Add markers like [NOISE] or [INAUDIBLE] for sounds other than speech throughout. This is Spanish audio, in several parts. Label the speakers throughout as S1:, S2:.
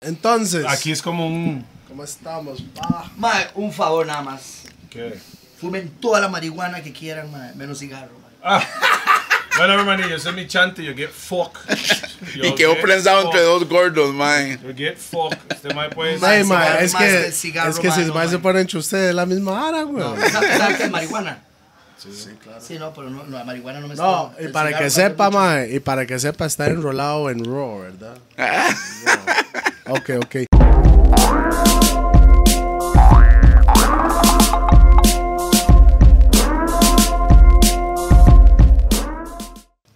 S1: Entonces,
S2: Aquí es como un.
S1: ¿cómo estamos? pa?
S3: Mae, un favor nada más.
S2: ¿Qué?
S3: Fumen toda la marihuana que quieran, mae, menos cigarro, mae. [LAUGHS]
S2: Bueno, hermano, yo soy mi chante, yo get
S1: [LAUGHS]
S2: fuck. Yo
S4: Y quedó
S2: get
S4: prensado
S2: fuck.
S4: entre
S5: Oh.
S4: dos gordos, mae.
S2: Yo get fuck. Este mae puede
S1: Mae,
S3: se
S1: mae,
S3: mueve
S1: es
S3: más
S1: que,
S3: del cigarro,
S1: es que si
S3: mae,
S1: el
S3: no,
S1: mae se
S3: mae.
S1: pone entre ustedes la misma ara, güey.
S3: No, ¿sabes qué es marihuana? Sí, claro. Sí, no, pero no, no, la marihuana no me
S1: No,
S3: está-
S1: y
S3: el
S1: para
S3: cigarro
S1: que
S3: me hace
S1: sepa,
S3: mucho.
S1: mae, y para que sepa, está enrolado en Raw,
S3: [LAUGHS]
S1: ¿verdad? Raw. Ok, ok.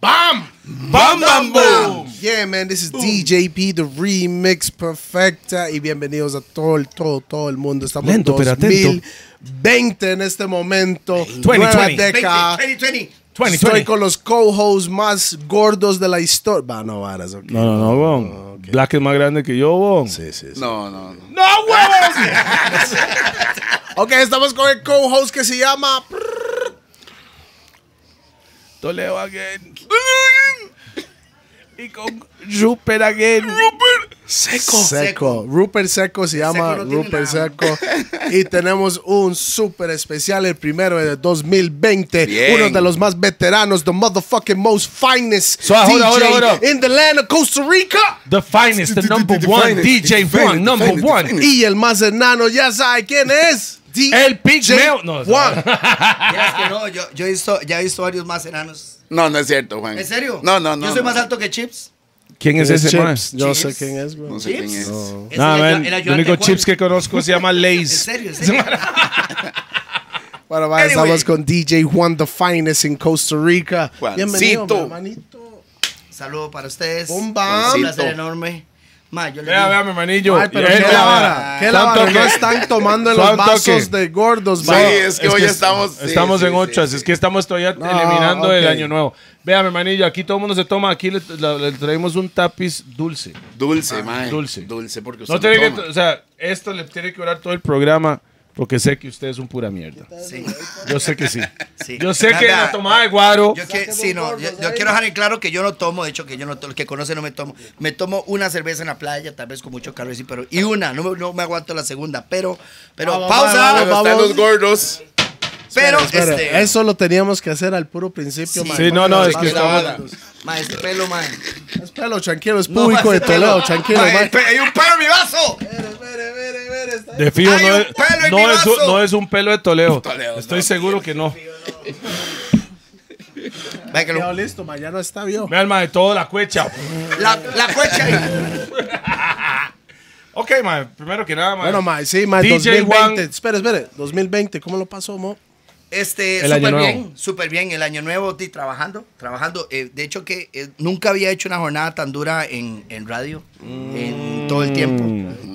S2: ¡Bam, bam, boom!
S1: Yeah, man, this is DJP, the remix perfecta. Y bienvenidos a todo el, todo, todo el mundo. Estamos en
S5: Lento, pero atento.
S1: 2020 en este momento.
S5: 2020.
S1: Nueva
S3: 20,
S1: década.
S3: 20, 20.
S1: Estoy con los co-hosts más gordos de la historia. Va, no, varas, ok.
S5: No, no, no, weón. Black es más grande que yo, weón.
S1: Sí, sí, sí.
S4: No, no, no.
S2: ¡No, huevos!
S1: Ok, estamos con el co-host que se llama.
S5: Toledo again. y con Rupert again.
S1: Seco. Rupert Seco se llama
S3: Seco no tiene
S1: Rupert
S3: nada.
S1: Seco. y tenemos un súper especial, el primero de 2020.
S4: Bien.
S1: Uno de los más veteranos, the motherfucking most finest
S5: So, hold
S1: DJ
S5: on, hold on, hold on.
S1: in the land of Costa Rica.
S5: The finest, the number one, DJ Juan, number one.
S1: Y el más enano, ya sabe quién es.
S5: Hmm. [LAUGHS] El
S1: DJ
S5: pigmeo. No,
S1: Juan.
S3: Vieras que no, yo, yo he visto, ya he visto varios más enanos.
S4: No, no es cierto, Juan.
S3: ¿En serio?
S4: No, no, no.
S3: Yo soy
S4: no.
S3: más alto que Chips.
S5: ¿Quién es ese man?
S1: Chips. Yo sé
S3: Chips.
S1: quién es, bro.
S4: No sé quién es.
S3: Ese
S5: Nah,
S3: era-
S5: man.
S3: era
S5: El
S3: ayudante
S5: único
S3: de
S5: chips
S3: Juan.
S5: que conozco se llama
S3: En
S5: Lays.
S3: serio, en serio.
S1: Bueno, va,
S3: Anyway.
S1: estamos con DJ Juan the Finest en Costa Rica. Bienvenido,
S4: Juancito.
S1: mi hermanito.
S3: Saludo para ustedes.
S1: Bomba.
S3: Un
S4: Juancito.
S3: placer enorme. Ma, yo le
S2: Vea,
S3: digo-
S2: vea, mi hermanillo.
S1: Ay, pero
S2: Yeah,
S1: qué
S2: yeah.
S1: la vara, qué la
S5: Eh, Santo
S1: vara. No
S5: que-
S1: están tomando en los
S5: Santo
S1: vasos
S5: que-
S1: de gordos,
S4: Sí,
S1: va.
S4: es que hoy estamos. sí,
S5: estamos
S4: sí,
S5: en
S4: sí,
S5: ochas,
S4: sí.
S5: es que estamos todavía
S1: No,
S5: eliminando el
S1: ok.
S5: año nuevo. Vea, mi hermanillo, aquí todo el mundo se toma, aquí le, la- le traemos un tapiz dulce.
S4: Dulce, mae.
S5: Ah, dulce.
S4: Dulce, porque usted
S5: No
S4: no
S5: tiene que,
S4: Pues toma.
S5: o sea, esto le tiene que orar todo el programa porque sé que usted es un pura mierda.
S3: Sí.
S5: Yo sé que sí.
S3: Sí.
S5: Yo sé
S3: Vea,
S5: que
S3: vea.
S5: la tomada de guaro.
S3: Yo, que- sí, no, yo, yo quiero dejar en claro que yo no tomo, de hecho que yo no to- el que conoce no me tomo. Me tomo una cerveza en la playa, tal vez con mucho calor, sí, pero y una, no, me- no me aguanto la segunda, pero pero
S1: Vamos,
S3: pausa,
S1: vamos,
S4: Pero están
S1: vamos.
S4: los gordos.
S3: Eh, pero
S1: Espera,
S3: este
S1: Eso lo teníamos que hacer al puro principio,
S3: Sí.
S1: man.
S5: Sí, no, no, es que
S3: la
S5: estamos-
S3: vara. Ma, este pelo, man.
S1: Espéralo, tranquilo, es
S3: No,
S1: público de
S3: ese pelo.
S1: Toledo, tranquilo,
S3: Ma,
S1: man.
S3: el pe- hay un pelo en mi vaso.
S5: De fijo,
S3: Hay
S5: no
S3: un
S5: es,
S3: pelo en
S5: no
S3: mi
S5: es un-
S3: vaso.
S5: no es un pelo de Toledo.
S4: [LAUGHS] Toledo,
S5: Estoy
S4: no.
S5: seguro que no.
S3: Vea que lo-
S1: Ya, listo, man, ya no está vio.
S5: Me alma de todo la cuecha.
S3: la, la cuecha ahí.
S5: Ok, mae, primero que nada, mae.
S1: Bueno, man, sí, man,
S5: DJ
S1: 2020.
S5: Juan.
S1: Espera, espera, 2020, ¿cómo lo pasó, mo?
S3: Este,
S5: El año
S3: súper
S5: nuevo.
S3: bien, súper bien. El año nuevo, di, trabajando, trabajando. Eh, de hecho, que eh, nunca había hecho una jornada tan dura en, en radio, en todo el tiempo.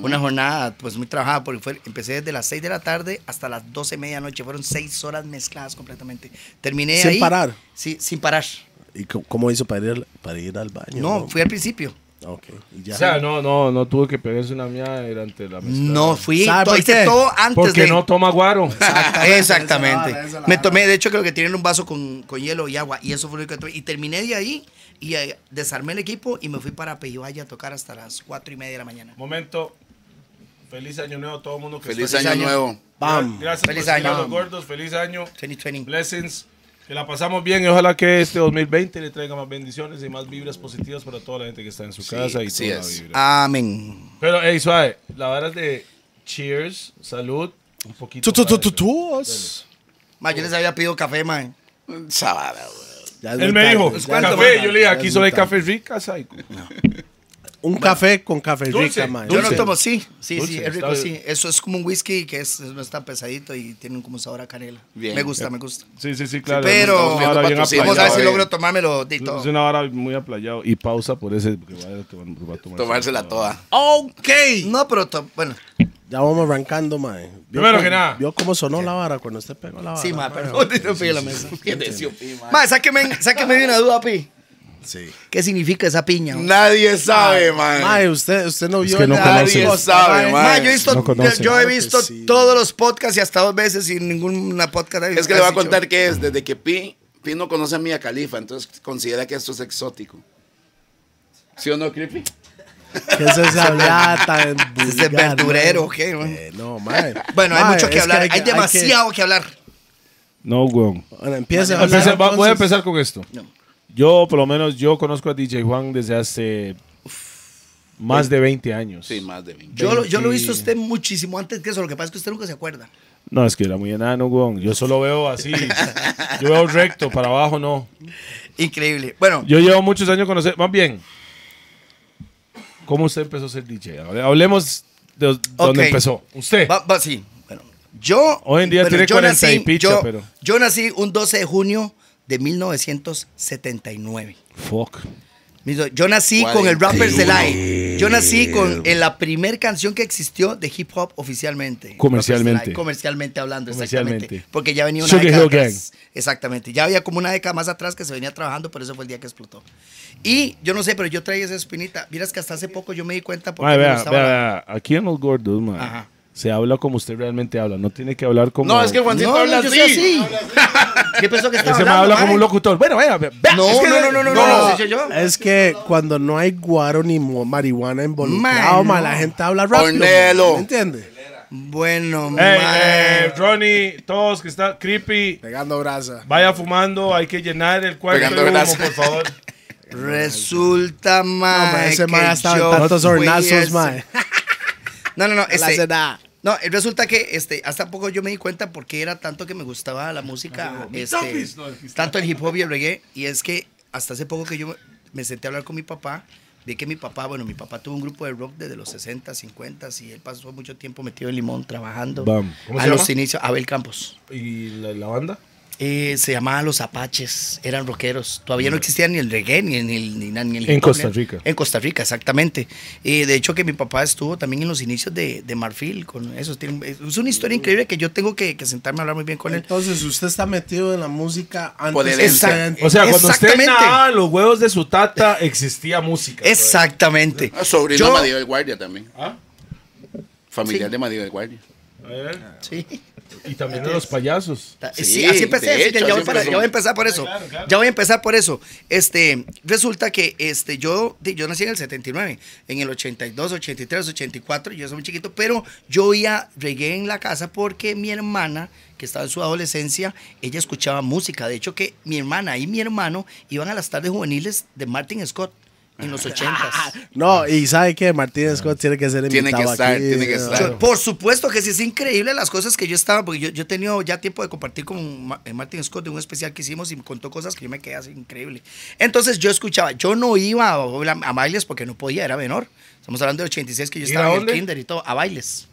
S3: Una jornada, pues, muy trabajada, porque fue- empecé desde las 6 de la tarde hasta las 12 de medianoche. Fueron 6 horas mezcladas completamente. Terminé
S1: Sin
S3: ahí.
S1: parar.
S3: Sí, sin parar.
S1: ¿Y co- cómo hizo para ir, para ir al baño?
S3: No, fui al principio.
S1: Ok, y
S5: O
S1: ya.
S5: sea, no, no, no tuve que pegarse una mía durante la mezcla.
S3: No, fui.
S1: ¿Sabe
S3: to-
S1: por
S3: hice
S1: qué?
S3: todo antes
S5: Porque
S3: de...
S5: no toma guaro.
S3: Exactamente.
S1: esa es la
S3: Me
S1: vara.
S3: tomé, de hecho, creo que tienen un vaso con, con hielo y agua. Y eso fue lo que tomé. Y terminé de ahí y eh, desarmé el equipo y me fui para Pejibaya a tocar hasta las cuatro y media de la mañana.
S5: Momento. Feliz año nuevo a todo el mundo que
S4: Feliz
S5: está
S4: año
S3: año.
S4: nuevo.
S1: Bam.
S5: Gracias
S3: Feliz
S5: por seguir a
S3: año.
S5: los gordos. Feliz año.
S3: 2020.
S5: Blessings. Que la pasamos bien y ojalá que este 2020 le traiga más bendiciones y más vibras positivas para toda la gente que está en su casa y
S4: así
S5: toda
S4: es.
S5: la vibra.
S3: Amén.
S5: Pero, hey, suave, la vara es de cheers, salud, un poquito.
S1: Tú, tú, tú,
S5: para
S1: tú,
S5: eso.
S1: tú.
S3: Ma, yo les había pedido café, man.
S4: Sábado, güey.
S1: Ya es muy
S5: Él me
S1: tarde,
S5: dijo,
S1: ya es muy
S5: café,
S1: tarde,
S5: yo le dije,
S1: ya es
S5: aquí
S1: muy
S5: solo hay
S1: tarde.
S5: café rica, psycho.
S1: Un café con café
S5: Dulce,
S1: rica, man.
S3: Yo
S5: Dulce.
S3: no tomo, sí. Sí,
S5: Dulce,
S3: sí, es rico,
S5: está
S3: sí.
S5: bien.
S3: Eso es como un whisky que es, no es tan pesadito y tiene como un sabor a canela.
S4: Bien.
S3: Me gusta, me gusta.
S5: Sí, sí, sí, claro.
S3: pero-
S5: es una vara bien
S4: Patrocinio,
S3: Vamos a
S5: aplayado. eh.
S3: ver si
S4: bien.
S3: logro tomármelo de todo.
S5: Es una vara muy aplayado. Y pausa por ese, porque va a tomar- va a tomarse-
S4: Tomársela toda.
S3: Ah,
S1: Ok.
S3: No, pero to- bueno,
S1: Ya vamos arrancando, mae. Vio
S5: Primero
S1: cómo-
S5: que nada.
S1: Vio cómo sonó la vara cuando usted pegó la vara.
S3: sí, ma,
S1: mae.
S3: perdón, te fui a la mesa.
S4: Qué necio, pi, mae.
S3: Ma, sáqueme, sáqueme de una duda, Pi.
S1: Sí.
S3: ¿Qué significa esa piña?
S4: Nadie sabe, mae.
S1: Mae, usted, usted no vio
S5: que no
S1: la-
S5: conoce.
S4: Nadie sabe,
S3: Ma, yo he
S4: mae.
S3: visto,
S5: No conoce.
S3: yo he
S1: Claro que
S3: visto
S1: sí.
S3: todos los podcasts y hasta dos veces y ninguna podcast. ha-
S4: Es que le voy
S3: has
S4: a contar
S3: dicho.
S4: que es desde que Pi, Pi no conoce a Mia Califa, entonces considera que esto es exótico. ¿Sí o no, Creepy?
S6: ¿Qué es esa
S3: [LAUGHS]
S6: habla tan
S3: Ese es
S6: vulgar,
S3: verdurero,
S6: mae?
S3: ¿qué, man?
S6: Eh, no, mae.
S3: Bueno, hay
S6: Mae,
S3: mucho
S6: es
S3: que hablar. Hay,
S6: que-
S3: demasiado que... hablar.
S5: No, weón.
S6: que- Bueno, empieza a hablar,
S5: Empecé- va- voy a
S6: entonces.
S5: empezar con esto. Yo, por lo menos, yo conozco a DJ Juan desde hace más de 20 años.
S4: Sí, más de 20.
S3: Yo, lo- yo lo he visto a
S5: Sí.
S3: usted muchísimo antes que eso. Lo que pasa es que usted nunca se acuerda.
S5: No, es que era muy enano, weón. Yo solo veo
S3: [LAUGHS]
S5: así. Yo veo recto, para abajo no.
S3: Increíble. Bueno,
S5: Yo llevo muchos años conocer. Más bien, ¿cómo usted empezó a ser DJ? Hable- Hablemos de dónde
S3: Ok.
S5: empezó. Usted.
S3: va, va- sí. Bueno, yo.
S5: Hoy en día
S3: bueno,
S5: tiene
S3: yo
S5: 40 y
S3: nací-
S5: picha,
S3: yo-
S5: pero-
S3: Yo nací un 12 de junio de 1979.
S5: Fuck.
S3: Miso, Yo nací con el Rappers
S4: 41.
S3: Delight. Yo nací con eh, la primera canción que existió de hip hop oficialmente.
S5: Comercialmente.
S3: Rappers Delight, Comercialmente hablando, exactamente.
S5: Comercialmente.
S3: Porque ya venía una
S5: Sugar
S3: década
S5: Hill Gang.
S3: atrás. Exactamente. Ya había como una década más atrás que se venía trabajando, pero ese fue el día que explotó. Y yo no sé, pero yo traía esa espinita. Miras que hasta hace poco yo me di cuenta porque
S5: Mae,
S3: me
S5: vea,
S3: gustaba
S5: vea,
S3: la-
S5: vea. Aquí en Los Gordos, mae,
S3: Ajá.
S5: se habla como usted realmente habla. No tiene que hablar como.
S4: No, es que Juancito
S3: No,
S4: habla
S3: no, yo soy
S4: así.
S3: así. ¿Qué pensó [LAUGHS] que estaba
S5: Ese me habla
S3: hablando,
S5: como un
S3: mae?
S5: locutor. Bueno, vea, vea.
S3: No,
S5: Es que-
S3: no, no, no, no, no,
S6: No,
S3: no, soy yo.
S6: Es que cuando no hay guaro ni mo- marihuana involucrado,
S3: Mae,
S6: ma,
S3: no.
S6: la gente habla rápido.
S4: Ornelo.
S6: ¿Me entiendes?
S3: Bueno,
S5: Ey,
S3: mae.
S5: eh, Ronnie, todos que están creepy,
S6: Pegando brasa.
S5: vaya fumando, hay que llenar el cuarto
S4: Pegando
S5: de humo,
S4: grasa.
S5: por favor.
S3: Resulta, mae.
S6: No, pero ese
S3: que
S6: mae ha estado
S3: yo
S6: en tantos
S3: fui
S6: hornazos,
S3: ese-
S6: mae.
S3: [LAUGHS]
S6: [LAUGHS]
S3: No, no, no.
S6: La
S3: Este,
S6: seda.
S3: no, eh, resulta que este, hasta poco yo me di cuenta por qué era tanto que me gustaba la música, este, tanto el hip hop y el reggae. Y es que hasta hace poco que yo me- me senté a hablar con mi papá, vi que mi papá, bueno, mi papá tuvo un grupo de rock desde los 60, 50 y él pasó mucho tiempo metido en Limón trabajando.
S5: Bam. ¿Cómo
S3: a
S5: se
S3: los
S5: llama?
S3: inicios, Abel Campos.
S5: [LAUGHS] ¿Y la, la banda?
S3: Eh, se llamaba Los Apaches, eran rockeros. Todavía no existía ni el reggae, ni, en el, ni, na- ni el
S5: Mm. En
S3: hip hop, ni-
S5: Costa Rica.
S3: En Costa Rica, exactamente. Eh, de hecho, que mi papá estuvo también en los inicios de, de Marfil, con eso. Tiene- Es una
S5: Mm.
S3: historia increíble que yo tengo que, que sentarme a hablar muy bien con él.
S6: Entonces, usted está metido en la música antes
S4: Por
S6: de
S4: el Eh,
S6: usted-
S5: O sea, cuando usted
S3: Exactamente.
S5: nadaba los huevos de su tata, existía música. pues.
S3: Exactamente.
S4: Ah, Sobrino
S3: Yo-
S4: de Madío del Guardia también.
S5: ¿Ah?
S4: Familiar
S3: Sí.
S4: de Madío del Guardia.
S5: A ver.
S3: Sí.
S5: Y también de los payasos.
S3: Ta-
S4: Sí,
S3: Sí, así empecé,
S4: de
S3: así
S4: hecho,
S3: que ya, voy
S4: así
S3: para-
S4: empezó.
S3: ya voy a empezar por eso.
S5: Ah, claro, claro.
S3: Ya voy a empezar por eso. Este, resulta que este, yo, de- yo nací en el 79, en el 82, 83, 84, yo soy muy chiquito, pero yo oía reggae en la casa porque mi hermana, que estaba en su adolescencia, ella escuchaba música. De hecho, que mi hermana y mi hermano iban a las tardes juveniles de Martin Scott en
S4: [LAUGHS]
S3: los 80s.
S6: No, y sabe que Martín Scott tiene que ser invitado
S4: Ah. Tiene que estar,
S6: aquí,
S4: tiene que
S6: ¿no?
S4: estar.
S3: Yo- por supuesto que sí, es increíble las cosas que yo estaba, porque yo, yo he tenido ya tiempo de compartir con Ma- eh, Martin Scott de un especial que hicimos y me contó cosas que yo me quedé así increíble. Entonces yo escuchaba, yo no iba a, a bailes porque no podía, era menor. Estamos hablando del 86 que yo
S5: ¿Ir
S3: estaba
S5: a
S3: en el
S5: dónde?
S3: kinder y todo, a bailes.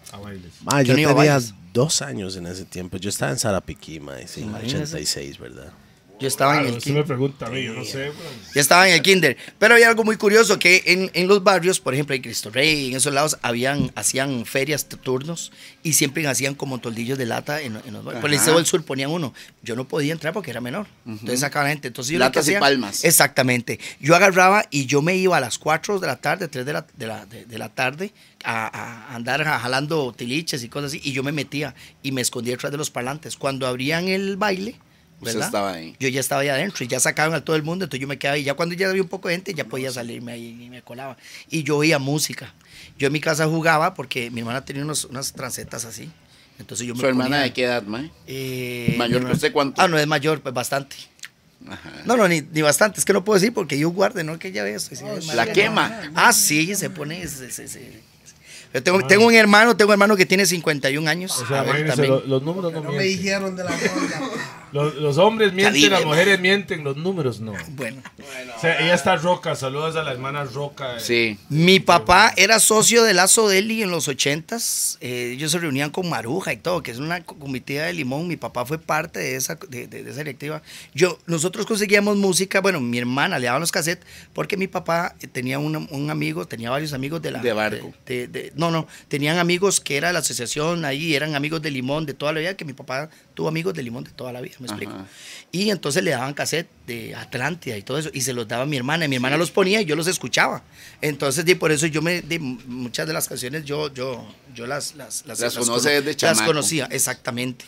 S6: Ma, yo
S3: Yo no iba a
S6: tenía
S3: bailes.
S6: dos años en ese tiempo. Yo estaba en Sarapiquí, ma, sí, 86, ¿verdad?
S3: Yo estaba en el
S5: Usted
S3: kinder.
S5: me pregunta a mí, yo no sé. weón.
S3: Ya estaba en el kinder. Pero había algo muy curioso que en, en los barrios, por ejemplo, en Cristo Rey, en esos lados, habían, hacían ferias t- turnos y siempre hacían como toldillos de lata en, en los barrios. Por el Liceo del Sur ponían uno. Yo no podía entrar porque era menor. Entonces sacaban gente. Entonces, yo lo que
S4: Latas y
S3: hacía-
S4: palmas.
S3: Exactamente. Yo agarraba y yo me iba a las 4 de la tarde, 3 de la, de la, de- de la tarde, a, a andar ja- jalando tiliches y cosas así. Y yo me metía y me escondía detrás de los parlantes. Cuando abrían el baile,
S4: Usted
S3: ¿verdad?
S4: estaba ahí.
S3: Yo ya estaba ahí adentro y ya sacaban a todo el mundo, entonces yo me quedaba ahí. Ya cuando ya había un poco de gente, ya podía salirme ahí y me colaba. Y yo oía música. Yo en mi casa jugaba porque mi hermana tenía unos- unas trancetas así. Entonces yo me
S4: ¿Su hermana
S3: ponía-
S4: de qué edad, mae?
S3: eh,
S4: ¿Mayor
S3: mi
S4: que usted
S3: hermana-
S4: cuánto?
S3: Ah, no, es mayor, pues bastante.
S4: Ajá.
S3: No, no, ni, ni bastante, es que no puedo decir porque yo guarde, ¿no? Que ya ves. sí,
S5: Oh,
S3: es
S4: La
S3: mayor.
S4: quema.
S3: Ah, sí, se pone. se- se- se- Yo tengo, tengo un hermano, tengo un hermano que tiene 51 años.
S5: Ah. O sea,
S3: A ver,
S5: imagínense,
S3: también.
S5: lo- los números no, mienten.
S6: dijeron [LAUGHS] de la
S5: Los, los hombres mienten,
S4: Caribe,
S5: las
S4: man.
S5: mujeres mienten, los números no.
S3: Bueno.
S5: O sea, ella está roca. Saludos a la hermana roca. eh.
S4: Sí.
S3: Mi papá era socio de Lazo Deli en los 80s. eh, ellos se reunían con Maruja y todo, que es una co- comitiva de Limón. Mi papá fue parte de esa, de, de- de esa directiva. Yo, nosotros conseguíamos música, bueno, mi hermana le daban los cassettes, porque mi papá eh, tenía un, un amigo, tenía varios amigos de la...
S4: De Barco.
S3: de- de- no, no, tenían amigos que era de la asociación ahí, eran amigos de Limón de toda la vida, que mi papá tuvo amigos de Limón de toda la vida, me explico.
S4: Ajá.
S3: Y entonces le daban cassette de Atlántida y todo eso, y se los daba a mi hermana, y mi hermana los ponía y yo los escuchaba. Entonces, y por eso yo me, de m- muchas de las canciones yo, yo, yo las, las,
S4: Las conoce desde
S3: Las
S4: chamaco.
S3: conocía, exactamente.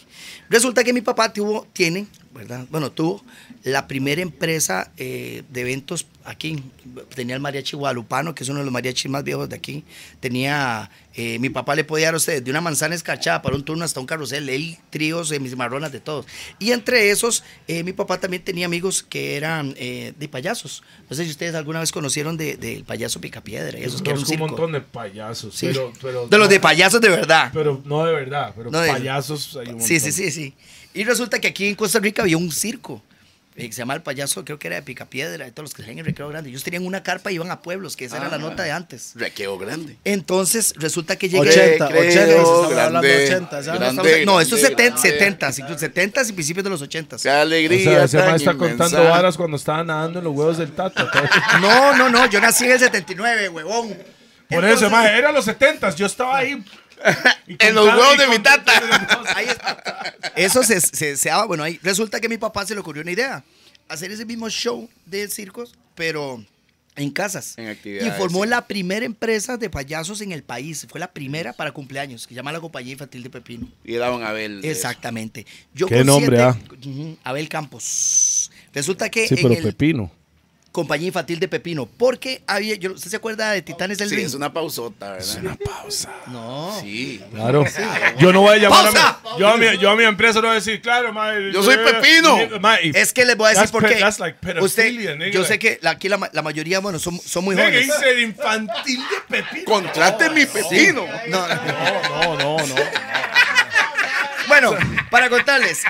S3: Resulta que mi papá tuvo, tiene ¿verdad? Bueno, tuvo la primera empresa eh, de eventos aquí. Tenía el mariachi guadalupano, que es uno de los mariachis más viejos de aquí. Tenía, eh, mi papá le podía dar a ustedes de una manzana escarchada para un turno hasta un carrusel, él tríos, eh, mis marronas de todos. Y entre esos, eh, mi papá también tenía amigos que eran eh, de payasos. No sé si ustedes alguna vez conocieron del de, del payaso Picapiedra, esos que eran
S5: Conozco
S3: un
S5: un
S3: circo.
S5: montón de payasos.
S3: Sí.
S5: Pero, pero-
S3: de los de payasos de verdad.
S5: Pero no de verdad, pero
S3: No de-
S5: payasos hay un
S3: Sí, sí,
S5: montón.
S3: sí, sí. Y resulta que aquí en Costa Rica había un circo. eh, que se llama El Payaso, creo que era de Picapiedra, de todos los que salían en Recreo Grande. Ellos tenían una carpa y iban a pueblos, que esa era la
S4: Ah.
S3: nota de antes.
S4: Requeo grande.
S3: Entonces, resulta que llegué...
S6: 80, 80,
S4: creo,
S6: estamos hablando
S4: grande,
S6: de 80, ¿sabes?
S4: grande.
S3: Estamos- no, esto es
S4: grande,
S3: 70,
S4: grande.
S3: 70, incluso 70 y principios de los 80.
S4: Qué alegría.
S5: O sea, ese
S4: tan
S5: man está
S4: inmensa.
S5: contando varas cuando estaba nadando en los huevos del [LAUGHS] tato.
S3: No, no, no, yo nací en el 79, huevón.
S5: Por
S3: Entonces,
S5: eso, más era los 70 yo estaba
S3: [LAUGHS]
S5: ahí.
S4: En los huevos de mi tata.
S3: Ahí está. Eso se, se, se daba, bueno, ahí resulta que a mi papá se le ocurrió una idea, hacer ese mismo show de circos, pero en casas.
S4: En actividades,
S3: Y formó
S4: sí.
S3: la primera empresa de payasos en el país, fue la primera para cumpleaños, que se llama la Compañía Infantil de Pepino.
S4: Y daban a ver. Pues de
S3: Exactamente. Yo
S5: ¿Qué
S3: con
S5: nombre,
S3: siete-
S5: ah?
S3: Ujú, Abel Campos. Resulta que
S5: Sí,
S3: en
S5: pero
S3: el
S5: Pepino.
S3: Compañía Infantil de Pepino, porque había, yo, ¿usted se acuerda de Titanes del
S4: eso. Sí,
S3: Ring?
S4: es una pausota, ¿verdad?
S3: No.
S4: Sí.
S5: Claro. Yo no voy a llamar
S3: ¡Pausa!
S5: a mi, yo a mi, yo a mi empresa no voy a decir, claro, mae,
S4: Yo soy
S5: eh,
S4: Pepino.
S5: mae, y-
S3: Es que les voy a decir
S5: That's
S3: por
S5: pe-
S3: qué.
S5: that's like pedophilia,
S3: Usted-
S5: nigga,
S3: yo
S5: like-
S3: sé que la- aquí la, ma- la mayoría, bueno, son, son muy
S5: Nigga,
S3: jóvenes.
S5: hice el infantil de
S3: [LAUGHS]
S5: Pepino.
S4: Contrate mi pepino.
S3: Oh. No, no.
S5: No, no, no, no.
S3: Bueno, para contarles.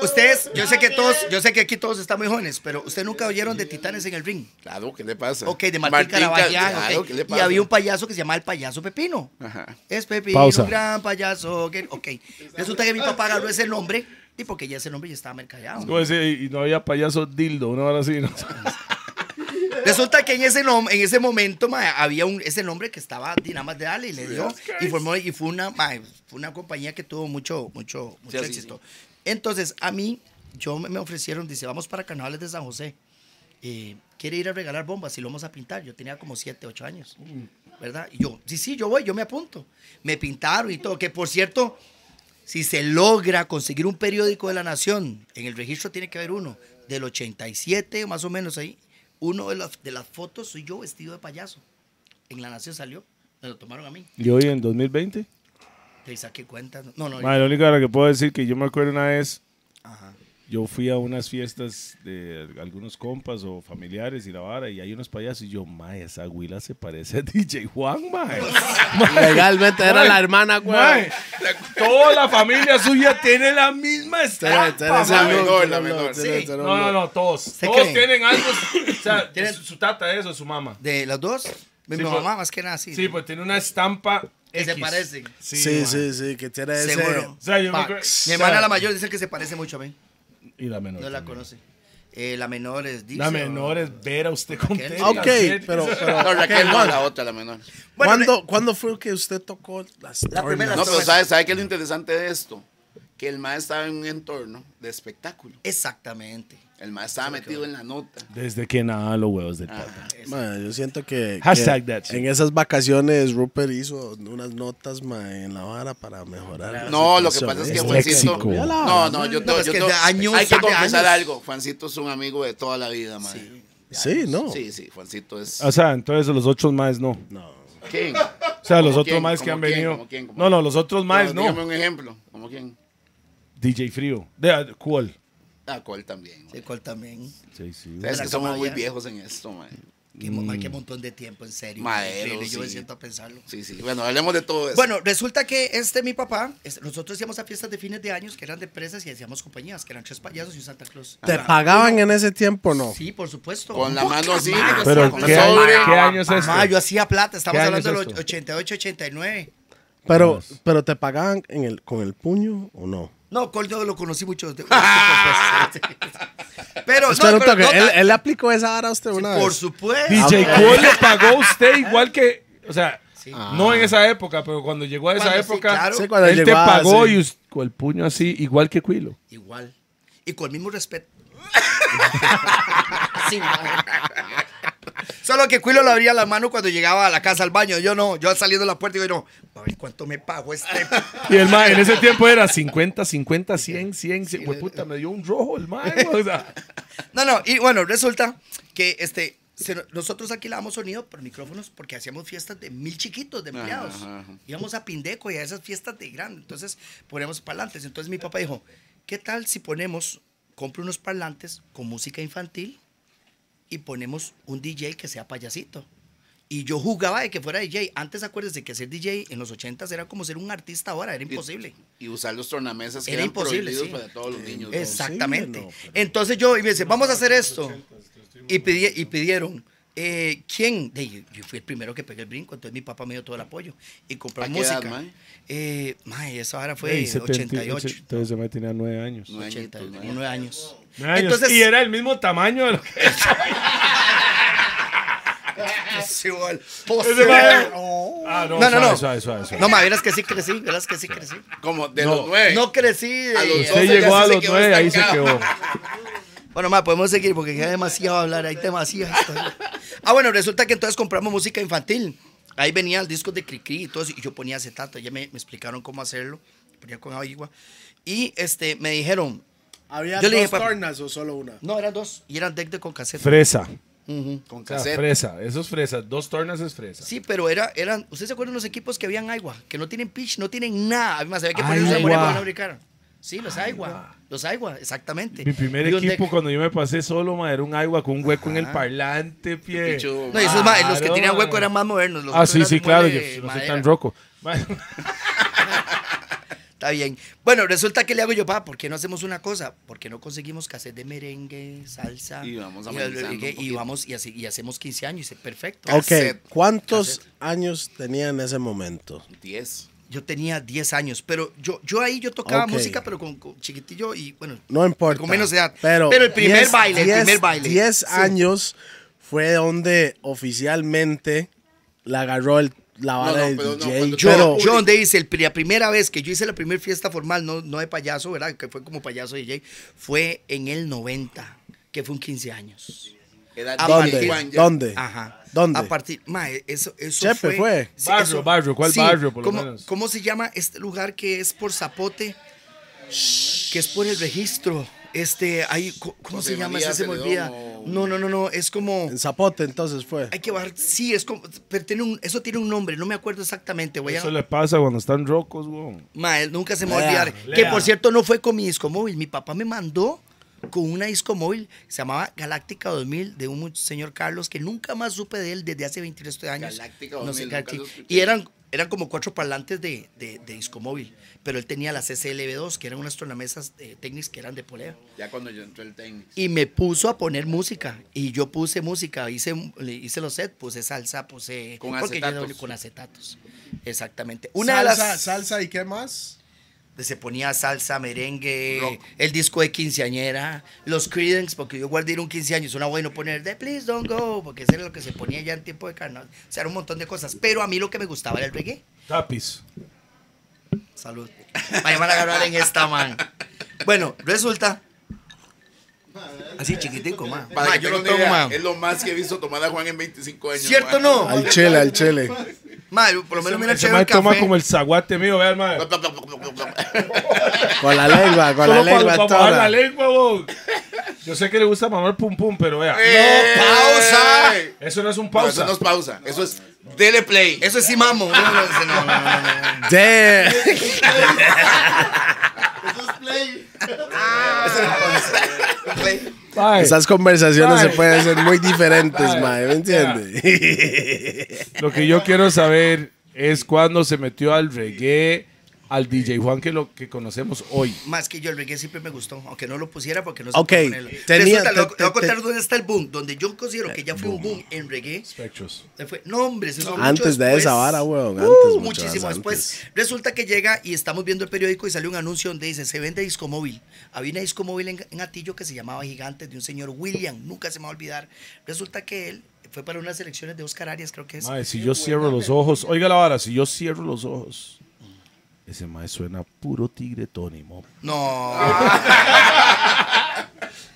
S3: Ustedes, yo sé que todos, yo sé que aquí todos están muy jóvenes, pero ustedes nunca oyeron de Titanes en el ring.
S4: Claro, ¿qué le pasa?
S3: Ok, de Martín,
S4: Cal-
S3: Caraballán.
S4: Claro,
S3: ok.
S4: ¿qué le
S3: Y
S4: pasa?
S3: había un payaso que se llamaba el payaso Pepino.
S4: Ajá.
S3: Es Pepino,
S5: Pausa.
S3: un gran payaso. que- Ok. Resulta que mi papá agarró ese nombre y porque ya ese nombre ya estaba mercadeado.
S5: Tú decías, y y no había payaso dildo, una hora así. ¿no?
S3: Resulta que en ese, nom- en ese momento ma, había un, ese nombre que estaba Dinamas de Ale y le dio y formó y fue una, ma, fue una compañía que tuvo mucho, mucho, mucho
S4: así,
S3: éxito. Entonces, a mí, yo me me ofrecieron, dice, vamos para Carnavales de San José. Eh, ¿Quiere ir a regalar bombas y lo vamos a pintar? Yo tenía como 7, 8 años, ¿verdad? Y yo, sí, sí, yo voy, yo me apunto. Me pintaron y todo, que por cierto, si se logra conseguir un periódico de la Nación, en el registro tiene que haber uno, del 87 más o menos ahí, uno de las, de las fotos soy yo vestido de payaso. En la Nación salió, me lo tomaron a mí.
S5: Y hoy en 2020.
S3: Le saqué cuentas. No, no,
S5: Mae, lo único de lo que puedo decir que yo me acuerdo una vez,
S3: Ajá.
S5: yo fui a unas fiestas de algunos compas o familiares y la vara, y hay unos payasos, y yo, mae, esa güila se parece a [LAUGHS] DJ Juan, mae.
S1: Legalmente era
S5: Mae,
S1: la hermana, güey.
S5: Mae, toda la familia suya tiene la misma estampa,
S4: la
S5: mae.
S4: menor, la menor.
S5: No, no, no, todos.
S3: ¿Se
S5: Todos
S3: creen?
S5: tienen algo, o sea,
S3: ¿Tienen?
S5: su, su tata es o su mamá.
S3: De las dos, mi
S5: Sí,
S3: mamá
S5: pues-
S3: más que nada, sí.
S5: Sí, pues tiene una estampa
S3: que se
S5: X.
S3: parecen.
S5: Sí,
S6: Sí,
S5: mae.
S6: sí, sí, que tiene ese.
S3: Seguro.
S5: O sea, yo me acuerdo-
S3: Mi hermana la mayor dice que se parece mucho a mí.
S5: Y la menor.
S3: No la
S5: también.
S3: conoce. Eh, la menor es Dixie,
S5: La
S3: ¿no?
S5: menor es ver a usted con
S3: Raquel.
S5: tetas.
S6: Ok, pero. pero
S4: No, Raquel
S6: ok,
S4: no,
S6: Juan,
S4: la otra,
S3: [LAUGHS]
S4: la menor.
S3: Bueno,
S6: ¿cuándo, ¿Cuándo fue que usted tocó las
S3: La primera-
S6: tornas?
S4: No, pues, pero ¿sabes sabe qué es lo interesante de esto? Que el maestro estaba en un entorno de espectáculo.
S3: Exactamente.
S4: El maestro estaba metido en la nota.
S5: Desde que nada los huevos del papa.
S6: Ma, yo siento que,
S5: Hashtag
S6: que
S5: that shit.
S6: en esas vacaciones Rupert hizo unas notas ma, en la vara para
S1: Ah,
S6: mejorar.
S4: No,
S6: la
S4: lo que
S6: situación,
S4: pasa es
S6: ¿eh?
S4: que pues,
S5: Es
S4: Juancito.
S5: léxico.
S4: No, no, yo, te-
S3: No, es
S4: yo
S3: que
S4: te-
S3: de años,
S4: hay que
S3: de
S4: confesar
S3: años.
S4: algo. Juancito es un amigo de toda la vida, madre.
S6: Sí, no.
S4: Sí, sí, Juancito es.
S5: O sea, entonces los otros más no.
S4: ¿Quién?
S5: O sea, los
S4: ¿Como
S5: otros
S4: quién?
S5: más que
S4: ¿Como
S5: han
S4: quién?
S5: venido.
S4: ¿Como quién? ¿Como
S5: No, no, los otros más
S4: Dígame
S5: no.
S4: un ejemplo. ¿Cómo quién?
S5: DJ Frío. De, ¿Cuál?
S4: Ah, ¿cuál también?
S3: El cual también.
S5: Sí, sí.
S4: Sabes
S3: la
S4: que somos muy
S3: camarilla.
S4: viejos en esto, madre.
S3: Qué, mo- qué montón de tiempo, en serio.
S4: Mm. Madero,
S3: Increíble, Yo me
S4: sí.
S3: siento a pensarlo.
S4: Sí, sí. Bueno, hablemos de todo eso.
S3: Bueno, resulta que este mi papá, este, nosotros íbamos a fiestas de fines de años que eran de empresas y hacíamos compañías, que eran tres payasos y un Santa Claus.
S6: ¿Te pagaban en ese tiempo o no?
S3: Sí, por supuesto.
S4: con la
S3: Puta
S4: mano así.
S3: madre,
S5: Pero,
S4: con
S5: ¿qué,
S4: el sobre.
S5: año- qué año es
S3: Ma,
S5: este?
S3: yo hacía plata, estamos
S5: ¿Qué año
S3: hablando
S5: es
S3: de los
S5: esto?
S3: 88, 89.
S6: Pero, pero te pagaban en el, con el puño o no?
S3: No, Coldo lo conocí mucho.
S4: [LAUGHS]
S3: de- pero,
S6: Espera
S3: no,
S6: un
S3: pero
S6: toque,
S3: no, ah.
S6: él, él le aplicó esa vara a usted una
S3: por
S6: vez.
S3: supuesto.
S5: DJ Cool le pagó a usted igual que. O sea,
S3: Sí. Ah.
S5: no en esa época, pero cuando llegó a esa
S3: Cuando sí,
S5: época,
S3: claro.
S6: Sí, cuando
S5: él te
S6: llegó a-
S5: pagó
S6: sí.
S5: y us- con el puño así, igual que Cuilo.
S3: Igual. Y con el mismo respeto. Sí, ma. Solo que Cuilo le abría la mano cuando llegaba a la casa al baño. Yo no, yo saliendo de la puerta digo, no, a ver cuánto me pago este.
S5: Y el mae en ese tiempo era 50, 50, 100, 100. Güey, puta, me dio un rojo el mae. güey, [LAUGHS] O sea,
S3: No, no, y bueno, resulta que este, se no- nosotros alquilábamos sonido por micrófonos porque hacíamos fiestas de mil chiquitos, de empleados.
S4: Ajá, ajá.
S3: Íbamos a Pindeco y a esas fiestas de grande. Entonces ponemos parlantes. Entonces mi papá dijo, ¿qué tal si ponemos, compro unos parlantes con música infantil y ponemos un DJ que sea payasito? Y yo jugaba de que fuera DJ. Antes acuérdense que ser DJ en los 80s era como ser un artista ahora, era imposible.
S4: Y, y usar los tornamesas que
S3: Era
S4: eran
S3: imposible,
S4: prohibidos
S3: sí. Eh,
S4: para todos los niños. ¿no?
S3: Exactamente.
S6: Sí, no,
S3: Entonces yo, y me dice, vamos a hacer esto. Y, pidi- y pidieron, eh, ¿quién? De- yo, yo fui el primero que pegué el brinco, entonces mi papá me dio todo el apoyo. Y compramos
S4: ¿A qué edad,
S3: música.
S4: mae?
S3: Eh, mae, esa hora fue
S5: güey,
S3: en 88.
S5: Entonces se mae tenía 9 años.
S4: Nueve añitos,
S3: 80,
S4: mae.
S3: tenía nueve años.
S5: Nueve años.
S3: Entonces-
S5: y era el mismo tamaño de lo que
S3: Posible.
S5: ese mae. Ah,
S3: No, no, no.
S5: suave, suave, suave.
S3: No, mae, verás que sí crecí, verás que sí crecí.
S4: Como de
S5: No.
S4: los nueve.
S3: No crecí.
S4: A
S3: de-
S4: los
S5: Usted
S4: Entonces
S5: llegó
S4: ya
S5: a
S4: se
S5: los
S4: quedó
S5: 9, ahí se
S4: estancado.
S5: quedó.
S3: Bueno, ma, podemos seguir porque queda demasiado hablar, hay demasiado. historia. ah, bueno, resulta que entonces compramos música infantil. Ahí venían discos de Cricri y todo eso, y yo ponía acetato, ya me, me explicaron cómo hacerlo, ponía con agua. Y este, me dijeron,
S6: ¿Había
S3: Yo le dije,
S6: dos
S3: papá-
S6: tornas o solo una?
S3: no, eran dos, y eran deck de con cassette.
S5: Fresa.
S4: Con
S5: O sea,
S4: cassette.
S5: fresa. Eso es fresa. Dos tornas es fresa.
S3: Sí, pero era, eran, ¿ustedes se acuerdan de los equipos que habían agua? Que no tienen pitch, no tienen nada. Además, había que ponerse
S5: Aigua.
S3: para lubricar. Sí, los agua, los agua, exactamente.
S5: Mi primer
S3: Y un
S5: equipo,
S3: deck.
S5: cuando yo me pasé solo, ma, era un agua con un hueco en el parlante, pie.
S4: Pichudo.
S3: No, y esos, ma, los que
S5: Claro,
S3: tenían hueco
S5: ma.
S3: eran más modernos. los
S5: Ah,
S3: otros
S5: sí,
S3: eran
S5: sí,
S3: de
S5: claro. Yo
S3: mueble,
S5: no soy
S3: madera.
S5: tan roco. Ma,
S3: Está bien. Bueno, resulta que le hago yo, papá, ¿por qué no hacemos una cosa? ¿Por qué no conseguimos cassette de merengue, salsa?
S4: Y vamos
S3: y,
S4: amenizando un
S3: y- y
S4: poquito.
S3: vamos y, así, y hacemos 15 años y dice, perfecto.
S4: Cassette.
S6: Ok, ¿cuántos años tenía en ese momento?
S4: Diez.
S3: Yo tenía 10 años, pero yo, yo ahí yo tocaba
S6: Ok.
S3: música, pero con, con chiquitillo y bueno.
S6: No importa.
S3: Con menos edad. Pero el primer baile, el primer baile.
S6: 10
S3: Sí.
S6: años fue donde oficialmente la agarró el, la
S4: no,
S6: vara
S4: pero
S6: de
S4: no,
S6: DJ.
S4: cuando-
S3: Yo,
S6: pero,
S3: yo donde hice el pri- la primera vez que yo hice la primera fiesta formal, no, no de payaso, ¿verdad? Que fue como payaso DJ, fue en el 90, que fue un 15 años.
S4: Era
S3: Ah, ¿Dónde?
S4: diez, Juan, ya.
S6: ¿Dónde?
S3: Ajá.
S6: ¿Dónde?
S3: A partir, mae, eso, eso
S6: Chepe
S3: fue.
S6: fue.
S5: Barrio, barrio, ¿cuál barrio, por lo
S3: ¿cómo,
S5: menos?
S3: ¿Cómo se llama este lugar que es por Zapote? Que es por el registro. Este, ahí, co- ¿cómo
S4: José
S3: se llama?
S4: María
S3: Ese se me olvida.
S4: Celedón o-
S3: No, no, no, no, es como...
S6: En Zapote entonces fue.
S3: Hay que bajar, sí, es como, pero tiene un, eso tiene un nombre, no me acuerdo exactamente, voy a...
S5: Eso le pasa cuando están rocos, weón.
S3: Ma, él nunca se me va a
S6: Lea,
S3: olvidar.
S5: lea.
S3: Que por cierto no fue con mi disco móvil. Mi papá me mandó con una disco móvil. Se llamaba Galáctica 2000 de un mu- señor Carlos que nunca más supe de él desde hace 23 años.
S4: Galáctica
S3: No
S4: 2000,
S3: sé,
S4: nunca
S3: Carti-
S4: lo escuché.
S3: y eran, eran como cuatro parlantes de, de, de disco móvil. Pero él tenía las SLB2 que eran unas tornamesas eh, técnicas que eran de polea.
S4: Ya cuando yo entré el técnico.
S3: Y me puso a poner música. Y yo puse música, hice, le hice los sets, puse salsa, puse...
S4: Con
S3: porque yo era
S4: acetatos.
S3: Con acetatos. Exactamente. Una
S6: salsa,
S3: de las...
S6: salsa y qué más?
S3: se ponía salsa, merengue,
S4: Rock.
S3: el disco de quinceañera, los Creedence, porque yo guardé ir un 15 años, una buena poner de Please Don't Go, porque eso era lo que se ponía ya en tiempo de carnaval. O sea, era un montón de cosas. Pero a mí lo que me gustaba era el reggae.
S5: Tapiz.
S3: Salud. Vaya, van a agarrar en esta man. Bueno, resulta. Así chiquitico, man.
S4: Para
S3: Ma,
S4: que
S3: Ah, yo
S4: tenga
S3: lo
S4: una
S3: tomo,
S4: idea,
S3: man.
S4: Es lo más que he visto tomar a Juan en 25 años.
S3: ¿Cierto
S4: Juan. [LAUGHS]
S3: no?
S6: Al chile, al chile.
S3: Ma, por lo menos mira
S5: Se
S3: chévere
S5: me
S3: el café.
S5: toma como el zaguate mío, vean, ma.
S6: Con la lengua, con la
S5: Solo para,
S6: lengua
S5: para
S6: toda.
S5: mojar la lengua, weón. Yo sé que le gusta mamar pum pum, pero vea.
S4: ¡Eh!
S3: pausa!
S5: Eso no es un
S4: No,
S5: pausa.
S4: eso no es pausa. Eso es dele
S3: [LAUGHS]
S4: play.
S3: Eso es sí, mamo.
S4: [LAUGHS]
S3: No, no, no, no, no, no.
S6: Yeah.
S5: Mae,
S6: Esas conversaciones
S5: Ay.
S6: se pueden hacer muy diferentes,
S5: Ay.
S6: mae, ¿me entiendes?
S5: Lo que yo quiero saber es cuándo se metió al reggae, al DJ Juan que lo que conocemos hoy.
S3: Más que yo, el reggae siempre me gustó, aunque no lo pusiera porque no
S6: Ok,
S3: puede ponerlo.
S6: tenía-
S3: Resulta, le voy
S6: te-
S3: a- le voy a
S6: te- Eh,
S3: contar dónde está el boom, donde yo considero que ya fue un boom en reggae.
S5: Spectros.
S3: Se fue- No, hombre, eso fue mucho
S6: Antes de
S3: después.
S6: esa vara, weón,
S3: Uh,
S6: antes, mucho
S3: muchísimo
S6: más
S3: después. Resulta que llega y estamos viendo el periódico y sale un anuncio donde dice, se vende disco móvil. Había una disco móvil en, en Atillo que se llamaba Gigantes de un señor William, nunca se me va a olvidar. Resulta que él fue para unas elecciones de Oscar Arias, creo que es.
S5: Mae, si yo cierro los ojos, oiga la vara, si yo cierro los ojos, ese mae suena puro tigre tónimo.
S3: No.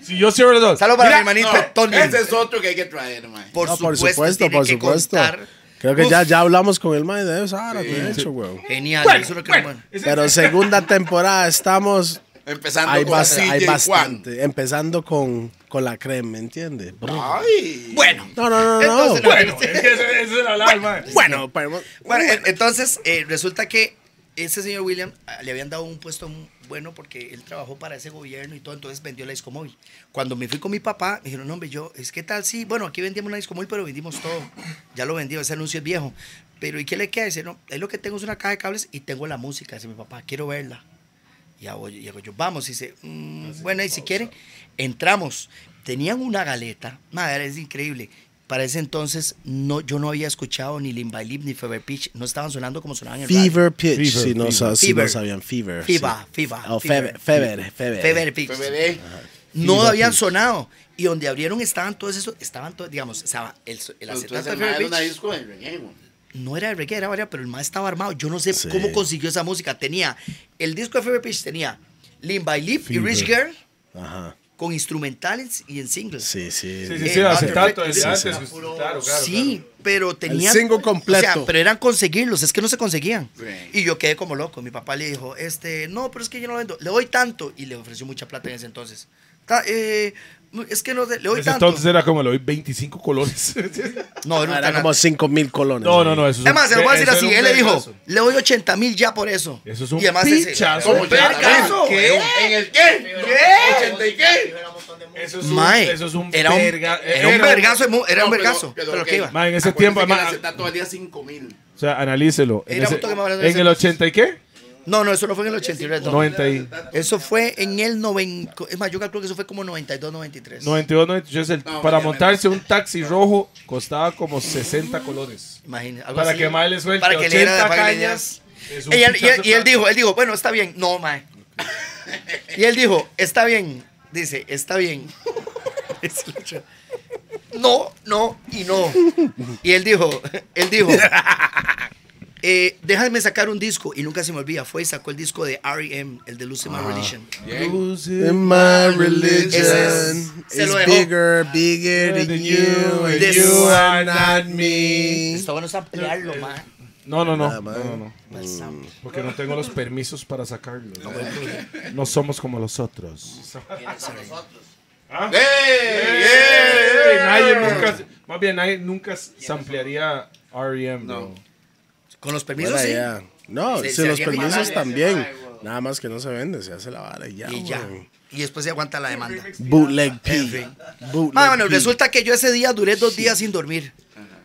S5: Si yo cierro los dos.
S3: Saludos para
S5: Mira,
S3: mi hermanito Tony.
S4: Ese es otro que hay que traer, mae.
S3: Por,
S6: No, por
S3: supuesto,
S6: supuesto,
S3: tiene
S6: por
S3: que
S6: supuesto.
S3: contar.
S6: Creo que
S3: Uf,
S6: ya, ya hablamos con el man de eso ahora, de hecho, weón.
S3: Genial, eso es lo que bueno.
S6: Pero
S3: [LAUGHS]
S6: segunda temporada estamos.
S4: Empezando
S6: Hay,
S4: con
S6: bas-
S4: CJ
S6: hay
S4: Juan.
S6: bastante. Empezando con, con la creme, ¿me entiendes? No,
S4: Ay.
S3: Bueno,
S6: no, no, no.
S3: Entonces,
S6: Bueno,
S2: Bueno, es que ese, ese es el hablar, mae.
S6: bueno, pero-
S3: Bueno, en- entonces eh, resulta que ese señor William ah, le habían dado un puesto m- bueno porque él trabajó para ese gobierno y todo, entonces vendió la discomóvil. Cuando me fui con mi papá, me dijeron, no, hombre, yo, es que tal, sí, bueno, aquí vendíamos una discomóvil, pero vendimos todo. Ya lo vendió, ese anuncio es viejo. Pero ¿y qué le queda? Dice, no, es lo que tengo es una caja de cables y tengo la música. Dice mi papá, quiero verla. Y hago, y hago yo, vamos, y dice, "Mm, bueno, y si quieren, entramos. Tenían una galeta, madre, es increíble. Para ese entonces, no, yo no había escuchado ni Limba Lip ni Fever Pitch, no estaban sonando como sonaban en el radio.
S6: Fever pitch,
S5: Fever,
S6: si no,
S5: fever.
S6: sa- si no
S3: Fever.
S6: sabían. Fever.
S3: Fiba,
S6: sí.
S3: Fiba.
S6: Oh,
S3: Fever.
S6: fever, fever, fever.
S3: Fever Pitch.
S4: PBD.
S3: No
S6: Fever
S3: habían
S6: Pitch.
S3: sonado. Y donde abrieron estaban todos esos, estaban todos, digamos, estaba el, el
S4: Pero
S3: acetato
S4: Entonces,
S3: de
S4: el mae
S3: Fever
S4: era una
S3: Pitch.
S4: disco de reggae, güey.
S3: no era de reggae, era varias, pero el más estaba armado. Yo no sé
S6: Sí.
S3: cómo consiguió esa música. Tenía, el disco de Fever Pitch tenía Limp by Lip y
S5: Fever.
S3: Rich Girl
S6: Ajá.
S3: con instrumentales y en singles.
S6: Sí, sí.
S2: Sí, sí,
S3: Eh,
S2: sí, acetato,
S3: After
S2: el
S3: Effects,
S2: de antes.
S3: era
S2: pues,
S3: puro-
S2: Claro, claro.
S3: sí,
S2: claro.
S3: pero tenían.
S6: single completo.
S3: O sea, pero eran conseguirlos, es que no se conseguían.
S4: Sí.
S3: Y yo quedé como loco. Mi papá le dijo, este, no, pero es que yo no lo vendo. Le doy tanto. Y le ofreció mucha plata en ese entonces. Ta- eh, es que no, sé, le doy
S5: Ese
S3: tanto.
S5: entonces era como le doy 25 colores.
S3: no,
S6: Ah,
S3: era,
S6: Era como 5 mil colones.
S5: no, no,
S6: ahí.
S5: no. Eso es un-
S3: Además, se lo voy a decir
S2: Eso
S3: así.
S2: era un
S3: Él le dijo,
S2: vergazo.
S3: le doy 80 mil ya por eso.
S5: Eso es un
S3: y además ese-
S5: pichazo.
S3: ¡Un
S4: ¿Cómo ya?
S3: vergazo!
S4: ¿Qué? ¿En el qué? ¿Qué? ¿80 y qué?
S2: Eso es un,
S3: Mae,
S2: eso es un
S3: era un,
S2: verga-
S3: era un
S2: era-
S3: vergazo, de mu- era un
S4: No, pero-
S3: vergazo. Pero,
S4: pero
S3: ¿qué
S4: ok.
S3: iba?
S5: Ma, en ese
S4: Acuérdese
S5: tiempo,
S4: que
S5: ma- ah,
S4: El acetato valía 5 mil.
S5: O sea, analícelo. En,
S3: Era
S5: ese-
S3: un toque más barato de
S5: en
S3: ese
S5: el
S3: entonces.
S5: 80 y qué?
S3: No, no, eso no fue en el 83. no.
S5: 90 y,
S3: Eso fue en el 90. Es más, yo creo que eso fue como 92, 93.
S5: 92, 93. el-
S4: No,
S5: para
S4: ya me-
S5: montarse un taxi rojo costaba como 60 colores.
S3: Imagínate. algo
S5: Para
S3: así.
S5: que más le suelte
S3: Para que le
S5: 80
S3: diera para que le diera-
S5: cañas. es un
S3: Y él, y él-
S5: pichazo
S3: y él
S5: para-
S3: dijo, él dijo, bueno, está bien. No, mae. Y él dijo, está bien. Dice, está
S5: [LAUGHS]
S3: bien. Dice el otro, No, no y no. Y él dijo,
S5: [LAUGHS]
S3: él dijo, eh, déjame sacar un disco. Y nunca se me olvida, fue y sacó el disco de R.E.M., el de Lucy My
S5: Ah.
S3: Religion.
S6: In my
S3: Ese
S6: religion
S3: es- se
S6: is
S3: lo dejó.
S6: bigger, bigger than you, and
S3: This-
S6: you are not me.
S3: Está bueno samplearlo, mae.
S5: No, no, no.
S6: Nada, man.
S5: no, no, no.
S3: pues,
S5: Porque no tengo los permisos para sacarlo. No, No somos como los otros. eh, Ey, nadie nunca, más bien, nadie nunca samplearía R.E.M. No.
S3: Con los permisos,
S6: Fuera
S3: sí.
S6: ya. No,
S3: Se-
S6: si
S3: se
S6: los
S3: había
S6: permisos
S3: pagado.
S6: también. Nada más que no se vende, se hace la vara y ya.
S3: Y ya.
S6: weón.
S3: Y después se aguanta la demanda.
S6: Bootleg
S3: En
S6: P.
S3: fin.
S6: Bootleg
S3: Ah, bueno,
S6: P.
S3: resulta que yo ese día duré dos días sin dormir.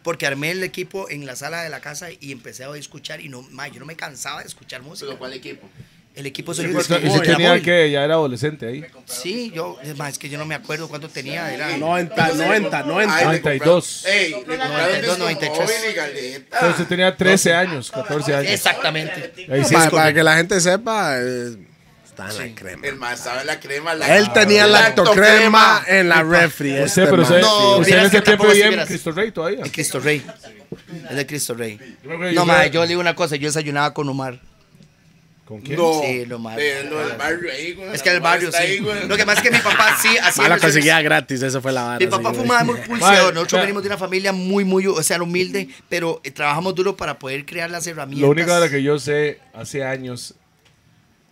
S3: Porque armé el equipo en la sala de la casa y empecé a escuchar. Y no, ma, yo no me cansaba de escuchar música.
S4: ¿Pero cuál equipo?
S3: El equipo soy yo.
S5: Y si- y si
S3: Móvil,
S5: tenía
S3: móvil.
S5: que, ya era adolescente ahí.
S3: Ah. Sí, yo, es más, es que yo no me acuerdo cuánto tenía. Era,
S6: 90, 90, 90.
S5: Ay. 92.
S4: Ey, le compraron
S3: 92,
S4: disco
S3: 93.
S4: móvil y galeta.
S5: Entonces tenía 13 años, 14
S3: Ah,
S5: años.
S3: exactamente.
S5: Ahí sí
S6: para,
S5: es
S6: para
S5: correcto.
S6: que la gente sepa, eh, está en la crema.
S4: El más sabe la crema. La
S6: Él tenía lactocrema
S4: lactocrema.
S6: en la refri.
S5: Usted,
S6: este
S5: pero
S6: man.
S5: usted,
S3: No,
S5: usted en
S3: vieras
S5: ese
S3: que
S5: tiempo
S3: tampoco
S5: vivía en
S3: vieras.
S5: Cristo Rey todavía.
S3: El Cristo Rey. El de Cristo Rey.
S5: Yo creo que yo
S3: No,
S5: fui a-
S3: ma, yo le digo una cosa. Yo desayunaba con Omar.
S5: ¿Con quién?
S4: No,
S3: Sí, lo malo.
S4: de lo del barrio ahí, güey.
S3: Es que el
S4: La mamá
S3: barrio,
S4: está
S3: sí.
S4: ahí, güey.
S3: Lo que más es que mi papá sí hacía.
S6: Ah, la
S3: versiones-
S6: conseguía gratis, eso fue la vara.
S3: Mi
S6: sí,
S3: papá
S6: güey.
S3: fumaba muy pulseado.
S5: Madre,
S3: Nosotros
S5: vea.
S3: venimos de una familia muy, muy, o sea, humilde, pero eh, trabajamos duro para poder crear las herramientas.
S5: Lo único de lo que yo sé, hace años,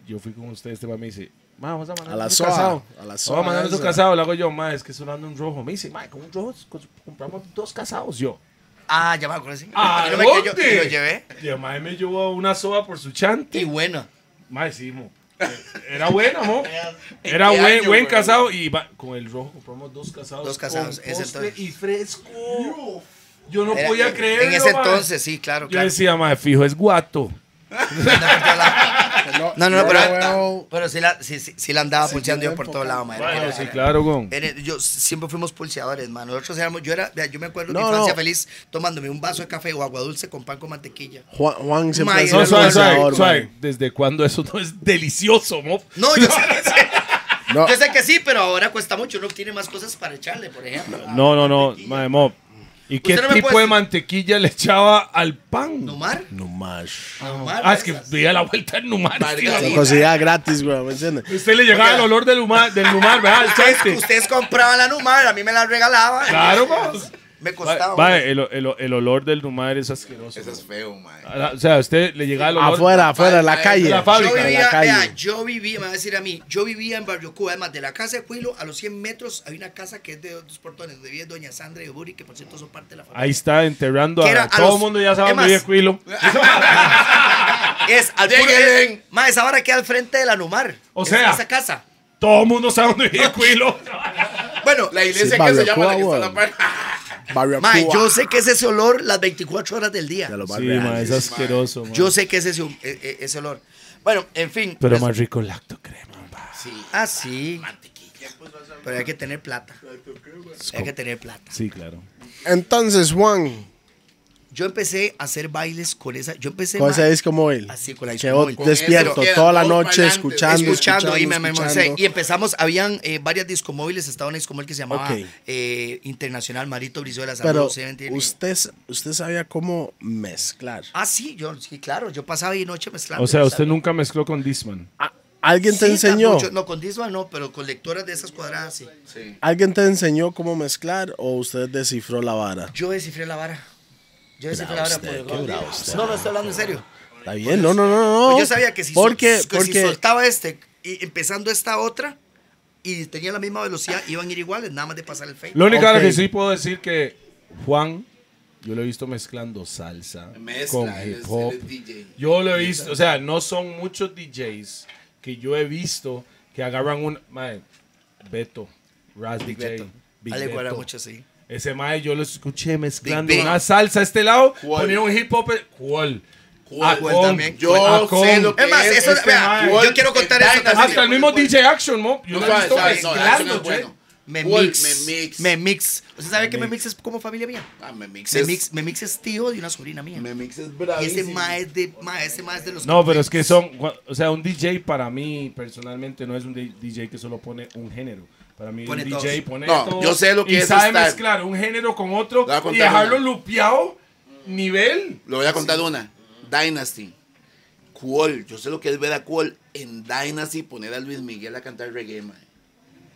S5: yo fui con usted, este mamá me dice, ma, vamos a mandar
S6: A la
S5: un
S6: soa,
S5: casado.
S6: a la
S5: Vamos
S6: soa
S5: a mandar un
S6: esa.
S5: casado, lo hago yo, ma, es que solo ando un rojo. Me dice, ma, con un rojo cons- compramos dos casados yo.
S3: Ah, ya me acuerdo, sí.
S5: ¿A
S3: Y no me
S5: dónde?
S3: cayó, y lo llevé.
S5: Y a ma me llevó una soa por su chante.
S3: Y bueno.
S5: Ma, sí, mo. Eh, Era buena, mo.
S4: [LAUGHS]
S5: Era
S4: ¿En qué
S5: buen,
S4: año,
S5: buen
S4: güey?
S5: casado y va- con el rojo compramos dos casados.
S3: Dos casados,
S5: con
S3: ese
S5: postre
S3: entonces.
S5: y fresco. Yo no
S3: era-
S5: podía creerlo,
S3: En ese
S5: ma.
S3: entonces, sí, claro,
S5: Yo
S3: claro.
S5: decía, ma, fijo, es guato.
S3: [LAUGHS] No, no, no, pero,
S6: huevo.
S3: pero sí, la, sí, sí, sí la andaba pulseando yo por todos lados, madre.
S5: Bueno, sí, claro, gon.
S3: Era- Yo siempre fuimos pulseadores, man. Nosotros éramos, yo era, vea, yo me acuerdo de mi
S6: No,
S3: infancia
S6: no.
S3: feliz tomándome un vaso de café o agua dulce con pan con mantequilla.
S6: Juan, Juan siempre
S3: Ma,
S6: ha sido
S5: No,
S6: el
S5: suave,
S6: gobernador,
S5: suave, suave.
S6: man.
S5: ¿Desde cuándo eso no es delicioso, mo?
S3: No, yo [LAUGHS] sé,
S6: No,
S3: yo sé que sí, pero ahora cuesta mucho. Uno tiene más cosas para echarle, por ejemplo.
S5: No, no, no, mae, mo. ¿Y qué
S4: Usted no me
S5: tipo
S4: puede-
S5: de mantequilla le echaba al pan?
S3: ¿Numar?
S6: No más.
S3: ¿Numar?
S5: Ah, es que veía la vuelta en Numar.
S4: Margarita.
S1: Lo conseguía gratis, güey, ¿me entiendes?
S5: Usted le llegaba el olor del Numar, del Numar ¿verdad? Al
S3: Ustedes,
S5: chante.
S3: Ah, ustedes compraban la Numar, a mí me la regalaban. [LAUGHS]
S5: Claro, vamos.
S3: Me
S5: Va,
S3: costaba.
S5: va, el, el- el olor del Numar es asqueroso.
S4: Eso es feo, mae.
S5: Ah, O sea, a usted le llegaba el olor.
S1: Afuera, afuera, en la
S4: Ay,
S1: calle.
S5: la fábrica.
S3: Yo
S1: En
S3: vivía,
S1: la
S3: vea,
S1: calle.
S3: yo vivía, me va a decir a mí, yo vivía en Barrio Cuba, además de la casa de Cuilo, a los 100 metros hay una casa que es de dos portones, donde vive Doña Sandra y Buri, que por cierto son parte de la
S5: Ahí
S3: familia.
S5: está enterrando
S3: Que era
S5: a
S3: a
S5: todo el
S3: los-
S5: mundo ya sabe
S3: Es
S5: dónde vive
S3: más- [LAUGHS]
S5: Cuilo.
S3: Es al puro,
S4: Lleguen.
S3: es- ma, esa vara queda al frente de la Numar.
S5: O
S3: Es-
S5: sea.
S3: Esa casa.
S5: Todo el mundo sabe dónde vive
S3: [LAUGHS]
S5: Cuilo.
S3: Bueno,
S4: La iglesia que se
S1: barbacoa,
S4: llama la que está a la
S1: weón.
S4: par.
S1: Barrio
S3: ma,
S1: Cuba.
S3: yo sé que es ese olor las 24 horas del día.
S1: De los
S5: Sí,
S1: barrios.
S5: ma, es asqueroso, ma.
S3: Yo sé que es ese, e- e- ese olor. Bueno, en fin.
S5: Pero
S3: es-
S5: más rico el lacto crema, ma.
S3: Ah, sí. Pero hay que tener plata. Hay que tener plata.
S5: Sí, claro.
S6: Entonces, Juan.
S3: Yo empecé a hacer bailes con esa. Yo empecé
S1: Con
S3: ma,
S1: ese disco móvil.
S3: Así, con la
S1: Que
S3: disco
S1: vos
S3: móvil.
S4: Con
S1: despierto
S4: eso,
S1: toda la
S4: dos
S1: noche
S4: parlantes,
S1: escuchando,
S3: escuchando,
S1: escuchando,
S3: y me memorizé.
S1: escuchando.
S3: Y empezamos, habían eh, varias discomóviles, estaba una discomóvil que se llamaba
S1: Ok.
S3: eh, Internacional Marito Brizuela.
S1: Pero
S3: saludos, ¿sí me entiende?
S1: usted, usted sabía cómo mezclar.
S3: Ah, sí, yo, sí, claro, yo pasaba ahí noche mezclando.
S5: O sea, usted
S3: ¿sabes?
S5: nunca mezcló con Disman.
S1: Ah, ¿Alguien te
S3: Sí,
S1: enseñó?
S3: mucho- no, con Disma no, pero con lectoras de esas cuadradas, sí.
S4: Sí.
S1: ¿Alguien te enseñó cómo mezclar o usted descifró la vara?
S3: Yo descifré la vara. Yo descifré la
S1: Bravo
S3: vara.
S1: usted,
S3: por-
S1: qué bravo usted.
S3: no, no, estoy hablando en serio.
S1: Está bien, no, no, no, no.
S3: Pues yo sabía que si, sol-
S1: porque,
S3: que si
S1: porque
S3: soltaba este y empezando esta otra y tenía la misma velocidad, iban a ir iguales, nada más de pasar el fade.
S5: Lo único ahora
S1: Ok.
S5: que sí puedo decir que Juan, yo lo he visto mezclando salsa
S4: Mezcla,
S5: con
S4: él es-
S5: hip hop.
S4: él es DJ.
S5: Yo lo he visto, o sea, no son muchos DJs que yo he visto que agarran un. Mae, Beto, Raz DJ.
S3: Beto.
S5: Big
S3: Ale
S5: Beto.
S3: guarda mucho, sí.
S5: Ese mae yo lo escuché mezclando
S3: Big
S5: una
S3: Beto.
S5: salsa a este lado,
S4: ¿Cuál?
S5: ponía un hip hop. ¿Cuál? A
S4: ¿Cuál?
S3: ¿Cuál
S5: con,
S3: también?
S4: Ah, Yo
S5: a con.
S4: sé lo que
S3: Es más, eso,
S4: este
S3: vea,
S4: mae.
S3: yo quiero contar
S4: El
S3: eso
S4: Dynas,
S3: también.
S5: Hasta el mismo DJ Action, mo. Yo lo he
S4: Suave,
S5: visto
S4: suave, suave,
S5: mezclando,
S4: eso no es
S5: che.
S4: bueno.
S3: Me
S4: Full,
S3: mix,
S4: me mix.
S3: Me mix. ¿Usted sabe que me mix es como familia mía?
S4: Ah,
S3: Me
S4: me mixes.
S3: mix, me mix es tío de una sobrina mía.
S4: Me mixes
S3: Y ese
S4: bravísimo.
S3: más es de, ma, ese ma es de los.
S5: No, pero es que
S3: Pues,
S5: son, o sea, un DJ para mí personalmente no es un DJ que solo pone un género. Para mí
S3: Pone
S5: un
S3: todos.
S5: DJ pone
S4: No,
S5: todo
S4: yo sé lo que
S5: y
S4: es
S5: sabe
S4: estar-
S5: mezclar un género con otro
S4: Te voy a
S5: y
S4: contar
S5: dejarlo
S4: una.
S5: lupeado nivel.
S4: Lo voy a contar una. Dynasty. Qual. Yo sé lo que es ver a Qual en Dynasty poner a Luis Miguel a cantar reggae, mae.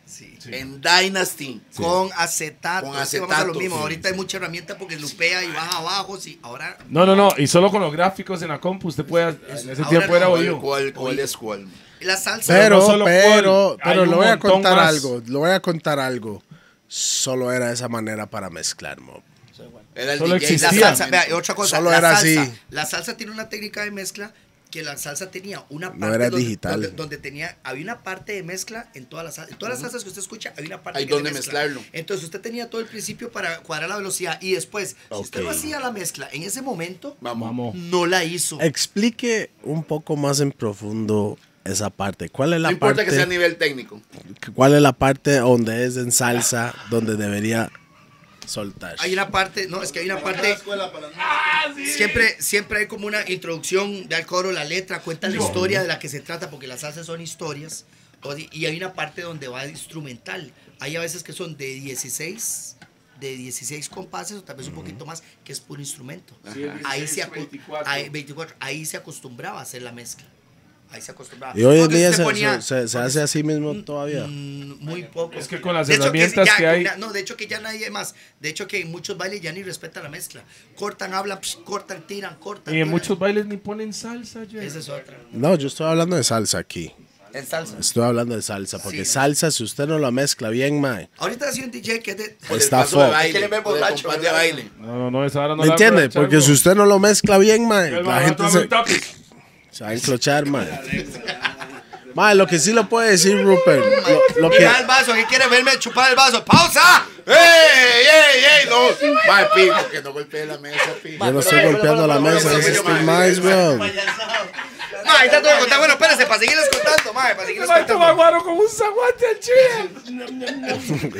S3: Sí.
S4: En Dynasty.
S3: Con acetato.
S4: Con
S3: es que vamos a lo
S4: acetato,
S3: mismo.
S4: sí,
S3: Ahorita hay mucha herramienta porque lupea y baja abajo. Sí, ahora.
S5: No, no, no, y solo con los gráficos en la compu usted puede en ese
S3: ahora
S5: tiempo era
S3: no,
S5: oído.
S4: Qual, Qual es Qual. mae.
S3: La salsa.
S5: no
S1: Pero,
S5: solo
S1: pero,
S5: Paul, hay
S1: pero
S5: un
S1: le voy a
S5: montón
S1: contar
S5: más.
S1: algo, le voy a contar algo. Solo era esa manera para mezclar, mo.
S4: Era el
S5: Solo
S4: DJ.
S3: La
S5: existía.
S3: salsa, vea, y otra cosa,
S1: Solo
S3: la
S1: era
S3: salsa,
S1: así.
S3: La salsa tiene una técnica de mezcla que la salsa tenía una parte
S1: era
S3: donde,
S1: digital.
S3: donde- donde tenía había una parte de mezcla en todas las sal- en todas las salsas que usted escucha hay una parte
S4: Hay
S3: que es de
S4: donde
S3: mezcla.
S4: mezclarlo.
S3: Entonces usted tenía todo el principio para cuadrar la velocidad y después si usted no
S1: Ok.
S3: hacía la mezcla en ese momento
S4: Vamos.
S5: Vamos.
S3: no la hizo.
S1: Explique un poco más en profundo esa parte. ¿Cuál es
S4: No
S1: la
S4: importa
S1: parte?
S4: que sea a nivel técnico.
S1: ¿Cuál es la parte donde es en salsa, donde debería soltar?
S3: Hay una parte, no, es que hay una parte Siempre, siempre hay como una introducción de al coro, la letra, cuenta la historia de la que se trata, porque las salsas son historias. o di- Y hay una parte donde va instrumental. Hay a veces que son de 16, de 16 compases o tal vez un poquito más, que es puro instrumento. ahí, se acu- ahí- 24, ahí se acostumbraba a hacer la mezcla. Ahí se acostumbraba.
S1: Y hoy en
S3: Porque
S1: día
S3: usted
S1: se,
S3: ponía-
S1: se- se hace así mismo todavía.
S3: Mm, muy poco.
S5: Es que con las
S3: De hecho,
S5: herramientas
S3: ya-
S5: que hay-
S3: na- No, de hecho que ya nadie más. De hecho que en muchos bailes ya ni respetan la mezcla. Cortan, hablan, psh, cortan, tiran, cortan.
S5: Y en
S3: tiran.
S5: muchos bailes ni ponen salsa, che.
S3: Esa es otra.
S1: No, yo estoy hablando de salsa aquí.
S3: En salsa.
S1: Estoy hablando de salsa, porque
S3: Sí.
S1: salsa, si usted no la mezcla bien, mae,
S3: Ahorita ha sido un DJ que
S5: [LAUGHS]
S3: es de...
S4: Por Pues el
S1: Está
S4: paso de
S1: fuck.
S4: baile,
S3: Quieren ver
S4: por el
S3: borracho,
S4: compás de
S3: ¿verdad?
S4: baile.
S5: No, no, no, esa ahora no
S1: ¿me
S5: la
S1: entiende?
S5: aprovechan,
S1: Porque
S5: mo.
S1: si usted no lo mezcla bien, mae,
S5: El
S1: la
S5: barato
S1: gente
S5: es
S1: se,
S5: un topic.
S1: se va a enclochar, mae. Mae, lo que sí lo puede decir Rupert, lo, lo que...
S3: Mira el vaso, que quiere verme chupar el vaso. ¡Pausa!
S4: ¡Ey, ey, ey! No. Mae, pico, que no golpee la mesa, pico.
S1: Yo no estoy golpeando la mesa, es este maíz, weón.
S3: No, ahí está todo contado. Bueno, espérense, para seguirles contando, mae, para seguirles
S5: Ay, toma
S3: contando.
S5: guaro con un zaguate al chile.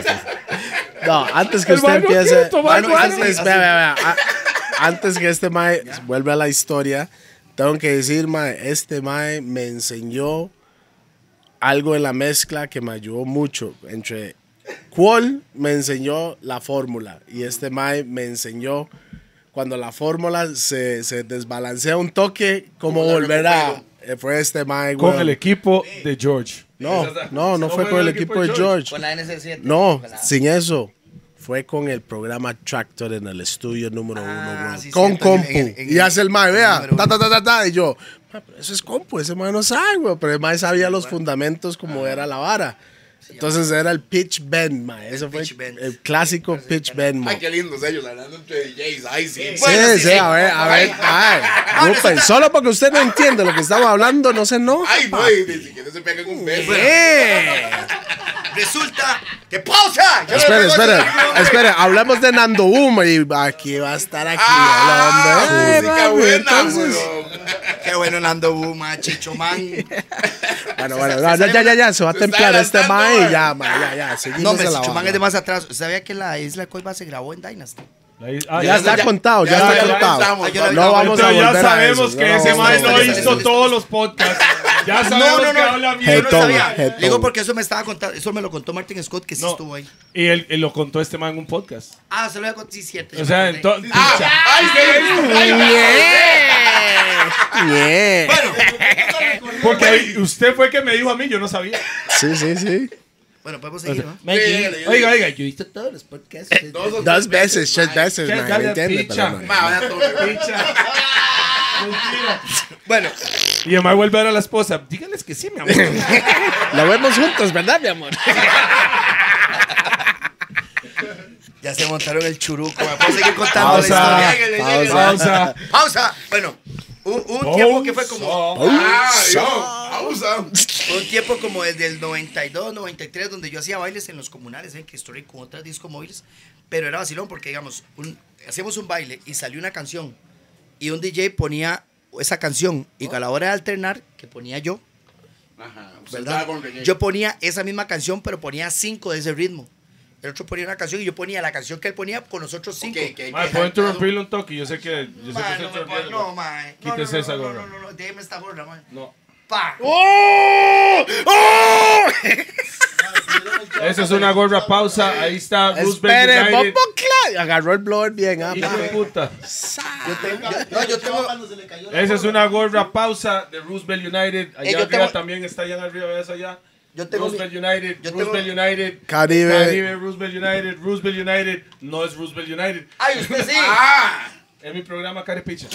S1: No, antes que
S5: El
S1: usted
S5: mae no quiere
S1: empiece...
S5: tomar
S3: Bueno,
S5: guaro.
S3: ese sí.
S1: Antes, vea, vea, vea. A- antes que este mae vuelva a la historia, tengo que decir, mae, este mae me enseñó algo en la mezcla que me ayudó mucho entre Qual me enseñó la fórmula y este Mae me enseñó cuando la fórmula se, se desbalancea un toque, cómo
S4: la
S1: volver a...
S4: recupero?
S1: eh, Fue este Mae,
S5: Con
S1: weón.
S5: el equipo de George.
S1: No, no, no
S2: ¿Cómo
S1: fue con el equipo de George.
S3: Con la NC7.
S1: No,
S3: Con la-
S1: sin eso. Fue con el programa Tractor en el estudio número uno,
S3: Ah,
S1: bro.
S3: sí,
S1: con
S3: cierto, en-
S1: compu.
S3: en- en-
S1: y hace el mae, vea,
S3: número
S1: ta,
S3: uno.
S1: ta, ta, ta, ta. Y yo, "Ma, pero eso es compu, ese mae no sabe, güey. Pero el mae sabía los fundamentos como era la vara. Entonces era el pitch bend, mae. Ese fue
S3: pitch bend.
S1: el clásico pitch bend,
S4: Ay,
S1: mae.
S4: qué lindos ellos, hablando entre DJs. Ay, sí.
S1: Sí, sí, a ver, a ver, ay,
S3: [LAUGHS]
S1: Rupert, solo porque usted no entiende lo que estamos hablando, no se enoja.
S4: Ay, no, y ni siquiera se pegan un beso.
S3: Resulta que pausa. Yo
S1: Espera,
S3: le digo-
S1: espera, espera, hablamos de Nando Uma y aquí va a estar aquí
S4: Ah,
S1: el hombre. Ay,
S4: música
S1: mami,
S4: buena,
S1: entonces-
S4: weón.
S3: Qué bueno Nando Buma, Chicho Man.
S1: Bueno, bueno, no, no, ya, ya, ya, se va a
S4: se está
S1: templar este
S4: adelantando,
S1: mae
S4: man.
S1: y ya, mae, ya, ya, seguimos
S3: Ah, No, hombre,
S1: a la
S3: Chicho Man
S1: banda.
S3: es de más atrás. ¿Sabía que la isla de Coiba se grabó en Dynasty?
S5: La is- ah,
S1: Ya
S5: ya-
S1: está
S4: ya-
S1: contado, ya,
S4: ya-
S1: está
S4: ya
S1: contado.
S4: estamos,
S3: Ah, yo la-
S1: no vamos a
S5: Pero
S1: volver
S5: ya
S1: a
S5: sabemos
S1: eso,
S5: que
S1: no
S5: ese
S1: vamos a
S5: mae no
S1: volver a
S5: hizo
S1: eso.
S5: todos los podcasts.
S1: [LAUGHS]
S5: Ya sabemos que habla
S3: Yo
S5: bien.
S3: no
S1: Jetón,
S3: sabía. Le
S1: jetón.
S3: digo porque eso me estaba contando. Eso me lo contó Martin Scott, que sí
S5: No,
S3: estuvo ahí.
S5: Y él, él lo contó este man en un podcast.
S3: Ah, se lo había contado. Sí, Ah, cierto.
S5: O
S3: yo me
S5: sea,
S3: acordé.
S5: entonces.
S4: Ay, sí. Ay,
S1: Yeah.
S5: Porque ahí usted fue que me dijo a mí, yo no sabía.
S1: Sí, sí, sí.
S3: Bueno, podemos seguir, ¿no?
S5: Oiga, oiga, yo hice
S3: Todos los podcasts.
S4: dos o
S1: Dos
S4: tres
S1: veces, tres
S4: mae.
S1: veces, mae, ¿me Pues, entiende? Pero, mae.
S4: Ma, vaya todo, weón.
S3: [LAUGHS] Bueno,
S5: Y además vuelve a ver a la esposa. Díganles que sí, mi
S1: [LAUGHS]
S5: amor.
S1: Lo vemos juntos, ¿verdad, mi amor?
S3: ya se montaron el churuco. mae. Puedo seguir contando
S5: Pausa.
S1: [LAUGHS]
S3: la historia.
S5: Pausa.
S3: Pausa. Bueno, un, un tiempo que fue
S5: oh,
S3: como.
S4: Ah, yo. Pausa.
S3: Un tiempo como desde el 92, 93, donde yo hacía bailes en los comunales, en Cristo Rey, con otras discos móviles. Pero era vacilón porque, digamos, un- hacíamos un baile y salió una canción. Y un DJ ponía esa canción. Y a la hora de alternar, que ponía yo,
S4: Ajá. usted
S3: ¿verdad?
S4: estaba con reggae.
S3: Yo ponía esa misma canción, pero ponía cinco de ese ritmo. El otro ponía una canción y yo ponía la canción que él ponía con los otros
S4: Ok,
S3: cinco.
S4: ok, ok.
S5: Ma, ¿Puedo interrumpirle un toque? Yo sé que. Yo sé
S3: Ma,
S5: que
S3: no,
S5: usted
S3: me puede- no, ma, eh. No,
S5: Quítese
S3: no, no,
S5: esa
S3: no,
S5: gorra.
S3: No, no, no, déjeme esta gorra, ma.
S5: No.
S3: Pa.
S1: ¡Oh!
S5: Eso es una gorra pausa. Ahí está
S1: Espere,
S5: Roosevelt United.
S1: Bobo Cla- Agarró el blower bien, ah,
S5: Hijo de
S1: mae.
S5: puta.
S4: Ah,
S3: No, yo tengo.
S5: Esa es una gorra pausa de Roosevelt United. Allá
S3: Eh, yo
S5: arriba
S3: tengo-
S5: también está allá arriba, ¿ves allá?
S3: Yo tengo
S5: Roosevelt
S3: mi-
S5: United,
S3: yo tengo-
S5: Roosevelt United,
S1: Caribe.
S5: Caribe, Roosevelt United, Roosevelt United, no es Roosevelt United.
S3: ¡Ay, usted sí!
S5: Ah.
S3: Ah,
S5: Es mi programa Carepicha.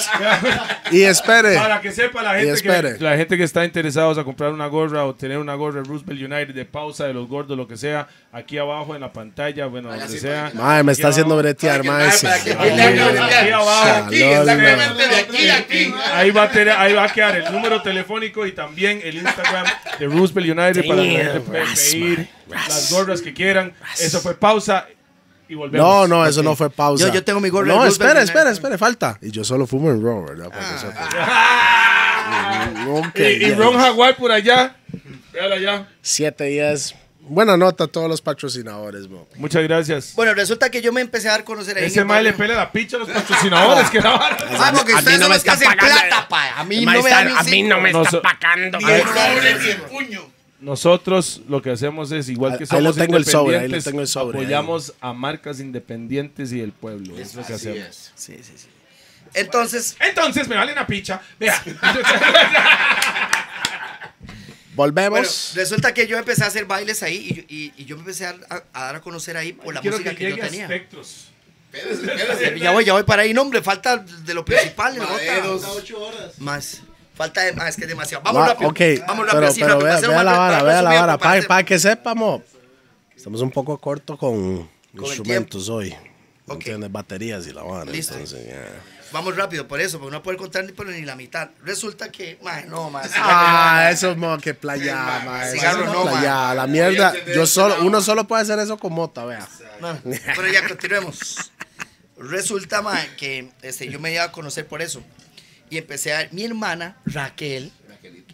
S1: Y espere.
S5: [LAUGHS] Para que sepa la
S1: Y
S5: gente
S1: espere.
S5: que, la gente que está interesados a comprar una gorra o tener una gorra de Roosevelt United de pausa de los gordos, lo que sea, aquí abajo en la pantalla, bueno, donde sea.
S3: pues.
S1: Mae, me está haciendo
S4: Para
S1: bretear,
S4: que-
S1: mae.
S4: para
S1: sí.
S4: que-
S5: Aquí, aquí abajo.
S4: Aquí, exactamente, de aquí a aquí.
S5: Ahí va, a tener- ahí va a quedar el número telefónico y también el Instagram de Roosevelt United para que la gente pueda pedir las gorras que quieran. Eso fue pausa y volvemos.
S1: No, no, eso no fue pausa.
S3: Yo- yo tengo mi gorra
S1: No,
S3: de
S1: espera,
S3: Roosevelt
S1: espera,
S3: United.
S1: espera, falta. Y yo solo fumo en Raw, ¿verdad? Para que sepa. Mm, ok,
S5: Y, y
S1: ya.
S5: Ron Jaguar por allá. Véala allá.
S1: Siete días. Buena nota a todos los patrocinadores, mo.
S5: Muchas gracias.
S3: Bueno, resulta que yo me empecé a dar a conocer ahí. en
S5: Ese
S3: el
S5: mal le
S3: barrio.
S5: pela la picha a los patrocinadores que la van
S3: Ah, porque
S1: A mí
S3: ustedes
S1: no
S3: son
S1: me
S3: los que
S1: están
S3: hacen
S1: pagando.
S3: plata, pa. A mí no me dan ni cinco.
S5: me está pagando.
S3: Ni el doble ni el puño.
S5: Nosotros lo que hacemos es, igual que
S1: Ahí lo
S5: somos
S1: tengo el sobre, ahí lo
S5: independientes,
S1: tengo el sobre, ahí.
S5: apoyamos a marcas independientes y del pueblo. Es lo que
S4: Así
S5: hacemos.
S4: es.
S3: Sí, sí, sí. Entonces,
S5: Entonces me vale una picha. Vea.
S3: bueno,
S5: Pues-
S1: Volvemos.
S3: resulta que yo empecé a hacer bailes ahí y yo, y- y yo me empecé a, a- a dar a conocer ahí por la
S5: Quiero
S3: música que, yo
S5: llegue a
S3: tenía.
S5: espectros.
S4: Espérese, espérese.
S3: Ya voy, ya voy para ahí. No, hombre, falta de lo principal. ¿no?
S4: Maderos.
S3: Más. Falta de más, que es demasiado. Vamos
S1: Va,
S3: rápido.
S1: ok,
S3: Vamos rápido.
S1: pero,
S3: sí,
S1: pero
S3: rápido,
S1: vea,
S3: hacer un
S1: vea la
S3: rápido,
S1: vara,
S3: para
S1: vea la
S3: resumir,
S1: vara.
S3: para
S1: Para,
S3: hacer-
S1: para que sepamos. Estamos un poco corto con,
S3: el
S1: instrumentos hoy.
S3: Ok.
S1: ¿Entiendes? Baterías y la vara.
S3: Listo.
S1: entonces, ya.
S3: Vamos rápido, por eso, porque no puedo contar ni, por, ni la mitad. Resulta que, mae, no, más.
S1: Ah, eso mo, que playa, mae.
S3: cigarro
S1: Eso es
S3: no,
S1: playa, la mierda. Yo solo, uno solo puede hacer eso con mota, vea.
S3: No, pero ya continuemos. Resulta ma, que este, yo me iba a conocer por eso. Y empecé a. Mi hermana, Raquel,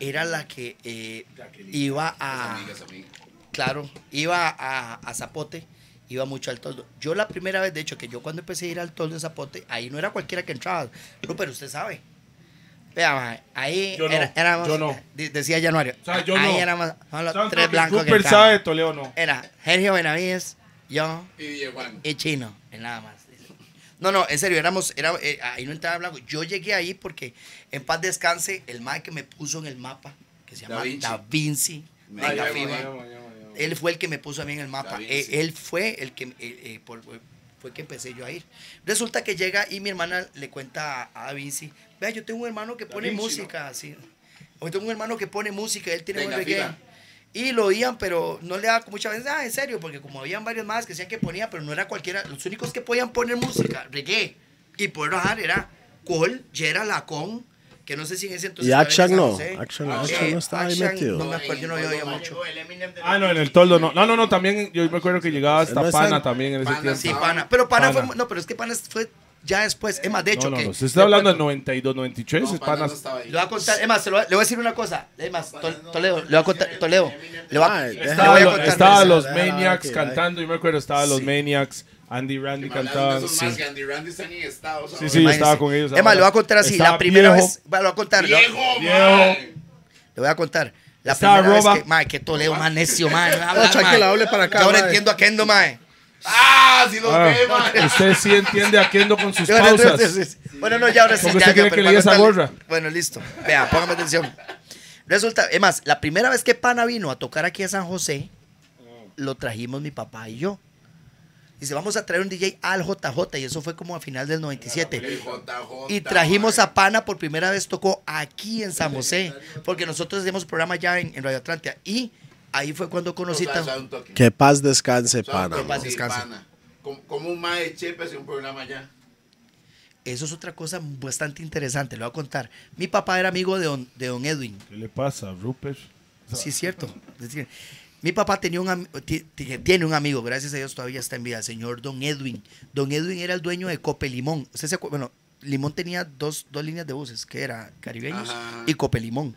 S3: era la que eh, iba a. Claro, iba a, a Zapote, iba mucho al toldo. Yo la primera vez, de hecho, que yo cuando empecé a ir al toldo en Zapote, ahí no era cualquiera que entraba. No, pero usted sabe. Vea, mae, ahí
S5: Yo no,
S3: era- éramos.
S5: yo no.
S3: de- Decía Januario.
S5: O sea, yo
S3: ahí
S5: no.
S3: éramos son los
S5: Santo
S3: tres
S5: que
S3: blancos que
S5: Cooper sabe
S3: estaban.
S5: de Toledo, no.
S3: Era Sergio Benavides, yo
S4: Y DJ Juan.
S3: y Chino, y nada más. No, no, en serio, éramos, era, eh, ahí no entraba blanco. Yo llegué ahí porque en paz descanse, el mae que me puso en el mapa, que se llama
S4: Da
S3: Da
S4: Vinci.
S3: Vinci,
S4: Me
S3: venga,
S4: llamo,
S3: Fiba.
S4: me llamo.
S3: él fue el que me puso a mí en el mapa.
S4: Da Vinci.
S3: Eh, Él, fue el que eh, eh, por- fue que empecé yo a ir. Resulta que llega y mi hermana le cuenta a, a Da Vinci, vea, yo tengo un hermano que pone
S2: Vinci,
S3: música, así. O tengo un hermano que pone música, él tiene
S4: Venga,
S3: buen reggae.
S4: Fiba.
S3: Y lo oían, pero no le daba muchas veces, ah, en serio, porque como habían varios más que decían que ponían, pero no era cualquiera, los únicos que podían poner música, reggae, y poder bajar era Cole, Yera, Lacón, que no sé si en ese entonces...
S1: Y
S3: todavía
S1: Action
S3: estaba,
S1: no,
S3: sé.
S1: Action- Action no estaba ahí
S3: Action,
S1: metido.
S3: No me acuerdo, yo no oía mucho.
S5: Ah, no, en el toldo no. No, no, no, también yo me acuerdo que llegaba
S1: No
S5: hasta
S1: está en-
S5: Pana también en ese
S4: Pana,
S5: tiempo.
S3: Sí, pana. Pero pana,
S5: Pana.
S3: fue. No, pero es que pana fue ya después. Es más, de
S5: No,
S3: hecho,
S5: no,
S3: que.
S5: no, se está hablando del 92, 93,
S4: No,
S5: es
S4: pana,
S5: Panas.
S4: no estaba ahí.
S3: Le voy a contar. Es más, se lo voy a- le voy a decir una cosa. Es más, Tol- Toledo. Le voy a contar. Toledo. Le voy a,
S1: Ay,
S3: le
S1: déjalo,
S5: Estaba,
S3: voy a
S5: lo-
S3: contar.
S5: estaba
S1: esa,
S5: los
S1: déjala,
S5: Maniacs
S1: déjala.
S5: cantando, yo me acuerdo, estaba los Maniacs, Andy Randy
S4: Me hablaron de
S5: cantaba.
S4: esos
S5: Sí,
S4: más que Andy Randy están en Estados
S5: sí,
S4: ahora.
S5: sí, yo estaba
S3: Imagínese.
S5: con ellos.
S3: Es más,
S5: ahora.
S3: le voy a contar así.
S5: Estaba
S3: la primera
S5: viejo.
S3: vez. va, Le voy a contar. le voy a-
S4: Viejo,
S5: Viejo.
S4: man.
S3: Le voy a contar. La
S5: Estaba
S3: primera
S5: Roba.
S3: vez que. Mae, que Toledo, más necio, mae. No, habla,
S1: Chaquila,
S3: mae.
S1: hable para acá,
S3: Yo ahora
S1: mae.
S3: entiendo a Kendo, mae.
S4: Ah, sí los
S5: Ah,
S4: ve, man.
S5: usted sí entiende a Kendo con
S3: [LAUGHS]
S5: sus
S3: Yo ahora entiendo-
S5: pausas.
S3: Bueno, no, ya ahora sí.
S5: ¿Cómo
S3: ya,
S5: usted quiere que
S3: ya, pero
S5: le diga
S3: para
S5: esa
S3: contarle-
S5: gorra?
S3: Bueno, listo. Vea, póngame atención. Resulta, es más, la primera vez que Pana vino a tocar aquí a San José, lo trajimos mi papá y yo. Dice, vamos a traer un DJ al JJ, y eso fue como a final del 97.
S4: JJ,
S3: Y trajimos
S4: man.
S3: a Pana por primera vez, tocó aquí en San José, porque nosotros hacíamos programa ya en, en Radio Atlántida. Y ahí fue cuando conocí.
S4: O sea,
S3: tan-
S4: sabe un toque.
S1: Que paz descanse,
S4: Sabe un
S1: pana.
S4: toque,
S3: Paz,
S4: sí,
S3: descanse.
S4: pana. Como, como un mae de Chepe y un programa ya.
S3: Eso es otra cosa bastante interesante, lo voy a contar. Mi papá era amigo de don- de don Edwin.
S5: ¿Qué le pasa, Rupert?
S3: Sí, es cierto. Es decir, Mi papá tenía un, am- ti- ti- tiene un amigo, gracias a Dios todavía está en vida, el señor Don Edwin. Don Edwin era el dueño de Cope Limón. Usted se acu- bueno, Limón tenía dos, dos líneas de buses, que era Caribeños
S4: Ajá.
S3: y Cope Limón.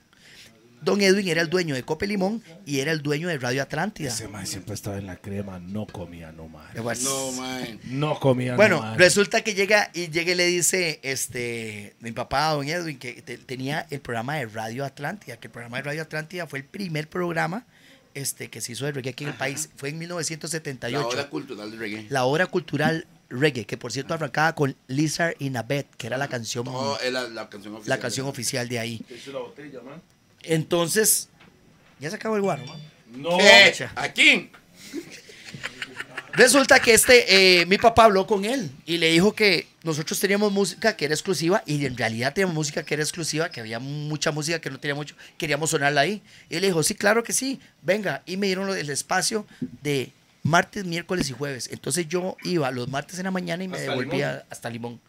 S3: Don Edwin era el dueño de Cope Limón y era el dueño de Radio Atlántida.
S5: man siempre estaba en la crema, no comía nomás.
S3: Pues,
S4: No, man.
S5: No comía
S3: Bueno,
S5: nomás.
S3: resulta que llega y llega y le dice este mi papá, don Edwin, que te- tenía el programa de Radio Atlántida, que el programa de Radio Atlántida fue el primer programa este, que se hizo de reggae aquí en el país. Fue en
S4: La
S3: 1978.
S4: hora cultural del reggae.
S3: La obra cultural reggae, que por cierto arrancaba con Lizard in a Bed, que era la canción,
S4: No, Oh, es la, la canción oficial.
S3: la canción oficial de ahí.
S5: Eso es la botella, man.
S3: Entonces, ya se acabó el guaro, ¿no?
S5: No.
S4: Eh,
S3: Ocha.
S4: aquí.
S3: Resulta que este, eh, mi papá habló con él y le dijo que nosotros teníamos música que era exclusiva y en realidad teníamos música que era exclusiva, que había mucha música que no tenía mucho, queríamos sonarla ahí. Y él le dijo, sí, claro que sí, venga. Y me dieron lo- el espacio de martes, miércoles y jueves. Entonces yo iba los martes en la mañana y me
S5: ¿Hasta
S3: devolvía hasta Limón.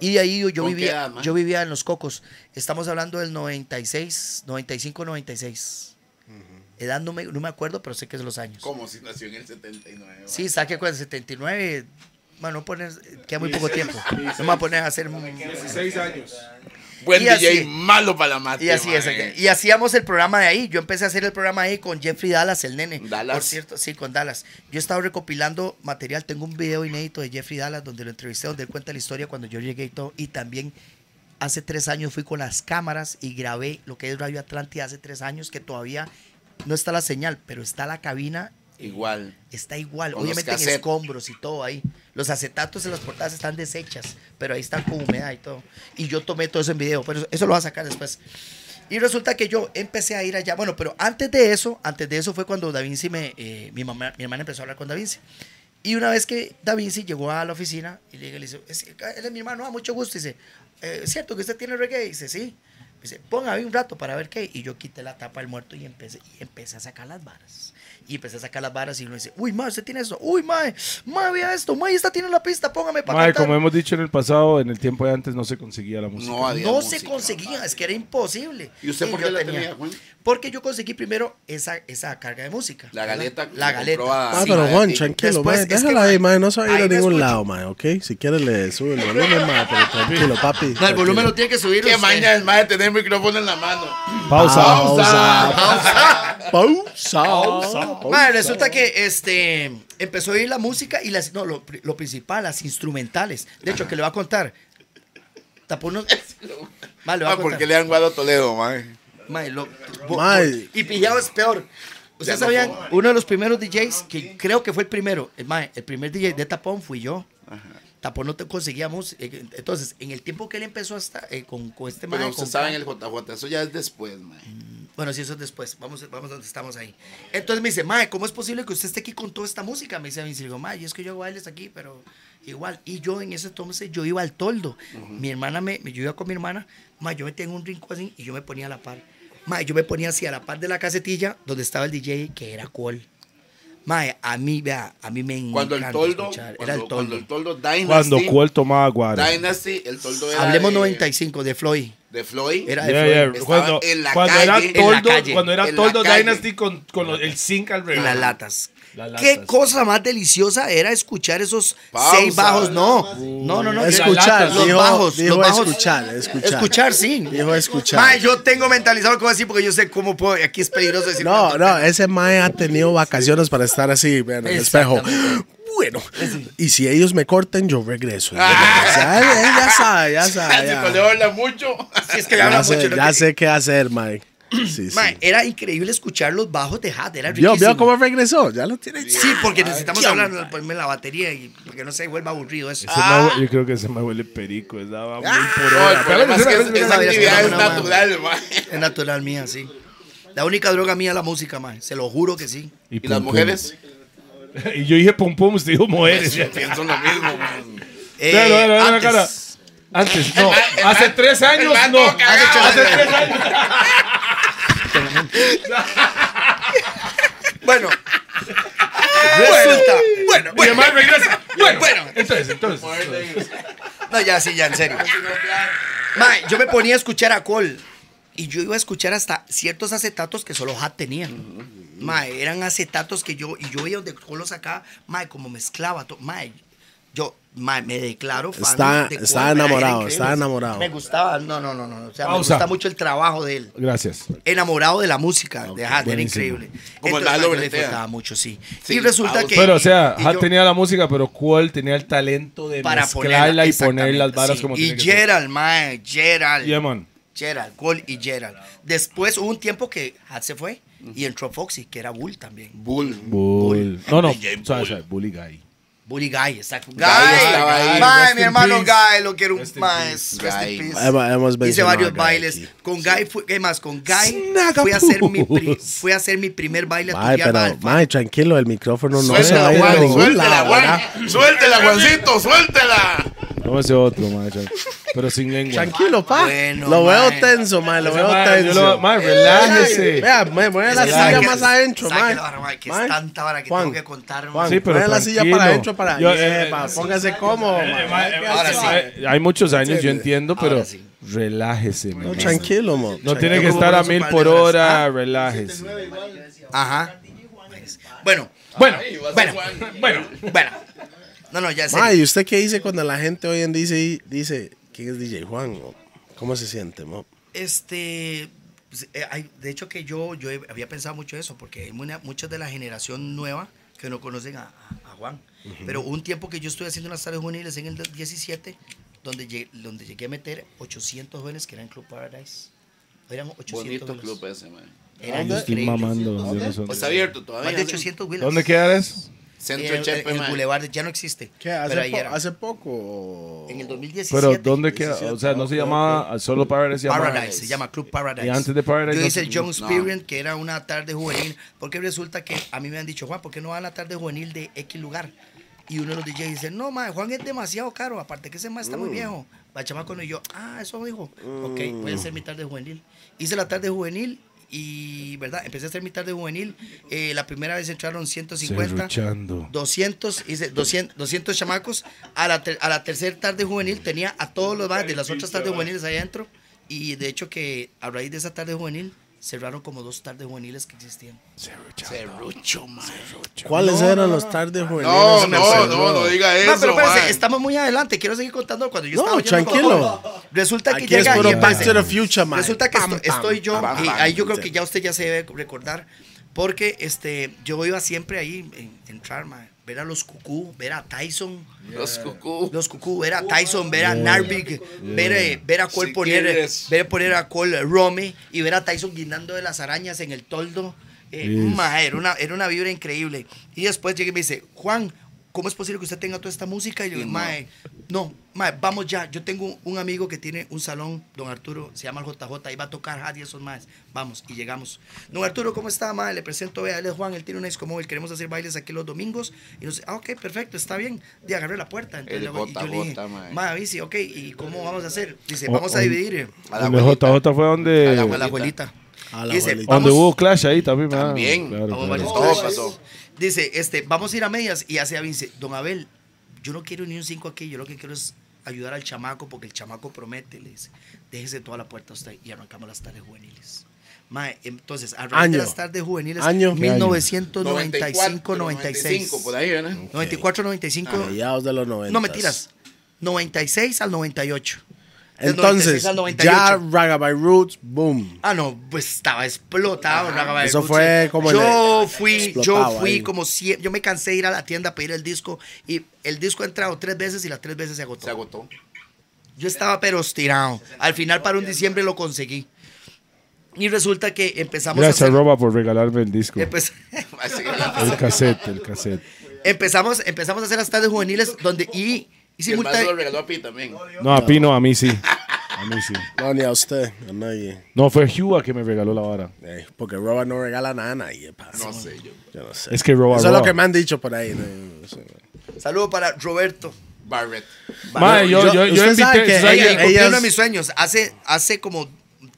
S3: Y de ahí yo, yo
S4: ¿Con qué
S3: vivía,
S4: edad, ma?
S3: yo vivía en Los Cocos. Estamos hablando del 96, 95, 96. Edad no me, no me acuerdo, pero sé que es los años.
S4: Como si nació en el 79. man.
S3: Sí, saque con el 79. Bueno, no poner, queda muy poco tiempo. No me voy a poner a hacer. un-
S5: 16 años.
S4: Buen
S3: Y
S4: DJ,
S3: así-
S4: malo para la mate.
S3: Y así
S4: man.
S3: es. Y hacíamos el programa de ahí. Yo empecé a hacer el programa ahí con Jeffrey Dallas, el nene.
S4: Dallas.
S3: Por cierto, sí, con Dallas. Yo he estado recopilando material. Tengo un video inédito de Jeffrey Dallas donde lo entrevisté, donde él cuenta la historia cuando yo llegué y todo. Y también hace tres años fui con las cámaras y grabé lo que es Radio Atlántida hace tres años, que todavía no está la señal, pero está la cabina
S4: Igual.
S3: Está igual,
S4: Con los
S3: obviamente en
S4: cassette.
S3: escombros y todo ahí. Los acetatos en las portadas están deshechas, pero ahí están con humedad y todo. Y yo tomé todo eso en video, pero eso- eso lo voy a sacar después. Y resulta que yo empecé a ir allá. Bueno, pero antes de eso, antes de eso fue cuando Da Vinci me, eh, mi mamá, mi hermana empezó a hablar con Da Vinci. Y una vez que Da Vinci llegó a la oficina y le llega y le dice, "Es- él es mi hermano, a mucho gusto. Y dice, "Eh, ¿es cierto que usted tiene reggae? Y dice, sí. Me dice, ponga ahí un rato para ver qué. Y yo quité la tapa del muerto y empecé, y empecé a sacar las varas. Y empecé a sacar las varas y uno dice, uy, mae, usted tiene eso. Uy, mae, mae, vea esto. Mae, esta tiene la pista, póngame para
S5: Mae,
S3: cantar".
S5: como hemos dicho en el pasado, en el tiempo de antes no se conseguía la música.
S4: No, había
S3: No se
S4: música,
S3: conseguía,
S4: man.
S3: es que era imposible.
S4: ¿Y usted por
S3: yo
S4: qué la tenía, Juan?
S3: Porque yo conseguí primero esa, esa carga de música.
S4: La
S3: ¿verdad?
S4: galeta.
S3: La
S4: que
S3: galeta.
S4: compró a-
S1: Ah, pero
S4: a-
S1: Juan,
S4: a-
S1: tranquilo,
S3: Después,
S1: mae,
S3: es que,
S1: déjala ahí,
S3: mae,
S1: mae, no se va a ir a
S3: ahí lo
S1: ningún
S3: escucho.
S1: lado, mae, ¿ok? Si quieres le sube el volumen, mae, pero tranquilo, papi.
S3: No, el
S1: tranquilo.
S3: volumen lo tiene que subir.
S4: Qué
S3: usted.
S4: maña el mae tener el micrófono en la mano.
S5: Pausa.
S1: Pausa. Pausa.
S3: Mae, resulta que este empezó a oír la música y las no lo, pri- lo principal, las instrumentales. De hecho, que le voy a contar. tapó
S4: [LAUGHS]
S3: unos. Mae, le voy a
S4: Ah,
S3: contar.
S4: porque le han guardado Toledo, man.
S3: Mae, lo- bo-
S1: Mae.
S3: Y pillado es peor. Ustedes sabían, uno de los primeros DJs, que creo que fue el primero, el, mae, el primer DJ de Tapón fui yo. Tapón no te conseguíamos. eh, Entonces, en el tiempo que él empezó hasta, eh, con, con este mae,
S4: Pero
S3: con
S4: usted sabe en el JJ, eso ya es después, man.
S3: Bueno, sí, eso es después. Vamos, vamos donde estamos ahí. Entonces me dice, Mae, ¿cómo es posible que usted esté aquí con toda esta música? Me dice a mí, digo, Mae, es que yo hago bailes aquí, pero igual. Y yo en ese entonces, yo iba al toldo. Mi hermana, me, me- yo iba con mi hermana, Mae, yo me tenía un rincón así y yo me ponía a la par. Mae, yo me ponía así a la par de la casetilla donde estaba el DJ, que era Cole. Mae, a mí, vea, a mí me encanta
S4: Cuando el toldo,
S3: escuchar.
S4: cuando,
S3: era el
S4: cuando
S3: toldo.
S4: el toldo Dynasty.
S5: Cuando Cuel tomaba guaro.
S4: Dynasty, el toldo era.
S3: Hablemos
S4: de-
S3: 95 de Floyd.
S4: De Floyd.
S3: Era
S4: [LAUGHS]
S3: de
S5: Yeah,
S3: Floyd.
S5: yeah.
S4: Estaba
S5: Cuando,
S4: en la
S5: cuando
S4: calle,
S5: era
S4: en la
S5: Toldo,
S3: calle,
S5: cuando era
S4: en la
S5: Toldo
S4: calle.
S5: Dynasty con, con los- el zinc al
S3: Y
S5: revés.
S3: las latas.
S5: Las latas.
S3: Qué cosa más deliciosa era escuchar esos
S4: Pausa.
S3: seis bajos. No, no, no, no.
S1: Escuchar,
S3: los
S1: dijo-
S3: bajos,
S1: dijo
S3: los bajos.
S1: escuchar, escuchar.
S3: Escuchar, sí.
S1: Dijo escuchar.
S3: Mae, yo tengo mentalizado cómo así porque yo sé cómo puedo. Aquí es peligroso decir.
S1: No, no, ese Mae ha tenido vacaciones para estar así, vean el espejo. Bueno,
S3: Eh,
S1: y si ellos me cortan, yo regreso. O sea, él- él ya sabe, ya sabe.
S4: Casi Toledo
S1: Ah, Ya,
S4: habla mucho.
S3: Sí, es que
S1: Ya
S3: habla mucho.
S1: sé,
S3: ¿no?
S1: ya sé qué hacer, Mae. Sí, sí.
S3: Mae, era increíble escuchar los bajos de Hat. Era
S1: Vio,
S3: riquísimo.
S1: vio cómo regresó, ya lo tiene.
S3: Sí, porque necesitamos hablar, ponerme la batería y porque no se vuelva aburrido eso.
S5: Ese mae- yo creo que ese me huele perico. Esa va muy por
S4: Ah. No,
S5: hora.
S4: el problema es que
S5: Espérame,
S4: es- esa
S5: espérame, espérame.
S4: actividad es
S3: no, no, no.
S4: natural, man.
S3: Es natural mía, sí. La única droga mía es la música, mae. Se lo juro que sí.
S4: Y
S5: pum,
S4: las
S5: pum.
S4: mujeres
S5: [LAUGHS]
S4: [LAUGHS]
S5: Y yo dije pum pum, usted dijo mujeres.
S4: piensan lo mismo, man.
S3: Eh,
S5: Vea, vea, vea la
S3: antes-
S5: cara. Antes, no. Hace tres años,
S4: man
S5: no.
S4: todo cagado.
S5: Hace tres años.
S3: [LAUGHS] Bueno. Resulta. Bueno,
S5: Y
S3: bueno.
S5: además regresa. Bueno,
S3: [LAUGHS] Bueno.
S5: entonces, entonces.
S3: No, ya, sí, ya, en serio. Mae, yo me ponía a escuchar a Cole. Y yo iba a escuchar hasta ciertos acetatos que solo Hat tenía. Mae, eran acetatos que yo. Y yo veía donde Cole los sacaba. Mae, como mezclaba todo. Mae, yo. Mae, me declaro fan
S1: Está-
S3: de Cole,
S1: está
S3: mae, era
S1: enamorado,
S3: increíble.
S1: está enamorado.
S3: Me gustaba, no, no, no, no. O sea, me
S5: Pausa.
S3: gusta mucho el trabajo de él.
S5: Gracias.
S3: enamorado de la música de Hat, era
S5: buenísimo.
S3: increíble.
S4: Como
S3: Entonces,
S4: Lalo
S3: yo le
S4: Bretea.
S3: disfrutaba mucho, sí.
S4: Sí,
S3: Y resulta
S4: a
S3: que.
S5: Pero, o sea,
S3: y
S5: Hat
S3: yo-
S5: tenía la música, pero Cuel tenía el talento de
S3: para
S5: mezclarla
S3: ponerla
S5: y poner las
S3: exactamente,
S5: varas
S3: sí.
S5: como
S3: Y
S5: tiene que ser.
S3: Gerald, mae, Gerald.
S5: Yeah, man.
S3: Gerald, Cole y Gerald. Después hubo un tiempo que Hat se fue y entró Foxy, que era Bull también.
S4: Bull.
S5: Bull. No, no. Suave, suave. Bully Guy.
S3: Bully Guy, exacto. Guy,
S4: estaba ahí.
S3: mae,
S5: Rest
S3: mi
S5: in
S3: hermano
S5: peace.
S3: Guy, lo quiero
S5: Rest in
S3: más.
S4: peace.
S3: Rest in
S4: Guy.
S3: peace.
S1: Hemos, hemos
S3: Hice
S1: mencionado a
S3: varios
S1: Guy
S3: bailes.
S1: aquí.
S3: Con Guy, fue, ¿qué más? Con Guy
S5: Snagapus.
S3: fui a hacer mi, pri- fui a hacer mi primer baile
S1: Mae,
S3: tutorial
S1: pero,
S3: alfa.
S1: mae, tranquilo, el micrófono no se va a
S4: Suéltela,
S1: ir a
S4: Juan.
S1: ningún
S4: Suéltela,
S1: lado. ¿verdad?
S4: Juan. Suéltela, Juancito. Suéltela.
S5: No ese otro, maestro. Pero sin lengua.
S1: Tranquilo, pa.
S3: Bueno,
S1: lo
S3: mae.
S1: veo tenso, mae, lo
S5: Ese
S1: veo
S5: mae, yo
S1: tenso.
S5: lo- mae,
S3: Eh,
S5: relájese.
S1: Ay, Vea, me mueve la
S3: Es que
S1: silla
S3: saque-
S1: más adentro,
S3: saque
S1: mae.
S3: la vara, mae, que es
S1: Mae.
S3: tanta vara que tengo que contar, mae.
S1: Juan,
S5: Sí, pero
S1: mueve la silla para
S5: tranquilo.
S1: adentro, para
S5: Yo,
S1: allá,
S5: eh,
S1: pa, Póngase cómodo, mae.
S5: Ahora sí. Hay muchos años, yo entiendo, pero
S3: sí.
S5: relájese, man.
S1: No, tranquilo, mo.
S5: No tiene que
S3: Yo como
S5: estar a
S3: conozco
S5: mil
S3: un par
S5: por
S3: de Ah. horas.
S5: hora, relájese.
S3: Ajá. Bueno,
S5: Bueno,
S3: bueno,
S5: bueno.
S3: bueno. No, no, ya sé.
S1: Mae, ¿y usted qué dice cuando la gente hoy en día dice, dice quién es DJ Juan? o ¿Cómo se siente, mo?
S3: Este, pues, eh, hay- de hecho que yo, yo he- había pensado mucho eso, porque hay muna- muchas de la generación nueva que no conocen a, a- a Juan. Pero hubo un tiempo que yo estuve haciendo las tardes juveniles en el 17, donde, llegué- donde llegué a meter 800 jóvenes que eran Club Paradise. Eran 800
S4: Bonito
S3: jóvenes.
S4: club eh. ese, man. Pues
S3: Eran
S5: Yo estoy
S3: increíbles.
S5: mamando. yo no soy-
S4: Está abierto
S3: Más
S4: todavía.
S3: de
S4: ¿sí?
S3: 800 huilas.
S5: ¿Dónde queda eso?
S4: Centro
S3: En el, en
S4: Chepe,
S3: el
S4: man.
S3: Boulevard ya no existe.
S1: ¿Qué? ¿Hace,
S3: pero ahí era.
S1: poco? o-
S3: En el 2017.
S5: Pero ¿dónde queda? O sea, no se llamaba solo Paradise. se llamaba-
S3: Paradise, se llama Club Paradise.
S5: Y antes de Paradise,
S3: Yo
S5: no
S3: hice
S5: se-
S3: el Young
S4: no.
S3: Experience, que era una tarde juvenil, porque resulta que a mí me han dicho, Juan, ¿por qué no va a la tarde juvenil de X lugar? Y uno de los DJs dice, no, ma, Juan es demasiado caro, aparte que ese ma está muy
S5: Mm.
S3: viejo. Va chamaco no, y yo, ah, eso dijo. Ok, voy a hacer mi tarde juvenil. Hice la tarde juvenil y, ¿verdad? Empecé a hacer mi tarde juvenil. Eh, la primera vez entraron 150.
S5: Serruchando.
S3: 200, hice 200, 200 chamacos. A la, ter- a la tercera tarde juvenil tenía a todos los bares de las otras tardes juveniles ahí adentro. Y de hecho que a raíz de esa tarde juvenil cerraron como dos tardes juveniles que existían.
S4: Serrucho, man.
S1: ¿Cuáles eran los tardes juveniles?
S4: No,
S1: en el
S4: no,
S1: cerro?
S4: no, no diga
S3: Ma,
S4: eso.
S3: pero espérese,
S4: man.
S3: estamos muy adelante. Quiero seguir contando cuando yo
S1: No,
S3: estaba yendo con la
S1: tranquilo.
S3: joven. Resulta que
S1: Aquí es
S3: llega
S1: puro
S3: y
S1: Back to
S3: pasa.
S1: the Future, mae.
S3: Resulta que
S1: Pam,
S3: esto-
S1: pam,
S3: estoy yo,
S4: pam,
S3: y
S4: pam.
S3: ahí yo creo que ya usted ya se debe recordar, porque este, yo iba siempre ahí en, en Trarma, ver a los Cucú, ver a Tyson,
S4: Los cucú.
S3: los Cucú, ver a Tyson, ver a Narvik, ver, eh, ver a Cole
S4: Si
S3: poner, eh,
S4: quieres.
S3: ver poner a Cole eh, Rome y ver a Tyson guindando de las arañas en el toldo. Eh, ma, era, una, era una vibra increíble. Y después llegué y me dice, Juan, ¿cómo es posible que usted tenga toda esta música? Y yo, mae, no, mae, vamos ya. Yo tengo un amigo que tiene un salón, don Arturo, se llama el JJ, ahí va a tocar Hadi y esos más. Vamos, y llegamos. Don Arturo, ¿cómo está, mae? Le presento, vea, él es Juan, él tiene una disco móvil, queremos hacer bailes aquí los domingos. Y nos dice, ah, ok, perfecto, está bien. Y agarré la puerta.
S4: El
S3: luego- y yo le
S4: JJ,
S3: dije,
S4: mae.
S3: mae, dice, ok, ¿y cómo vamos a hacer? Dice,
S5: O-
S3: vamos a
S5: o-
S3: dividir. eh,
S4: A la
S5: Donde
S4: abuelita.
S5: JJ fue
S3: a la, a
S5: donde,
S3: la abuelita.
S1: A la
S3: Y dice,
S1: abuelita.
S5: donde
S3: vamos-
S5: hubo clash ahí también. ¿verdad?
S4: También.
S5: Claro,
S3: Vamos
S5: claro.
S3: varios
S4: Todo
S3: tragos.
S4: pasó.
S3: Dice, este, vamos a ir a medias. Y hace a Vince, don Abel, yo no quiero ni un 5 aquí, yo lo que quiero es ayudar al chamaco porque el chamaco promete, le dice, déjese toda la puerta a usted y arrancamos las tardes juveniles. Mae, entonces, a raíz de
S1: Año.
S3: las tardes juveniles,
S1: Año.
S3: 1995,
S4: 95, por
S3: 96.
S4: ahí, ¿eh? ¿verdad?
S3: 94, 95.
S1: Mediados de los 90.
S3: no mentiras. 96 al 98. Del 96
S1: Entonces,
S3: al 98.
S1: ya Raga by Roots, boom.
S3: Ah, no, pues estaba explotado. Raga Baby
S1: Ah, Eso
S3: Ruth.
S1: fue como en
S3: Yo
S1: el-
S3: fui, yo
S1: explotaba
S3: fui
S1: ahí.
S3: como siempre. Yo me cansé de ir a la tienda a pedir el disco y el disco ha entrado tres veces y las tres veces se agotó.
S4: Se agotó.
S3: Yo estaba pero estirado. Al final, para un diciembre lo conseguí. Y resulta que empezamos
S5: Gracias,
S3: a. hacer-
S5: Roba, por regalarme el disco.
S3: empe-
S4: Así que-
S5: [LAUGHS] El cassette, el cassette.
S3: [LAUGHS] empezamos, empezamos a hacer las tardes juveniles donde. Y, y
S4: Y el maestro lo
S3: simultáneamente.
S4: regaló a Pi también.
S5: No, a Pino, a mí sí. A mí sí.
S1: No, ni a usted, a nadie.
S5: No, fue Hua que me regaló la vara.
S1: Eh, porque Roba no regala nada a nadie, pa.
S4: No sé yo.
S1: Yo no sé.
S5: Es que Roba.
S1: Eso es lo
S5: roba.
S1: que me han dicho por ahí. ¿no? No sé.
S3: Saludo para Roberto.
S4: Barrett.
S5: Mae, yo, yo, yo
S1: Usted
S5: invité.
S1: sabe que
S5: ¿sabe
S1: ella-
S5: qué?
S3: Ella, cumplió
S1: ellas-
S3: uno de mis sueños. Hace, hace como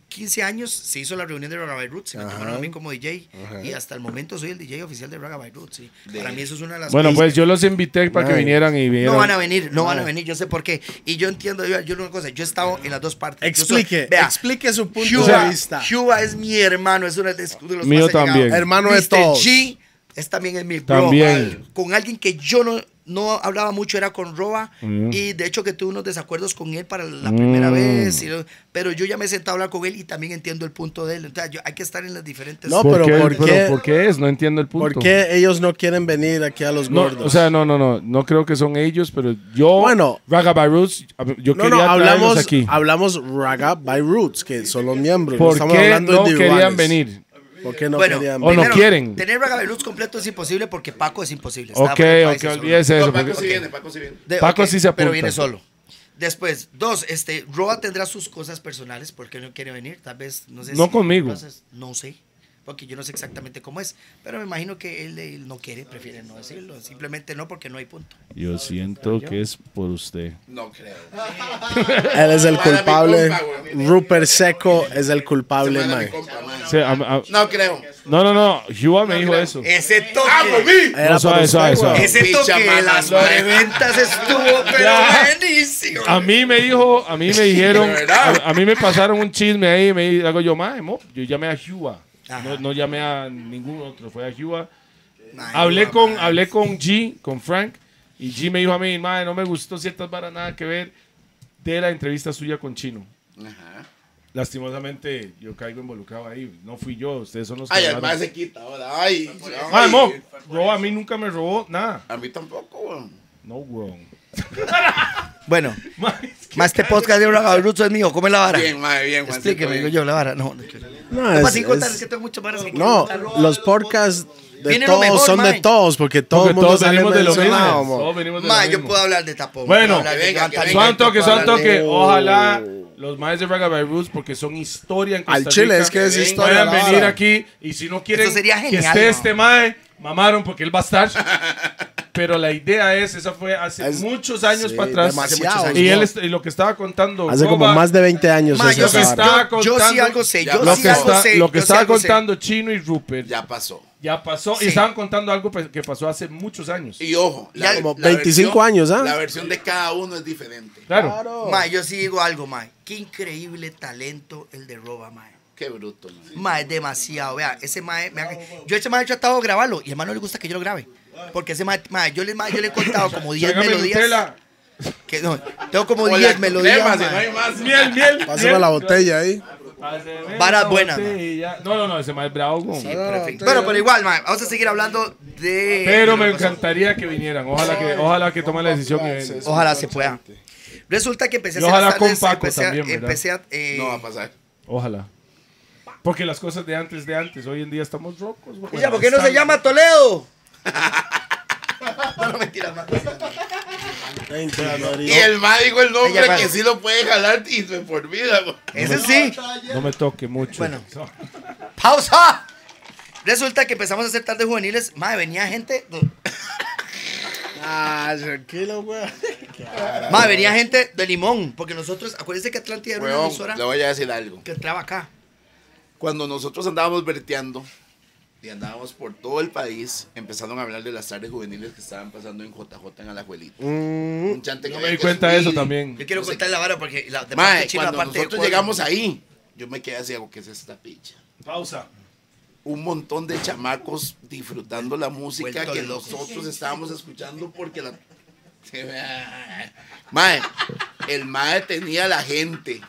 S3: 15 años se hizo la reunión de Raga by Roots. Se me tomaron a mí como DJ. Y hasta el momento soy el DJ oficial de Raga by Roots. sí. Para mí eso es una de las
S5: Bueno,
S3: cosas
S5: pues yo los invité para que vinieran y vieran.
S3: no van a venir, no van a venir, yo sé por qué. Y yo entiendo, yo, yo una cosa, yo he estado en las dos partes. Yo soy-
S1: Explique,
S3: vea,
S1: explique su punto
S3: Cuba,
S1: de vista.
S3: Cuba es mi hermano, es uno de los de los
S5: Mío
S3: más allegados.
S5: también.
S1: Hermano de
S3: Mr.
S1: todos.
S3: G es también en mi bro.
S5: También.
S3: Con alguien que yo no, no hablaba mucho, era con Roa.
S5: Mm.
S3: Y de hecho que tuve unos desacuerdos con él para la primera vez. y lo- pero yo ya me he sentado a hablar con él y también entiendo el punto de él. Entonces, yo- hay que estar en las diferentes...
S1: No, pues,
S5: ¿Por
S1: pero
S5: qué,
S1: ¿por
S5: pero
S1: qué?
S5: ¿por qué es? No entiendo el punto.
S1: ¿Por qué ellos no quieren venir aquí a los
S5: No,
S1: gordos?
S5: o sea, no, no, no. No creo que son ellos, pero yo.
S1: Bueno.
S5: Raga by Roots, yo
S1: no,
S5: quería
S1: no, hablamos,
S5: traerlos aquí.
S1: hablamos Raga by Roots, que son los miembros.
S5: ¿Por
S1: estamos
S5: qué
S1: hablando
S5: no
S1: individuales.
S5: querían venir?
S1: ¿Por qué no
S3: bueno,
S1: querían
S5: O no
S1: venir?
S3: primero,
S5: quieren.
S3: Tener Raga Luz completo es imposible porque Paco es imposible. está
S5: Ok,
S3: fuera del país,
S5: ok,
S3: eso no.
S5: olvídese eso.
S4: No, Paco
S5: porque-
S4: sí viene, Paco sí viene.
S3: De-
S5: Paco
S3: ok,
S5: sí se apunta.
S3: Pero viene solo. Después, dos, este, Roa tendrá sus cosas personales porque no quiere venir. Tal vez, no sé
S5: No conmigo.
S3: entonces, No sé, porque yo no sé exactamente cómo es. Pero me imagino que él, él no quiere, prefiere no decirlo. Simplemente no porque no hay punto.
S5: Yo siento que es por usted.
S4: No creo.
S1: Él es el
S4: Para mi
S1: culpable.
S4: compa, güey.
S1: Rupert Seco es el culpable,
S4: Semana de
S1: man.
S4: compa, man.
S5: O sea, a- a-
S4: No creo.
S5: no, no, no. Hua me dijo eso.
S1: eh,
S3: Ese toque,
S1: Era
S5: No, suave,
S1: para
S5: suave,
S1: usted, güey.
S5: suave.
S3: ese
S4: Picha
S3: toque de
S4: mala
S3: las
S4: madre.
S3: preventas estuvo pero
S5: Ya.
S3: buenísimo.
S5: A mí me dijo, a mí me dijeron,
S4: De verdad.
S5: a, a mí me pasaron un chisme ahí, me di- hago yo, mae, mo, yo llamé a Hua,
S3: Ajá.
S5: no, no llamé a ningún otro, fue a Hua.
S3: Ay,
S5: Hablé
S3: mamá.
S5: con, hablé con G, con Frank, y G me dijo a mí, mae, no me gustó ciertas varas nada que ver de la entrevista suya con Chino.
S4: Ajá.
S5: Lastimosamente, yo caigo involucrado ahí, no fui yo, ustedes son los que
S4: Ay,
S5: hablaron.
S4: además se quita ahora. Ay, ay.
S5: Mae, mo, bro, a mí nunca me robó nada.
S4: A mí tampoco, weón.
S5: No, wrong. [LAUGHS]
S3: Bueno, más este podcast de Raga Bruto es mío. ¿Cómo es la vara?
S4: Bien, madre, bien, Juancito,
S3: Explíqueme, digo
S4: bien.
S3: yo, la vara. No, no quiero.
S1: No,
S3: No,
S1: es-
S3: para sin contar,
S1: es-
S3: es que tengo muchas varas que
S1: no,
S3: quiero contar.
S1: los podcasts de
S3: Viene lo
S1: todos
S3: mejor,
S1: son de
S3: mae.
S1: todos, porque todo
S5: Porque
S1: el mundo
S5: todos
S1: sale
S5: venimos de lo mismo.
S1: mencionado, mo.
S5: Todos venimos de lo
S3: Ma, yo
S5: mismo.
S3: puedo hablar de tapón.
S5: Bueno,
S3: puedo hablar de
S4: que venga, que
S3: Guantanamo,
S4: venga.
S5: Son toque,
S3: puedo
S5: son
S3: hablar de-
S5: toque. Ojalá los maes de Raga by Roots, porque son historia en Costa
S1: Al chile,
S5: Rica,
S1: es que es
S5: puedan
S1: historia la
S5: venir
S1: vara.
S5: aquí y si no quieren
S3: Eso sería
S5: que
S3: genial,
S5: esté
S3: ¿no?
S5: este mae, mamaron porque él va a
S3: [LAUGHS]
S5: estar. Pero la idea es, esa fue hace
S1: Es-
S5: muchos años
S1: sí,
S5: para atrás.
S1: demasiado.
S5: Hace muchos años. Y él est- y lo que estaba contando.
S1: Hace como
S5: Roba,
S1: más de 20 años.
S3: Ma,
S1: es
S3: yo
S1: esa
S3: sí
S1: vara.
S5: estaba
S3: yo- yo sí
S5: contando-
S3: algo sé, yo
S5: lo
S3: sí
S5: que,
S3: algo
S5: está-
S3: sé,
S5: lo
S3: yo
S5: que
S3: sí
S5: estaba
S3: algo sé.
S5: contando Chino y Rupert ya,
S4: Ya pasó.
S5: pasó
S3: Sí.
S5: y estaban contando algo pues, que pasó hace muchos años.
S4: Y ojo,
S3: Ya como
S1: 25 años, ¿ah?
S4: La versión de cada uno es diferente.
S5: claro.
S3: Ma, yo sí digo algo, ma. Qué increíble talento el de Roba, ma.
S4: Qué bruto, man.
S3: Ma, es demasiado. Vea, ese ma, me ha- yo ese ma he tratado de grabarlo y hermano no le gusta que yo lo grabe. Porque ese ma, ma, yo, le, ma, yo le he contado
S5: [LAUGHS]
S3: como 10
S5: Tráigame
S3: melodías.
S5: Nutella.
S3: Que, no, tengo como
S4: O
S3: 10
S4: lactocrema,
S3: melodías.
S4: si no
S3: ma.
S4: hay más.
S3: [LAUGHS]
S5: Miel, miel.
S1: Pásame
S5: miel.
S1: la botella ahí.
S3: Varas buenas,
S5: No, no, no, ese más bravo. güey.
S3: Sí, perfecto. Bueno, pero igual, mae, vamos a seguir hablando de.
S5: Pero
S3: de
S5: me
S3: lo que pasó.
S5: encantaría que vinieran. Ojalá que, ojalá que tomen la decisión. que vengan.
S3: Ojalá se pueda. Resulta que empecé
S5: Y
S3: a hacer
S5: ojalá
S3: las
S5: con
S3: tardes,
S5: Paco
S3: empecé, a-
S5: también, ¿verdad?
S3: empecé a, eh,
S4: No va a pasar.
S5: Ojalá. Porque las cosas de antes, de antes, hoy en día estamos rocos. güey.
S3: Mira, ¿por qué no se llama Toledo?
S4: Y el ma dijo el nombre
S3: Ella, vale.
S4: que sí lo puede jalar y se por vida, güey.
S3: Ese sí.
S5: No me toque mucho.
S3: Bueno. ¡Pausa! Resulta que empezamos a hacer tardes juveniles. Madre, venía gente.
S1: Ah, tranquilo, güey.
S3: Madre, venía gente de Limón. Porque nosotros, acuérdense que Atlántida era una
S4: Weón,
S3: emisora
S4: le voy a decir algo.
S3: que entraba acá.
S4: Cuando nosotros andábamos verteando y andábamos por todo el país, empezaron a hablar de las tardes juveniles que estaban pasando en JJ en Alajuelita.
S3: Mm.
S4: Un chante que
S5: No me
S4: había
S5: di
S4: que
S5: cuenta de
S4: subir.
S5: eso también.
S3: Yo quiero
S4: No sé.
S3: contar la vara porque la de
S4: Mae,
S3: parte china,
S4: cuando
S3: la parte de
S4: nosotros
S3: cuero.
S4: llegamos ahí, yo me quedé así, hago, ¿qué es esta picha?
S5: Pausa.
S4: Un montón de chamacos disfrutando la música
S3: Vuelto
S4: que
S3: locos.
S4: nosotros estábamos escuchando porque la... Mae, el mae tenía la gente.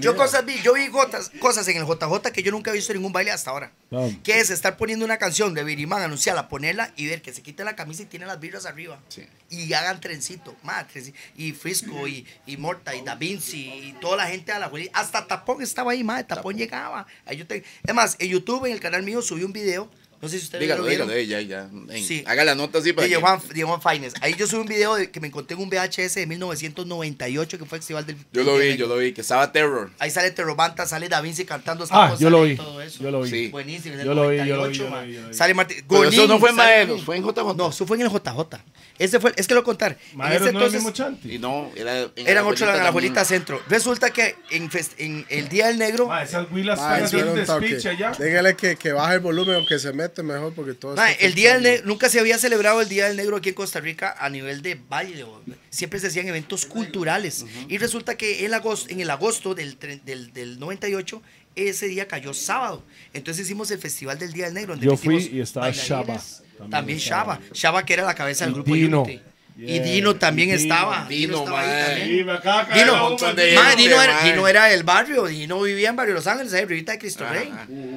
S3: Yo cosas vi, yo vi gotas- cosas en el JJ que yo nunca he visto en ningún baile hasta ahora.
S5: Vamos.
S3: Que es estar poniendo una canción de Birimán, anunciarla, ponerla y ver que se quite la camisa y tiene las birras arriba.
S4: Sí.
S3: Y hagan trencito, más trencito. Y Frisco, y, y Morta, y Da Vinci, y toda la gente de la juvenil. Hasta Tapón estaba ahí, madre. Tapón llegaba. Ahí yo te- Es más, en YouTube, en el canal mío, subí un video. No sé si ustedes
S4: Dígalo,
S3: lo vieron.
S4: dígalo, eh, ya, ya. Ey,
S3: Sí.
S4: Haga la nota así para
S3: De
S4: que-
S3: Juan, de Juan Fines. Ahí yo subí un video de que me encontré en un VHS de 1998, que fue el festival del.
S4: Yo lo vi, yo lo vi, que estaba Terror.
S3: Ahí sale Terrobanta, sale Da Vinci cantando. esta
S5: Ah,
S3: cosa,
S5: yo lo
S3: sale
S5: vi.
S3: todo eso.
S5: Yo lo vi.
S4: Sí.
S3: Buenísimo. en el
S5: Yo lo vi, yo lo vi,
S3: 98,
S5: yo lo
S3: ma.
S5: vi, yo lo vi.
S3: Sale Martín.
S4: Pero eso
S3: Golín,
S4: no fue en
S3: sale
S4: Maeros,
S3: Golín.
S4: fue en JJ.
S3: No, eso fue en el JJ. Ese fue, es que lo contar. En
S5: Madero
S3: ese
S5: no es el
S3: entonces
S5: mismo chanti.
S4: Y no, era en
S3: eran ocho de
S4: Alajuelita
S3: la abuelita
S4: también.
S3: centro. Resulta que en, fest- en el Día del Negro,
S5: Ma, esas huilas
S1: Ah,
S5: están haciendo
S1: espera
S5: un
S1: un toque.
S5: despiche allá.
S1: Dígale que, que baje el volumen o que se mete mejor porque todo
S3: ma,
S1: está
S3: el Día del Ne- nunca se había celebrado el Día del Negro aquí en Costa Rica a nivel de baile. o- Siempre se hacían eventos culturales. Y resulta que en, agosto, en el agosto del, tre- del, del 98, ese día cayó sábado. Entonces hicimos el Festival del Día del Negro. donde
S5: Yo fui
S3: metimos
S5: y estaba
S3: bailarines.
S5: Shabba.
S3: También,
S5: También
S3: Shaba.
S5: estaba.
S3: Shaba. que era la cabeza del
S5: Y
S3: grupo
S5: Dino.
S3: Unity. Y
S5: Yeah.
S3: Dino también
S5: Y Dino.
S3: estaba.
S4: Dino,
S3: estaba
S4: mae.
S3: ahí también.
S5: Sí, me acaba de caer
S3: Dino,
S5: la bomba
S4: montón de
S5: aquí.
S4: gente.
S3: Mae, Dino, era,
S4: mae.
S3: Dino era del barrio, Dino vivía en Barrio Los Ángeles, ahí, Rivita de Cristo Rey,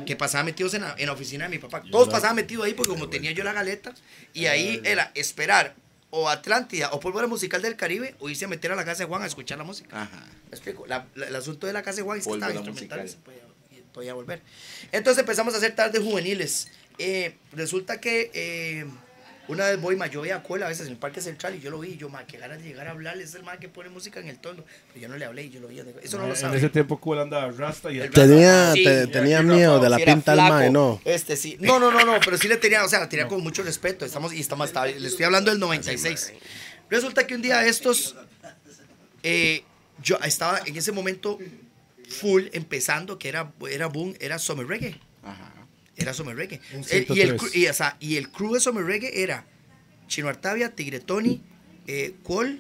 S3: que pasaba metidos en la, en la oficina de mi papá. Todos pasaban metidos ahí porque como tenía yo la galeta, y ahí era esperar o Atlántida o Pólvora Musical del Caribe o irse a meter a la casa de Juan a escuchar la música.
S4: Ajá.
S3: ¿Me explico? La- la- el asunto de la casa de Juan es que
S4: Pólvora
S3: estaba instrumental y se
S4: musical.
S3: podía, y podía volver. Entonces empezamos a hacer tardes juveniles. Eh, resulta que eh, una vez voy, ma, yo veía a Cola a veces en el Parque Central y yo lo vi. y Yo, ma, que ganas de llegar a hablarle. Es el ma que pone música en el tono. Pero yo no le hablé y yo lo vi. yo digo, Eso no lo
S5: En
S3: sabe.
S5: ese tiempo cool andaba rasta y el
S1: Tenía,
S3: Ah, Sí,
S1: te-
S3: ya
S1: tenía
S5: aquí
S1: miedo
S5: rapado.
S1: de la
S3: Sí era
S1: pinta al
S3: flaco.
S1: mae, no.
S3: Este sí. No, no, no, no, pero sí le tenía, o sea, la tenía con mucho respeto. Estamos, y estamos, estaba- le estoy hablando del 96. Resulta que un día estos, eh, yo estaba en ese momento full empezando, que era, era boom, era Summer Reggae. Era Summer Reggae.
S5: Un
S3: Eh, y, el,
S5: 103.
S3: cru- y, o sea, y el crew de Summer Reggae era Chino Artavia, Tigre Tony, eh, Cole,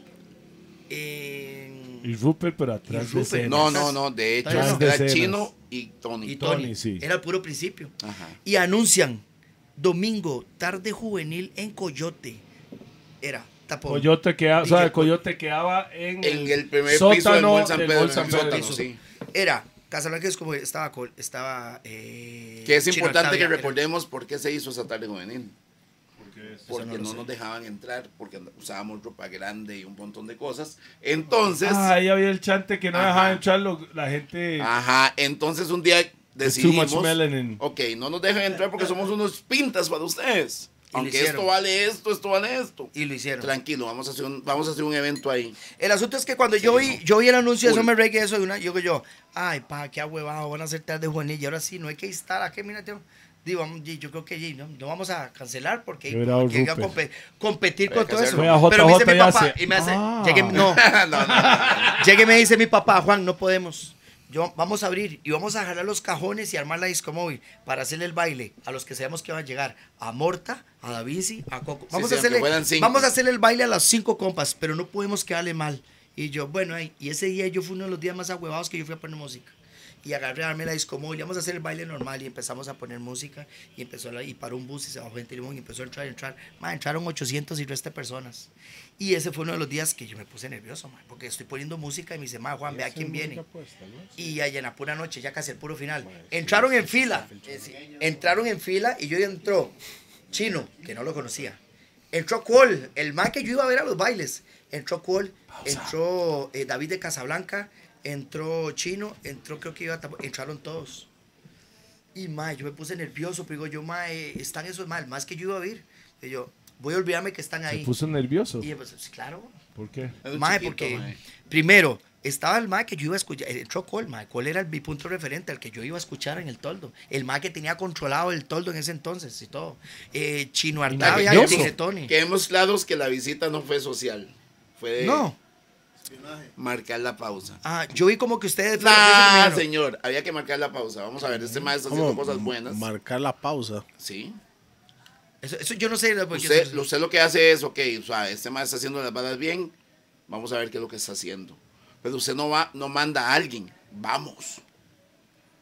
S3: eh,
S5: Y Rupert, pero
S3: Y
S5: atrás de
S3: Rupert.
S5: escena.
S4: No, no, no, de hecho
S3: Tras
S4: era
S5: decenas.
S4: Chino y Tony.
S3: y Tony.
S5: Tony, sí.
S3: Era el puro principio.
S4: Ajá.
S3: Y anuncian, domingo, tarde juvenil en Coyote. Era tapón.
S5: Coyote, queda- o sea,
S3: Dije,
S5: Coyote quedaba en,
S4: En el primer piso del
S5: sótano
S4: Mall San
S5: del
S4: Pedro.
S5: Mall San
S4: en el
S5: Pedro.
S4: sótano, sí.
S3: Era Casablanca es como estaba. col- estaba eh,
S4: Que es
S3: Chino
S4: importante que
S3: Artavia, era-
S4: recordemos por qué se hizo esa tarde juvenil. Porque
S3: no lo
S4: no,
S3: sé.
S4: nos dejaban entrar, porque usábamos ropa grande y un montón de cosas. Entonces,
S5: Ah, ahí había el chante que no
S4: Ajá.
S5: dejaba entrar lo- la gente.
S4: ajá, entonces un día
S5: Too
S4: decidimos,
S5: much melanin.
S4: ok, no nos dejan entrar porque somos unos pintas para ustedes.
S3: lo
S4: Aunque
S3: hicieron.
S4: esto vale esto, esto vale esto.
S3: Y lo hicieron.
S4: Tranquilo, vamos a hacer un, vamos a hacer un evento ahí.
S3: El asunto es que cuando yo vi, yo vi el anuncio de
S4: Full.
S3: Summer Reggae, eso de una, yo que yo, ay, pa, qué ahuevado, van a hacer tarde juvenil. Y ahora sí, no hay que instar, ¿a qué? Mira, tío, digo, vamos, y yo creo que y no, no vamos a cancelar porque
S5: Qué bravo,
S3: porque hay que
S5: Rupert.
S3: compe- competir con todo eso.
S5: Fue a
S3: Pero me dice mi
S5: JJ y
S3: papá,
S5: hace,
S3: y me hace,
S5: ah.
S3: llegué, no,
S4: [LAUGHS] no, no,
S3: [LAUGHS]
S4: no.
S3: Llegue y me dice mi papá, Juan, no podemos. Yo, vamos a abrir y vamos a jalar los cajones y armar la disco móvil para hacerle el baile a los que sabemos que van a llegar. A Morta, a Da Vinci, a Coco. Vamos, a
S4: sí, aunque
S3: hacerle,
S4: fueran cinco.
S3: vamos a hacerle el baile a las cinco compas, pero no podemos quedarle mal. Y yo, bueno, ay, y ese día yo fue uno de los días más ahuevados que yo fui a poner música. y agarré a Armela Disco Móvil, y vamos a hacer el baile normal y empezamos a poner música y empezó la- y paró un bus y se bajó gente limón y empezó a entrar, entrar. Ma, entraron 800 y resta personas. Y ese fue uno de los días que yo me puse nervioso, ma, porque estoy poniendo música y me dice, ma, Juan, vea quién viene. Y allá en la pura noche, ya casi el puro final, entraron en fila. Es decir, Entraron en fila y yo entró chino, que no lo conocía. Entró Cole, el man que yo iba a ver a los bailes. Entró Cole, entró eh, David de Casablanca, entró Chino, entró creo que iba a Tabo- entraron todos. Y mae, yo me puse nervioso, pero digo yo, mae, están esos mal, más que yo iba a ir. Y yo, voy a olvidarme que están ahí.
S5: puso nervioso.
S3: Y yo, pues, claro,
S5: ¿Por qué?
S4: Es un
S3: mae,
S4: chiquito,
S3: porque
S4: mae.
S3: primero estaba el mae que yo iba a escuchar, eh, entró Cole, mae, Cole era el, mi punto referente, al que yo iba a escuchar en el toldo, el mae que tenía controlado el toldo en ese entonces y todo. Eh, Chino Artavia y
S4: Maravilloso.
S3: Tigre Tony.
S4: Quedemos claros que la visita no fue social. Fue de
S3: No,
S4: marcar la pausa.
S3: ah, yo vi como que ustedes... fueron los que
S4: Nah,
S3: terminaron.
S4: Ah, señor, había que marcar la pausa. Vamos a ver, este maestro está haciendo
S1: ¿Cómo
S4: cosas buenas.
S1: Marcar la pausa.
S4: Sí.
S3: Eso, eso Pues yo no sé. porque
S4: Usted,
S3: eso-
S4: usted lo que hace es, ok, o sea, este maestro está haciendo las balas bien, vamos a ver qué es lo que está haciendo. Pero usted no va, no manda a alguien, vamos.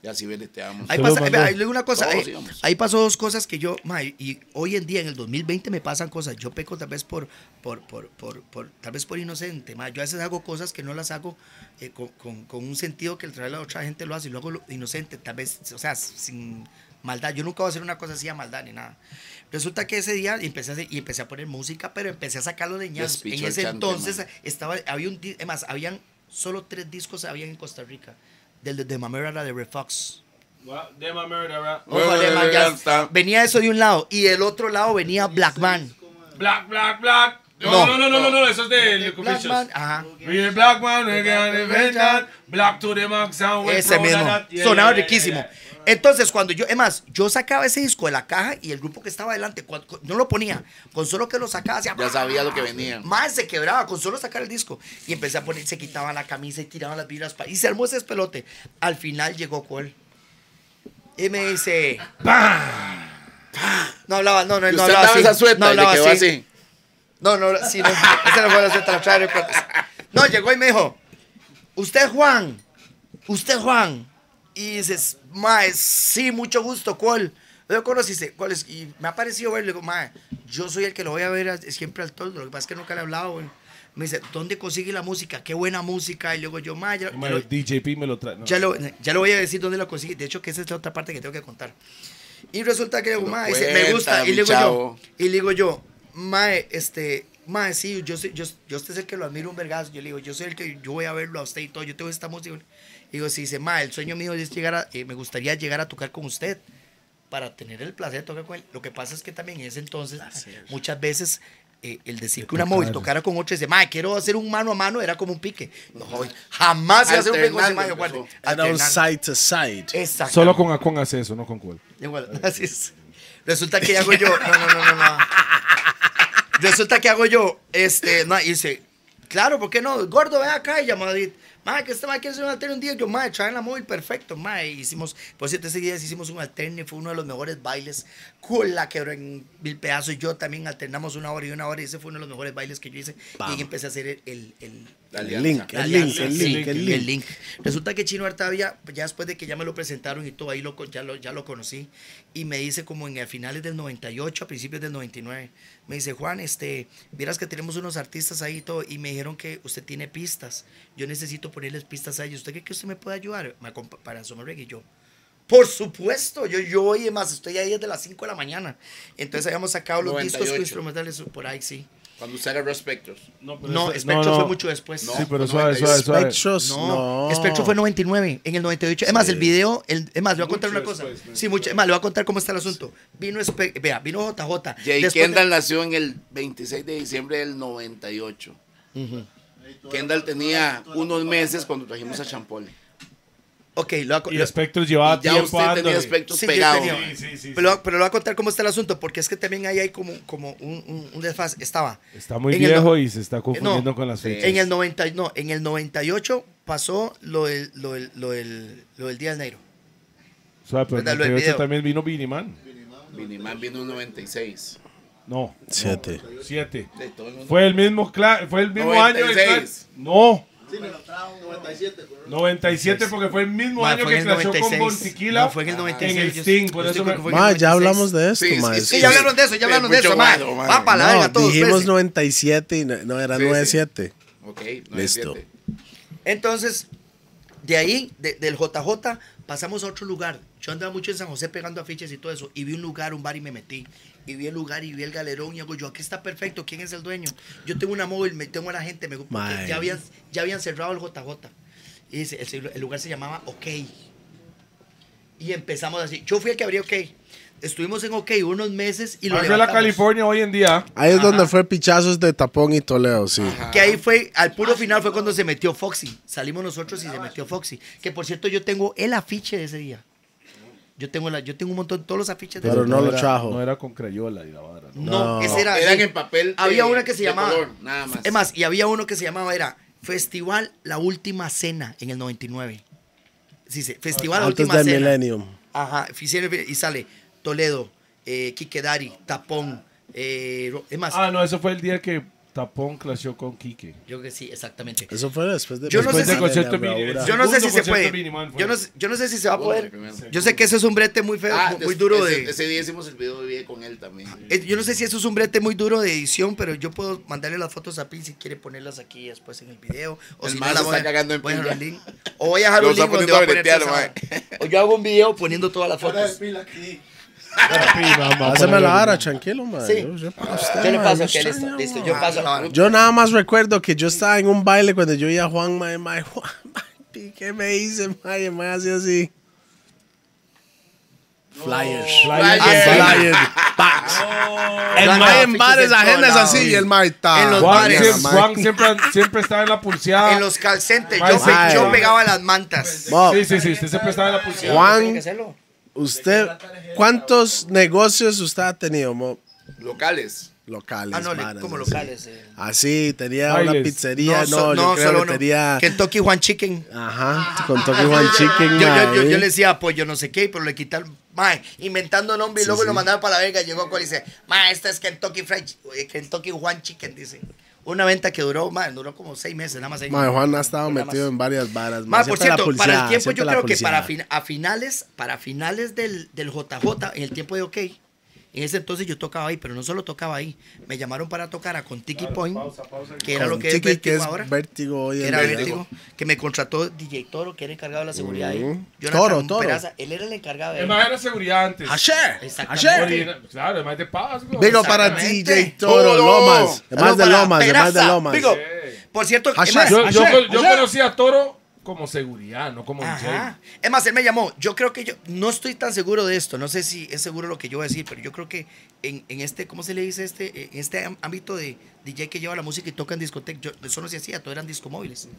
S4: Y así veleteamos.
S3: Ahí
S5: Usted
S3: pasa,
S5: lo mandó.
S3: vea, ahí le digo una cosa,
S4: Todos
S3: ahí,
S4: íbamos.
S3: ahí pasó dos cosas que yo, ma, y hoy en día en el 2020 me pasan cosas, yo peco tal vez por, por, por, por, por- tal vez por inocente, ma, yo a veces hago cosas que no las hago eh, con, con- con un sentido que el trabajo de la otra gente lo hace y lo hago lo- inocente, tal vez, o sea, sin maldad, yo nunca voy a hacer una cosa así a maldad ni nada. Resulta que ese día empecé a hacer- y empecé a poner música, pero empecé a sacar los leñazos.
S4: Despichó
S3: En
S4: el
S3: ese
S4: chante,
S3: entonces
S4: man.
S3: estaba, había un, di- es más, habían solo tres discos habían en Costa Rica, del de, de Mamera era de Refox.
S2: Dema murder, right?
S4: Bueno,
S3: Ojo, Alemán,
S4: ya
S3: ya
S4: está.
S3: venía eso de un lado y del otro lado venía Blackman.
S2: Black, black, black. No, no,
S3: No.
S2: no, no, no, no, eso es de Lucupicious.
S3: Blackman, ajá.
S2: We the black man, we got the red hat, black to the max sound. we
S3: Ese
S2: proud of
S3: mismo.
S2: that. Yeah,
S3: Sonaba
S2: yeah, yeah,
S3: riquísimo.
S2: yeah.
S3: Entonces, cuando yo, es más, yo sacaba ese disco de la caja y el grupo que estaba adelante, cuando- cu- no lo ponía, con solo que lo sacaba, hacía-
S4: Ya sabía lo que venía.
S3: Más se quebraba, con solo sacar el disco. Y empecé a poner, se quitaban la camisa y tiraban las vibras. pa- Y se armó ese espelote. Al final llegó Cole. Y me dice. ¡Pam! No hablaba, no, no,
S4: Y
S3: no
S4: usted
S3: hablaba.
S4: daba
S3: así,
S4: esa sueta
S3: no
S4: y le
S3: hablaba
S4: quedó así.
S3: No, no, sí, no. Esa no fue la suerte, la trae recuerdos. No, llegó y me dijo, usted es Juan, usted es Juan. Y dices, mae, sí, mucho gusto, ¿cuál? Yo conociste, ¿cuál es? Y me ha parecido verlo, le digo, mae, yo soy el que lo voy a ver a- siempre al toldo, lo que pasa es que nunca le he hablado, güey. Me dice, ¿dónde consigue la música? Qué buena música. Y luego yo, mae, ya, ya
S5: Ma,
S3: lo-
S5: el DJP me lo trae. no.
S3: ya lo, ya lo voy a decir dónde lo conseguí. De hecho, que esa es la otra parte que tengo que contar. Y resulta que le digo,
S4: Pero
S3: mae, ese-
S4: cuenta,
S3: me gusta. Y
S4: mi
S3: le digo
S4: chavo.
S3: yo, y le digo yo, mae, este, mae, sí, yo, soy, yo, yo usted es el que lo admiro un vergazo. Yo le digo, yo soy el que, yo voy a verlo a usted y todo, yo tengo esta música. Y digo, sí, dice, mae, el sueño mío es llegar a, eh, me gustaría llegar a tocar con usted para tener el placer de tocar con él. Lo que pasa es que también en ese entonces, muchas veces, eh, el decir que una móvil tocara con otra y dice, mae, quiero hacer un mano a mano, era como un pique. No, joven, jamás se hace un pique con ese
S4: Alternando
S3: mae, guarde.
S4: empezó.
S1: Era un
S3: Alternando.
S1: side to side.
S3: Exacto.
S5: Solo con Acon hace eso, no con cuál.
S3: Igual, así es. Resulta que hago yo. No, no, no, no, no. Resulta que hago yo. Este, no, y dice, claro, ¿por qué no? Gordo, ven acá y llamó a David. Madre, que este madre quiere hacer un alterne un día. Yo, madre, traen la móvil, perfecto, madre. Hicimos, por siete ese día hicimos un alterne, fue uno de los mejores bailes. Cool, la quebró en mil pedazos. Yo también alternamos una hora y una hora, y ese fue uno de los mejores bailes que yo hice. Y ahí empecé a hacer el- el- el
S4: La
S1: El
S4: alianza.
S1: link,
S3: la
S1: el link,
S3: alianza,
S1: el
S3: sí,
S1: link, el link.
S3: Resulta que Chino Artavia, pues, ya después de que ya me lo presentaron y todo, ahí lo, co- ya, lo, ya lo conocí, y me dice como en a finales del 98, a principios del 99, me dice, Juan, este, vieras que tenemos unos artistas ahí y todo, y me dijeron que usted tiene pistas, yo necesito ponerles pistas a ellos, ¿usted cree que usted me puede ayudar Me acompa- para Summer Reggae? Y yo, por supuesto, yo, yo oye más, estoy ahí desde las 5 de la mañana, entonces habíamos sacado los discos pues,
S4: 98.
S3: instrumentales por ahí, sí.
S4: Cuando usted agarró espectros.
S5: No,
S3: No, Spectrum fue mucho después.
S5: Sí, pero
S4: No,
S5: suave,
S4: no,
S5: suave, suave.
S1: Spectros,
S3: No,
S1: no.
S3: Spectrum fue 99, en el 98. Es más, el video, el, es más, le voy a contar
S2: Mucho
S3: una cosa.
S2: después,
S3: sí, mucho, es más, le voy a contar cómo está el asunto. Vino Spe- vea, vino JJ.
S4: Jay
S3: después de-
S4: Kendall nació en el 26 de diciembre del 98. Kendall tenía unos meses cuando trajimos a Champol.
S3: Ok, lo voy a co-
S5: Y
S3: lo-
S5: Spectros llevaba
S4: Y ya
S5: tiempo
S4: usted tenía
S5: dándole.
S4: espectros
S3: Sí, yo
S4: pegados.
S2: Sí,
S3: tenía.
S2: sí, sí.
S3: pero, pero le voy a contar cómo está el asunto, porque es que también ahí hay como, como un, un, un desfase. Estaba.
S5: Está muy
S3: en el no- eh,
S5: viejo y se está confundiendo
S3: no,
S5: con las fechas.
S3: En el, 90, y- no, en el 98 pasó lo del, lo del, lo del, lo del Día del Negro.
S5: Suave, pero en
S3: Verdad, lo del
S5: 98
S3: video.
S5: también vino Biniman.
S4: Vinimán vino en 96.
S5: No,
S1: Siete.
S5: 7.
S4: De todo el mundo.
S5: Fue el mismo, cla- fue el mismo año. del clan.
S4: 96.
S5: No, 97 porque fue el mismo
S3: Ma,
S5: año
S3: fue en
S5: que
S3: el
S5: crashó con
S3: 96.
S5: Bontiquila
S3: No, fue en el 96,
S5: el
S3: yo-
S5: Sting,
S3: yo
S5: por
S3: estoy
S5: eso me-
S3: confundido.
S1: Ma, ya hablamos de esto,
S4: Sí, es-
S1: ma.
S4: es
S1: es
S3: Sí,
S1: que-
S3: ya hablaron de eso, ya hablaron de
S4: mucho
S3: eso, ma.
S4: guaro, ma.
S3: Va para la verga
S1: No,
S3: todos.
S1: dijimos
S3: espérense.
S1: 97 y no, no, era
S4: Sí, sí.
S1: 97.
S4: Ok,
S1: Listo.
S4: 97.
S3: Entonces, de ahí, de- del JJ, pasamos a otro lugar. Yo andaba mucho en San José pegando afiches y todo eso. Y vi un lugar, un bar y me metí. Y vi el lugar y vi el galerón. Y hago yo, aquí está perfecto. ¿Quién es el dueño? Yo tengo una móvil, me tengo a la gente. Me, porque
S1: Mae.
S3: ya, habían, ya habían cerrado el JJ. Y dice, el, el lugar se llamaba OK. Y empezamos así. Yo fui el que abrió OK. Estuvimos en OK unos meses y lo
S5: Barrio de la
S3: levantamos.
S5: California hoy en día.
S1: Ahí es donde fue pichazos de tapón y toleo, sí.
S3: Que
S4: Ah.
S3: ahí fue, al puro final fue cuando se metió Foxy. Salimos nosotros y se metió Foxy. Que por cierto, yo tengo el afiche de ese día. Yo tengo, la, yo tengo un montón, todos los afiches de
S1: Pero
S3: ese
S1: no
S3: día.
S1: lo trajo.
S5: No era con Crayola y la vara. ¿no?
S3: No, ese era.
S4: Eran
S3: sí.
S4: en papel. de-
S3: Había una que se
S4: de
S3: llamaba.
S4: color, nada más.
S3: Es más, y había uno que se llamaba, era Festival La Última Cena en el 99. Sí, sí, Festival La
S1: Antes
S3: Última
S1: del
S3: Cena.
S1: Millennium.
S3: Ajá, hicieron- y sale Toledo, eh, Quique Dari, Tapón. eh, Ro- es más,
S5: Ah, no, eso fue el día que Tapón clasheó con Quique.
S3: yo que sí, exactamente.
S1: Eso fue después de
S3: Yo no
S1: después
S3: sé
S1: de
S3: si-
S5: Concepto
S1: la
S5: Mini-
S3: Yo no
S5: Segundo
S3: sé si se
S5: concierto
S3: puede.
S5: de Minimal fue.
S3: Yo no,
S1: pues.
S3: sé- yo no sé si se va a
S4: Uy,
S3: poder.
S4: primero.
S3: Yo sé que eso es un brete muy feo,
S4: Ah,
S3: muy-
S4: des-
S3: muy duro
S4: ese,
S3: de.
S4: ese día hicimos el video de con él también.
S3: eh, Yo no sé si eso es un brete muy duro de edición, pero yo puedo mandarle las fotos a Pin si quiere ponerlas aquí después en el video. O
S4: El
S3: si
S4: man
S3: no, la
S4: se
S3: voy a-
S4: está cagando en
S3: voy a
S4: pila.
S3: dejar el link. O voy a dejar
S4: Lo
S3: un
S4: está
S3: link donde
S4: poniendo
S3: voy
S4: a
S3: a poner
S4: bretear,
S3: todas
S4: mae.
S3: esas- O yo hago un video poniendo todas las fotos.
S1: Haceme la vara, tranquilo, man.
S3: Sí.
S1: Yo, yo para usted,
S3: Yo le
S1: man,
S3: paso,
S1: Ah, no
S3: ok,
S1: extraña,
S3: listo, listo.
S1: man.
S3: Yo paso la vara.
S1: Yo nada más recuerdo que yo estaba en un baile cuando yo iba a Juan, mae, mae, [LAUGHS] Juan, mae, ¿qué me hice, mae? El mae hacía así. Flyers.
S5: Flyers.
S1: Ah, Flyers. Packs. El mae en bares, agendas así, y el mae está.
S3: En los
S5: Juan,
S3: bares.
S5: siem- Juan siempre, siempre estaba en la
S4: Ah.
S5: pulseada.
S3: En los calcentes,
S5: Mae,
S3: yo, pe-
S1: mae.
S3: yo pegaba las mantas.
S1: Mo,
S5: Sí, sí, sí, usted siempre estaba en la pulseada.
S3: Tiene que
S1: Juan,
S3: hacerlo.
S1: usted, ¿cuántos negocios usted ha tenido, mo?
S4: Locales.
S1: Locales.
S3: Ah, no, le-
S1: bares,
S3: como
S1: así.
S3: locales. eh.
S1: Así, tenía una
S5: Bailes.
S1: pizzería, no,
S3: so-
S1: yo creo
S3: solo
S1: que
S3: no.
S1: tenía...
S3: Kentucky Juan Chicken.
S1: Ajá, con Toque Juan Chicken,
S3: [LAUGHS] Yo, yo, yo,
S1: mae.
S3: yo le decía pollo no sé qué, pero le quitaron, mae, inventando nombre y luego lo mandaban para la verga. Llegó cual y dice, mae, esta es Kentucky Fried, Chi- eh, Kentucky Juan Chicken, dice. Una venta que duró, mae, duró como seis meses, nada más. ahí.
S1: Mae, Juan ha estado
S3: Nada Eh, más.
S1: metido en varias varas. mae.
S3: Mae,
S1: Siempre
S3: por
S1: la
S3: cierto, para
S1: pulseada,
S3: el tiempo
S1: siempre
S3: yo
S1: la
S3: creo que para
S1: pulseada.
S3: fin- a finales, para finales del, del JJ, en el tiempo de OK, en ese entonces yo tocaba ahí, pero no solo tocaba ahí, me llamaron para tocar a Con Tiki Point, que era
S1: Con
S3: lo que
S1: Chiqui,
S3: es
S1: que
S3: Vertigo
S1: es
S3: ahora.
S1: Vértigo hoy
S3: que
S1: en
S3: era
S1: día.
S3: Vértigo, que me contrató DJ Toro, que era encargado de la seguridad ahí.
S1: Mm.
S3: Jonathan
S1: Toro, Toro.
S3: Peraza, él era el encargado de
S5: El mae era seguridad antes.
S1: Ayer,
S3: Exactamente.
S1: ayer.
S5: Origina- Claro, el mae de paz. güey.
S1: Digo para
S3: Exactamente.
S1: DJ Toro
S4: Toro.
S1: Lomas. El más
S3: Saludos
S1: de
S3: para
S1: Lomas, el más de
S3: Peraza.
S1: Lomas.
S3: Digo, por cierto, es
S1: Ayer.
S3: más,
S5: Yo, yo,
S1: Ayer,
S5: yo
S1: ayer.
S5: conocí a Toro como seguridad, no como DJ.
S3: ajá. es más, él me llamó. Yo creo que yo no estoy tan seguro de esto. No sé si es seguro lo que yo voy a decir, pero yo creo que en, en este, ¿cómo se le dice este? En este am- ámbito de DJ que lleva la música y toca en discoteca, yo- eso no se hacía, todo eran discomóviles.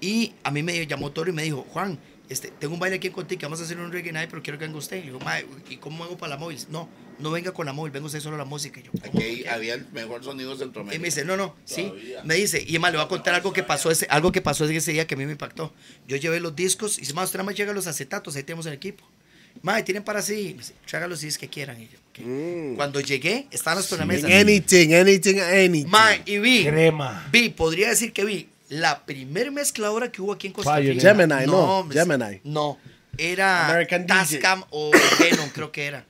S3: Y a mí me llamó Toro y me dijo, Juan, este, tengo un baile aquí en Conti que vamos a hacer un reggae night, pero quiero que venga usted. Y yo, "Mae, ¿y cómo hago para la móvil? No, no venga con la móvil, venga usted solo a la música. Y yo, "¿Cómo?
S4: Aquí hay- había el mejor sonido de
S3: Y me
S4: Centroamérica.
S3: dice, no, no, sí. Me dice, y además le voy a contar algo que pasó ese, algo que pasó ese día que a mí me impactó. Yo llevé los discos y dice, más, usted nada más llega los acetatos, ahí tenemos el equipo. Madre, tienen para sí. Me dice, traiga los discos que quieran. Y yo, "Ok".
S1: Mm.
S3: Cuando llegué, estaban los tornamesas.
S1: Anything, anything, anything.
S3: Madre, y vi,
S5: Crema.
S3: vi, podría decir que vi la primer mezcladora que hubo aquí en Costa
S5: Fire.
S3: Rica.
S1: Gemini, no,
S3: me-
S1: Gemini.
S3: No, era
S1: American DJ.
S3: Tascam o Venom, creo que era.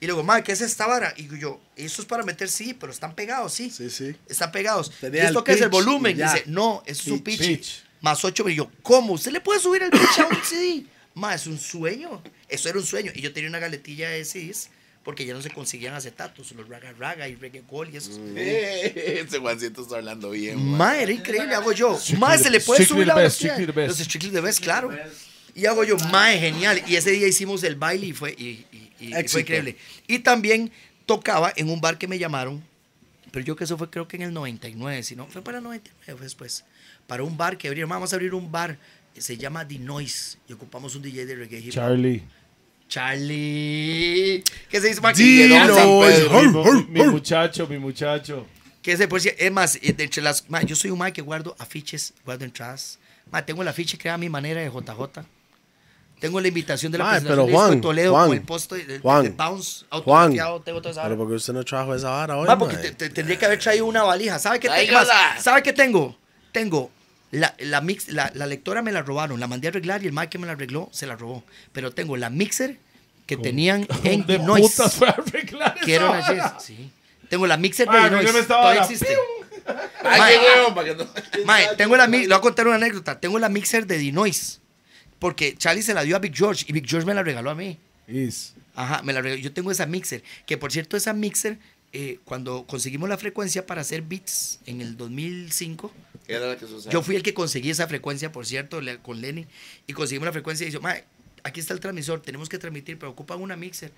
S3: Y luego, madre, ¿qué es esta vara? Y yo, eso es para meter, sí, pero están pegados, sí.
S1: Sí, sí.
S3: Están pegados.
S1: Tenía
S3: ¿Y esto
S1: el
S3: qué es el
S1: pitch y
S3: volumen?
S1: ya.
S3: Dice, no, eso es un
S1: Pitch.
S3: pitch.
S5: Pitch.
S3: Más 8 Y yo, ¿cómo? ¿Usted le puede subir el pitch a un [COUGHS] CD? Más, es un sueño. Eso era un sueño. Y yo tenía una galetilla de CDs porque ya no se conseguían acetatos, los raga raga y reggae gold y esos.
S4: [LAUGHS]
S1: Mm.
S4: Ese Juancito está hablando bien. man.
S3: Madre, era increíble, hago yo. Mae, se le puede
S5: Strictly
S3: subir
S5: the
S3: la
S5: best,
S3: velocidad.
S5: strictly the best.
S3: Los Strictly the best, claro. Y hago yo, mae, genial. Y ese día hicimos el baile y fue, y, y- y- y
S1: Éxito.
S3: fue increíble. Y también tocaba en un bar que me llamaron, pero yo que eso fue creo que en el 99, si no, fue para el 99, fue después. Para un bar que abrieron, vamos a abrir un bar, se llama The Noise, y ocupamos un DJ de reggae hip hop.
S5: Charlie.
S3: Charlie. ¿Qué se dice,
S4: Dino.
S3: Maxi?
S5: Mi,
S1: Dino.
S5: mu- mi muchacho, mi muchacho.
S3: Que se, por cier- es más, eh, de entre las, ma, yo soy un mae que guardo afiches, guardo entradas. Ma, tengo el afiche creado a mi manera de JJ. Tengo la invitación de la
S1: Ma, pero
S3: presentación de disco
S1: Juan,
S3: de Toledo
S1: Juan,
S3: con el posto de, de-
S1: Juan,
S3: de Bounce
S1: Juan.
S3: autografiado, tengo toda esa
S1: Pero
S3: vara.
S1: porque usted no trajo esa vara hoy,
S3: Ma, porque
S1: mae.
S3: te- te- tendría que haber traído una valija. ¿Sabe qué, te-
S4: Tráigala.
S3: más, ¿Sabe qué tengo? Tengo La, la, mix, la, la lectora me la robaron, la mandé a arreglar y el Mike que me la arregló se la robó. Pero tengo la mixer
S1: [LAUGHS]
S3: que tenían en
S5: ¿Dónde
S3: Noise.
S5: putas fue a arreglar esa
S3: Quiero una
S5: vara?
S3: Jess, sí. Tengo la mixer
S5: Mae,
S3: de
S5: yo
S3: Noise.
S5: me estaba
S3: Todavía
S5: la-
S3: existe.
S4: Ay, qué huevón, para que no.
S3: Mae, tengo la mi- le voy a contar una anécdota. Tengo la mixer de Dinois. Porque Charlie se la dio a Big George y Big George me la regaló a mí. Ajá, me la regaló. Yo tengo esa mixer. Que por cierto, esa mixer, eh, cuando conseguimos la frecuencia para hacer beats en el 2005,
S4: Era la que se usaba.
S3: yo fui el que conseguí esa frecuencia, por cierto, le- con Lenny. Y conseguimos la frecuencia y dice, mae, aquí está el transmisor, tenemos que transmitir, pero ocupan una mixer.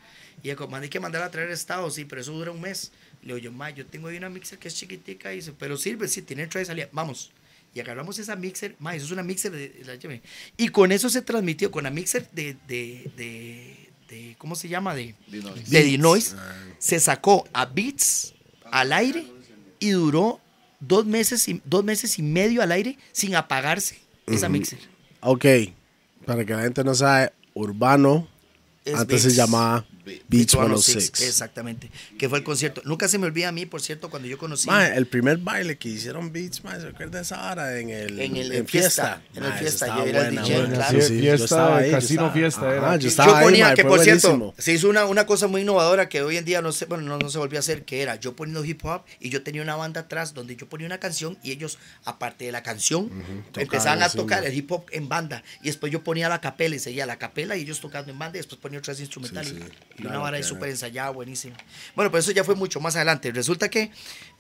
S3: Y yo, como, hay que mandar a traer estado, sí, pero eso dura un mes. Le digo yo, mae, yo tengo ahí una mixer que es chiquitica. Y dice, pero sirve, sí, tiene trae salida, vamos. Y agarramos esa mixer, mae, eso es una mixer de, de la HM. Y con eso se transmitió, con la mixer de, de, de, de- ¿cómo se llama? De,
S4: Dinois.
S3: de Dinois, se sacó a Beats al aire y duró dos meses y, dos meses y medio al aire sin apagarse esa mixer.
S1: Ok, para que la gente no sabe, Urbano,
S3: Es
S1: antes
S3: Beats.
S1: se llamaba
S4: Be-
S1: Beach
S3: Beats 106,
S1: 106.
S3: Exactamente. Que fue el concierto. Nunca se me olvida a mí, por cierto, cuando yo conocí.
S1: Mae, el primer baile que hicieron Beats, mae, ¿se acuerda esa hora? En el,
S3: En el- en fiesta, en el
S1: Mae,
S3: fiesta,
S1: eso estaba
S3: yo era el DJ, claro.
S5: Fiesta,
S1: yo
S5: casino fiesta era.
S1: ajá, yo
S5: Yo
S1: estaba
S3: yo ponía,
S1: ahí, mae,
S3: que
S1: fue
S3: por
S1: buenísimo.
S3: cierto, se hizo una, una cosa muy innovadora que hoy en día no se, bueno, no, no se volvió a hacer, que era yo poniendo hip hop y yo tenía una banda atrás donde yo ponía una canción y ellos, aparte de la canción, empezaban a tocar el hip hop en banda. Y después yo ponía la capela y seguía la capela y ellos tocando en banda y después ponía otras instrumentales. Y una vara de súper ensayada, buenísima. Bueno, pero eso ya fue mucho más adelante. Resulta que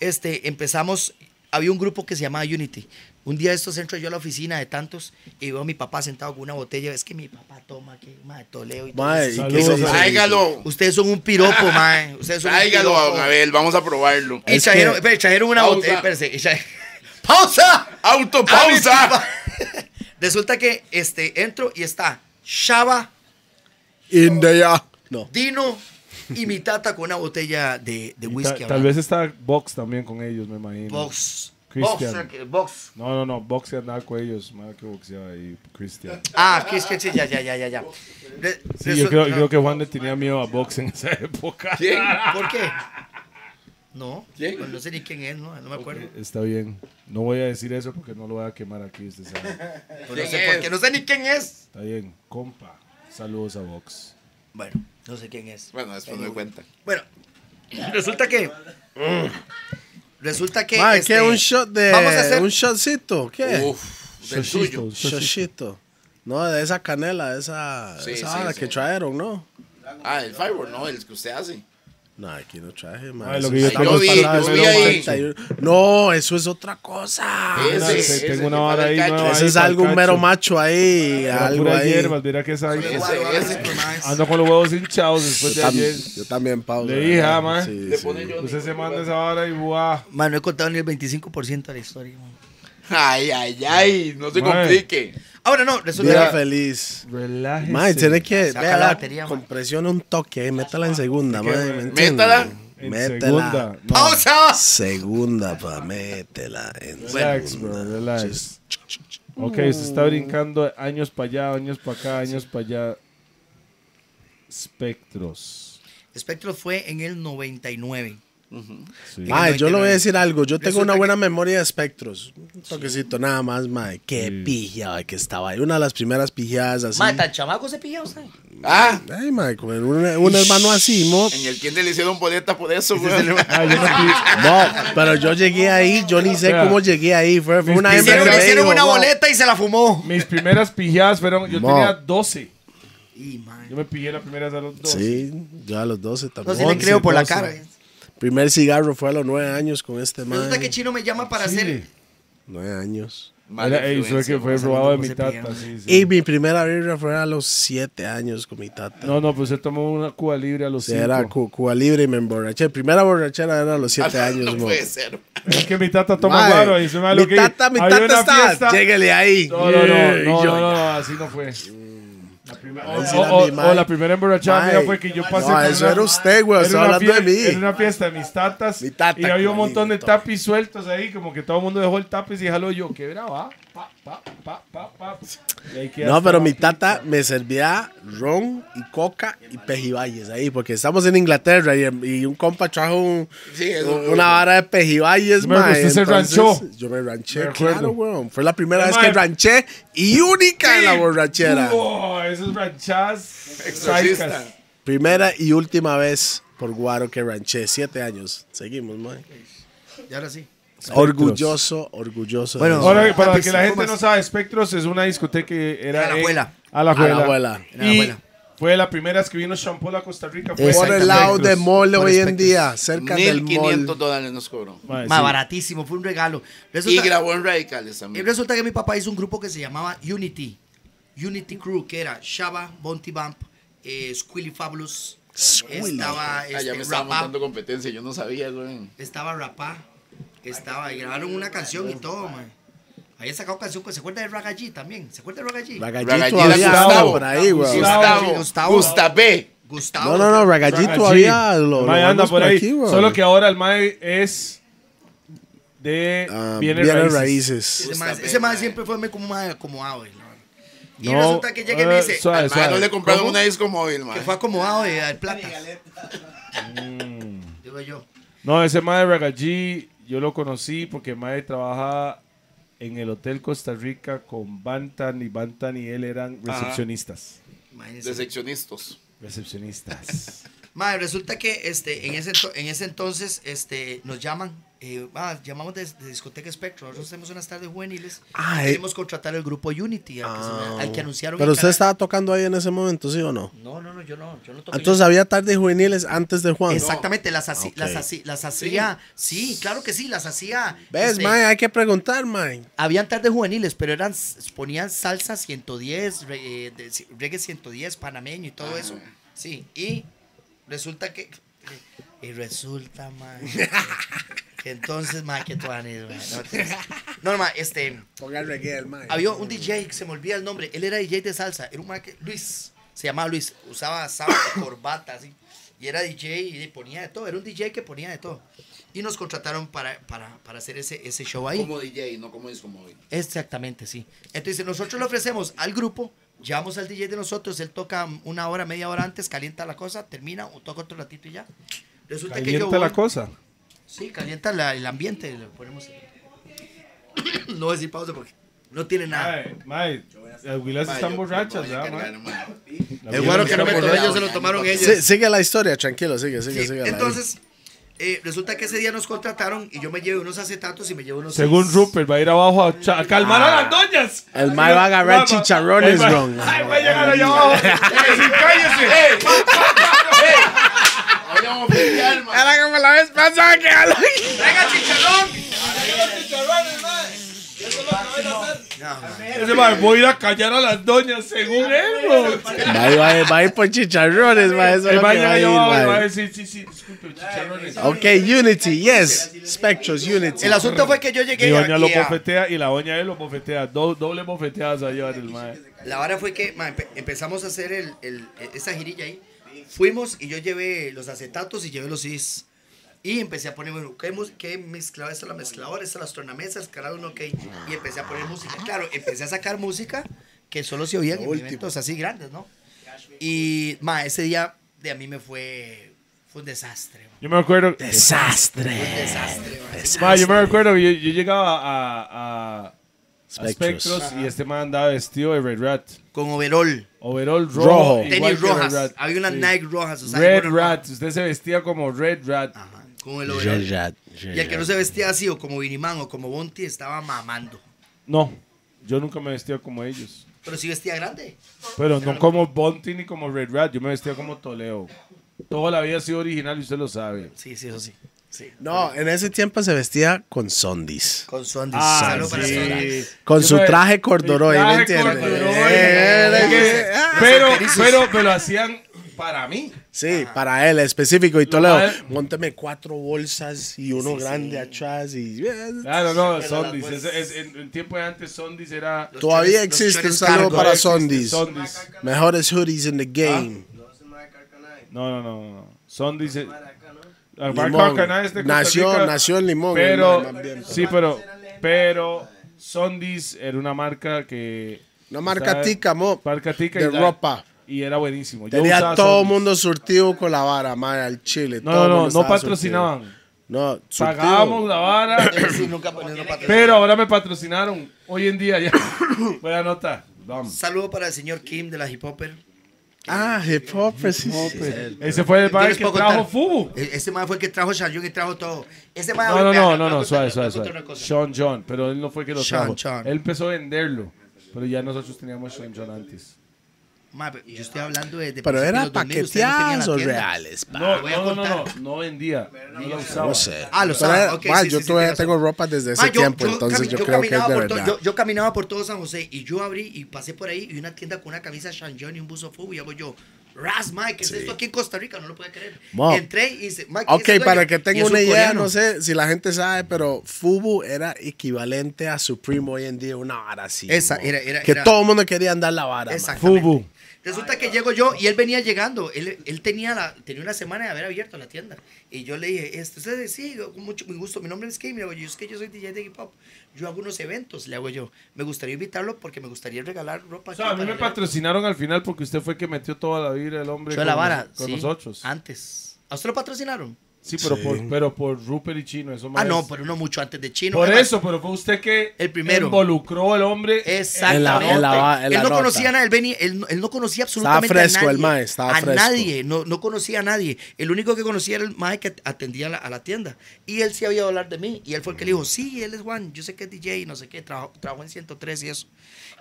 S3: este, empezamos había un grupo que se llamaba Unity. Un día de estos entro yo a la oficina de tantos y veo a mi papá sentado con una botella. Es que mi papá toma que madre, toleo y todo
S1: Mae,
S3: eso.
S1: ¿y qué hizo?
S4: Tráigalo.
S3: Ustedes son un piropo, mae. Ustedes son
S4: Tráigalo,
S3: un
S4: don
S3: piropo.
S4: Abel. Vamos a probarlo.
S3: Y trajeron, espere, trajeron una
S4: Pausa.
S3: botella. espérense, y
S4: [LAUGHS]
S3: tra- ¡Pausa! [LAUGHS]
S4: ¡Autopausa!
S3: Resulta que este, entro y está Shaba,
S1: India. No.
S3: Dino y mi tata con una botella de,
S5: Y
S3: de whisky.
S5: ta- tal vez está Box también con ellos, me imagino.
S3: Box.
S5: Christian.
S3: Box, eh, Box.
S5: No, no, no, boxe andaba con ellos, más que boxeaba ahí, Cristian.
S3: Ah, que es que sí, ya, ya, ya, ya. ya. Re-
S5: Sí,
S3: resu-
S5: yo creo,
S3: no.
S5: creo que Juan le tenía miedo a box en esa época.
S4: ¿Quién?
S3: ¿Por qué? No,
S4: ¿Quién?
S3: pues no sé ni quién es, no, no me acuerdo.
S5: Está bien. No voy a decir eso porque no lo voy a quemar aquí, usted sabe.
S3: Pues no sé por qué, no sé ni quién es.
S5: Está bien, compa. Saludos a Vox.
S3: Bueno, no sé quién es.
S4: Bueno, después me doy cuenta.
S3: Bueno, resulta que. Resulta que.
S1: Mae,
S3: este,
S1: ¿qué? Un shot de.
S3: Vamos a hacer.
S1: Un shotcito,
S3: Eh,
S1: ¿qué?
S4: Uf, del tuyo.
S1: Shotcito. No, de esa canela, de esa,
S4: Sí,
S1: esa
S4: sí,
S1: vara
S4: sí.
S1: que trajeron, ¿no?
S4: Ah, el firework, no, el que usted hace.
S1: No, aquí no traje,
S5: Ay,
S1: man.
S5: lo
S1: Eso
S5: que yo
S1: está
S4: tengo
S1: muy
S4: es-
S1: pasado,
S4: yo
S1: eso
S4: vi
S1: es
S4: ahí.
S1: 91. No, eso es otra cosa.
S4: Ese,
S5: Una- te-
S4: ese
S5: tengo
S4: que
S5: una
S4: fue
S5: vara
S4: del
S5: ahí,
S4: cacho.
S5: no,
S1: Eso
S5: ahí
S1: es
S5: está el
S1: algo un mero
S5: cacho.
S1: macho ahí,
S5: Era
S1: algo
S5: pura
S1: ahí.
S5: hierba, mira que esa
S4: Ese,
S3: Guarda,
S4: ese.
S3: guarda, maes.
S5: Ando con los huevos hinchados después
S1: Yo,
S5: de ayer.
S1: también, yo también, Pablo.
S5: Le dije, ah, man.
S1: Sí,
S4: Le
S1: sí.
S4: pone yo.
S5: Usted se manda esa vara y buah.
S3: Man, no he contado ni el 25% de la historia. man.
S4: Ay, ay, ay, no se
S5: Mae.
S4: complique.
S3: Ahora Ah, no, resulta
S1: Vida
S3: que.
S1: feliz.
S5: Relájese.
S1: Man, tiene que.
S3: Saca
S1: Vea,
S3: la
S1: la
S3: batería, man.
S1: compresión un toque, eh, métala en segunda, man. ¿me entiende?
S4: Métala.
S5: En
S1: Métela.
S5: segunda. No,
S3: ¡Pausa!
S1: Segunda, pa, métela en
S5: Relax, bro,
S1: segunda.
S5: relax. Ok, se está brincando años para allá, años para acá, años para allá. Espectros.
S3: Espectro fue en el 99.
S5: Sí.
S3: En el
S1: Mae, yo le voy a
S3: 99.
S1: decir algo. Yo tengo
S3: Resulta
S1: una buena memoria de espectros. Un toquecito nada más, mae. Qué pijada que estaba ahí. Una de las primeras pijadas así.
S3: Mae, tan chamaco se pilla usted.
S4: Ah,
S1: Ay, mae, con un, un hermano así, mo.
S4: en el tiende le hicieron boleta por eso, güey.
S5: Ah, yo no fui-
S1: No, pero yo llegué ahí. Yo ni sé
S5: Vea.
S1: cómo llegué ahí. Fue, fue una
S5: Mis-
S1: hembra
S3: Hicieron,
S1: que me
S3: hicieron
S1: dijo,
S3: una
S1: "Wow".
S3: boleta y se la fumó.
S5: Mis primeras pijadas fueron. Yo
S1: Mo.
S5: tenía 12.
S3: Y, man.
S5: Yo me pillé la primera vez a los 12.
S1: Sí, yo a los 12
S3: No
S1: también.
S3: se le creo por la cara. ¿eh?
S1: Primer cigarro fue a los 9 años con este man.
S3: Resulta que Chino me llama para hacer.
S1: 9 años.
S5: Era- ey, fue que fue
S3: vamos a
S5: robado de
S3: ver cómo
S5: mi
S3: se
S5: tata.
S3: pillaron.
S5: sí, sí.
S1: Y mi primera birra fue a los 7 años con mi tata.
S5: No, no, pues se tomó una Cuba libre a los
S1: Sí, era
S5: 5.
S1: Cu- Cuba Libre y me emborraché. Primera borrachera era a los
S3: [LAUGHS]
S1: 7
S3: Ah,
S1: años,
S4: Ah, No
S1: mo.
S4: puede ser.
S5: Es que mi tata toma
S1: Mae,
S5: guaro y se me da lo
S1: Mi
S5: que.
S1: tata, mi
S5: había
S1: tata
S5: una
S1: está.
S5: fiesta-
S1: Lléguele ahí.
S5: No, no, no,
S1: Yeah,
S5: no,
S1: y yo,
S5: no, no, así no fue. La primera-
S1: Ahí sí
S5: o-
S1: era
S5: o-
S1: mi
S5: o
S1: madre.
S5: la primera emborrachada mía
S1: Mae,
S5: fue que yo pasé.
S1: No,
S5: por
S1: eso
S5: una-
S1: era usted, güey.
S5: era
S1: Estaba
S5: una
S1: hablando de
S5: fie- Era
S1: mí.
S5: una fiesta de mis tatas.
S1: Mi tata,
S5: y había un
S1: Cuba
S5: montón de
S1: Libre, toma.
S5: tapis sueltos ahí, como que todo el mundo dejó el tapiz y jaló yo. Qué brava. pa, pa, pa, pa, pa. Y ahí queda
S1: No, pero
S5: hasta
S1: mi
S5: aquí.
S1: tata me servía ron y coca y pejibayes ahí, porque estamos en Inglaterra y, y un compa trajo un-
S4: Sí, es
S1: un-
S4: un-
S1: una vara de pejibayes,
S5: Me acuerdo,
S1: mae,
S5: usted se
S1: entonces,
S5: ranchó.
S1: Yo me ranché,
S5: Me acuerdo.
S1: claro, weón. Fue la primera
S5: Eh,
S1: vez
S5: mae.
S1: que ranché y única en la borrachera.
S5: Oh, esas ranchas
S4: Exorcista.
S5: extraicas.
S1: Primera y última vez por Guaro que ranché, siete años. Seguimos, mae.
S3: Y ahora sí.
S1: Orgulloso, orgulloso. de
S3: Bueno,
S1: eso.
S5: Ahora, para
S3: Antes,
S5: que la gente
S3: ¿cómo
S5: no
S3: es?
S5: sabe, Spectros es una discoteca que era.
S3: A la
S5: en-
S3: abuela.
S5: A la abuela.
S1: abuela.
S3: Era
S5: Y
S3: la abuela.
S5: Fue la primera vez que vino Sean Paul a Costa Rica. Fue
S1: por el lado de
S5: Spectros.
S1: mall
S3: Por
S1: hoy en
S3: espectros.
S1: día, cerca del
S4: 1500
S1: mall.
S4: dólares nos cobró.
S5: Mae,
S3: Más
S5: Ah, sí.
S3: baratísimo, fue un regalo.
S4: Y
S3: Resulta,
S4: grabó en Radicales
S3: y
S4: también.
S3: resulta que mi papá hizo un grupo que se llamaba Unity. Unity Crew, que era Shaba, Bounty Bump, eh, Squilly Fabulous. Estaba
S4: Allá
S3: este,
S4: Ah, me estaba
S3: Rapá.
S4: montando competencia, yo no sabía, güey.
S3: Estaba Rapá. Estaba, y grabaron una canción y todo, man. Ahí sacado canción, pues, ¿se acuerda de Ragallí también? ¿Se acuerda de Ragallí?
S1: Ragallí
S4: Ragallí,
S1: todavía
S4: Gustavo.
S1: anda por ahí, weón.
S4: Gustavo,
S3: Gustavo.
S4: Gustavo, Gustave.
S3: Gustavo.
S1: No, no, no, Ragallí
S5: Ragazzi.
S1: todavía lo, lo
S5: Mae, anda
S1: vemos
S5: por ahí.
S1: weón.
S5: Solo que ahora el Mae es. De.
S1: Ah,
S5: viene
S1: viene
S5: raíces.
S1: raíces.
S3: Ese man,
S4: Gustavo,
S3: ese man
S4: mae.
S3: siempre fue muy como mae, acomodado. ¿no? Y
S5: No,
S3: resulta que llega y me
S5: eh,
S3: dice
S5: suave,
S4: Al man no
S5: suave.
S4: le compraron una disco móvil, man.
S3: que fue acomodado de al plata.
S1: Mm.
S3: Digo yo.
S5: No, ese Mae de Ragallí, yo lo conocí porque Mae trabaja en el Hotel Costa Rica con Bantan y Bantan y él eran recepcionistas.
S3: Imagínense.
S4: De seccionistas.
S5: Recepcionistas. [LAUGHS]
S3: Mae, resulta que este, en, ese ento- en ese entonces este, nos llaman. eh, ah, llamamos de, de discoteca Espectro. Nosotros tenemos unas tardes juveniles.
S1: Ah, eh. Ah.
S3: Queremos contratar el grupo Unity al que, se- al
S5: Ah.
S3: que anunciaron.
S1: Pero
S3: en
S1: usted
S3: Canal-
S1: estaba tocando ahí en ese momento, ¿sí o no?
S3: No, no, no, yo no. Yo no toqué.
S1: Entonces había tardes juveniles antes de Juan.
S3: Exactamente, las,
S1: Ah,
S3: haci-
S1: Ok.
S3: las, haci- las hacía. Sí. claro que sí, las hacía.
S1: ¿Ves,
S3: este,
S1: mae? Hay que preguntar, mae.
S3: Habían tardes juveniles, pero eran ponían salsa 110, re- eh, de- si- reggae 110, panameño y todo eso. Sí, y resulta que... Y resulta, man. que entonces, man, que tú van a ir, man, No, entonces- no, man, este...
S1: Ponga el reggae, mae.
S3: Había un DJ, que se me olvida el nombre, él era DJ de salsa, era un man que- Luis, se llamaba Luis, usaba sábado, corbata, así, y era DJ y ponía de todo, era un DJ que ponía de todo. Y nos contrataron para, para, para hacer ese, ese show ahí.
S4: Como DJ, no como disco móvil.
S3: Exactamente, sí. Entonces nosotros le ofrecemos al grupo, llevamos al DJ de nosotros, él toca una hora, media hora antes, calienta la cosa, termina, o toca otro ratito y ya. Resulta que yo
S5: Calienta
S3: voy-
S5: la cosa.
S3: Sí, calienta la- el ambiente, le ponemos... [COUGHS] no voy a decir pausa porque no tiene nada.
S5: Mae, Ah, mae, las huilas
S4: Ma,
S5: están
S4: yo-
S5: borrachas,
S4: yo voy a
S5: ¿verdad, mae?
S4: cargar, man.
S5: Las
S3: El
S5: huilas
S3: guaro que
S5: están
S3: no me tomé
S5: borrachas.
S3: yo se lo tomaron ellos.
S1: sigue la historia, tranquilo, sigue, sigue,
S3: Sí,
S1: sigue. la-
S3: entonces, eh, resulta que ese día nos contrataron y yo me llevé unos acetatos y me llevé unos...
S5: Según
S3: CDs.
S5: Rupert, va a ir abajo a, cha- a calmar a las doñas.
S1: Ah. El mae va a agarrar
S5: Mae, mae.
S1: chicharrones,
S5: El mae- [LAUGHS]
S1: bro.
S5: Ay, va a llegar allá abajo. Sí, cállese.
S4: Ahora vamos a pelear, man.
S1: Era como la vez pasada que
S3: No, man.
S5: Ese mae, voy a ir a callar a las doñas, según
S4: Ah,
S5: él, bro.
S1: va, a ir- va a ir- va a ir por chicharrones, mae. Eso es
S5: El
S1: lo
S5: mae
S1: que va
S5: llega
S1: a ir,
S5: allá abajo y va a
S1: mae.
S5: decir, sí, sí, disculpe, chicharrones.
S1: Ok, Unity, yes. Spectros, Unity.
S3: El asunto fue que yo llegué
S5: Mi doña
S3: y-
S5: lo
S3: y a-
S5: bofetea y la doña él lo bofetea. Do- doble bofeteada se va a llevar el mae.
S3: La vara fue que ma, empe- empezamos a hacer el, el- esa girilla ahí. Fuimos y yo llevé los acetatos y llevé los CDs. Y empecé a poner, bueno, ¿qué, mus- qué mezclaba? Esta es la mezcladora, esta es las tornamesas, carajo, no, ok. Y empecé a poner música. Claro, empecé a sacar música que solo se oían en eventos así grandes, ¿no? Y, ma, ese día de a mí me fue, fue un desastre, ma,
S5: Yo me acuerdo.
S3: un
S1: Desastre.
S3: desastre, ma.
S5: Mae, yo me recuerdo que yo, yo llegaba a, a, a
S1: Spectros.
S5: Spectros y este man andaba vestido de Red Rat.
S3: Con overall,
S5: Overall rojo.
S1: Rojo.
S5: igual
S3: tenis
S5: que Red
S3: rojas,
S5: Rat.
S3: había unas
S5: Sí.
S3: Nike rojas. o sea,
S5: Red
S3: bueno, Ah.
S5: Rat. Usted se vestía como Red Rat.
S3: Ajá, con el overall. Y el que no se vestía así o como Vinimán o como Bonti estaba mamando.
S5: No, yo nunca me vestía como ellos.
S3: Pero sí vestía grande.
S5: Pero no como Bonti ni como Red Rat. Yo me vestía como Toleo. Toda la vida he sido original y usted lo sabe.
S3: Sí, sí, eso sí.
S1: No, en ese tiempo se vestía con sondis.
S3: Con su
S5: Ah,
S3: Saludos para
S5: sí.
S3: Sandis.
S1: Con
S5: Yo
S1: su
S5: me-
S1: traje corduroy,
S5: mi
S1: ¿me
S5: traje
S1: entiendes?
S5: corduroy.
S1: Eh, era que-
S5: Pero,
S3: eh,
S5: pero me lo hacían para mí.
S1: Sí, para él específico. Y Toledo,
S5: mal-
S1: monteme cuatro bolsas y uno grande atrás. y eh,
S5: Claro, no,
S3: Pero pues
S5: Sondis.
S3: las-
S5: Es, es- en, en tiempo de antes, Sondis era. este
S3: Los
S1: Todavía
S3: chores- los
S1: existe un
S3: chores
S1: saludo
S3: cargo.
S1: para
S5: Existe
S1: Sondis.
S5: Sondis.
S1: Mejores hoodies in the game.
S5: No, no, no. no. Sondis. es- La
S1: Limón.
S5: marca Canadá es este de Costa
S1: Nació,
S5: Rica,
S1: nació en Limón.
S5: Pero,
S1: hermano, más bien.
S5: sí, pero, pero Sondis era una marca que.
S1: Una marca
S5: estaba-
S1: tica, mo,
S5: Marca tica y
S1: de
S5: la-
S1: ropa.
S5: Y era buenísimo. Yo
S1: Tenía
S5: usaba
S1: todo el
S5: Sondis.
S1: mundo surtido con la vara, madre, al chile.
S5: No,
S1: todo
S5: no,
S1: el mundo
S5: no, no
S1: estaba surtido.
S5: patrocinaban.
S1: No, surtido.
S5: Pagábamos
S1: [COUGHS]
S5: la vara.
S3: Sí, nunca ponen los patrocinadores.
S5: Pero ahora me patrocinaron. Hoy en día ya. [COUGHS] Buena nota. Vamos.
S3: Saludo para el señor Kim de la Hip Hopper.
S1: Ah, hip hop, pues, sí, sí, sí.
S5: Ese fue el
S3: Yo
S5: bar
S3: les
S5: que
S3: puedo contar.
S5: trajo Fubu.
S3: E- Ese man fue el que trajo Shayun y trajo todo. Ese man
S5: No, no,
S3: vean,
S5: no, no, no,
S3: voy a
S5: suave,
S3: contar-
S5: suave,
S3: voy a contar
S5: suave.
S3: una cosa.
S5: Sean John, pero él no fue que lo trajo.
S3: Sean John.
S5: Él empezó a venderlo, pero ya nosotros teníamos Sean John antes.
S3: Ma, pero yo estoy hablando de. de
S1: Pero
S3: principios de
S1: era
S3: los 2000, ustedes no tenían
S1: paqueteados
S3: la
S1: o
S3: tienda.
S1: reales, pa.
S5: No,
S3: voy a
S5: no, no, no,
S3: contar.
S5: no vendía, no lo usaba.
S1: No sé.
S3: Ah,
S1: Pero
S3: lo saben,
S1: era-
S3: ok,
S1: ma,
S3: sí,
S1: yo
S3: sí, sí,
S1: todavía
S3: tienes
S1: tengo
S3: razón.
S1: ropa desde ese
S3: Ma, Ah, yo-
S1: tiempo,
S3: yo
S1: entonces
S3: cami-
S1: yo,
S3: yo
S1: creo que es
S3: caminaba
S1: de
S3: por todo-
S1: verdad.
S3: yo, yo caminaba por todo San José y yo abrí y pasé por ahí y una tienda con una camisa Sean John y un buzo fubu y hago yo. Ras, Mike, ¿qué es esto aquí en Costa Rica? No lo puedo creer.
S1: Mo.
S3: Entré y dice, Mike,
S1: Ok, para que tenga una idea, no sé si la gente sabe, pero Fubu era equivalente a Supreme hoy en día, una vara así.
S3: Esa,
S1: ¿no?
S3: era- era-
S1: que
S3: era-
S1: todo el mundo quería andar la vara. man.
S3: Exactamente.
S5: Fubu.
S3: Resulta que llego yo y él venía llegando. Él, él tenía, la, tenía una semana de haber abierto la tienda. Y yo le dije, este, usted sí, con mucho mi gusto. Mi nombre es Kim. Le digo, yo es que yo soy DJ de hip hop. Yo hago unos eventos, le hago yo. Me gustaría invitarlo porque me gustaría regalar ropa.
S5: O sea, a mí me patrocinaron al final porque usted fue el que metió toda la vida el hombre
S3: Yo
S5: con,
S3: la vara,
S5: nos- con
S3: sí,
S5: nosotros.
S3: Antes. ¿A usted lo patrocinaron?
S5: Sí, pero, Por, pero por Rupert y Chino, eso
S3: Ah,
S1: Pues,
S5: más.
S3: no, pero no mucho antes de Chino.
S5: Por
S3: Además,
S5: eso, pero fue usted que
S3: El primero.
S5: involucró al hombre.
S3: Exactamente.
S1: En la- en la- en la
S3: él no
S1: nota.
S3: conocía nada, él, venía- él, no- él no conocía absolutamente
S1: fresco
S3: a nadie.
S1: el mae, estaba
S3: a
S1: fresco.
S3: nadie, no, no conocía a nadie. El único que conocía era el mae que atendía a la, a la tienda. Y él sí había oído hablar de mí. Y él fue el que le dijo, sí, él es Juan, yo sé que es DJ, y no sé qué, trabajo trabajo en 103 y eso.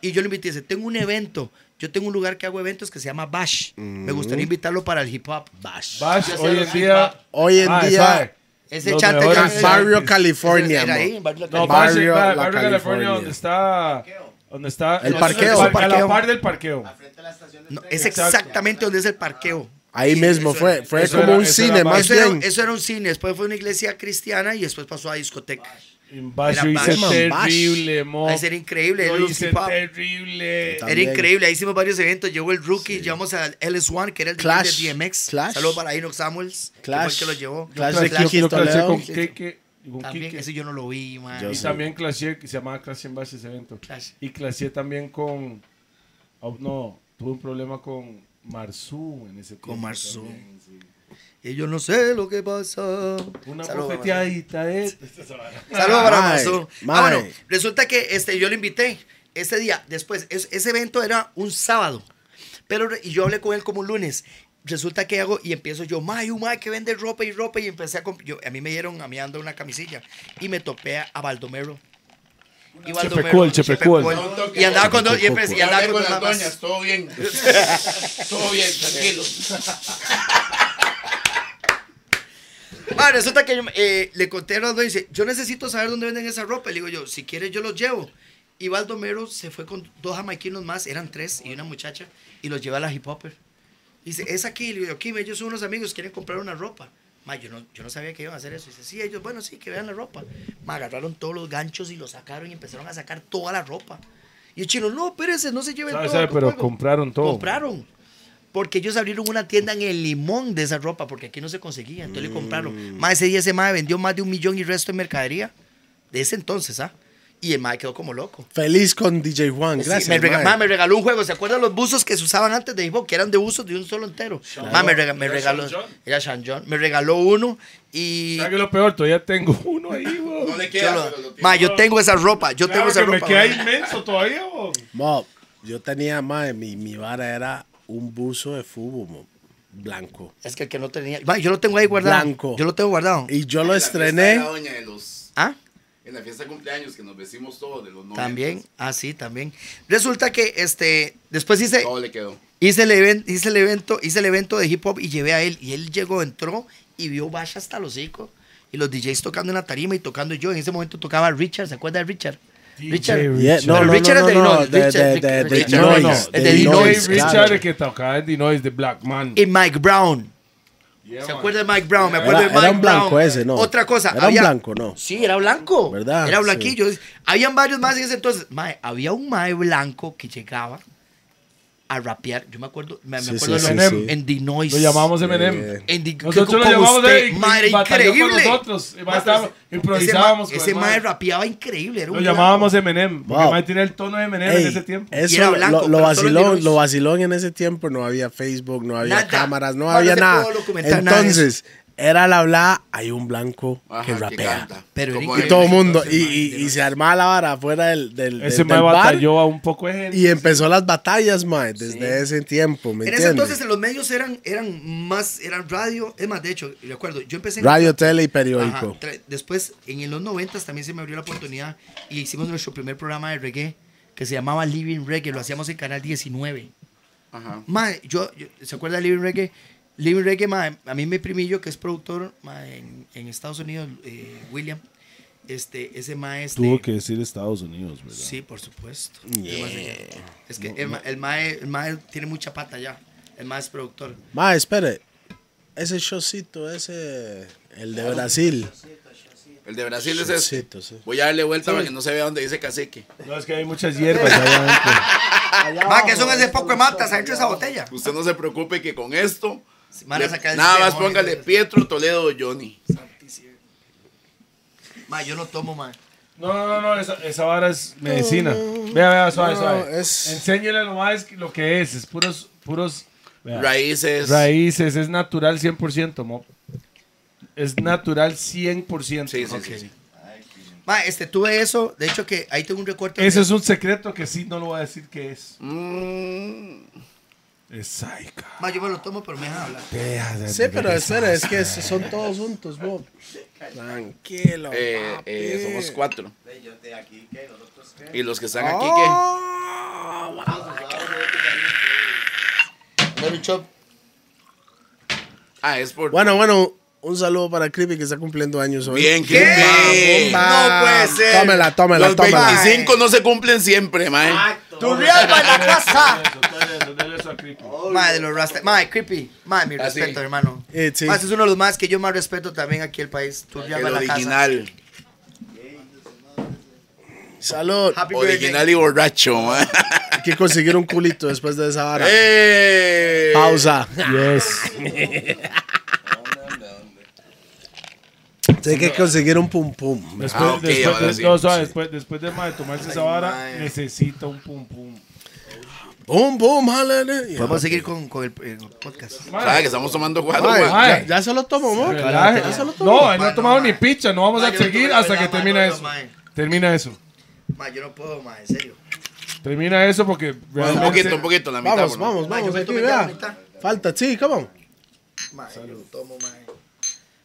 S3: Y yo le invité, dice, tengo un evento, yo tengo un lugar que hago eventos que se llama Bash. Me
S1: Mm.
S3: gustaría invitarlo para el hip hop. Bash.
S5: Bash,
S4: Yo sé
S5: hoy
S4: lo
S5: en
S4: que-
S5: día.
S1: Hoy en
S5: Ah,
S1: día-
S5: suave.
S3: Ese
S5: Los
S3: chante
S5: mejores
S3: ya-
S1: Barrio
S5: chantes.
S1: California.
S3: Era ahí,
S1: mo.
S3: en Barrio
S5: No,
S3: La California.
S1: Barrio
S5: Barrio,
S1: La
S5: Barrio California,
S1: California.
S5: donde está. Donde está
S1: El
S5: no,
S1: parqueo.
S5: es par- A la
S3: Parqueo.
S5: par del parqueo.
S3: No, es exactamente donde es el parqueo.
S1: Ahí
S3: Sí,
S1: mismo
S3: eso
S1: fue,
S3: era.
S1: fue
S5: eso
S1: como
S5: era-
S1: un
S5: eso era
S1: cine,
S5: Bash.
S1: más
S3: Eso era,
S1: bien.
S3: eso era un cine, después fue una iglesia cristiana y después pasó a discoteca.
S5: En Bash yo
S3: Era
S5: hice
S1: Batman, Bash.
S5: terrible, mo.
S3: Ahí era increíble.
S5: Yo
S3: era un
S5: hice
S3: hip hop.
S5: terrible.
S3: Era increíble, ahí hicimos varios eventos. Llevó el rookie, llevamos al LS1, que era el
S1: Clash,
S3: de DMX.
S1: Clash.
S3: Saludos para Inox Samuels, que fue el que lo llevó.
S1: Clash de
S5: Yo
S1: Kiki
S5: yo clashé
S1: Toledo.
S5: con Keke. y Con
S3: También,
S5: Kike.
S3: ese yo no lo vi, man.
S5: Y también clashé, que se llamaba Clash en Bash ese evento.
S3: Clash.
S5: Y clashé también con. oh, no, tuve un problema con Marzú en ese tiempo.
S3: Con Marzú.
S5: también, sí.
S3: Y yo no sé lo que pasa.
S5: Una
S3: Saludos,
S5: bofeteadita de.
S3: Saludos para
S1: Mae,
S3: Marzú.
S1: mae.
S3: Ah, bueno, resulta que este, yo lo invité ese día. Después, es- ese evento era un sábado. Pero re- y yo hablé con él como un lunes. Resulta que hago y empiezo yo, May, un mae que vende ropa y ropa. Y empecé a comp- yo- A mí me dieron, a mí ando una camisilla. Y me topé a, a Baldomero. Y
S5: Chepecuel, Chepecuel.
S3: Y andaba con dos. Y, empecé, y
S4: Pues, Ya
S3: andaba
S4: hablé
S3: con dos
S4: con las
S3: mamás.
S4: doñas,
S3: [LAUGHS]
S4: todo bien. todo bien, tranquilo.
S3: [LAUGHS] Ah, resulta que yo, eh, le conté a Rolando y dice, yo necesito saber dónde venden esa ropa. Le digo yo, si quieres yo los llevo. Y Baldomero se fue con dos jamaiquinos más, eran tres y una muchacha, y los lleva a la hip hopper. Dice, es aquí, le digo yo, Kim, ellos son unos amigos, quieren comprar una ropa. Ma, yo no, yo no sabía que iban a hacer eso. Dice, sí, ellos, bueno, sí, que vean la ropa. Me agarraron todos los ganchos y los sacaron y empezaron a sacar toda la ropa. Y el chino, no, espérense, no se lleven
S5: Sabe,
S3: todo.
S5: sabe, pero
S3: compadre".
S5: compraron todo.
S3: Compraron. Porque ellos abrieron una tienda en el limón de esa ropa, porque aquí no se conseguía. Entonces le compraron. Más ese día ese mae vendió más de un millón y resto de mercadería. De ese entonces, ¿ah? Y el mae quedó como loco.
S1: Feliz con DJ Juan,
S3: Sí,
S1: gracias.
S3: me, rega-
S1: mae.
S3: mae, me regaló un juego. ¿Se acuerdan los buzos que se usaban antes de hip hop? Que eran de usos de un solo entero. Mae, me, rega- me
S2: ¿Era
S3: regaló.
S2: Sean John?
S3: Era Sean John. Me regaló uno y.
S5: ¿Sabes qué es lo peor? Todavía tengo [LAUGHS] uno ahí, bo.
S4: No le
S3: Yo,
S4: queda,
S3: lo-
S4: pero lo tiene.
S3: mae, yo tengo esa ropa. Yo
S5: Claro
S3: tengo esa
S5: que me
S3: ropa.
S5: queda
S3: mae.
S5: inmenso todavía, bo.
S1: Mo, yo tenía, mae, mi, mi vara era un buzo de Fubu, mo, blanco.
S3: Es que el que no tenía. Mae, yo lo tengo ahí guardado.
S1: Blanco.
S3: Yo lo tengo guardado.
S1: Y yo lo
S4: En la fiesta de
S1: estrené.
S4: la doña de los-
S3: ¿Ah?
S4: En la fiesta de cumpleaños que nos vestimos todos de los noventas.
S3: También, ah, sí, también. Resulta que este, después hice,
S4: Todo le quedó.
S3: hice, el evento, hice, el evento, hice el evento de hip hop y llevé a él. Y él llegó, entró y vio Bash hasta los hocico. Y los DJs tocando en la tarima y tocando yo. En ese momento tocaba Richard, ¿se acuerda de Richard? Richard.
S1: Yeah, no,
S3: Pero
S1: no,
S3: Richard
S1: no,
S3: es de
S1: no, no,
S3: Illinois,
S1: de-
S3: Richard,
S1: de-
S3: Richard,
S1: de- de
S3: Richard.
S5: No, no, no.
S1: Illinois,
S3: El
S5: de
S3: de Illinois,
S5: Illinois, Richard
S1: claro.
S5: el que tocaba en Illinois, de Black Man.
S3: Y Mike Brown.
S5: Yeah,
S3: Eh, ¿Se
S5: man.
S3: acuerda de Mike Brown? Me acuerdo
S1: Era-
S3: de Mike
S1: era un blanco
S3: Brown.
S1: ese, ¿no?
S3: Otra cosa.
S1: Era un blanco, ¿no?
S3: Sí, era blanco.
S1: ¿Verdad?
S3: Era
S1: Sí.
S3: blanquillo. Habían varios más en ese entonces. Mae, había un mae blanco que llegaba a rapear. Yo me acuerdo, me, me
S1: Sí,
S3: acuerdo
S1: sí,
S3: en,
S5: sí,
S3: en The Noise.
S5: Lo llamamos Eminem.
S3: En The,
S5: Nosotros lo
S3: como
S5: llamamos
S3: usted,
S5: de
S3: madre,
S5: Con
S3: increíble.
S5: nosotros.
S3: Mae,
S5: Estábamos-
S3: ese-
S5: improvisábamos.
S3: Ese
S5: con el mae.
S3: mae rapeaba increíble. Era
S5: Lo
S3: un
S5: llamábamos Eminem. Porque
S1: Wow.
S5: el mae tenía el tono de Eminem
S1: Ey,
S5: en ese tiempo.
S3: Y era
S1: Eso,
S3: blanco,
S1: lo,
S3: pero
S1: lo,
S3: solo
S1: vacilón,
S3: Linux.
S1: lo vacilón en ese tiempo, no había Facebook, no había
S3: Nada.
S1: cámaras, no
S3: Mae, no
S1: había
S3: se
S1: nada.
S3: pudo documentar nada de
S1: Entonces, era la habla, hay un blanco
S4: Ajá,
S1: que
S4: que
S1: rapea.
S4: canta.
S3: Pero
S4: Como
S1: y
S3: Eric-
S4: él.
S1: todo el mundo,
S3: Entonces,
S1: y,
S3: mae,
S1: y-
S3: de
S1: y
S3: los-
S1: se armaba la vara afuera del, del,
S5: Ese
S1: del-
S5: mae
S1: del bar
S5: batalló a un poco de gente.
S1: y empezó las batallas, mae, desde ese tiempo, ¿me
S3: En ese
S1: entiendes?
S3: entonces los medios eran, eran más, eran radio, es más, de hecho, recuerdo, yo empecé en
S1: Radio, tele y
S3: Ajá,
S1: periódico.
S3: tra- después, en los 90 también se me abrió la oportunidad y hicimos nuestro primer programa de reggae que se llamaba Living Reggae, lo hacíamos en Canal 19.
S4: Ajá.
S3: Mae, yo, yo- ¿se acuerda de Living Reggae? Living Reggae, mae, a mí mi primillo que es productor mae, en, en Estados Unidos, eh, William, este, ese maestro...
S7: Tuvo que decir Estados Unidos, ¿verdad?
S3: Sí, por supuesto. eh, Es que el, ma- el mae, el mae tiene mucha pata ya, el mae es productor.
S1: Mae, espere. Ese showcito, ese. El de Brasil.
S4: El de Brasil es ese.
S1: Showcito, sí.
S4: Voy a darle vuelta para que no se vea donde dice cacique.
S5: No, es que hay muchas hierbas allá adentro.
S3: Mae, que son ese poco de matas adentro de esa botella.
S4: Usted no se preocupe que con esto.
S3: Van a
S4: le-
S3: sacar el
S4: nada más
S3: demonio.
S4: póngale Pietro, Toledo, Johnny.
S3: Mae, yo no tomo, mae.
S5: No, no, no, no, esa, esa vara es medicina. Vea, vea, suave,
S1: No,
S5: suave.
S1: es-
S5: Enséñale nomás lo que es, es puros, puros vea,
S4: Raíces.
S5: raíces, es natural 100%, mo. Es natural 100%.
S4: Sí, sí,
S3: Ok.
S4: sí, sí.
S3: Ma, este, tuve eso. De hecho, que ahí tengo un recorte.
S5: Ese es un secreto que sí no lo voy a decir que es.
S4: Mm,
S5: Es saica.
S3: Ma, yo me lo tomo, pero me dejan hablar.
S1: Sí, pero espere, es que son todos juntos, Bob. Tranquilo.
S4: eh, eh, somos cuatro. Y los que están aquí, ¿qué?
S1: Oh,
S3: Mary Chop.
S4: Ah, es por.
S1: Bueno, bueno, un saludo para Creepy que está cumpliendo años hoy.
S4: Bien,
S1: que
S4: Creepy.
S3: No puede ser.
S1: Tómela, tómela,
S4: Los
S1: tómela.
S4: 25 no se cumplen siempre, mae.
S3: ¡Tu real va en la casa!
S5: Dale eso, dale eso a Creepy.
S4: Oh,
S3: Ma, de los Rasta. Ma, creepy. Ma, mi
S4: Así.
S3: respeto, hermano.
S1: Eh, sí.
S3: Ma, ese es uno de los más que yo más respeto también aquí en el país. Tu real
S4: El
S3: va en la casa.
S4: original.
S1: Salud.
S3: Happy
S4: Original y borracho, mae.
S1: Hay que conseguir un culito después de esa vara.
S4: [LAUGHS] ¡Eh! [LAUGHS]
S1: Pausa.
S5: Yes.
S1: Hay que conseguir un pum pum.
S5: Después,
S4: Ah, ok,
S5: después,
S4: ahora
S5: de-
S4: sí,
S5: no, suave,
S4: sí.
S5: después, después de, ma, de tomarse esa vara,
S3: mae.
S5: necesita un pum pum.
S1: Pum pum, hallelujah.
S3: Vamos a seguir con, con el, el podcast.
S4: ¿Sabe que estamos tomando cuatro,
S1: Ay,
S4: mae?
S5: Ay.
S1: ya, ya se lo tomo, amor.
S5: Relaje.
S1: Ya se lo tomo.
S5: No, él no
S3: Ma,
S5: ha tomado
S3: no,
S5: ni
S3: ma.
S5: picha, no vamos
S3: Ma,
S5: a
S3: yo no
S5: seguir
S3: tomo,
S5: hasta
S3: ma,
S5: que
S3: no,
S5: termina
S3: no,
S5: eso.
S3: ma.
S5: Termina eso.
S3: Ma, yo no puedo, ma, en serio.
S5: Termina eso porque
S4: Un
S5: realmente...
S4: poquito, un poquito, la mitad.
S1: Vamos,
S4: por lo
S1: vamos,
S3: Ma, yo
S1: vamos.
S3: me
S1: Aquí,
S3: tomé ya la
S1: vea.
S3: mitad.
S1: Falta, sí, come on.
S3: Ma, yo no tomo, ma.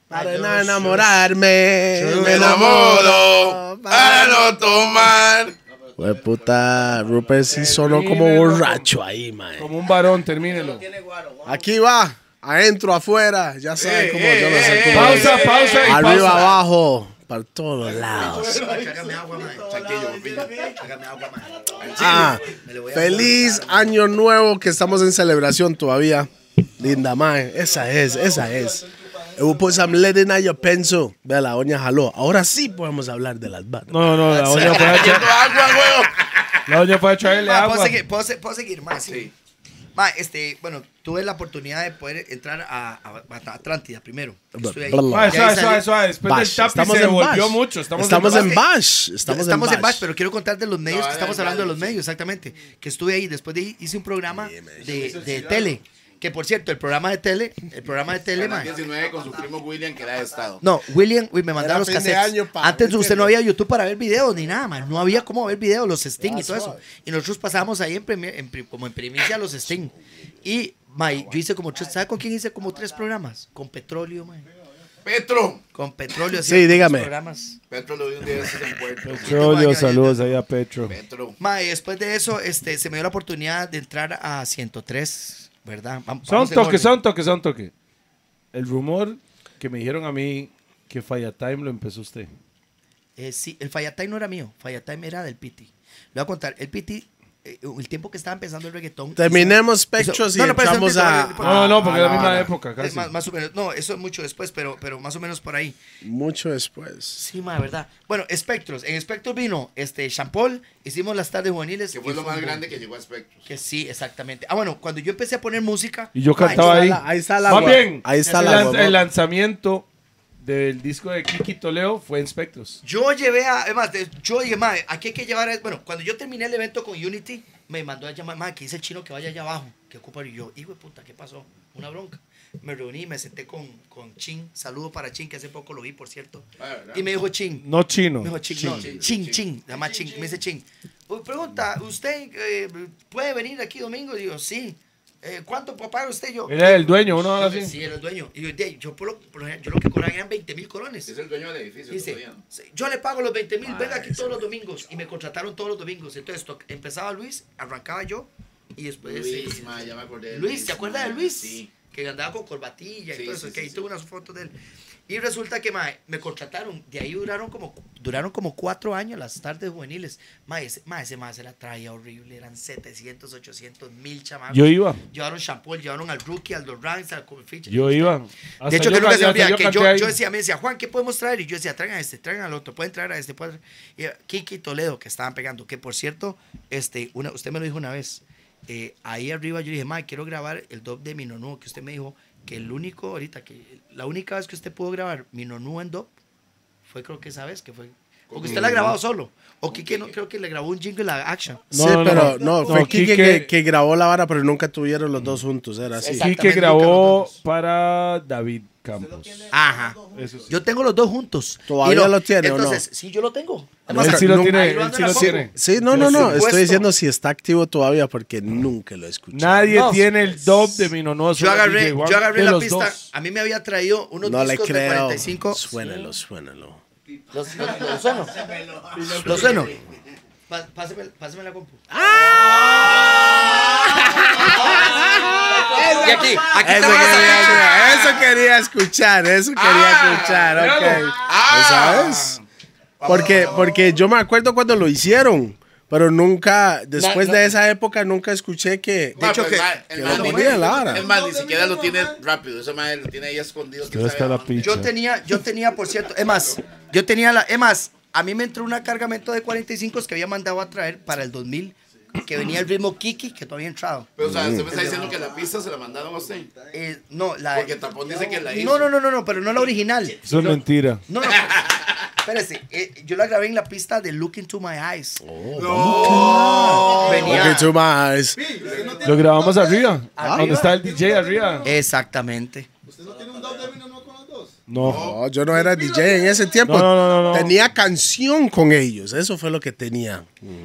S1: Para
S3: yo-
S1: no enamorarme.
S4: Me enamoro para no tomar.
S1: Güey, puta, Rupert sí sonó como borracho ahí, man.
S5: Como un varón, termínelo.
S1: Aquí va, adentro, afuera. Ya saben cómo yo lo
S4: Eh,
S1: sé. cómo es.
S5: Eh, Pausa, pausa y
S1: Arriba,
S5: pausa.
S1: abajo, para todos lados.
S3: Ma, Tráigame agua, ma.
S4: Tranquilo, papillo.
S3: Tráigame agua, ma.
S1: Ah, feliz año nuevo que estamos en celebración todavía. Linda mae, esa es, esa es. Eu put some lead in your pencil. Vea, la doña jaló. Ahora sí podemos hablar de las bandas.
S5: No, no, la doña fue a, tra-
S4: agua, huevo.
S5: la doña fue a traerle
S3: Ma, ¿puedo,
S5: agua.
S3: seguir, puedo se- puedo seguir, ma, sí.
S4: Sí.
S3: Ma, este, bueno, tuve la oportunidad de poder entrar a, a- a Atlántida primero. Estuve ahí.
S1: Bla, bla, bla.
S5: Ma,
S3: Y ahí
S5: suave,
S3: salí-
S5: suave, suave. Después
S1: Bash.
S5: Pues del tapi se volvió mucho. Estamos,
S1: en,
S3: Bash.
S1: Bash.
S3: Estamos,
S1: Estamos, en Bash.
S3: en Bash, pero quiero contar de los medios que estamos hablando de los medios, exactamente. Que estuve ahí, después de ahí hice un programa de, de tele. Que por cierto, el programa de tele, el programa de tele, ma.
S4: 19 con su primo William, que era de estado.
S3: No, William, uy, me mandaron los
S1: fin de
S3: cassettes.
S1: año, pa,
S3: Antes usted
S1: ¿entiendes?
S3: no había YouTube para ver videos ni nada, man. No había cómo ver videos, los Sting y todo eso. Y nosotros pasábamos ahí en primi- en pri- como en primicia los Sting. Y, ma, yo hice como tres, ¿sabe con quién hice como tres programas? Con petróleo, man.
S4: Petro.
S3: Con petróleo,
S1: Sí,
S3: tres
S1: dígame.
S3: Programas.
S4: Petro lo vi un día de esos en Puerto.
S7: Petróleo, saludos ahí a Petro.
S4: Petro.
S3: Ma, y después de eso, este, se me dio la oportunidad de entrar a 103, ¿verdad? Vam-
S5: Son
S3: vamos en
S5: toque,
S3: orden.
S5: son toque, son toque. El rumor que me dijeron a mí que Falla Time lo empezó usted.
S3: Eh, sí, el Fayatime no era mío, Fayatime era del Piti. Le voy a contar, el Piti eh, el tiempo que estaba empezando el reggaetón.
S1: Terminemos Spectros y
S3: No, no, pero
S1: entramos
S3: espérate,
S1: a,
S3: espérate,
S5: No, no, porque
S1: a
S5: es la misma
S1: vara.
S5: época,
S3: Es
S5: casi.
S3: más, más o menos, no, eso es mucho después, pero, pero más o menos por ahí.
S1: Mucho después.
S3: Sí, ma, verdad. Bueno, Espectros. En Espectros vino este Champol, hicimos las tardes juveniles.
S4: Que
S3: y
S4: fue lo más
S3: un-
S4: grande que llegó a Spectros.
S3: Que sí, exactamente. Ah, bueno, cuando yo empecé a poner música.
S5: Y yo
S3: ma,
S5: cantaba ahí.
S1: la- ahí está la
S5: Más
S1: gua-
S5: bien,
S1: ahí está
S5: el,
S1: la
S5: lanz-
S1: guagua.
S5: el lanzamiento del disco de Kiki Toleo fue en Spectros.
S3: Yo llevé a. Es más, de- yo dije, ma, aquí hay que llevar. a- Bueno, cuando yo terminé el evento con Unity, me mandó a llamar, ma, que dice el chino que vaya allá abajo. Que ocupa. Y yo, hijo de puta, ¿qué pasó? Una bronca. Me reuní, me senté con, con Chin. Saludo para Chin, que hace poco lo vi, por cierto.
S4: Ah, ¿verdad?
S3: Y me dijo, Chin.
S5: No chino.
S3: Me dijo, ching, no,
S4: Ching.
S3: ching, ching, nada más ching, me dice ching. Pues, Pregunta, ¿usted eh, puede venir aquí domingo? Digo, sí. Eh, ¿Cuánto paga usted? Yo,
S5: Era el dueño, uno habla así.
S3: sí, era el dueño. Y yo, de- yo, por lo, por lo general, yo lo que cobraba eran 20 mil colones.
S4: Es el dueño del edificio.
S3: Dice,
S4: todavía, ¿no?
S3: "Sí, yo le pago los 20 mil, venga aquí todos los domingos. Y me contrataron todos los domingos. Entonces to- empezaba Luis, arrancaba yo y después...
S4: Luis,
S3: eh,
S4: ma, ya me acordé. de
S3: Luis, ¿te acuerdas de
S4: ma,
S3: Luis?
S4: Sí.
S3: Que andaba con corbatilla y
S4: Sí,
S3: todo
S4: sí,
S3: eso.
S4: sí,
S3: que ahí
S4: sí.
S3: tuve unas fotos de él. Y resulta que mae, me contrataron. De ahí duraron como, duraron como cuatro años las tardes juveniles. Mae, ese mae, ese mae se la traía horrible. Eran 700, 800, mil chamacos.
S5: Yo iba.
S3: Llevaron shampoo, llevaron al rookie, al Dos Ranks, al Cofiche.
S5: Yo iba.
S3: De
S5: Hasta
S3: hecho,
S5: yo can-
S3: que nunca se me
S5: hasta
S3: olvida que
S5: canté
S3: yo,
S5: ahí.
S3: yo decía, me decía, Juan, ¿qué podemos traer? Y yo decía, traigan a este, traigan al otro, pueden traer a este, pueden traer-". Y Kiki Toledo, que estaban pegando, que por cierto, este, una, usted me lo dijo una vez, eh, ahí arriba yo dije, madre, quiero grabar el dub de Minonú, que usted me dijo que el único, ahorita, que la única vez que usted pudo grabar Minonú en dub, fue creo que esa vez, que fue, porque usted la ha grabado solo, o Kiki, no, creo que le grabó un jingle a Action.
S5: No,
S1: sí,
S5: no, no,
S1: pero no,
S5: no.
S1: fue
S5: No,
S1: Kike
S5: Kike-
S1: que, que grabó la vara, pero nunca tuvieron los dos juntos, era así.
S3: Exacto.
S5: Kike
S3: Exactamente,
S5: grabó
S3: nunca lo
S5: para David Campos.
S3: Ajá. Yo tengo los dos juntos.
S1: ¿Todavía
S3: Y no,
S1: lo tiene o no?
S3: Entonces, sí, yo lo tengo.
S5: No, él sí lo
S1: nunca-
S5: tiene,
S3: ahí lo
S5: él
S3: ando
S5: sí
S3: en
S5: lo
S3: la
S5: tiene.
S1: Sí, no, no,
S5: Por
S1: no.
S3: supuesto.
S1: Estoy diciendo si está activo todavía porque nunca lo escuché.
S5: Nadie
S3: No.
S5: tiene el dub de Minono.
S3: Yo agarré, yo agarré la pista. A mí me había traído unos
S1: no le
S3: discos de
S1: creo.
S3: 45.
S1: Suénalo, suénalo.
S3: Los, los, los sueno. Los sueno. Pa- Pásame, pásame la compu. ¡Ah! [LAUGHS] Y aquí, aquí
S1: Eso
S3: está
S1: quería,
S3: la
S1: escuchar, eso quería escuchar, eso quería escuchar, ok. ¿Sabes? Porque, porque yo me acuerdo cuando lo hicieron, pero nunca, después
S3: no.
S1: de esa época, nunca escuché que...
S4: Ma,
S3: hecho
S4: pero
S3: que-
S4: ma,
S1: que
S4: el
S1: lo
S4: ma ni-
S1: ponía Lara.
S4: Es más, ni siquiera lo tiene rápido. Ese madre lo tiene ahí escondido. quién
S7: está
S4: sabe
S7: la
S4: dónde.
S7: pinche.
S3: Yo tenía, yo tenía, por cierto, es más, yo tenía la, es más, a mí me entró un cargamento de 45 que había mandado a traer para el 2000, que venía el ritmo Kiki, que todavía había entrado.
S4: Pero, o sea, usted me está diciendo que la pista se la mandaron a usted.
S3: Eh, no, la.
S4: Porque Tapón dice que la hizo.
S3: No, no, no, no, no, pero no la original.
S7: Eso es mentira.
S3: No, no. Espérese, eh, yo la grabé en la pista de Look Into My Eyes. Venía-
S1: Look into my eyes.
S7: Lo grabamos arriba. ¿Dónde está el DJ arriba?
S3: Eh, Exactamente.
S7: No.
S1: No, yo no era DJ en ese tiempo.
S7: No, no, no, no.
S1: Tenía canción con ellos, eso fue lo que tenía.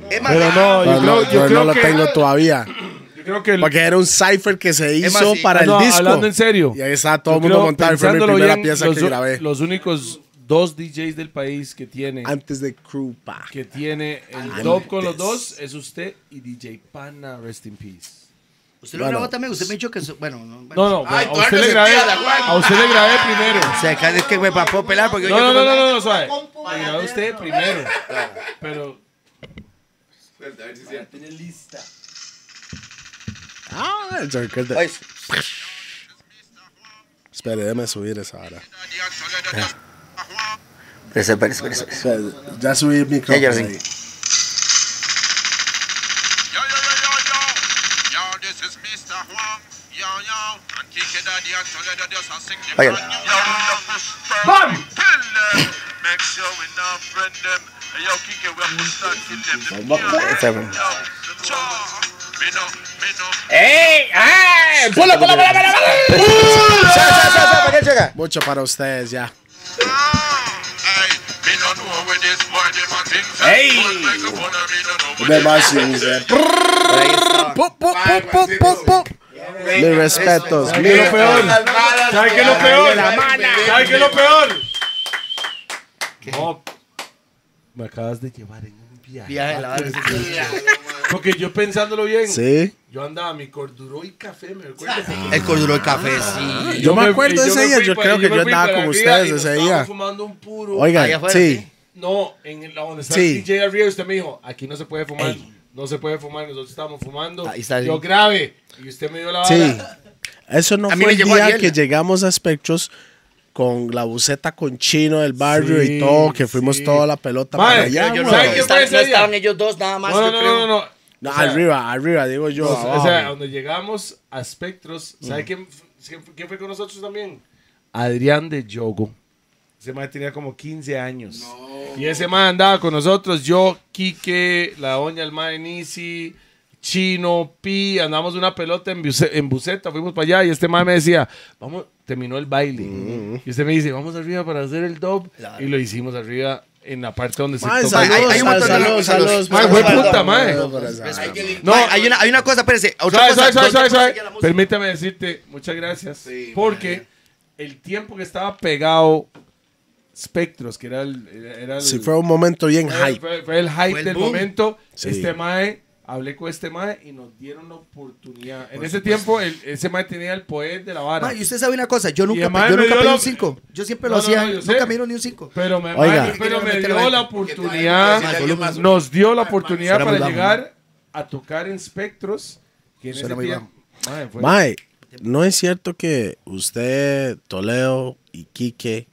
S3: Es más,
S7: Pero no, yo
S1: Pero no,
S7: creo, yo
S1: pero
S7: creo
S1: no lo
S7: que.
S1: tengo todavía.
S5: Yo creo que el-
S1: Porque era un cipher que se hizo
S3: más, sí.
S1: para
S5: No,
S1: el disco.
S5: hablando en serio.
S1: Y ahí estaba todo el
S5: yo
S1: mundo
S5: creo,
S1: montado. y Fue mi
S5: pensándolo
S1: primera
S5: bien,
S1: pieza
S5: los,
S1: que
S5: u-
S1: grabé.
S5: los únicos dos DJs del país que tiene,
S1: Antes de Krupa.
S5: que tiene el
S1: Antes.
S5: dub con los dos es usted y DJ Pana, rest in peace.
S3: usted lo
S1: Bueno.
S3: grabó también. Usted me dijo que. su- bueno, no. bueno.
S5: No, no,
S4: Ay,
S5: a,
S4: todavía
S5: usted
S4: no
S5: le
S4: se
S5: grabé,
S4: entiende, Juan.
S5: a usted le grabé primero.
S3: O sea, cada vez que me papó pelar porque
S5: No,
S3: yo.
S5: no, no, no, no, no, suave. Le grabé a usted primero. Pero
S4: Espérate, a ver si es cierto.
S1: Ah, yo recuerdo.
S3: Oye,
S1: Espere, déjame subir esa hora.
S3: espérese, espérese, espérese, espérese.
S1: Espere, Ya subí el micrófono.
S3: Ya, ya, sí.
S1: ahí.
S8: Yo, yo, yo, yo, yo. Yo, this is Mr. Huang. Yo, yo. And Kiki Daddy and Toledo just a sing the
S3: Oye.
S8: brand new song. Kill them. Make sure we not friend them. Yo, Kiki, we have to start kill them. Them kill them.
S3: Ese fue.
S8: Yo, them jaw. Me no, me no.
S1: Mucho para ustedes ya.
S8: Hey, me no know where this boy, them a think. Hey. Make a fun of me, no know where
S4: Ay, Juancito,
S1: Mis respetos.
S5: ¿sabe qué es lo peor? ¿Sabe qué es lo peor? ¿Sabe qué es lo peor? No,
S7: Me acabas de llevar en un viaje.
S3: Viaje de la barra.
S5: porque yo pensándolo bien,
S1: Sí.
S5: yo andaba mi corduroy café, me recuerdo.
S3: El corduro del café, sí.
S1: Yo me
S5: y
S1: acuerdo
S5: me
S1: ese día.
S5: fui
S1: Yo
S5: pa-
S1: creo que
S5: me
S1: yo
S5: fui
S1: andaba
S5: para
S1: con
S5: arriba y
S1: ustedes
S5: nos
S1: ese
S5: estábamos
S1: día.
S5: fumando un puro.
S1: Oigan,
S3: Allá afuera,
S1: sí.
S5: No, en la donde está
S1: Sí.
S5: el DJ arriba, usted me dijo, aquí no se puede fumar. No se puede fumar, nosotros estamos fumando.
S3: Ahí está, sí.
S5: Yo grave. Y usted me dio la
S1: Sí.
S5: bala.
S1: Eso no
S3: A mí
S1: fue
S3: me
S1: el
S3: llegó
S1: día
S3: ayer.
S1: que llegamos a Spectros con la buceta con chino del barrio
S5: Sí,
S1: y todo, que fuimos
S5: sí.
S1: toda la pelota
S5: Mae,
S1: para allá.
S5: yo no-
S1: güey.
S5: ¿Sabe qué fue
S3: Estaban-
S5: ese
S3: no
S5: día?
S3: estaban ellos dos nada más.
S5: No, no,
S3: yo
S5: no,
S3: creo.
S5: no, no.
S1: No,
S5: O sea,
S1: arriba, arriba, digo yo.
S5: Pues, O
S3: Ah,
S1: abajo.
S5: sea, cuando llegamos a Spectros, ¿sabe
S3: Mm.
S5: quién, quién fue- quién fue con nosotros también? Adrián de Yogo. Ese man tenía como 15 años. Y ese man andaba con nosotros, yo, Quique, la doña el mae Nisi, Chino, Pi, andamos una pelota en, buce- en buceta, fuimos para allá y este man me decía, vamos, terminó el baile.
S3: Mm.
S5: Y usted me dice, vamos arriba para hacer el dub. Y lo hicimos arriba en la parte donde se
S1: Mae,
S5: toca.
S1: saludos,
S3: Hay- hay un montón de-
S1: saludos, saludos.
S5: Mae, fue puta, mae.
S3: No, hay una, hay una cosa, espérese. Otra
S5: Suave,
S3: cosa.
S5: suave, suave, suave,
S3: ¿dónde
S5: suave.
S3: conseguía la música?
S5: Permítame decirte, muchas gracias.
S4: Sí,
S5: porque el tiempo que estaba pegado Spectros, que era el. Era el
S1: Sí, fue un momento bien
S5: fue-
S1: hype.
S5: fue- fue el hype
S3: Fue el
S5: del
S3: boom.
S5: momento.
S1: Sí.
S5: Este mae, hablé con este mae y nos dieron la oportunidad. En ese tiempo, el- ese mae tenía el poder de la vara.
S3: Ma, y usted sabe una cosa, yo nunca,
S5: además
S3: pe- yo
S5: me
S3: nunca
S5: dio
S3: pedí
S5: la-
S3: un 5. Yo siempre
S5: No,
S3: lo
S5: no,
S3: hacía,
S5: no, yo sé.
S3: nunca me dieron ni un 5.
S5: Pero me,
S1: Oiga.
S5: pero me
S3: Porque
S5: dio la
S4: te vayan a
S5: oportunidad.
S4: decir algo
S5: Nos dio la oportunidad
S3: Suena muy
S5: para
S3: bajo,
S5: llegar a tocar en Spectros. Que en
S3: Suena
S5: ese
S3: muy
S5: tiempo- Mae, fue-
S1: Mae, ¿no es cierto que usted, Toledo y Quique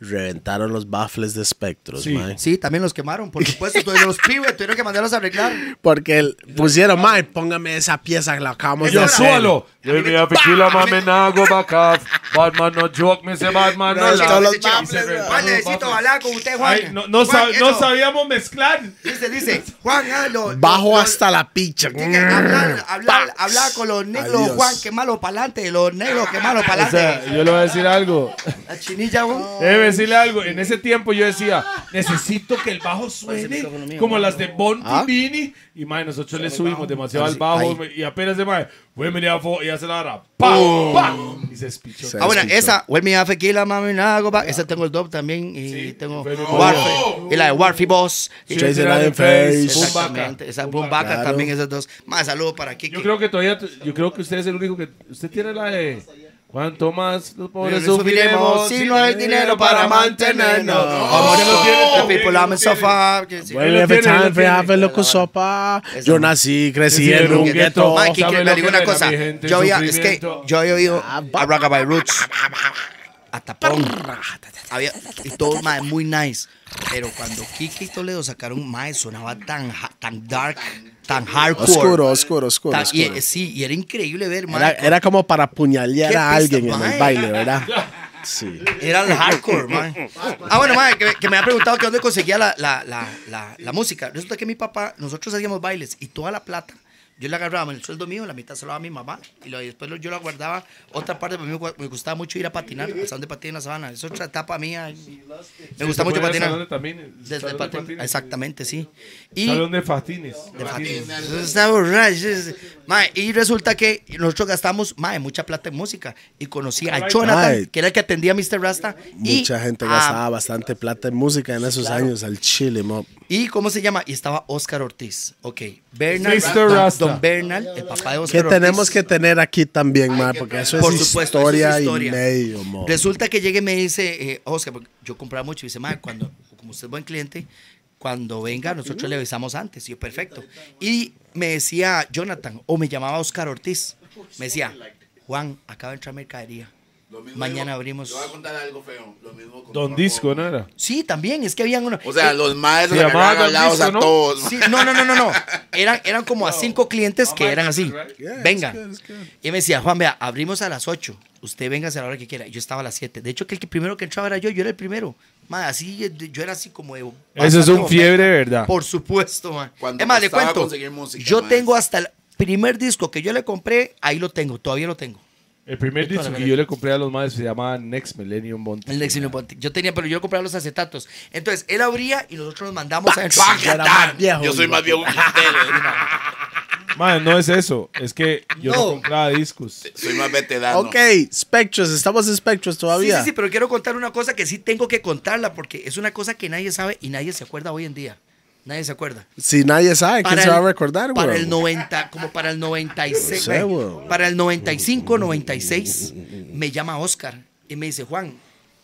S1: reventaron los baffles de espectros,
S5: Sí.
S1: mae?
S3: Sí, también los quemaron, por supuesto. Entonces los pibes tuvieron que mandarlos a
S5: [LAUGHS]
S3: arreglar.
S1: Porque el- pusieron, mae, póngame esa pieza que la acabamos de
S5: Yo
S1: hacer.
S5: suelo. Give me a tequila, mame, nago, back off. Batman no joke, me dice Batman no
S1: No,
S5: laugh.
S1: todos los
S5: Y se
S1: baffles,
S5: reventó
S3: Juan,
S5: los
S3: necesito
S5: baffles.
S3: hablar con usted, Juan.
S5: Ay, No no
S3: Juan,
S5: sab- no
S3: eso.
S5: sabíamos mezclar.
S3: Dice, dice, Juan, ah, lo-
S1: Bajo
S3: lo-
S1: hasta la picha. Mm.
S3: Tiene que hablar, hablar, hablar con los negros,
S1: Adiós.
S3: Juan, que malo para adelante. Los negros, que malo para
S5: O sea,
S3: adelante.
S5: yo le voy a decir algo.
S3: La chinilla, Juan.
S5: Debe decirle algo. En ese tiempo yo decía, necesito que el bajo suene como las de Bon
S1: Ah.
S5: Vini. Y mae, nosotros le subimos demasiado al bajo. Y apenas de mae, voy a venir a fo- y hace la hora. ¡Pam! ¡Pam! Y se espichó.
S1: Sí.
S3: Ah, bueno,
S1: escucho.
S3: esa, Well Me Afequila, mami, nago, ba- esa tengo el dub también y tengo
S5: fue mi
S3: Warfe, y la de Warfe Boss. Y-
S1: Chase Lion Face.
S5: Boom Baka.
S3: Exactamente, esa
S5: Boom
S3: Boom
S5: Baka.
S3: Baka también, esas dos. Más saludos para Kiki.
S5: Yo creo que todavía, yo creo que usted es el único que, usted tiene la de, cuanto más los pobres
S3: Pero
S5: sufriremos,
S3: si no hay dinero para mantenernos.
S5: Vamos,
S3: Vamos,
S5: no Oh, tiene,
S3: the people I'm suffer, que sí.
S1: Bueno,
S5: Lo tiene,
S1: every
S5: lo
S1: time we
S5: tiene.
S1: have a loco sopa.
S3: Esa.
S1: Yo nací, crecí
S5: Crecí
S1: en un gueto.
S3: Ma, Kiki,
S5: Sabe
S3: le
S5: lo
S3: digo
S5: que
S3: una
S5: ven a
S3: cosa.
S5: mi gente,
S3: Yo había, es que
S5: sufrimiento.
S3: yo había oído
S1: Ah,
S3: a Rockabye Roots. A tapón. Había, y todo mae, muy nice. Pero cuando Kiki y Toledo sacaron mae, sonaba tan, ha- tan dark, tan hardcore.
S1: Oscuro, oscuro, oscuro.
S3: Tan- y,
S1: oscuro.
S3: eh, sí, y era increíble ver, mae.
S1: Era, era como para apuñalear
S3: Qué
S1: a alguien
S3: pista,
S1: en
S3: mae.
S1: el baile,
S3: [LAUGHS]
S1: ¿verdad? Sí.
S3: Era el hardcore, man. [LAUGHS] Ah, bueno, man, que, que me ha preguntado que dónde conseguía la, la, la, la, la música. Resulta que mi papá, nosotros hacíamos bailes y toda la plata, yo la agarraba en el sueldo mío, la mitad se la daba a mi mamá y lo- y después lo- yo la guardaba otra parte, porque me, gu- me gustaba mucho ir a patinar, al salón de patina en la sabana. Es otra etapa mía. Me gusta mucho patinar. Desde patin- Exactamente, sí. Y
S5: Salón de patines.
S3: de Fatih. Eso está borracho. es- Mae, y resulta que nosotros gastamos mae, mucha plata en música. Y conocí a Jonathan,
S1: Mae.
S3: que era el que atendía a Mr. Rasta. y ah,
S1: Mucha gente
S3: a-
S1: gastaba bastante plata en música en esos años al Chile, mo.
S3: ¿Y cómo se llama? Y estaba Oscar Ortiz. Ok. Bernal.
S5: Mr.
S3: Don-
S5: Rasta.
S3: Don Bernal, el papá de
S1: Que
S3: Oscar Ortiz.
S1: tenemos que tener aquí también, ma, porque eso es
S3: Por supuesto,
S1: historia,
S3: eso es historia.
S1: y medio, mo.
S3: Resulta que llegué y me dice, eh, Oscar, porque yo compraba mucho y dice, "Mae, cuando, como usted es buen cliente, cuando venga, nosotros le avisamos antes. Y yo, perfecto. Y me decía Jonathan, o me llamaba Oscar Ortiz, me decía, Juan, acaba de entrar mercadería.
S4: Lo mismo
S3: Mañana
S4: digo-
S3: abrimos.
S4: Te voy a contar algo feo. Lo mismo con
S5: Don
S4: Paco.
S5: Disco, ¿no era?
S3: Sí, también, es que habían uno.
S4: O sea,
S3: Eh,
S4: los maestros
S5: Se
S4: se
S5: llamaba
S4: agarraron
S5: Don
S4: hablados
S5: Disco,
S4: a
S5: ¿no?
S4: todos. ma.
S3: Sí, no, no, no, no, no. Eran, eran como a cinco clientes
S4: Oh,
S3: que eran así. Venga. Y me decía, Juan, vea, abrimos a las 8. Usted venga a la hora que quiera. Yo estaba a las 7. De hecho, que el que primero que entraba era yo. Yo era el primero. Ma, así, eh, yo era así como... de
S5: Eso es
S3: bastante
S5: un
S3: oferta.
S5: fiebre, ¿verdad?
S3: Por supuesto, man.
S4: Cuando
S3: Es más, le
S4: costaba
S3: cuento.
S4: conseguir música,
S3: yo
S4: ma.
S3: tengo hasta el primer disco que yo le compré. Ahí lo tengo. Todavía lo tengo.
S5: El primer disco que yo le compré a los madres se llamaba Next Millennium Bond.
S3: El Lexi Leopold. Yo tenía, pero yo compraba los acetatos. Entonces, él abría y nosotros nos mandamos a...
S4: ¡Pac!
S1: Yo era más viejo,
S4: Yo soy
S1: mo.
S4: más viejo que ustedes.
S5: Madre, no es eso. Es que yo no,
S3: No.
S5: compraba discos.
S4: Soy más veterano.
S1: Ok, Spectros, estamos en Spectros
S3: Sí,
S1: todavía.
S3: sí, sí, pero quiero contar una cosa que sí tengo que contarla porque es una cosa que nadie sabe y nadie se acuerda hoy en día. Nadie se acuerda.
S1: Si nadie sabe, ¿quién se va a
S3: el-
S1: recordar,
S3: Para
S1: güey?
S3: el 90, como para el 96.
S1: No sé,
S3: güey.
S1: weón.
S3: para el 95, 96, me llama Oscar y me dice, Juan,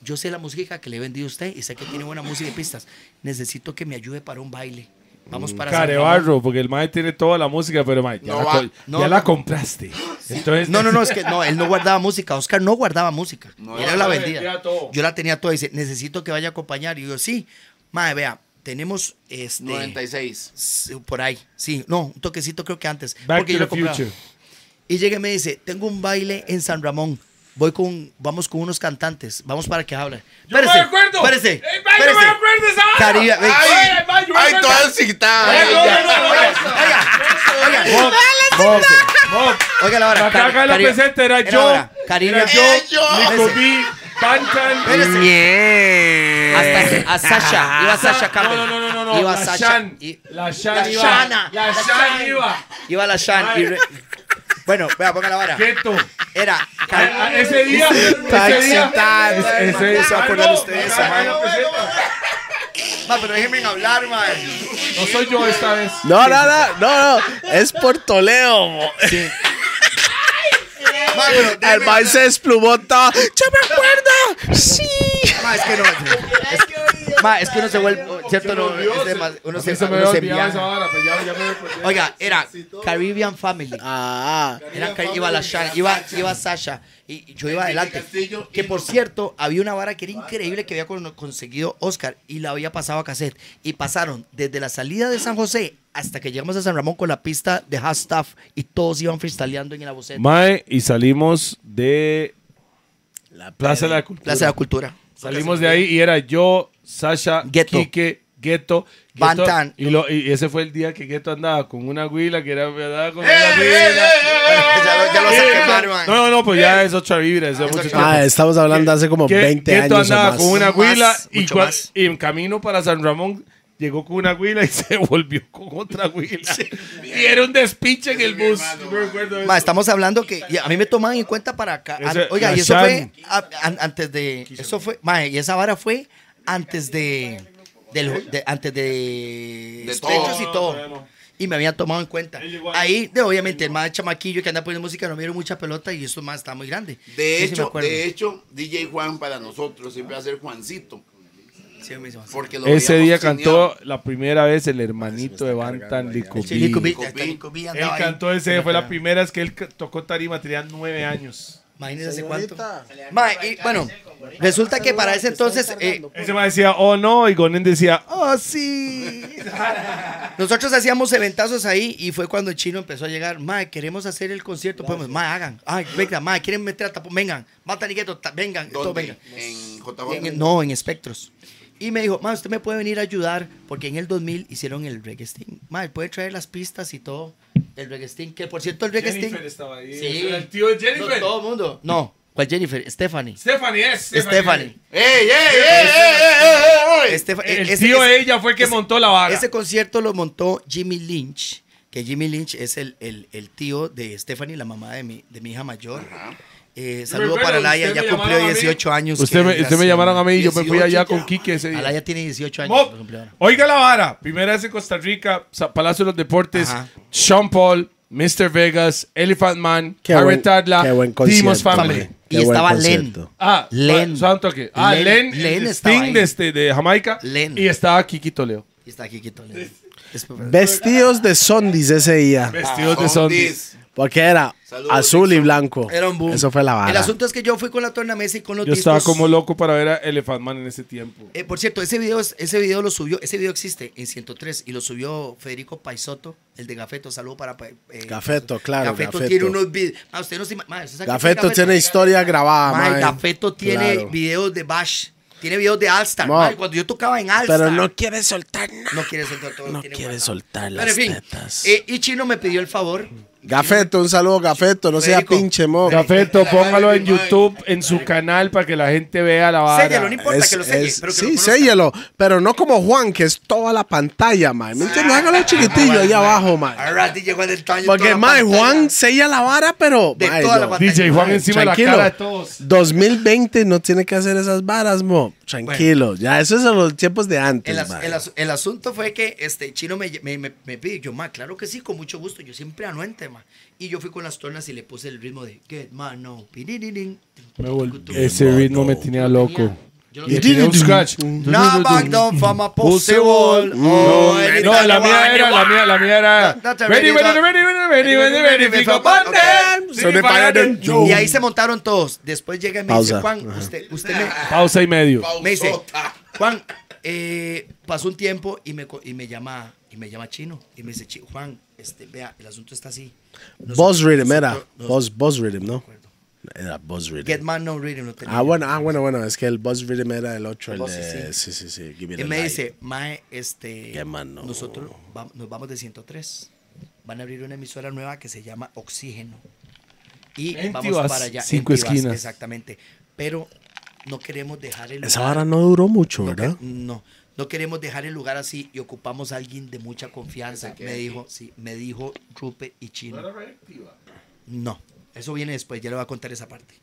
S3: yo sé la música que le he vendido a usted y sé que tiene buena música y pistas. Necesito que me ayude para un baile. Vamos para San Ramón.
S5: Carebarro, porque el mae tiene toda la música, pero mae, ya,
S4: No
S5: la,
S4: va,
S5: co-
S3: no,
S5: ya
S3: no.
S5: la compraste. Entonces,
S3: No, no, no, es que no, él no guardaba música. Oscar no guardaba música. Era
S2: no,
S3: la
S2: no,
S3: vendía.
S2: vendía todo.
S3: Yo la tenía toda. Dice, necesito que vaya a acompañar. Y yo, sí, madre, vea, tenemos este.
S4: 96.
S3: s- Por ahí, sí, no, un toquecito creo que antes.
S5: Back
S3: porque
S5: to
S3: yo
S5: the
S3: la compraba.
S5: Future.
S3: Y llega y me dice, tengo un baile en San Ramón. Voy con, vamos con unos cantantes. Vamos para que hablen.
S2: Yo me acuerdo.
S3: Espérese.
S2: Ey, mae, yo me
S3: espérese.
S2: acuerdo de esa vara.
S3: Caribe, ey.
S2: Ay, mae, yo me
S4: ¡Ay,
S2: acuerdo.
S4: toda excitada!
S2: Ay, no, no, no, no, no.
S3: Oiga, oiga,
S5: Bob, Bob, Bob.
S3: oiga la
S5: La
S3: hora.
S5: caga de la presente era yo,
S3: Caribe,
S5: era yo, Nico
S3: Espérese.
S5: B, Pantan.
S3: Espérese. Hasta a Sasha. Iba Sasha Campbell.
S5: No, no, no, no, no.
S3: Iba
S5: la
S3: Sasha.
S5: Shan.
S3: i-
S5: La Shan
S3: La
S5: iba.
S3: Shana.
S5: La
S3: La
S5: Shan
S3: Shan.
S5: iba.
S3: Iba la Shan. y re- Bueno, vea, ponga la vara.
S5: Quieto.
S3: Era.
S5: A- a- Ese día. Ese día.
S3: excitada,
S5: es- Ese
S3: Se va a acordar
S5: Ah, no,
S3: usted de
S5: la
S3: esa,
S5: caga de
S3: mano.
S5: la presente.
S3: Ma, pero déjenme hablar, mae.
S5: No soy yo esta vez.
S1: No, no, no, no, no. Es por Toleo. mo.
S3: Ma, pero déjenme
S1: [LAUGHS] El man se desplumó todo. ¡Ya me acuerdo!
S3: [LAUGHS]
S1: ¡Sí!
S3: Ma, es que no. Es que, ma, es que uno se vuelve. ¿Cierto? No, es de más- uno se,
S5: Sí, se me
S3: uno
S5: había
S3: se
S5: olvidado esa
S3: viaja.
S5: vara, pero ya, ya me recordé.
S3: Oiga, era Caribbean Family.
S1: Ah,
S3: Era Car- iba la Shan- iba, iba Sasha y y yo iba adelante. Que por cierto, había una vara que era increíble que había con- conseguido Oscar y la había pasado a cassette. Y pasaron desde la salida de San José hasta que llegamos a San Ramón con la pista de Half Staff y todos iban freestyleando en la boceta.
S5: Mae, y salimos de la Plaza de la Cultura.
S3: Plaza de la Cultura.
S5: Salimos de ahí y era yo, Sasha,
S3: Gueto.
S5: Quique, Gueto.
S3: Van
S5: Gueto,
S3: Tan.
S5: Y, lo- y ese fue el día que Gueto andaba con una huila que era andaba con una huila.
S3: ya lo, ¡Eh, ya lo saqué, man, man. Eh.
S5: No, no, no, pues ya es otra vibra, eso es mucho tiempo.
S1: ah, estamos hablando hace como
S5: Que-
S1: 20
S5: Gueto
S1: años o
S5: andaba
S1: más.
S5: con una
S3: Más,
S5: huila y,
S3: mucho
S5: cua-
S3: más.
S5: y en camino para San Ramón llegó con una huila y [LAUGHS] se volvió con otra huila. y era un despiche en el bus. Yo me acuerdo de
S3: Ma,
S5: eso.
S3: estamos hablando que y a mí me toman en cuenta para acá.
S5: Eso-
S3: An- Oiga,
S5: la
S3: y eso fue
S5: Shan.
S3: a- an- antes de. Eso fue. ma, y esa vara fue antes de. del- de- antes de.
S4: De
S3: Espectros
S4: todo.
S3: y todo. Y me habían tomado en cuenta. Ahí, de- obviamente, el más chamaquillo que anda poniendo música no me dieron mucha pelota y eso más está muy grande. Yo
S4: De
S3: sí me
S4: hecho,
S3: acuerdo.
S4: de hecho, DJ Juan para nosotros siempre va a ser Juancito.
S3: Sí, me hizo así.
S4: Porque lo
S5: Ese
S4: veíamos
S5: día
S4: cineado.
S5: cantó la primera vez el hermanito de Van Tan Lico
S3: Sí, Nico
S5: B.
S3: B, hasta Nico B
S5: Él
S3: andaba ahí.
S5: cantó ese, fue la primera vez que él c- tocó tarima, tenía nueve años.
S3: Imagínese hace cuánto. Ma, y, bueno, resulta que para ese entonces. eh,
S5: Ese más decía, oh no, y Gonen decía, oh [LAUGHS] sí.
S3: Nosotros hacíamos eventazos ahí y fue cuando el chino empezó a llegar. Mae, queremos hacer el concierto. Podemos, mae, hagan. Ay, venga, mae, quieren meter a tapón. Vengan, matan y gueto, ta- vengan, todo,
S4: ¿Dónde?
S3: vengan.
S4: En
S3: En- en-
S4: JJ.
S3: no, en espectros. Y me dijo, mae, usted me puede venir a ayudar porque en el 2000 hicieron el reggae sting. Mae, puede traer las pistas y todo. El reggae sting, que por cierto, el reggae sting.
S5: Jennifer estaba ahí.
S3: Sí.
S5: El tío de
S3: No,
S5: Jennifer.
S3: todo el mundo. No, ¿cuál Jennifer? Stephanie.
S5: Stephanie es.
S3: Stephanie.
S4: ¡Ey, ey, ey, ey, ey, ey!
S3: Estef-
S5: El
S3: ese-
S5: tío
S3: ese-
S5: de ella fue el que montó la vara.
S3: Ese concierto lo montó Jimmy Lynch, que Jimmy Lynch es el, el- el tío de Stephanie, la mamá de mi, de mi hija mayor. Eh, saludo
S5: recuerdo,
S3: para Alaya,
S5: usted me
S3: ya
S5: llamaba
S3: cumplió
S5: a mí.
S3: 18 años.
S5: Usted me, usted me llamaron a mí y yo me fui
S4: 18
S5: allá
S4: ya.
S5: con Quique ese día.
S3: Alaya tiene 18 años.
S5: Mop,
S3: lo cumplió ahora.
S5: Oiga la vara. Primera vez en Costa Rica, Sa- Palacio de los Deportes,
S3: Ajá.
S5: Sean Paul, Mr. Vegas, Elephant Man,
S1: Qué
S5: Harry
S1: buen-
S5: Tadla,
S1: qué buen concierto,
S5: Timos Family.
S1: man.
S3: Y
S1: Qué buen
S3: estaba Len.
S1: concierto.
S5: Ah,
S3: Len.
S5: Len. toque. Ah, Len.
S3: Len,
S5: el
S3: estaba
S5: Sting
S3: ahí.
S5: de, este, de Jamaica.
S3: Len.
S5: Y estaba Kiki Toleo.
S3: Y está aquí Quito Len. Es-
S1: Vestidos de zombies ese día.
S5: Vestidos de
S4: Son
S5: zombies.
S4: dis.
S1: Porque era
S4: Saludos,
S1: azul y blanco.
S3: Era un boom.
S1: Eso fue la
S3: El
S1: vara.
S3: asunto es que yo fui con la tornamesa y con los
S5: Yo estaba
S3: discos.
S5: como loco para ver a Elephant Man en ese tiempo.
S3: Eh, por cierto, ese video, es- ese video lo subió, ese video existe en 103 y lo subió Federico Paisoto, el de Gafeto. Saludo para pa- eh,
S1: Gafeto, claro,
S3: Gafeto,
S1: Gafeto.
S3: tiene unos videos. Ma, usted no se ima- ma, ¿usted sabe qué fue
S1: Gafeto tiene historia grabada,
S3: Ma,
S1: mae.
S3: Gafeto tiene
S1: Claro.
S3: videos de Bash, tiene videos de Alstar.
S1: Ma,
S3: cuando yo tocaba en Alstar,
S1: Pero no quiere soltar nada.
S3: no quiere soltar todo. lo
S1: No
S3: tiene
S1: quiere
S3: guardado.
S1: soltar
S3: Pero,
S1: las
S3: en fin,
S1: tetas.
S3: eh, y Chino me pidió el favor.
S1: Gafeto, un saludo, Gafeto. No sea
S3: Federico.
S1: pinche, mo.
S5: Gafeto, póngalo en YouTube, en su canal, para que la gente vea la vara.
S3: Séllalo, no importa que lo selle.
S1: es-
S3: pero que
S1: sí,
S3: lo conozca.
S1: séllelo. Pero no como Juan, que es toda la pantalla, mae. ¿Me
S3: Ah,
S1: entiendes? Hágalo chiquitillo allá abajo, mae.
S3: Ahora sí llegó el detalle.
S1: Porque,
S3: toda la
S1: mae,
S3: pantalla.
S1: Juan sella la vara, pero.
S3: De
S1: mae,
S3: toda
S1: yo-
S3: la pantalla.
S5: DJ Juan encima de la
S1: Tranquilo.
S5: cara de todos.
S1: 2020 no tiene que hacer esas varas, mo. Tranquilo. Ya, eso es en los tiempos de antes,
S3: El, as-
S1: mae.
S3: el as- el asunto fue que este chino me, me, me, me pide, yo, ma, claro que sí, con mucho gusto, yo siempre anuente, ma. Y yo fui con las tornas y le puse el ritmo de Get Man, no.
S5: Ese ritmo me tenía loco.
S3: Yo no
S5: eh, Y tiene un scratch.
S3: No, back
S5: "Mm,
S3: down from a pussy wall. Oh,
S5: No, la mía era, la mía, la mía era.
S3: Not a
S5: Ready, ready,
S3: ready, not-
S5: ready, ready, ready, ready, ready,
S3: ready,
S5: pico
S3: not-
S5: Monday.
S1: Se me pararon.
S5: Yo.
S3: Y ahí se montaron todos. Después llega y me dice,
S1: Pausa.
S3: Juan, usted, usted
S5: [LAUGHS]
S3: me...
S5: Pausa y medio.
S3: me dice, Juan, eh, pasó un tiempo y me, co- y me llama y me llama chino y me dice, "Chi- Juan, este, vea, el asunto está así. Nos-
S1: Buzz Rhythm era.
S3: nosotros- nos-
S1: Buzz, buzz Rhythm, ¿no? Era Buzz Rhythm.
S3: Get Man No Rhythm. lo tenía.
S1: Ah, bueno, ah, bueno, bueno. Es que el Buzz Rhythm era el otro. El
S3: Buzz,
S1: de, sí, sí, sí. Give me
S3: Y
S1: the
S3: me
S1: light.
S3: dice, Mae, este,
S1: Get Man No.
S3: nosotros va- nos vamos de 103. Van a abrir una emisora nueva que se llama Oxígeno. Y
S5: En
S3: vamos
S5: Tibás,
S3: para allá. en
S5: cinco
S3: Tibás,
S5: esquinas.
S3: Exactamente. Pero no queremos dejar el
S1: Esa
S3: lugar-
S1: vara no duró mucho,
S3: No,
S1: ¿verdad?
S3: que- no, no queremos dejar el lugar así y ocupamos a alguien de mucha confianza. Me dijo, sí, me dijo Rupe y Chino. No, eso viene después, ya le voy a contar esa parte.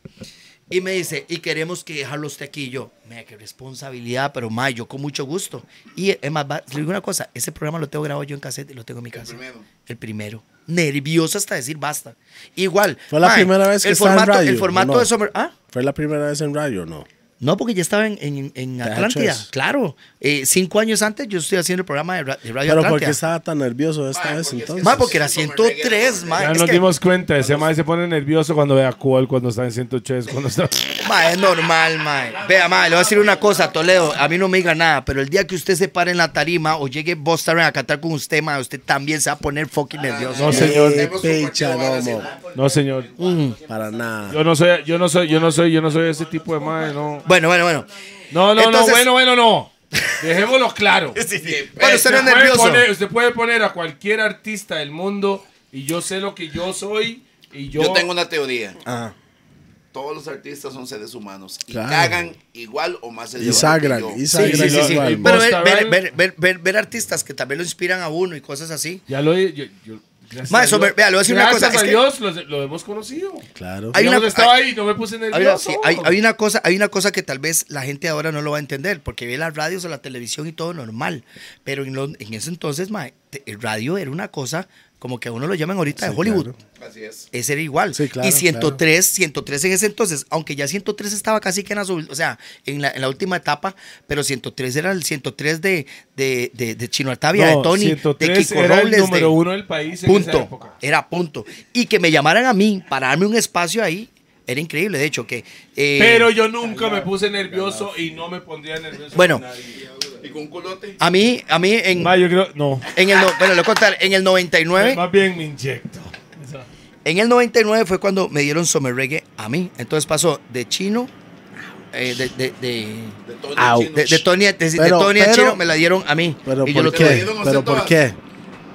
S3: Y me dice, y queremos que dejarlo usted aquí. Y yo, mira, qué responsabilidad, pero ma, yo con mucho gusto. Y es más, va- le digo una cosa, ese programa lo tengo grabado yo en cassette y lo tengo en mi casa. El primero. El primero. Nervioso hasta decir basta. Igual.
S1: ¿Fue la
S3: ma,
S1: primera vez que
S3: el
S1: estaba en
S3: formato,
S1: radio,
S3: El
S1: o
S3: formato
S1: no?
S3: de Summer... ¿ah?
S1: ¿Fue la primera vez en radio o no?
S3: No, porque ya estaba en, en, en
S1: Te
S3: Atlántida,
S1: achas.
S3: claro. Eh, cinco años antes yo estoy haciendo el programa de, ra- de Radio
S1: Pero ¿por qué
S3: Atlántida.
S1: estaba tan nervioso esta vez entonces?
S3: Ma, porque era 103, ma.
S5: Ya
S3: Ah, Es
S5: nos
S3: que-
S5: dimos cuenta, ese mae se pone nervioso cuando ve a Cual, cuando está en 103, cuando está...
S3: ma, es normal, ma. Vea, ma, le voy a decir una cosa, Toledo. A mí no me diga nada, pero el día que usted se pare en la tarima o llegue Boss Tarren a cantar con usted, ma, usted también se va a poner fucking nervioso.
S5: No, señor.
S1: Eh, picha, no, mo,
S5: No, señor.
S1: para nada.
S5: Yo no soy, yo no soy, yo no soy, yo no soy ese tipo de mae, no.
S3: Bueno, bueno, bueno.
S5: No, no,
S3: Entonces-
S5: no, bueno, bueno, no. Dejémoslo
S3: [LAUGHS]
S5: claro.
S3: Bueno, usted no
S5: puede
S3: es nervioso.
S5: poner- usted puede poner a cualquier artista del mundo y yo sé lo que yo soy y yo...
S4: Yo tengo una teoría. Todos los artistas son seres humanos y
S1: Claro.
S4: cagan igual o más elevado
S1: Y
S4: que
S1: sagran,
S4: yo.
S1: y sagran
S5: sí, sí, sí.
S1: igual,
S5: Pero
S1: mo.
S3: Pero ver,
S5: Boss
S3: ver-
S5: Tarren-
S3: ver- ver- ver- ver artistas que también lo inspiran a uno y cosas así.
S5: Ya lo he... Yo, yo- gracias
S3: Ma,
S5: a
S3: eso
S5: Dios-
S3: me- vea, le voy a decir una
S5: gracias
S3: cosa, es
S5: a
S3: que-
S5: Dios lo, lo hemos conocido.
S1: Claro.
S3: Hay
S5: Hay
S3: una-
S5: estaba ahí, no me puse
S3: Hay una,
S5: nervioso.
S3: sí, hay- hay una cosa, hay una cosa que tal vez la gente ahora no lo va a entender, porque ve las radios o la televisión y todo normal. Pero en, los- en ese entonces, mae, te- el radio era una cosa como que a uno lo llaman ahorita de Hollywood.
S4: Así es.
S3: Ese era igual.
S1: Sí, claro,
S3: y 103, 103 en ese entonces, aunque ya 103 estaba casi que en la, sub- o sea, en la, en la última etapa, pero 103 era el 103 de, de, de, de Chino Artavia, de Tony, de
S5: 103
S3: Kiko
S5: era
S3: Robles.
S5: el
S3: de-
S5: número uno del país en esa
S3: Punto.
S5: época.
S3: Era punto. Y que me llamaran a mí para darme un espacio ahí, era increíble. De hecho, que. eh,
S5: Pero yo nunca me puse nervioso y no me pondría nervioso.
S3: Bueno.
S5: con nadie.
S4: Y con un culote.
S3: A mí, a mí en,
S5: Ma, yo creo. No.
S3: en el. no- Bueno, le voy a contar. En el 99.
S5: Más bien me inyecto.
S3: En el 99 fue cuando me dieron Summer Reggae a mí. Entonces pasó de chino. eh, de, de, de,
S4: De todo el
S1: Au.
S4: chino.
S3: de- de Tony, a- de, de
S1: Pero-
S3: Tony a
S1: pero-
S3: Chino me la dieron a mí.
S1: Pero
S3: Y yo
S1: ¿por
S3: lo-
S4: que le
S1: qué?
S4: dieron a usted
S1: Pero ¿por
S4: todas.
S1: qué?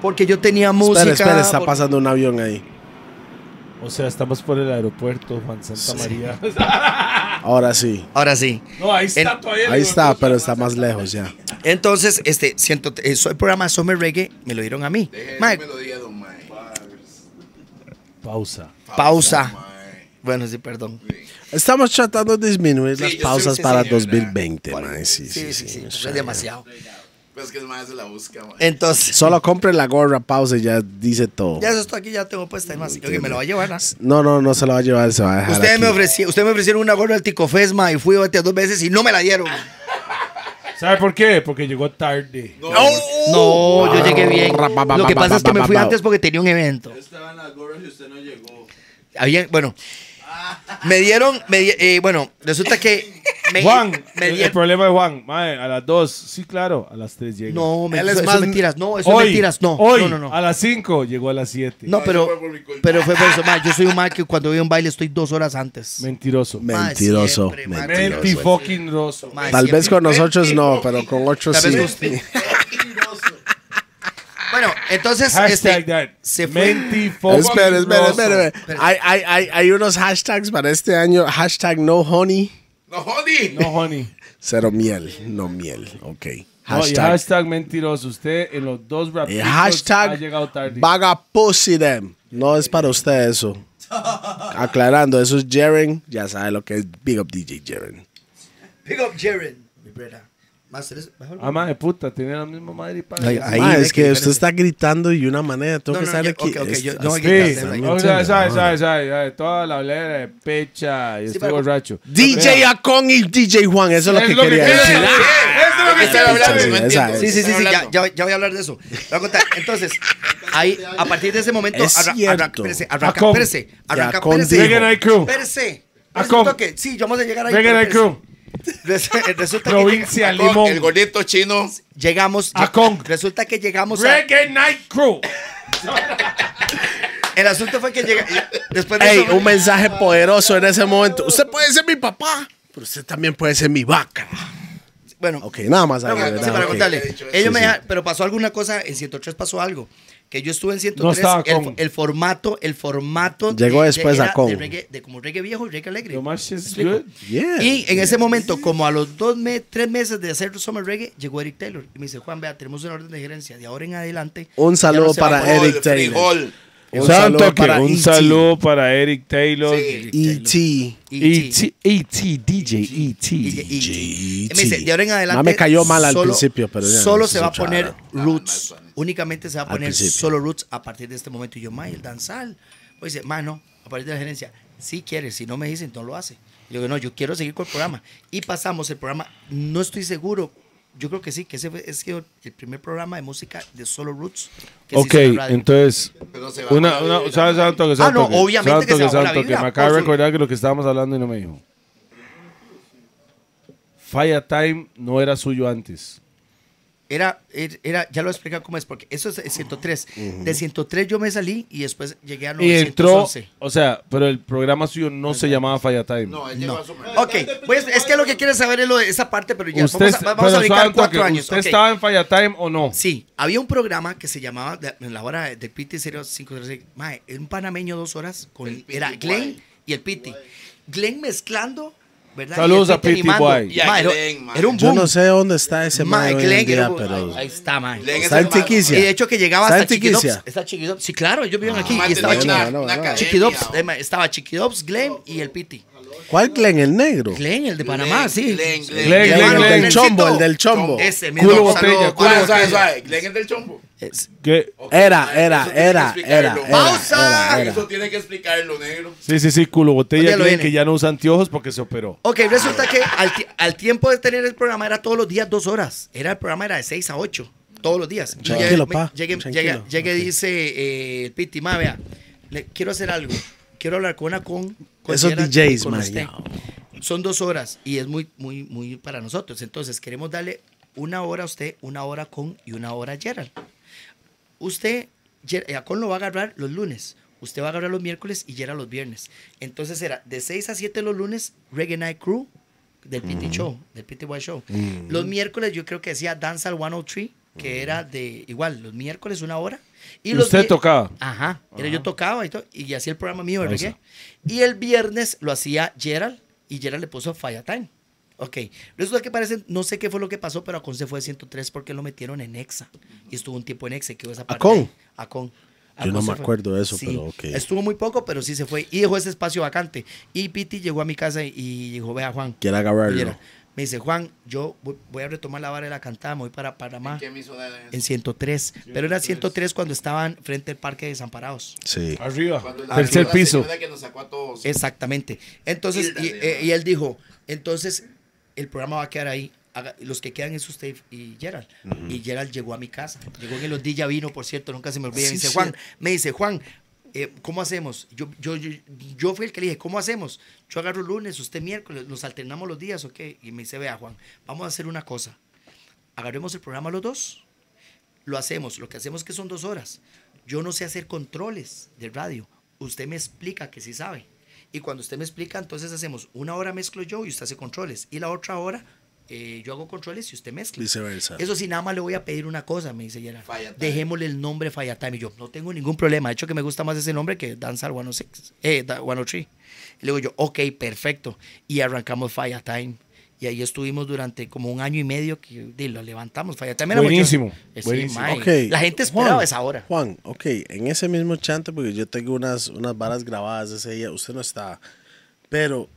S3: Porque yo tenía música.
S1: Espera, espera, está
S3: por-
S1: pasando un avión ahí.
S5: O sea, estamos por el aeropuerto, Juan Santa María.
S1: Ahora sí.
S3: Ahora sí.
S5: [LAUGHS] No, ahí está
S3: En-
S5: todavía.
S1: Ahí
S5: digo,
S1: está,
S5: no,
S1: pero está más lejos ya.
S3: Entonces, este, siento, eh, soy programa Summer Reggae, me lo dieron a mí.
S4: Deje
S3: Mae,
S4: esa melodía, don Mae.
S5: Pausa.
S3: pausa. Bueno, sí, perdón.
S1: Estamos tratando de disminuir las
S4: yo
S1: pausas
S4: sé, sí,
S1: para
S4: señora.
S1: 2020, man. Sí, sí,
S3: Sí, sí, sí,
S1: sí.
S3: es demasiado.
S4: Pero es que el Mae se la busca,
S1: Eh,
S4: Mae.
S3: Entonces,
S1: Solo compre la gorra, pausa y ya dice todo.
S3: ya eso está aquí, ya tengo puesta y más. Oye, me lo va a llevar. ¿ah?
S1: No, no, no se la va a llevar, se va a dejar.
S3: Ustedes
S1: aquí.
S3: me, ofrecieron, ustedes me ofrecieron una gorra del Ticofesma y fui a batear dos veces y no me la dieron.
S5: ¿Sabe por qué? Porque llegó tarde.
S4: No,
S3: No, yo llegué bien.
S1: Oh. Ra, ba, ba,
S3: Lo que
S1: ba,
S3: pasa
S1: ba,
S3: es que me
S1: ba,
S3: fui
S1: ba.
S3: antes porque tenía un evento.
S2: Estaban las gorras y usted no llegó.
S3: Había, bueno, me dieron, me di- eh, bueno, resulta que me,
S5: Juan,
S3: me
S5: el, el
S3: dieron.
S5: problema de Juan, mae, a las 2, sí, claro, a las 3 llega.
S3: No, me,
S1: Él es
S3: eso, eso
S1: más-
S3: es mentiras. No, eso es mentiras. No,
S5: hoy,
S3: no, no, no.
S5: a las 5 llegó a las 7.
S3: No, pero,
S4: fue por mi culpa.
S3: pero fue por eso. ma, yo soy un mal que cuando voy a un baile estoy dos horas antes.
S5: Mentiroso.
S1: Mentiroso.
S3: Mae, siempre, mae.
S5: Menti
S1: mentiroso.
S5: fucking roso.
S3: Ma,
S1: Tal
S3: siempre.
S1: vez con nosotros no, pero con otros
S3: Tal vez
S1: sí.
S3: con
S1: [LAUGHS]
S3: usted. Bueno, entonces
S5: Hashtag
S3: este,
S5: that.
S3: se fue.
S5: Menti fucking
S1: Espera, espera,
S5: roso.
S1: espera. espera. Hay, hay, hay, hay unos hashtags para este año. Hashtag no honey,
S4: no jodí.
S5: No, honey.
S1: cero miel, no miel. Ok.
S5: No, y
S1: Hashtag,
S5: hashtag mentiroso. Usted en los dos rap
S1: y
S5: ha llegado
S1: hashtag
S5: tarde.
S1: vaga pussy them. No es para usted
S3: [LAUGHS]
S1: eso. Aclarando, eso es Jaren. Ya sabe lo que es Big Up DJ Jaren.
S3: Pick up Jaren, mi brother. Más tres, bajo el-
S5: Ah, madre puta, tiene la misma madre y padre.
S3: Ahí- ahí
S1: Ma,
S3: ve
S1: es
S3: que
S1: que usted
S3: diferencia.
S1: está gritando y una manera tengo
S3: No,
S1: que
S3: no,
S1: estar
S3: ya-
S1: aquí.
S3: ok, ok, yo-
S1: Es-
S3: no, hay que
S5: Sí,
S3: quitarse,
S1: ¿me
S3: hay
S5: o
S1: entiende?
S5: sea, sabe, sabe, sabe, sabe, toda la olera de pecha y estoy
S3: pero-
S5: borracho.
S1: DJ Acon y DJ Juan, eso es lo que quería decir.
S2: Eso es lo que estoy hablando. no
S1: Sí,
S2: entiendo.
S1: esa-
S3: Sí, sí, sí,
S4: Están
S3: sí, ya,
S4: Ah, hablando.
S3: ya- ya voy a hablar de eso. Te voy a contar. Entonces, ahí, a partir de ese momento,
S1: Es
S3: arra- arranca,
S1: cierto.
S3: espérese,
S5: ¿A
S3: arranca,
S5: cómo?
S3: espérese, arranca,
S1: con
S3: espérese.
S1: dijo. Venga,
S5: Night Crew.
S3: Espérese.
S5: ¿A
S3: Resulta
S5: cómo?
S3: que- sí, ya vamos a llegar ahí.
S5: Venga,
S3: pero
S5: Night
S3: espérese.
S5: Crew.
S3: Res- eh, Resulta que
S5: Provincia
S3: llega-
S5: Limón.
S4: El gordito chino.
S3: llegamos,
S5: ¿A cómo?
S3: resulta que llegamos a-
S5: Reggae Night Crew.
S3: el asunto fue que llega, después de
S1: Ey,
S3: eso-
S1: un mensaje poderoso en ese momento. Usted puede ser mi papá, pero usted también puede ser mi vaca.
S3: bueno,
S1: Ok, nada más. ahí,
S3: No,
S1: ¿verdad?
S3: sí, para
S1: Ok.
S3: contarle.
S4: He dicho eso.
S3: Ellos
S1: Sí, sí.
S3: me dejaron- pero pasó alguna cosa, en 103 pasó algo. Que yo estuve en 103,
S5: No estaba
S3: el,
S5: con.
S3: el formato, el formato.
S1: Llegó después
S3: era
S1: a con.
S3: De, reggae- de como reggae viejo y reggae alegre.
S5: Lo más shit's
S3: ¿Me
S5: good.
S3: explico?
S1: Yeah.
S3: Y eh, en ese momento, como a los dos meses, tres meses de hacer Summer Reggae, llegó Eric Taylor. Y me dice, Juan, vea, tenemos una orden de gerencia. De ahora en adelante.
S1: Un
S3: ya no
S1: saludo
S3: se va a
S1: para
S3: poder-
S1: Eric
S4: el
S1: Taylor.
S4: frijol.
S1: Un
S5: Santo
S1: saludo
S5: que
S1: para E
S5: un
S1: E.T..
S5: saludo para Eric Taylor. E
S4: Sí.
S1: E.T.
S3: Y-
S5: E.T., E.T., DJ,
S3: Y-
S5: E.T.
S3: y- y-
S1: G-
S3: me dice,
S1: G.
S3: de ahora en adelante.
S1: Ma, me cayó mal al
S3: solo-
S1: principio, pero ya,
S3: Solo
S1: eso
S3: se
S1: es
S3: va a
S1: otra
S3: poner
S1: vara.
S3: roots. Únicamente se va a poner
S1: principio.
S3: solo roots a partir de este momento. Y yo, ma, ¿y el danzal. Pues dice, ma, no, a partir de la gerencia. Si quieres, si no me dicen, no lo hace. Y yo digo, no, yo quiero seguir con el programa. Y pasamos el programa, no estoy seguro. Yo creo que sí, que ese fue, es que el primer programa de música de solo roots que se
S5: Ok,
S3: hizo en radio.
S5: entonces,
S4: Pero se bajó
S5: una,
S4: la
S5: una,
S4: vibra.
S5: ¿sabes Santo que
S3: Ah, no,
S5: Santo que-
S3: obviamente
S5: Santo
S3: que se
S5: que
S3: bajó la
S5: Santo que
S3: vibra,
S5: me acaba de
S3: por su-
S5: recordar que lo que estábamos hablando y no me dijo. Fire Time no era suyo antes.
S3: Era, er- era, ya lo explica cómo es, porque eso es el 103. De 103 yo me salí y después llegué a
S5: Y entró,
S3: 911.
S5: o sea, pero el programa suyo no se llamaba Fire Time.
S4: No, él llegó a su mercado.
S3: Ok, pues es que lo que quiere saber es lo de esa parte, pero ya
S5: usted,
S3: vamos a, vamos a
S5: pero
S3: brincar
S5: Santo,
S3: cuatro
S5: que
S3: años.
S5: ¿Usted
S3: ok.
S5: estaba en Fire Time o no?
S3: Sí, había un programa que se llamaba de- en la hora del Piti 0506. Mae, era un panameño dos horas con
S4: El Piti
S3: era
S4: Guay.
S3: Glenn y el Piti. Glenn mezclando, ¿verdad? Y
S5: Saludos
S3: el
S5: a Piti
S3: animando.
S5: Guay.
S4: Y a
S3: Mae, era-
S4: Glenn, mae.
S3: era un
S1: Yo
S3: boom.
S1: no sé dónde está ese
S3: Mae,
S1: mae hoy
S3: Glenn
S1: en día,
S3: era un-
S1: pero
S3: Ahí está, mae.
S4: Leen
S1: está en
S4: ese man.
S3: Y
S1: Tiquicia.
S3: de hecho que llegaba
S1: ¿Está
S3: hasta
S1: en Tiquicia?
S3: Chiquidops. Está Chiquidops. Sí, claro, ellos viven aquí.
S4: Más
S3: Y
S4: de
S3: estaba
S4: una-
S1: Bueno, bueno,
S4: Ah, una
S1: bueno.
S4: academia,
S3: Chiquidops,
S4: mae.
S3: eh, estaba Chiquidops, Glenn y el Piti.
S1: ¿Cuál Glenn? ¿El negro?
S3: Glenn, el de Panamá,
S4: Glenn,
S3: sí.
S4: Glenn,
S5: Glenn,
S4: Glenn.
S1: Glenn,
S5: Glenn,
S1: el
S5: Glenn.
S1: del chombo, el del chombo.
S3: Ese mismo.
S5: Culo
S3: saludo.
S5: botella, culo
S4: Mae,
S5: botella.
S4: suave, suave. Glenn es del chombo.
S3: Es-
S5: ¿Qué?
S1: Era, era,
S4: Eso tiene
S1: era,
S4: que
S1: era,
S4: explicarlo.
S1: era,
S3: ¡Pausa!
S1: era,
S4: Ah,
S1: era.
S4: Eso tiene que explicarlo, negro.
S5: Sí, sí, sí, culo botella
S3: Ya lo
S5: Glenn,
S3: viene.
S5: que ya no usa anteojos porque se operó.
S3: Ok, resulta que al, ti- al tiempo de tener el programa era todos los días dos horas. Era el programa era de seis a ocho, todos los días. Y
S1: Tranquilo,
S3: llegué-
S1: pa,
S3: Llegué,
S1: tranquilo.
S3: llegué- llegué, dice eh, el Piti, ma, vea, le, quiero hacer algo. Quiero hablar con una con. con
S1: Esos
S3: señora-
S1: DJs,
S3: con
S1: man,
S3: usted.
S1: ya.
S3: Son dos horas y es muy, muy, muy para nosotros. Entonces queremos darle una hora a usted, una hora con y una hora a Gerald. Usted, Ger- eh, Acon lo va a agarrar los lunes. Usted va a agarrar los miércoles y Gerald los viernes. Entonces era de 6 a 7 los lunes, Reggae Night Crew del PT Show, del PT White Show. Los miércoles yo creo que decía Dance al 103, que era de igual, los miércoles una hora. Y
S5: ¿Y
S3: los
S5: usted
S3: vie-
S5: tocaba?
S3: Ajá, era yo tocaba y, todo, y hacía el programa mío de reggae. Y el viernes lo hacía Gerald y Gerald le puso Fire Time. Ok, resulta que parece, no sé qué fue lo que pasó, pero Acon se fue de 103 porque lo metieron en Exa. Y estuvo un tiempo en Exa y quedó esa parte.
S1: ¿Acon?
S3: ahí. Acon. Acon
S1: no
S3: se
S1: me
S3: fue.
S1: acuerdo de eso,
S3: Sí,
S1: pero ok.
S3: Estuvo muy poco, pero sí se fue y dejó ese espacio vacante. Y Piti llegó a mi casa y- y dijo, vea Juan.
S1: Quiero agarrarlo.
S3: Oye, Me dice, Juan, yo voy- voy a retomar la vara de la cantada, me voy para Panamá.
S4: ¿Qué me hizo dar en
S3: En 103. Pero era 103 cuando estaban frente al Parque de Desamparados.
S1: Sí.
S5: Arriba.
S4: Cuando la
S5: Tercer
S4: señora-
S5: piso.
S4: señora que nos sacó a todos.
S3: Exactamente. Entonces, y,
S4: Híjole,
S3: eh, y él dijo, entonces el programa va a quedar ahí. Haga- los que quedan es usted y Gerald. Y Gerald llegó a mi casa. Llegó en el Odilla ya vino, por cierto, nunca se me olvida.
S1: Sí,
S3: me dice,
S1: sí.
S3: Juan, me dice, Juan, eh, ¿cómo hacemos? Yo, yo, yo, yo fui el que le dije, ¿cómo hacemos? Yo agarro lunes, usted miércoles, nos alternamos los días, ¿ok? Y me dice, vea, Juan, vamos a hacer una cosa. Agarremos el programa los dos lo hacemos. Lo que hacemos que son dos horas. Yo no sé hacer controles de radio. Usted me explica que sí sabe. Y cuando usted me explica, entonces hacemos una hora mezclo yo y usted hace controles. Y la otra hora eh, yo hago controles y usted mezcla.
S1: Viceversa.
S3: Eso sí, nada más le voy a pedir una cosa, me dice Gerard.
S4: Falla Time.
S3: Dejémosle el nombre Fire Time. Y yo, no tengo ningún problema. De hecho, que me gusta más ese nombre que Danzar 106. Eh, da- 103. Y luego yo, ok, perfecto. Y arrancamos Fire Time. Y ahí estuvimos durante como un año y medio que di, lo levantamos. Fire Time era mucho-
S5: Buenísimo,
S3: Eh, sí,
S5: buenísimo.
S3: mae.
S1: Ok,
S3: La gente esperaba
S1: Juan,
S3: esa hora.
S1: Juan, ok, en ese mismo chante, porque yo tengo unas, unas varas grabadas ese día, usted no estaba. Pero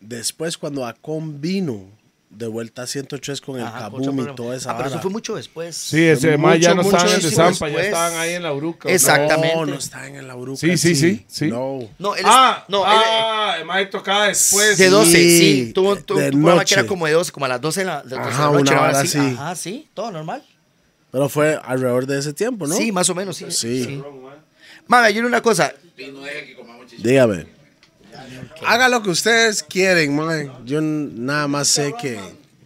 S1: después, cuando Acon vino, de vuelta a 103 con el
S3: Ajá, otro
S1: Kaboom y
S3: programa.
S1: toda esa
S3: Ah, pero eso
S1: vara.
S3: fue mucho después.
S5: Sí, ese
S1: Mucho,
S5: más ya no
S1: mucho
S5: estaban de
S1: después,
S5: Zampa, ya
S3: pues.
S5: estaban ahí en la Bruca.
S3: Exactamente.
S1: No, no estaban en la bruca.
S5: Sí, sí, sí, sí.
S1: No.
S3: No, él es-
S5: Ah,
S3: no, él-
S5: ah, el mae tocaba después.
S3: de 12, sí.
S1: Sí,
S3: Tuvo,
S1: de-
S3: tuvo
S1: de
S3: un programa que
S1: noche.
S3: era como de 12, como a las 12 de la, de las 12 de la
S1: Ajá,
S3: noche.
S1: una
S3: era
S1: hora así.
S3: Ajá, sí, todo normal.
S1: Pero fue alrededor de ese tiempo, ¿no?
S3: Sí, más o menos, sí.
S1: Sí.
S3: Mami, yo una cosa.
S1: Dígame. Haga lo que ustedes quieren, man. Yo n- nada más sé que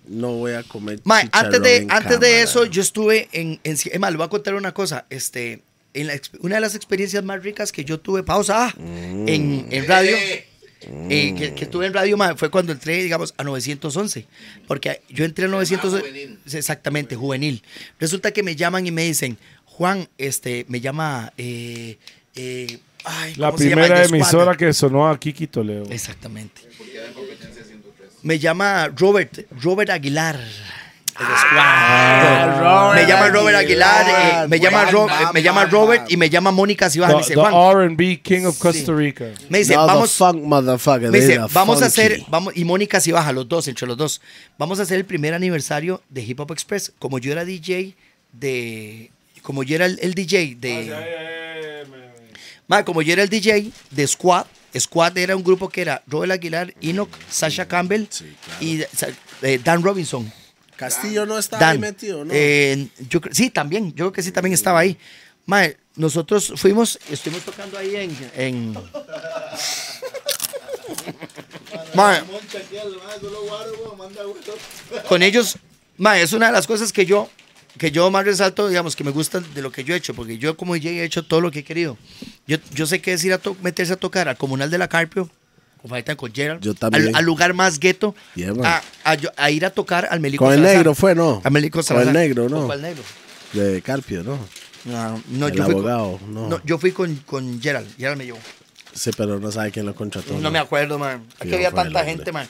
S1: no voy a comer
S3: Mae,
S1: chicharrón
S3: antes de,
S1: en
S3: antes de
S1: cámara.
S3: eso, yo estuve en, en es más, le voy a contar una cosa. Este, en la exp- una de las experiencias más ricas que yo tuve, pausa, ah,
S5: Mm.
S3: en, en radio,
S4: Eh,
S3: eh, que, que tuve en radio, mae, fue cuando entré, digamos, a 911. Porque yo entré a 911. Sí, Exactamente, juvenil. Resulta que me llaman y me dicen, Juan, este, me llama. eh, eh, ay,
S5: La
S3: ¿cómo se llama? El
S5: primera
S3: de Squad.
S5: emisora que sonó aquí, Quito Leo.
S3: Exactamente. Me llama Robert, Robert Aguilar. el Squad.
S1: Ah,
S3: me llama Robert Aguilar, eh, me, llama Ro- eh, me llama Robert y me llama Mónica Cibaja. Me
S5: The,
S3: dice,
S5: the
S3: Juan,
S5: R&B King of Costa Rica.
S3: me dice,
S1: No, the
S3: vamos,
S1: funk motherfucker,
S3: me
S1: they
S3: dice,
S1: the
S3: vamos
S1: funky.
S3: a hacer, vamos, y Mónica Cibaja, los dos, entre los dos, vamos a hacer el primer aniversario de Hip Hop Express. Como yo era DJ de, como yo era el, el DJ de...
S5: eh,
S3: Ma, como yo era el DJ de Squad, Squad era un grupo que era Robert Aguilar, Enoch, Sasha Campbell y sa- eh, Dan Robinson.
S1: Castillo no estaba ahí
S3: Dan.
S1: metido, ¿no?
S3: Eh, yo cre- sí, también. Yo creo que sí, también estaba ahí. Ma, nosotros fuimos, estuvimos tocando ahí en. en- Ma, con ellos, ma, es una de las cosas que yo, que yo más resalto, digamos, que me gustan de lo que yo he hecho, porque yo como DJ he hecho todo lo que he querido. Yo, yo sé que es ir a to- meterse a tocar al Comunal de la Carpio, con Faitán, con Gerald,
S1: Yo también.
S3: Al, al lugar más gueto,
S1: Yeah, man.
S3: a, a yo- a ir a tocar al Melico
S1: Con el
S3: Salazar.
S1: negro fue, ¿no?
S3: A Melico
S1: Con
S3: Salazar.
S1: el negro, ¿no?
S3: ¿O cuál negro?
S1: De Carpio, ¿no?
S3: No, no,
S1: El
S3: yo fui
S1: abogado,
S3: con,
S1: no.
S3: Yo fui con, con Gerald, Gerald me llevó.
S1: Sí, pero no sabe quién lo contrató.
S3: No me acuerdo, man. Es
S1: Sí,
S3: que había
S1: fue el
S3: tanta
S1: hombre.
S3: gente, man.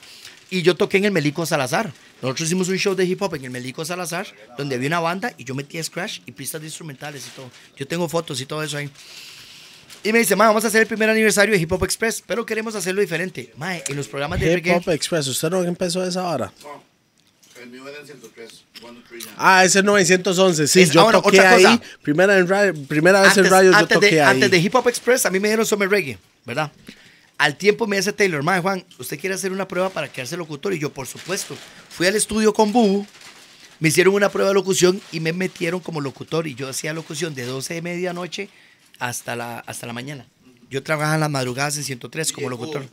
S3: Y yo toqué en el Melico Salazar. Nosotros hicimos un show de hip hop en el Melico Salazar, donde había una banda y yo metía scratch y pistas de instrumentales y todo. Yo tengo fotos y todo eso ahí. Y me dice, ma, vamos a hacer el primer aniversario de Hip Hop Express, pero queremos hacerlo diferente. Ma, en los programas de
S1: Hip
S3: reggae.
S1: Hop Express, ¿usted no empezó esa hora?
S4: El mío era el 103, 103 ya.
S1: Ah, ese es 911, sí,
S3: Es-
S1: yo
S3: ahora,
S1: toqué
S3: otra
S1: ahí.
S3: cosa.
S1: Primera, en radio- primera vez en
S3: antes,
S1: radio yo
S3: antes
S1: toqué
S3: de,
S1: ahí.
S3: antes de Hip Hop Express, a mí me dieron Summer Reggae, ¿verdad? Al tiempo me dice Taylor, madre Juan, ¿usted quiere hacer una prueba para quedarse locutor? Y yo, por supuesto, fui al estudio con Bubu, me hicieron una prueba de locución y me metieron como locutor. Y yo hacía locución de 12 de medianoche hasta la, hasta la mañana. Yo trabajaba en las madrugadas en 103 como locutor.